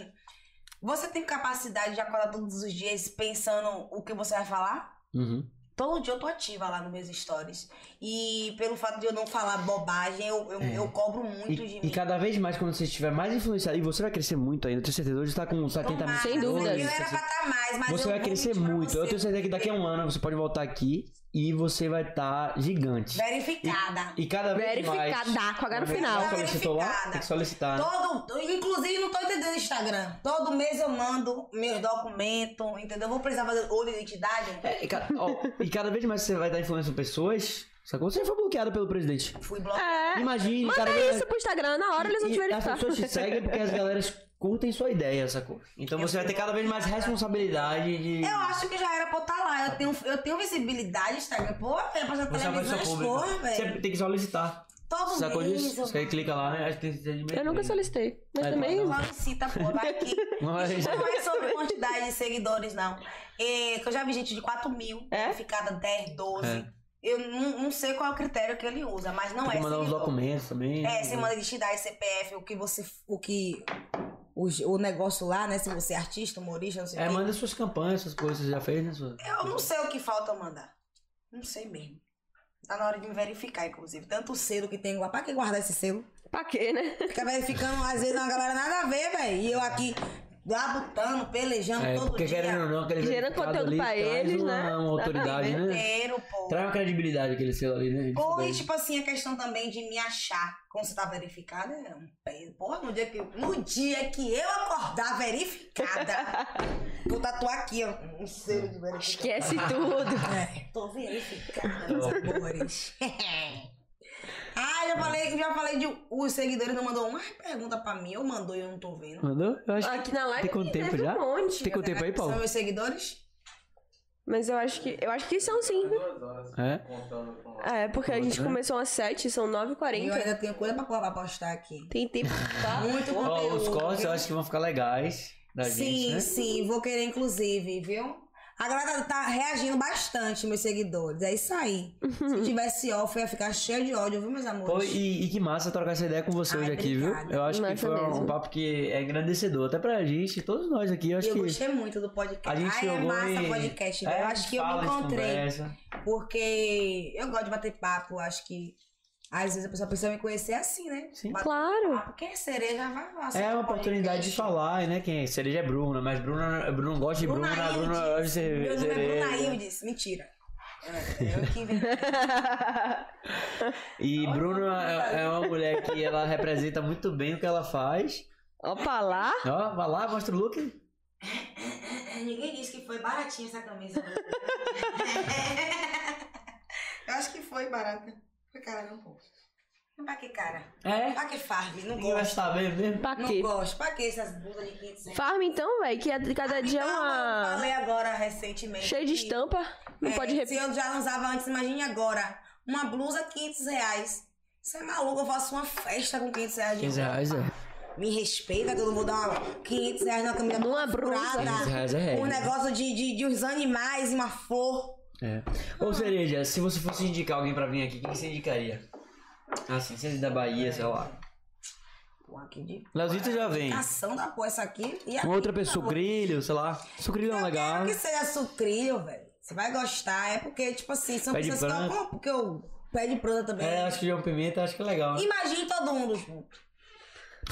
Speaker 3: você tem capacidade de acordar todos os dias pensando o que você vai falar?
Speaker 1: Uhum.
Speaker 3: Todo dia eu tô ativa lá nos meus stories. E pelo fato de eu não falar bobagem, eu, eu, eu cobro muito de
Speaker 1: É. E,
Speaker 3: mim.
Speaker 1: e cada vez mais, quando você estiver mais influenciado, e você vai crescer muito ainda, eu tenho certeza, hoje você tá com 70 mil assim,
Speaker 3: Tomara,
Speaker 2: Sem dúvida.
Speaker 3: Eu era pra estar mais, mas
Speaker 1: você
Speaker 3: eu
Speaker 1: vai
Speaker 3: vou
Speaker 1: crescer
Speaker 3: mentir pra
Speaker 1: muito. Eu
Speaker 3: você.
Speaker 1: tenho certeza que daqui a um ano você pode voltar aqui e você vai estar gigante.
Speaker 3: Verificada.
Speaker 1: E cada vez mais.
Speaker 2: Verificada, com H no final.
Speaker 1: Você solicitou lá?
Speaker 3: Verificada.
Speaker 1: Tem que solicitar. né?
Speaker 3: Todo, inclusive, não tô entendendo o Instagram. Todo mês eu mando meus documentos, entendeu? Vou precisar fazer outra identidade.
Speaker 1: É, e, ca- ó, e cada vez mais você vai estar influenciando pessoas. Sacou? Você já foi bloqueada pelo presidente.
Speaker 3: Fui bloqueada.
Speaker 2: É.
Speaker 1: Imagine,
Speaker 2: Manda
Speaker 1: cada vez
Speaker 2: isso pro Instagram, na hora eles vão te
Speaker 1: E As
Speaker 2: verificar.
Speaker 1: pessoas te seguem porque as galeras curtem sua ideia, sacou? Então você vai ter cada vez mais responsabilidade de.
Speaker 3: Eu acho que já era pra eu estar lá. Eu tenho, eu tenho visibilidade no Instagram. Pô, velho, passar
Speaker 1: Você é uma pessoa
Speaker 3: televisão as
Speaker 1: pública.
Speaker 3: porra,
Speaker 1: Você
Speaker 3: velho.
Speaker 1: tem que solicitar.
Speaker 3: Todo
Speaker 1: Sacou
Speaker 3: mês.
Speaker 1: disso?
Speaker 3: eu
Speaker 1: Você aí clica lá, né? Acho que tem que
Speaker 2: Eu nunca solicitei. Mas
Speaker 1: É,
Speaker 2: também.
Speaker 3: Não solicita, assim, "Tá, pô, vai aqui.
Speaker 1: Mas-
Speaker 3: Não é sobre quantidade de seguidores, não. É, que eu já vi gente de 4 mil,
Speaker 2: É?
Speaker 3: ficada 10, 12.
Speaker 1: É.
Speaker 3: Eu não, não sei qual é o critério que ele usa, mas não
Speaker 1: Tem
Speaker 3: é
Speaker 1: que mandar uns
Speaker 3: seguidor.
Speaker 1: documentos também. né?
Speaker 3: É, você manda identidade, CPF, o que você. O que. O, o negócio lá, né? Se você é artista, humorista, não sei
Speaker 1: É,
Speaker 3: o quê.
Speaker 1: manda suas campanhas, essas coisas que você já fez, né? sua-
Speaker 3: Eu não sei o que falta mandar. Não sei mesmo. Tá na hora de me verificar, inclusive. Tanto selo que tem lá. Pra que guardar esse selo?
Speaker 2: Pra quê, né?
Speaker 3: Fica verificando, às vezes, uma galera nada a ver, velho. E eu aqui labutando, pelejando
Speaker 1: É,
Speaker 3: todo
Speaker 1: porque
Speaker 3: dia.
Speaker 1: querendo ou não, aquele
Speaker 2: Gerando
Speaker 1: verificado
Speaker 2: conteúdo
Speaker 1: ali
Speaker 2: pra
Speaker 1: traz
Speaker 2: eles,
Speaker 1: uma,
Speaker 2: né?
Speaker 1: uma autoridade,
Speaker 2: Exatamente.
Speaker 1: né?
Speaker 3: Inteiro, pô.
Speaker 1: Traz uma credibilidade aquele selo ali, né?
Speaker 3: Pô, e
Speaker 1: Isso
Speaker 3: tipo assim, a questão também de me achar. Como você tá verificada, é um peso. Porra, no dia que, no dia que eu acordar verificada, vou tatuar aqui, ó. Um selo de verificada.
Speaker 2: Esquece tudo.
Speaker 3: É, tô verificada, meus amores. Ai, já falei, já falei de. Os seguidores não mandou uma pergunta pra mim, ou mandou e eu não tô
Speaker 1: daí.
Speaker 3: vendo.
Speaker 1: Mandou? Eu acho
Speaker 2: Aqui na live
Speaker 1: Tem quanto tempo
Speaker 2: teve
Speaker 1: já?
Speaker 2: um monte.
Speaker 1: Tem quanto tempo aí,
Speaker 3: São
Speaker 1: Paulo?
Speaker 3: meus seguidores?
Speaker 2: Mas eu acho que. Eu acho que são sim.
Speaker 1: É?
Speaker 2: É, porque a gente
Speaker 1: Né?
Speaker 2: começou às 7, são
Speaker 3: E eu
Speaker 2: 9h40.
Speaker 3: ainda tenho coisa pra, pra postar aqui.
Speaker 2: Tem tempo pra
Speaker 3: Muito
Speaker 1: Ó,
Speaker 3: conteúdo.
Speaker 1: os cortes
Speaker 3: viu?
Speaker 1: eu acho que vão ficar legais da
Speaker 3: Sim,
Speaker 1: gente, né?
Speaker 3: sim, vou querer inclusive, viu? A galera tá reagindo bastante, meus seguidores. É isso aí. Se tivesse off, eu ia ficar cheio de ódio, viu, meus
Speaker 1: Pô,
Speaker 3: amores?
Speaker 1: e, e que massa trocar essa ideia com você
Speaker 3: Ai,
Speaker 1: hoje aqui,
Speaker 3: obrigada.
Speaker 1: viu? Eu acho que
Speaker 2: Massa
Speaker 1: foi um
Speaker 2: mesmo.
Speaker 1: papo que é engrandecedor, até pra gente, todos nós aqui. Eu
Speaker 3: E
Speaker 1: acho
Speaker 3: eu
Speaker 1: que.
Speaker 3: gostei muito do podcast.
Speaker 1: A gente
Speaker 3: Ai, é
Speaker 1: jogou
Speaker 3: massa
Speaker 1: e-
Speaker 3: podcast. né?
Speaker 1: É,
Speaker 3: eu acho que eu me
Speaker 1: fala,
Speaker 3: encontrei.
Speaker 1: conversa.
Speaker 3: Porque eu gosto de bater papo, acho que Às vezes a pessoa precisa me conhecer assim, né?
Speaker 1: Sim.
Speaker 3: Bate-
Speaker 2: Claro.
Speaker 3: Ah, Quem é cereja vai lá.
Speaker 1: É
Speaker 3: sabe?
Speaker 1: uma oportunidade de falar, né? Quem é? Cereja é Bruna, mas Bruna, Bruna gosta de Bruna,
Speaker 3: Bruna
Speaker 1: Bruna,
Speaker 3: Hildes.
Speaker 1: gosta de cerveja.
Speaker 3: Meu nome é Bruna
Speaker 1: cereja.
Speaker 3: Hildes. Mentira. É, Eu que inventei.
Speaker 1: E Bruna é é uma mulher que ela representa muito bem o que ela faz.
Speaker 2: Opa lá.
Speaker 1: Ó, vai lá, mostra o look.
Speaker 3: Ninguém disse que foi baratinha essa camisa. Eu acho que foi barata. Foi cara, não, pô. Mas Pra que cara?
Speaker 1: É?
Speaker 3: Pra que farm? Não
Speaker 1: Ninguém vai
Speaker 3: gosto.
Speaker 1: saber mesmo.
Speaker 2: Pra
Speaker 3: Não
Speaker 2: quê?
Speaker 3: gosto. Pra que essas bundas de 500 reais?
Speaker 2: Farm então, velho, que a de cada dia é
Speaker 3: Então, eu
Speaker 2: uma.
Speaker 3: Falei agora recentemente.
Speaker 2: Cheio de
Speaker 3: que,
Speaker 2: estampa. Não
Speaker 3: é,
Speaker 2: pode
Speaker 3: Se
Speaker 2: repetir.
Speaker 3: eu já não usava antes, imagine agora. Uma blusa, 500 reais. Você é maluco, eu faço uma festa com 500 reais. de
Speaker 1: 15 reais é.
Speaker 3: Me respeita que eu não vou dar uma 500 reais na camisa
Speaker 2: Numa brusa.
Speaker 3: furada,
Speaker 1: 15 reais é regra.
Speaker 3: Um negócio de, de, de uns animais e uma flor.
Speaker 1: É. Ô, Cereja, se você fosse indicar alguém pra vir aqui, quem você indicaria? Assim, se da Bahia, sei lá.
Speaker 3: Pô, aqui de
Speaker 1: Leozito já vem.
Speaker 3: ação da porra, isso aqui. E aqui,
Speaker 1: Com outra
Speaker 3: por
Speaker 1: pessoa,
Speaker 3: favor.
Speaker 1: sucrilho, sei lá. Sucrilho é
Speaker 3: Eu
Speaker 1: legal.
Speaker 3: quero que seja sucrilho, velho. Você vai gostar. É porque, tipo assim, são
Speaker 1: Pé de
Speaker 3: pessoas que eu
Speaker 1: planta.
Speaker 3: compro, porque eu pé de planta também.
Speaker 1: É, acho que João Pimenta, acho que é legal.
Speaker 3: Imagine todo mundo junto.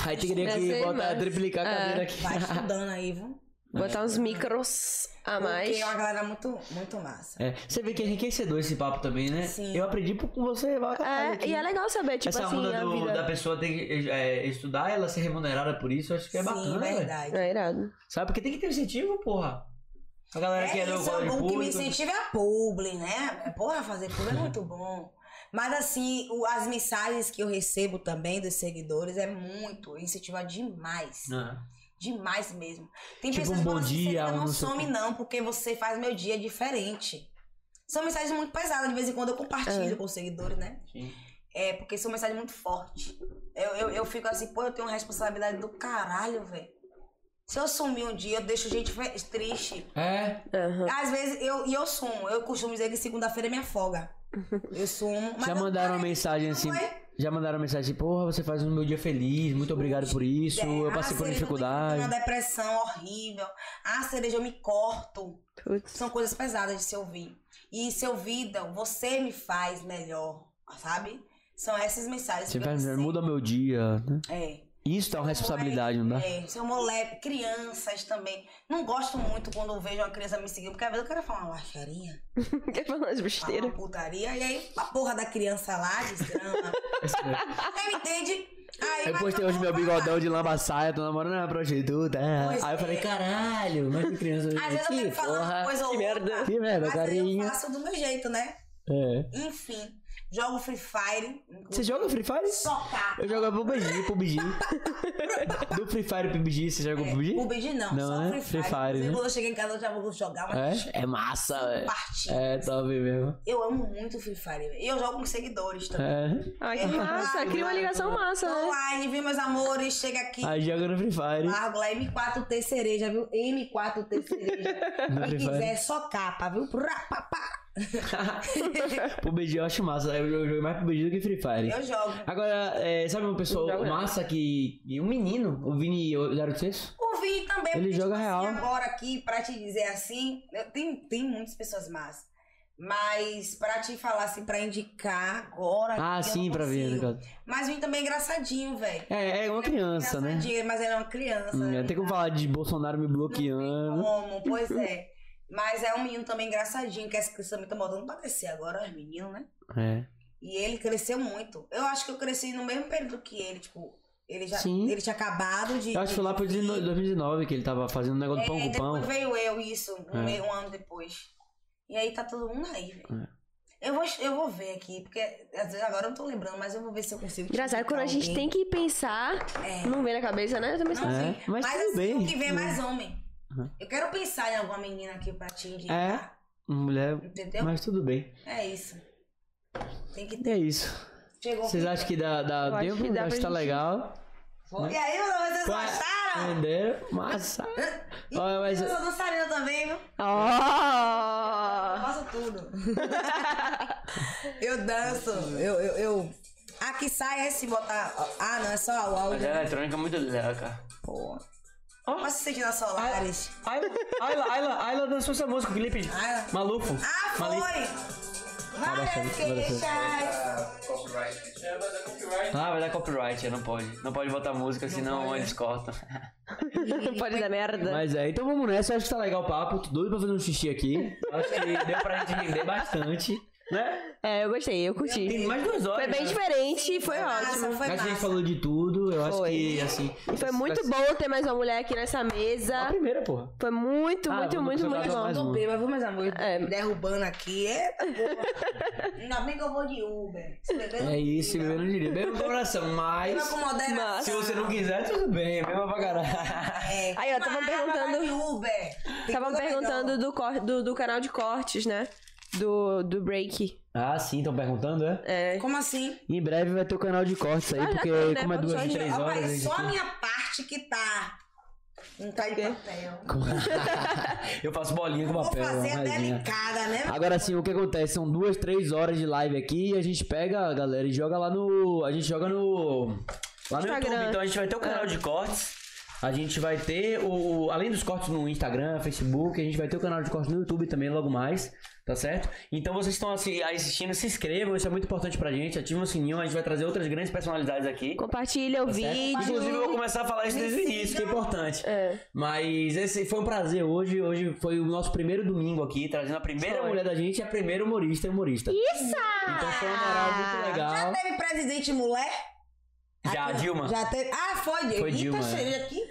Speaker 1: Aí tem que ter
Speaker 3: É
Speaker 2: Deve
Speaker 1: que
Speaker 2: ser
Speaker 1: botar,
Speaker 2: massa.
Speaker 1: triplicar a
Speaker 2: É.
Speaker 1: cadeira aqui.
Speaker 3: assim Vai estudando aí, viu?
Speaker 2: Botar uns micros a mais.
Speaker 3: Porque é uma galera muito, muito massa.
Speaker 1: É, você vê que é enriquecedor esse papo também, né?
Speaker 3: Sim.
Speaker 1: Eu aprendi com você, vai caralho,
Speaker 2: É,
Speaker 1: aqui.
Speaker 2: e é legal saber, tipo
Speaker 1: Essa
Speaker 2: assim,
Speaker 1: onda
Speaker 2: a
Speaker 1: do-
Speaker 2: vida.
Speaker 1: da pessoa ter que é, estudar, ela ser remunerada por isso, eu acho que é
Speaker 3: Sim,
Speaker 1: bacana, velho.
Speaker 3: verdade.
Speaker 2: É irado.
Speaker 1: Sabe? Porque tem que ter incentivo, porra. A galera que é do
Speaker 3: isso, um
Speaker 1: gosta de
Speaker 3: bom que me
Speaker 1: público.
Speaker 3: incentiva é a publi, né? Porra, fazer publi é muito bom. Mas assim, o- as mensagens que eu recebo também dos seguidores é muito, incentiva demais.
Speaker 1: Ah,
Speaker 3: Demais mesmo. Tem
Speaker 1: Tipo
Speaker 3: pessoas
Speaker 1: um
Speaker 3: que
Speaker 1: bom
Speaker 3: falam assim,
Speaker 1: dia,
Speaker 3: "Serena,
Speaker 1: um
Speaker 3: não
Speaker 1: não sei o
Speaker 3: some
Speaker 1: quê."
Speaker 3: não, porque você faz meu dia diferente. São mensagens muito pesadas, de vez em quando eu compartilho com os seguidores, né?
Speaker 1: sim.
Speaker 3: É, porque são mensagens muito fortes. Eu, eu, eu fico assim, pô, eu tenho uma responsabilidade do caralho, velho. Se eu sumir um dia, eu deixo gente fe- triste.
Speaker 1: É,
Speaker 2: Aham.
Speaker 3: Às vezes, eu, e eu sumo. Eu costumo dizer que segunda-feira é minha folga. Eu sumo. mas
Speaker 1: já
Speaker 3: eu-
Speaker 1: mandaram uma
Speaker 3: cara,
Speaker 1: mensagem assim.
Speaker 3: foi?
Speaker 1: Já mandaram uma mensagem assim, porra, você faz o meu dia feliz, muito obrigado por isso, eu
Speaker 3: Ah,
Speaker 1: passei por
Speaker 3: cereja, eu tô
Speaker 1: dificuldade.
Speaker 3: Uma depressão horrível. Ah, cereja, eu me corto.
Speaker 2: Putz.
Speaker 3: São coisas pesadas de se ouvir. E se ouvida, você me faz melhor, sabe? São essas mensagens
Speaker 1: Você
Speaker 3: que eu
Speaker 1: faz,
Speaker 3: recebo.
Speaker 1: muda meu dia, né?
Speaker 3: É.
Speaker 1: Isso dá uma responsabilidade, não dá?
Speaker 3: É, seu moleque, crianças também. Não gosto muito quando eu vejo uma criança me seguindo, porque às vezes eu quero falar uma lacharia,
Speaker 2: Quer falar umas
Speaker 3: falar
Speaker 2: besteiras?
Speaker 3: uma putaria, e aí a porra da criança lá, desgrama. Aí me entende?
Speaker 1: Eu
Speaker 3: Aí, mas tá
Speaker 1: postei
Speaker 3: eu
Speaker 1: hoje meu
Speaker 3: vou falar.
Speaker 1: bigodão de lamba saia, tô namorando uma prostituta.
Speaker 3: Pois
Speaker 1: Aí eu falei,
Speaker 3: é.
Speaker 1: caralho, mas que criança.
Speaker 3: Às vezes eu
Speaker 1: que
Speaker 3: tenho que falar uma coisa ou
Speaker 1: que
Speaker 3: outra.
Speaker 1: merda. Que merda,
Speaker 3: Mas aí eu
Speaker 1: carinho.
Speaker 3: faço do meu jeito, né?
Speaker 1: É.
Speaker 3: Enfim, jogo Free Fire.
Speaker 1: Você joga Free Fire?
Speaker 3: Socar.
Speaker 1: Eu jogo PUBG, PUBG. Do Free Fire PUBG, você joga PUBG?
Speaker 3: O BG não,
Speaker 1: Não,
Speaker 3: só
Speaker 1: né?
Speaker 3: Free
Speaker 1: Free
Speaker 3: Fire.
Speaker 1: Fire,
Speaker 3: Inclusive,
Speaker 1: né?
Speaker 3: Quando eu cheguei em casa, eu já vou jogar uma
Speaker 1: É? É massa, velho.
Speaker 3: partida.
Speaker 1: É, top mesmo.
Speaker 3: Eu amo muito Free Fire. velho. E eu jogo com seguidores também.
Speaker 1: É.
Speaker 2: Ai, que massa. Cria uma ligação massa,
Speaker 3: Tô
Speaker 2: né?
Speaker 3: Online, viu, meus amores? Chega aqui.
Speaker 1: Aí joga no Free Fire.
Speaker 3: Largo lá M4T cereja, viu? M4T cereja.
Speaker 1: No
Speaker 3: Quem
Speaker 1: Free Fire.
Speaker 3: quiser, é só capa, viu? Pra, pá, pá.
Speaker 1: PUBG eu acho massa. Eu jogo mais PUBG do que Free Fire.
Speaker 3: Eu jogo.
Speaker 1: Agora, é, sabe uma pessoa
Speaker 2: Joga.
Speaker 1: massa que. e Um menino, o Vini 06?
Speaker 3: O Vini também.
Speaker 1: Ele
Speaker 3: porque,
Speaker 1: joga
Speaker 3: tipo assim,
Speaker 1: real.
Speaker 3: agora aqui, pra te dizer assim, eu- tem, tem muitas pessoas más. Mas pra te falar assim, pra indicar agora.
Speaker 1: Ah,
Speaker 3: eu
Speaker 1: sim,
Speaker 3: não
Speaker 1: pra ver, no
Speaker 3: consigo.
Speaker 1: caso.
Speaker 3: Mas o Vini também é engraçadinho, velho.
Speaker 1: É, é uma criança, né?
Speaker 3: Engraçadinho, mas ele é uma criança.
Speaker 1: Hum,
Speaker 3: né?
Speaker 1: Tem como falar de Bolsonaro me bloqueando.
Speaker 3: Como, pois é. Mas é um menino também engraçadinho, que as crianças também estão botando pra crescer agora, os meninos, né?
Speaker 1: É.
Speaker 3: E ele cresceu muito. Eu acho que eu cresci no mesmo período que ele, tipo, ele já
Speaker 1: Sim.
Speaker 3: ele tinha acabado de.
Speaker 1: Eu acho que foi lá pro 19 2019 que ele tava fazendo um negócio do pão
Speaker 3: É,
Speaker 1: com
Speaker 3: depois
Speaker 1: pão.
Speaker 3: veio eu, isso, um,
Speaker 1: É.
Speaker 3: me- um ano depois. E aí tá todo mundo aí, velho.
Speaker 1: É.
Speaker 3: Eu, vou, eu vou ver aqui, porque às vezes agora eu não tô lembrando, mas eu vou ver se eu consigo. te
Speaker 2: Engraçado, quando a
Speaker 3: indicar
Speaker 2: gente tem
Speaker 3: alguém.
Speaker 2: que pensar,
Speaker 3: É.
Speaker 2: não vem na cabeça, né? Eu também sou
Speaker 3: Não,
Speaker 2: assim.
Speaker 1: É,
Speaker 3: sim.
Speaker 1: mas tudo
Speaker 3: assim,
Speaker 1: bem. tipo,
Speaker 3: o que vem é mais homem.
Speaker 1: Uhum.
Speaker 3: Eu quero pensar em alguma menina aqui pra te indicar.
Speaker 1: Mulher,
Speaker 3: Entendeu?
Speaker 1: É? mas tudo bem.
Speaker 3: É isso. Tem que
Speaker 1: E
Speaker 3: ter.
Speaker 1: é isso.
Speaker 3: Chegou.
Speaker 1: Vocês acham né? que dá, dá
Speaker 2: Eu acho
Speaker 1: tempo?
Speaker 2: que dá
Speaker 1: acho que
Speaker 2: pra
Speaker 1: tá
Speaker 2: gente-
Speaker 1: legal.
Speaker 3: E aí, meu amor, vocês
Speaker 1: Ué,
Speaker 3: gostaram?
Speaker 1: Entenderam? Massa.
Speaker 3: Ih,
Speaker 1: Olha, é? mas-
Speaker 3: Eu sou dançarina também, viu? Eu
Speaker 2: Oh!
Speaker 3: faço tudo. eu danço. Eu, eu, eu. A que sai é se botar. Ah, não, é só a áudio.
Speaker 1: a eletrônica é muito legal, cara.
Speaker 3: Pô.
Speaker 1: Ó. Ah.
Speaker 3: Posso sentir na Solares?
Speaker 1: Ayla, Ayla, Ayla, Ayla dançou essa música, o clipe.
Speaker 3: Ayla.
Speaker 1: Maluco.
Speaker 3: Ah, foi!
Speaker 1: Malik.
Speaker 3: Várias
Speaker 1: deixar, vai deixar.
Speaker 3: queixas.
Speaker 6: Copyright.
Speaker 1: Ah, vai dar copyright, é, não pode. Não pode botar música, senão
Speaker 3: né?
Speaker 1: eles cortam.
Speaker 2: Pode dar merda.
Speaker 1: Mas é, então vamos nessa. Eu acho que tá legal o papo. Tô doido pra fazer um xixi aqui. Acho que deu pra gente render bastante, né?
Speaker 2: É, eu gostei, eu
Speaker 1: Tem
Speaker 2: curti.
Speaker 1: mais duas horas.
Speaker 2: Foi bem
Speaker 1: né?
Speaker 2: diferente, foi ótimo.
Speaker 3: Massa, foi
Speaker 1: Acho que a gente
Speaker 3: massa.
Speaker 1: Ah, falou de tudo. Eu acho
Speaker 2: Foi.
Speaker 1: que, assim...
Speaker 2: E foi muito bom né? ter mais uma mulher aqui nessa
Speaker 1: A
Speaker 2: mesa.
Speaker 1: primeira, porra.
Speaker 2: Foi muito,
Speaker 1: Ah,
Speaker 2: muito,
Speaker 1: vamos
Speaker 2: muito,
Speaker 1: jogar
Speaker 2: muito
Speaker 1: mais
Speaker 2: bom.
Speaker 1: uma.
Speaker 3: Tô bêbado, vou mais amor.
Speaker 2: É.
Speaker 3: Derrubando aqui. Eita, porra. Ainda bem que eu vou de Uber. Se beber, não
Speaker 1: É isso,
Speaker 3: fica.
Speaker 1: bebê não diria. Beba com coração,
Speaker 3: Beba
Speaker 1: mas...
Speaker 3: com moderação.
Speaker 1: Se você não quiser, tudo bem. Beba pra caralho.
Speaker 3: É,
Speaker 2: Aí, ó,
Speaker 3: uma
Speaker 2: tavam
Speaker 3: água,
Speaker 2: perguntando-
Speaker 3: vai de Uber. Tem
Speaker 2: Estavam
Speaker 3: coisa
Speaker 2: perguntando
Speaker 3: melhor.
Speaker 2: do, cor- do, do canal de cortes, né? Do, do break.
Speaker 1: Ah, sim, estão perguntando, é?
Speaker 2: É.
Speaker 3: Como assim?
Speaker 1: Em breve vai ter o canal de cortes aí,
Speaker 2: Ah, já
Speaker 1: porque
Speaker 2: tem, né?
Speaker 1: como é
Speaker 2: Pode
Speaker 1: duas,
Speaker 2: só
Speaker 1: de três
Speaker 3: Ó,
Speaker 1: horas...
Speaker 3: mas
Speaker 1: a gente
Speaker 3: só a
Speaker 1: tem-
Speaker 3: minha parte que tá. Não tá de
Speaker 2: quê?
Speaker 3: papel.
Speaker 1: Eu faço bolinha com
Speaker 3: Vou
Speaker 1: papel.
Speaker 3: fazer
Speaker 1: imagina.
Speaker 3: delicada, né?
Speaker 1: Agora sim, o que acontece? São duas, três horas de live aqui e a gente pega, a galera, e joga lá no. A gente joga no. Lá no
Speaker 2: Instagram.
Speaker 1: YouTube. Então a gente vai ter o canal de cortes. A gente vai ter o. Além dos cortes no Instagram, Facebook, a gente vai ter o canal de cortes no YouTube também logo mais. Tá certo? Então vocês estão assim, aí assistindo, se inscrevam, isso é muito importante pra gente. Ativem o sininho, a gente vai trazer outras grandes personalidades aqui.
Speaker 2: Compartilha o
Speaker 1: Tá certo?
Speaker 2: vídeo.
Speaker 1: Inclusive, eu vou começar a falar isso desde o início, que é importante.
Speaker 2: É.
Speaker 1: Mas esse foi um prazer hoje. Hoje foi o nosso primeiro domingo aqui, trazendo a primeira
Speaker 2: Foi.
Speaker 1: mulher da gente e a primeira humorista e humorista.
Speaker 2: Isso!
Speaker 1: Então foi uma moral muito
Speaker 3: Já
Speaker 1: legal.
Speaker 3: teve presidente mulher?
Speaker 1: Ah,
Speaker 2: tá-
Speaker 1: Já, Dilma.
Speaker 3: Já teve. Ah, foi Dilma.
Speaker 1: Foi Dilma,
Speaker 3: Eita,
Speaker 1: é.
Speaker 3: cheirei aqui.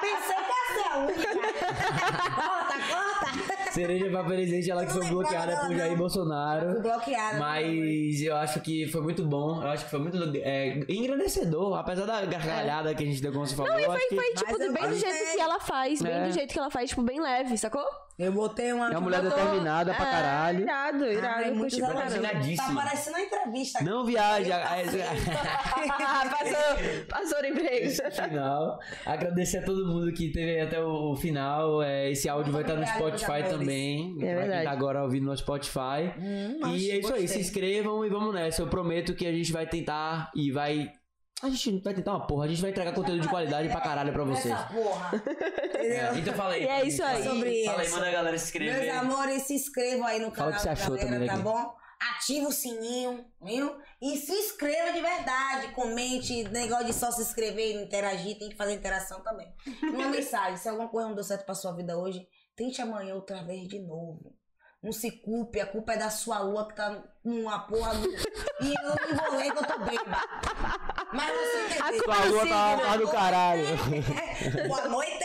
Speaker 3: Pensei que ia ser a
Speaker 2: tá-
Speaker 3: única. corta, corta.
Speaker 1: Cereja pra presidente, ela que
Speaker 3: Eu não
Speaker 1: foi
Speaker 3: lembrava
Speaker 1: bloqueada
Speaker 3: dela,
Speaker 1: por Jair
Speaker 3: não. Fui
Speaker 1: Bolsonaro.
Speaker 2: né?
Speaker 3: bloqueada.
Speaker 1: Mas eu acho que foi muito bom. Eu acho que foi muito é, engrandecedor. Apesar da gargalhada que a gente deu, como você falou. eu acho que...
Speaker 2: Foi, tipo,
Speaker 3: Mas eu
Speaker 2: bem do
Speaker 3: gostei.
Speaker 2: jeito que ela faz. Bem
Speaker 1: É.
Speaker 2: do jeito que ela faz, tipo, bem leve, sacou?
Speaker 3: Eu botei uma.
Speaker 1: É uma mulher
Speaker 2: Botou-
Speaker 1: determinada pra
Speaker 2: É,
Speaker 1: caralho.
Speaker 2: Irado, irado.
Speaker 1: né?
Speaker 3: Ai,
Speaker 2: eu
Speaker 3: muito
Speaker 2: curti
Speaker 1: determinada.
Speaker 2: pra caramba.
Speaker 1: Determinadíssima.
Speaker 3: Tá parecendo uma entrevista. aqui.
Speaker 1: Não viaja.
Speaker 2: Ah, passou, passou no emprego.
Speaker 1: esse final. Agradecer a todo mundo que teve aí até o, o final. É, esse áudio vai estar no
Speaker 3: Obrigada, meus
Speaker 1: Spotify
Speaker 3: amores.
Speaker 1: também. pra
Speaker 2: É verdade.
Speaker 1: quem tá agora ouvindo no Spotify.
Speaker 3: acho
Speaker 1: e é isso aí.
Speaker 3: gostei.
Speaker 1: Se inscrevam e vamos nessa. Eu prometo que a gente vai tentar e vai. A gente vai tentar uma porra. A gente vai entregar conteúdo de qualidade pra caralho pra vocês.
Speaker 3: Essa porra. Entendeu?
Speaker 1: É, então fala aí.
Speaker 2: E é isso aí.
Speaker 3: Sobre
Speaker 1: Fala aí,
Speaker 3: isso.
Speaker 1: manda a galera se inscrever.
Speaker 3: Meus amores, se inscrevam aí no
Speaker 1: Fala o
Speaker 3: canal
Speaker 1: que você
Speaker 3: da
Speaker 1: achou
Speaker 3: galera,
Speaker 1: também
Speaker 3: tá
Speaker 1: daqui.
Speaker 3: bom? Ativa o sininho, viu? E se inscreva de verdade. Comente, negócio de só se inscrever e interagir, tem que fazer interação também. Uma mensagem, se alguma coisa não deu certo pra sua vida hoje, tente amanhã outra vez de novo. Não se culpe, a culpa é da sua lua que tá numa porra do... E eu não vou ler que eu tô bêbada. Mas você entendeu.
Speaker 2: A culpa né?
Speaker 1: Sua lua tá lá do caralho.
Speaker 3: Boa noite.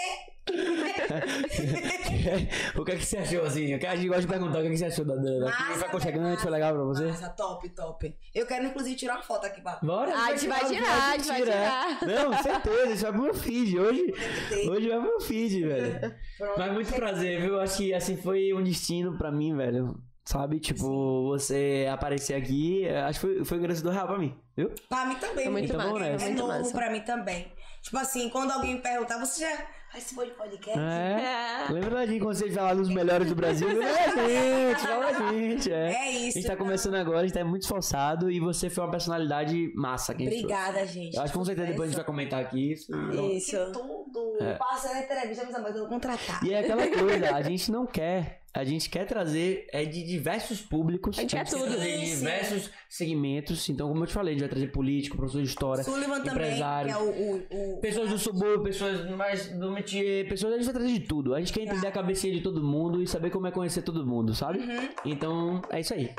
Speaker 1: o que, é que você achou, assim? Eu quero- A gente gosta de perguntar o que, é que você achou da Dana.
Speaker 3: Massa,
Speaker 1: Foi aconchegante, foi legal pra você?
Speaker 3: Nossa, top, top. Eu quero, inclusive, tirar uma foto aqui pra
Speaker 1: Bora,
Speaker 2: Ah, a gente vai tirar, a gente vai tirar.
Speaker 1: Não, certeza, isso vai pro meu feed. Hoje,
Speaker 3: ter.
Speaker 1: hoje vai pro meu feed, velho.
Speaker 3: Pronto.
Speaker 1: Mas muito prazer, viu? Acho que assim foi um destino pra mim, velho. Sabe, tipo, você aparecer aqui, eh, acho que foi, foi um agradecedor real pra mim, viu?
Speaker 3: Pra mim também.
Speaker 2: Foi muito
Speaker 1: Então vamos
Speaker 2: massa,
Speaker 1: nessa.
Speaker 2: foi
Speaker 3: É
Speaker 2: muito
Speaker 3: novo
Speaker 2: massa.
Speaker 3: pra mim também. Tipo assim, quando alguém me perguntar, você já. Ah, esse boi de podcast?
Speaker 1: É. Lembra da gente quando vocês falaram dos melhores do Brasil? Lembra da gente, fala da gente, é.
Speaker 3: É
Speaker 1: A
Speaker 3: isso.
Speaker 1: gente tá começando agora, a gente tá muito esforçado e você foi uma personalidade massa que a gente trouxe.
Speaker 3: Obrigada, gente.
Speaker 1: Eu acho que com certeza depois a gente vai comentar aqui isso.
Speaker 2: Isso.
Speaker 3: Tudo. Passa na entrevista, meus amores, eu vou contratar.
Speaker 1: É. E é aquela coisa, a gente não quer. A gente quer trazer é de diversos públicos.
Speaker 2: A gente quer
Speaker 1: precisa
Speaker 2: tudo.
Speaker 1: trazer de
Speaker 3: Sim, sim.
Speaker 1: diversos segmentos. Então, como eu te falei, a gente vai trazer político, professor de história,
Speaker 3: Sullivan também,
Speaker 1: empresário.
Speaker 3: que é o. o, o-
Speaker 1: Pessoas do subúrbio, pessoas mais do métier, pessoas, a gente vai trazer de tudo. A gente quer entender a cabecinha de todo mundo e saber como é conhecer todo mundo, sabe? Então, é isso aí.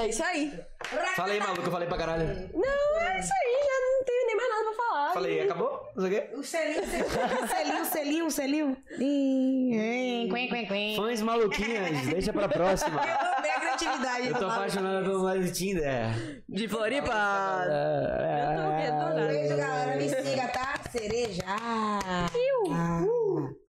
Speaker 2: É isso aí.
Speaker 1: Fala aí, maluco, eu falei pra caralho.
Speaker 2: Não, é isso aí, já não tenho nem mais nada pra falar.
Speaker 1: Falei, acabou? Não sei o quê.
Speaker 3: O selinho, selinho, selinho, selinho. Ih, hein.
Speaker 1: Fãs maluquinhas, deixa pra próxima.
Speaker 3: Eu amei a criatividade.
Speaker 1: Eu tô
Speaker 3: do Fábio.
Speaker 1: apaixonado pelo mais de Tinder.
Speaker 2: De Floripa. Eu tô
Speaker 1: É,
Speaker 2: vendo, tô
Speaker 1: É.
Speaker 2: nada. uh.
Speaker 3: Beijo, galera. Me siga, tá? Cereja. Ah.